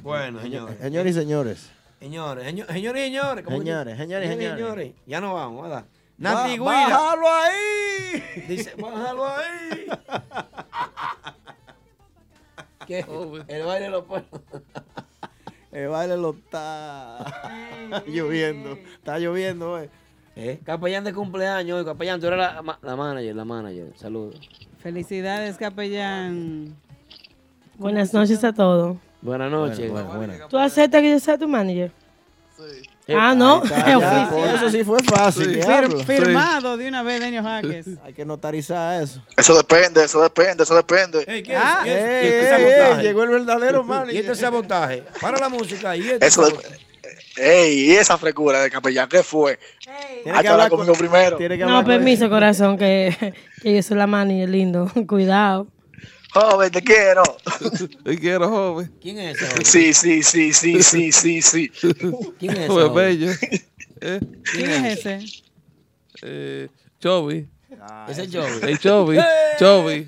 Speaker 2: Bueno,
Speaker 4: Señores y señores,
Speaker 2: Señores, señor- señores y señores. ¿cómo que-
Speaker 4: Señores, señores y
Speaker 2: y
Speaker 4: señores.
Speaker 2: Ya no vamos, ¿verdad? Nati
Speaker 4: Ba-
Speaker 2: Guira.
Speaker 4: bájalo ahí!
Speaker 2: Dice, bájalo ahí. ¿Qué? El baile lo pone.
Speaker 4: El baile lo está lloviendo. Está lloviendo, güey.
Speaker 2: ¿Eh? Capellán de cumpleaños, hoy, capellán, tú eres la, ma- la manager, la manager. Saludos.
Speaker 5: Felicidades, capellán.
Speaker 19: Buenas noches a todos.
Speaker 2: Buenas noches.
Speaker 19: ¿Tú aceptas que yo sea tu manager? Sí. Ah, no.
Speaker 4: está, ya,
Speaker 19: Oficial.
Speaker 4: eso sí fue fácil, diablo.
Speaker 5: firmado de una vez, Daniel Jaques.
Speaker 4: Hay que notarizar eso.
Speaker 22: Eso depende, eso depende, eso depende.
Speaker 4: Ah,
Speaker 22: es-
Speaker 4: ey,
Speaker 22: qué es
Speaker 4: ey,
Speaker 22: ese
Speaker 4: ey,
Speaker 22: sabotaje?
Speaker 4: llegó el verdadero man.
Speaker 23: Y este sabotaje. Para la música. Y este
Speaker 22: Eso
Speaker 23: sabotaje.
Speaker 22: depende. Ey, y esa frescura de capellán, ¿qué fue? Ah, Hay que hablar conmigo primero.
Speaker 19: No, permiso, corazón, que, que yo soy la manager, lindo. Cuidado.
Speaker 22: Joven, te quiero.
Speaker 17: Te quiero, joven.
Speaker 2: ¿Quién es ese
Speaker 22: Sí, sí, sí, sí, sí, sí, sí.
Speaker 2: ¿Quién
Speaker 17: es ese Joven joven? bello.
Speaker 5: ¿Quién es ese?
Speaker 17: Eh, Chobi.
Speaker 2: Ah, Ese ¡Eh! es Chobi.
Speaker 17: El Chobi. Chobi.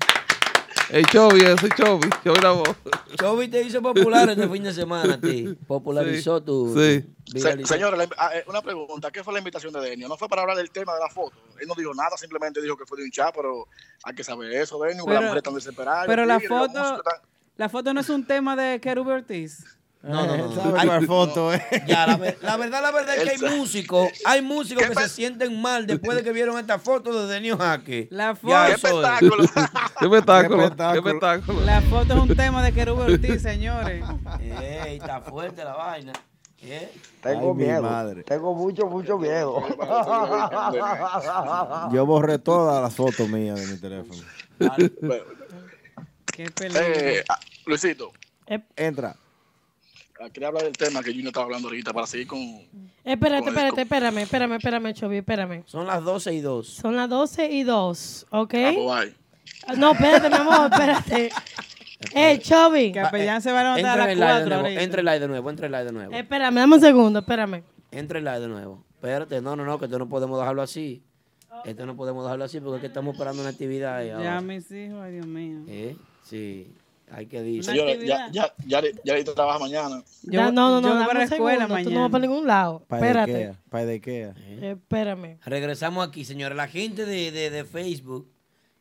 Speaker 17: El Chobi, ese es Chobi. Chobi la voz.
Speaker 2: Chobi te hizo popular este fin de semana, a ti. Popularizó
Speaker 17: Sí,
Speaker 2: tu.
Speaker 17: sí.
Speaker 2: tu-
Speaker 22: Se-
Speaker 2: viralizó.
Speaker 22: señores, la- ah, eh, una pregunta. ¿Qué fue la invitación de Denio? No fue para hablar del tema de la foto. Él no dijo nada, simplemente dijo que fue de un chat, pero hay que saber eso, Denio.
Speaker 5: Pero-
Speaker 22: la mujer tan desesperada.
Speaker 5: Pero la
Speaker 22: los tigres, los
Speaker 5: foto,
Speaker 22: músicos tan-
Speaker 5: la foto no es un tema de Kerube Ortiz.
Speaker 2: No, no, no, no.
Speaker 4: Sabe
Speaker 2: Ay,
Speaker 4: cuál
Speaker 2: no.
Speaker 4: foto, eh.
Speaker 2: Ya, la, ver- la verdad, la verdad es que hay
Speaker 4: Esa.
Speaker 2: músicos, hay músicos que se sienten mal después de que vieron esta foto de Denio Jaque.
Speaker 5: La foto.
Speaker 2: Ya,
Speaker 5: Qué
Speaker 2: eso es.
Speaker 5: espectáculo.
Speaker 17: Qué espectáculo. Qué espectáculo.
Speaker 5: La foto es un tema de Kerube Ortiz, señores.
Speaker 2: Ey, está fuerte la vaina. ¿Eh?
Speaker 6: Tengo
Speaker 4: Ay, mi
Speaker 6: miedo.
Speaker 4: madre.
Speaker 6: Tengo mucho, mucho miedo.
Speaker 4: Yo borré todas las fotos mías de mi teléfono.
Speaker 5: Qué
Speaker 22: Eh, ah, Luisito,
Speaker 4: Entra.
Speaker 22: ah, quería hablar del tema que Junior estaba hablando ahorita para seguir con,
Speaker 19: Espérate, espérate, espérame, espérame, espérame, Chobi, espérame.
Speaker 2: Son las 12 y 2.
Speaker 19: Son las 12 y 2, ¿ok?
Speaker 22: bye.
Speaker 19: Ah, No, espérate, mi amor, espérate. Eh, Chobi.
Speaker 5: Capellán pues se va a
Speaker 2: Entra en el live de nuevo, entra en el live de nuevo, entra en el live de nuevo.
Speaker 5: Eh.
Speaker 19: Espérame, dame un segundo, espérame.
Speaker 2: Entra en live de nuevo. Espérate, no, no, no, que esto no podemos dejarlo así. Esto no podemos dejarlo así porque es que estamos esperando una actividad ahí ahora.
Speaker 5: Ya, mis hijos, ay Dios mío.
Speaker 2: ¿Eh? Sí, hay que decir.
Speaker 22: Señores, ya, ya, ya, ya ahorita trabaja mañana.
Speaker 19: Da- no, no, no,
Speaker 5: yo voy
Speaker 19: dame
Speaker 5: para
Speaker 19: un
Speaker 5: la escuela
Speaker 19: segundo, Tú no
Speaker 5: mañana.
Speaker 19: vas para ningún lado. Espérate, Eh,
Speaker 4: Para de qué.
Speaker 19: espérame.
Speaker 2: Regresamos aquí, señores. La gente de, de- de Facebook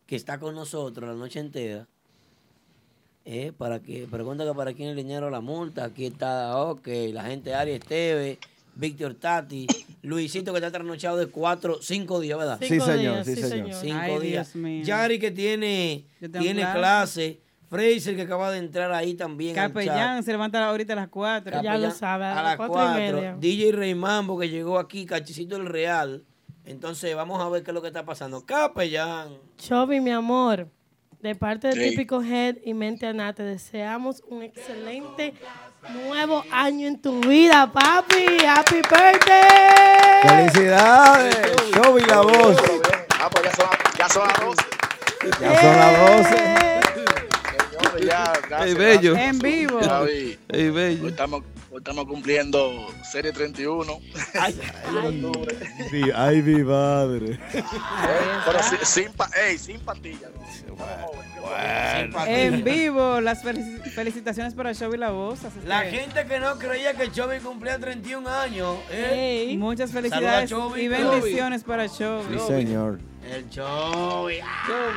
Speaker 2: que está con nosotros la noche entera. eh, para que, pregunta que para quién el dinero la multa. Aquí está, ok, la gente de Ari Esteve, Víctor Tati, Luisito que está trasnochado de cuatro, cinco días, ¿verdad?
Speaker 4: Sí, Cinco señor, días, sí, sí, señor. señor.
Speaker 2: Cinco
Speaker 5: Ay, Dios
Speaker 2: días.
Speaker 5: mío.
Speaker 2: Yari que tiene,
Speaker 5: Yo tengo
Speaker 2: tiene
Speaker 5: clase.
Speaker 2: clase. Fraser que acaba de entrar ahí también. al chat.
Speaker 5: Capellán se levanta ahorita a las 4.
Speaker 2: Capellán, pues A las 4. DJ Reymambo que llegó aquí, Cachicito del Real. Entonces, vamos a ver qué es lo que está pasando. Capellán.
Speaker 19: Chobi, mi amor, de parte de
Speaker 2: Ey.
Speaker 19: Típico Head y Mente Ana, te deseamos un excelente nuevo año en tu vida, papi. Happy birthday.
Speaker 4: ¡Felicidades! Chobi la voz.
Speaker 22: Ah, pues ya son, ya son las 12.
Speaker 4: Ya son las 12.
Speaker 22: Señores, Pues ya, gracias,
Speaker 17: Ey, bello.
Speaker 22: gracias.
Speaker 17: En vivo.
Speaker 22: Xavi,
Speaker 17: Ey, bello.
Speaker 22: Hoy estamos, hoy estamos cumpliendo serie 31.
Speaker 4: Sí, ay, mi madre.
Speaker 22: Eh, Pero sin, sin, pa- ey, sin pastillas. ¿no? Sin pastillas.
Speaker 5: En vivo, las felici- felicitaciones para Show y la voz. así
Speaker 2: La
Speaker 5: que-
Speaker 2: gente que no creía que Chovy cumplía 31 años. ¿eh?
Speaker 5: Muchas
Speaker 2: Saluda a
Speaker 5: felicidades
Speaker 2: Chovy,
Speaker 5: y
Speaker 2: Chovy.
Speaker 5: bendiciones para Show.
Speaker 4: Sí, señor.
Speaker 2: El show.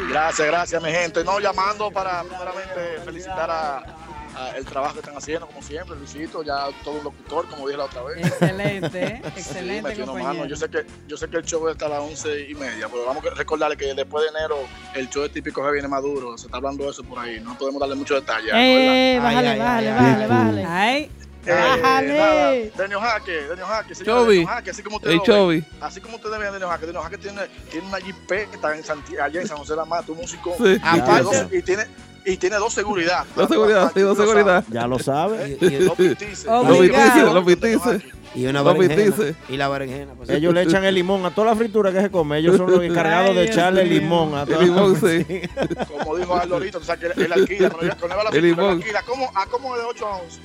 Speaker 22: Gracias, gracias, mi gente. No, llamando para primeramente felicitar a, a el trabajo que están haciendo, como siempre, Luisito, ya todo un locutor, como dije la otra vez.
Speaker 5: Excelente,
Speaker 22: Sí,
Speaker 5: excelente
Speaker 22: metió una mano.
Speaker 5: compañero.
Speaker 22: Yo sé que yo sé que el show está a las once y media, pero vamos a recordarle que después de enero el show de típico se viene maduro. Se está hablando de eso por ahí. No podemos darle mucho detalle.
Speaker 19: Eh,
Speaker 22: ¿verdad?
Speaker 19: bájale,
Speaker 22: Ay, ay,
Speaker 19: bájale,
Speaker 22: ay,
Speaker 19: bájale,
Speaker 22: ay.
Speaker 19: bájale.
Speaker 5: Ay.
Speaker 22: Eh,
Speaker 19: Bájale.
Speaker 22: nada, Daniel Jaque, Daniel Jaque, señores,
Speaker 17: Chovy.
Speaker 22: Daniel Jaque, así como ustedes
Speaker 17: Ey,
Speaker 22: lo
Speaker 17: Chovy.
Speaker 22: ven, así como ustedes ven a Daniel Jaque, Daniel Jaque tiene, tiene una jipeta en Santi- allá en San José de la Mata, un músico,
Speaker 17: Sí.
Speaker 22: y, tiene
Speaker 17: Aparte-
Speaker 22: dos, y tiene y tiene dos seguridad,
Speaker 17: Dos seguridad, sí, dos seguridad.
Speaker 4: Ya lo sabe.
Speaker 22: dos pitices.
Speaker 17: Los vitices, los vitices.
Speaker 2: Y una
Speaker 17: Los
Speaker 2: berenjena.
Speaker 17: vitices.
Speaker 2: Y la berenjena. pues.
Speaker 4: Ellos le echan el limón a toda la fritura que se come. Ellos son los encargados
Speaker 17: Ay,
Speaker 4: de
Speaker 17: Dios
Speaker 4: echarle
Speaker 17: mío.
Speaker 4: limón a
Speaker 17: El
Speaker 4: toda
Speaker 17: limón,
Speaker 22: como dijo Aldo ahorita, o sea que él, él alquila, cuando él- cuando él habla
Speaker 4: El
Speaker 22: de película, él
Speaker 4: limón.
Speaker 22: alquila, ¿cómo, ¿a cómo es de 8 a 11?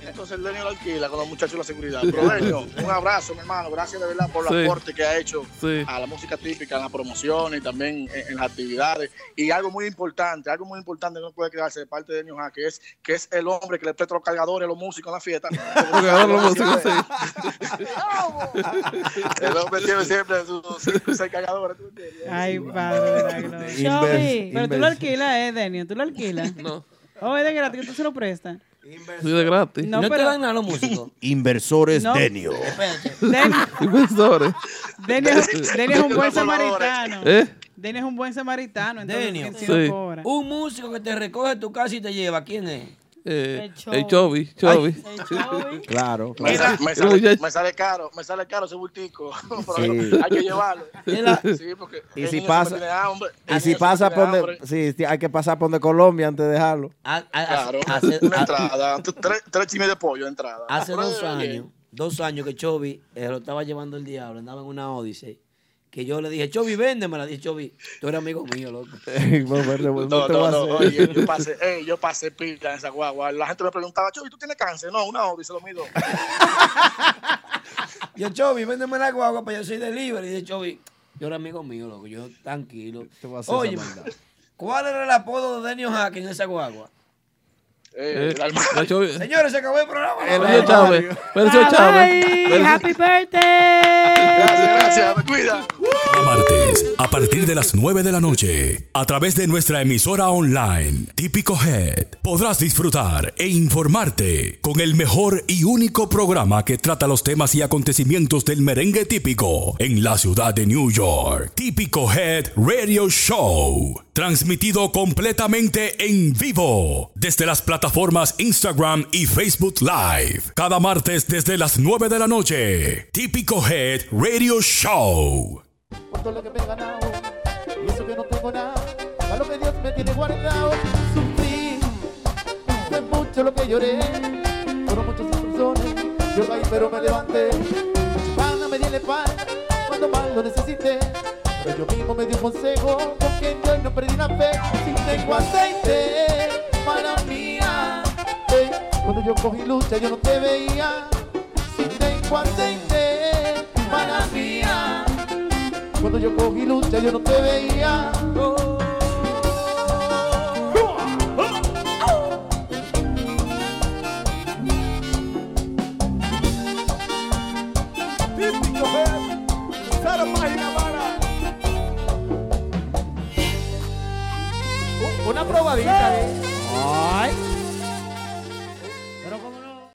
Speaker 22: Entonces el dueño lo alquila con los muchachos de la seguridad. Pero dueño, un abrazo, mi hermano. Gracias de verdad por el
Speaker 24: Sí.
Speaker 22: aporte que ha hecho
Speaker 24: Sí.
Speaker 22: a la música típica, en las promociones y también en, en las actividades. Y algo muy importante, algo muy importante que no puede quedarse de parte de New Hack, que es que es el hombre que le presta los cargadores a los músicos en la fiesta.
Speaker 7: Cargadores a los músicos,
Speaker 22: el hombre tiene siempre sus sus seis cargadores. ¿tú entiendes?
Speaker 5: Ay, padre de la gloria.
Speaker 7: Inverse,
Speaker 5: Pero tú
Speaker 7: inverse.
Speaker 5: lo alquilas, ¿eh, Denio? ¿Tú lo alquilas? No. Oh, es de gratis, tú se lo prestas.
Speaker 7: Soy de gratis.
Speaker 5: No, No te pero- dan
Speaker 7: nada los músicos.
Speaker 4: Inversores
Speaker 5: No.
Speaker 4: Denio.
Speaker 7: Inversores.
Speaker 5: Denio es- Denio es un buen
Speaker 7: Los
Speaker 5: samaritano.
Speaker 7: ¿Eh?
Speaker 5: Denio es un buen samaritano. Entonces,
Speaker 17: Denio.
Speaker 5: ¿quién se lo cobra?
Speaker 17: Un músico que te recoge en tu casa y te lleva, ¿quién es?
Speaker 7: Eh,
Speaker 17: El
Speaker 7: el Chobi. Chobi.
Speaker 4: Claro,
Speaker 22: Me, sa- me
Speaker 7: Un
Speaker 22: sale,
Speaker 7: muchacho-
Speaker 22: me sale caro, me sale caro ese bultico. Pero
Speaker 4: Sí.
Speaker 22: Hay que llevarlo.
Speaker 4: Mira.
Speaker 22: Sí, porque
Speaker 4: Y
Speaker 22: el
Speaker 4: si
Speaker 22: niño
Speaker 4: pasa-
Speaker 22: siempre tiene hambre, el
Speaker 4: Y
Speaker 22: niño
Speaker 4: si
Speaker 22: siempre
Speaker 4: pasa
Speaker 22: tiene
Speaker 4: por donde-
Speaker 22: hambre.
Speaker 4: sí, sí, hay que pasar por donde Colombia antes de dejarlo.
Speaker 2: Ah,
Speaker 22: Claro, una entrada, t- tres, tres chimes de pollo de entrada.
Speaker 2: Hace
Speaker 22: Pero
Speaker 2: dos
Speaker 22: oye,
Speaker 2: años, dos años que Chovy eh, lo estaba llevando el diablo, andaba en una Odyssey. Que yo le dije, Chovy, véndemela. Dije, Chovy, tú eres amigo mío, loco.
Speaker 4: pues,
Speaker 22: No, no, no, oye, yo pasé, ey, yo pasé pila en esa guagua. La gente me preguntaba, Chovy, ¿tú tienes cáncer? No, una obvio, se lo mido.
Speaker 2: Yo, Chovy, véndeme la guagua, pues yo soy delivery. Dice, Chovy, yo era amigo mío, loco, yo tranquilo.
Speaker 17: hacer esa
Speaker 2: Oye, ¿cuál era el apodo de Daniel Hack en esa guagua?
Speaker 7: Eh, la Chobi.
Speaker 2: Señores, se acabó el programa.
Speaker 7: El Sergio Chávez. Sergio Chávez.
Speaker 25: Happy birthday.
Speaker 22: Gracias, me cuida.
Speaker 1: Martes, a partir de las 9 de la noche, a través de nuestra emisora online, Típico Head, podrás disfrutar e informarte con el mejor y único programa que trata los temas y acontecimientos del merengue típico en la ciudad de New York. Típico Head Radio Show, transmitido completamente en vivo desde las plataformas Instagram y Facebook Live, cada martes desde las 9 de la noche. Típico Head Radio Show.
Speaker 11: Cuánto es lo que me he ganado Y eso que no tengo nada A lo que Dios me tiene guardado Sufrí Fue mucho lo que lloré Fueron muchas personas Yo caí pero me levanté Mucha espalda me di la espalda Cuando más lo necesité Pero yo mismo me di un consejo Porque en Dios no perdí la fe Si tengo aceite Para mía Ey, Cuando yo cogí lucha yo no te veía Si tengo aceite Para mía cuando yo cogí lucha yo no te veía. Una probadita. de-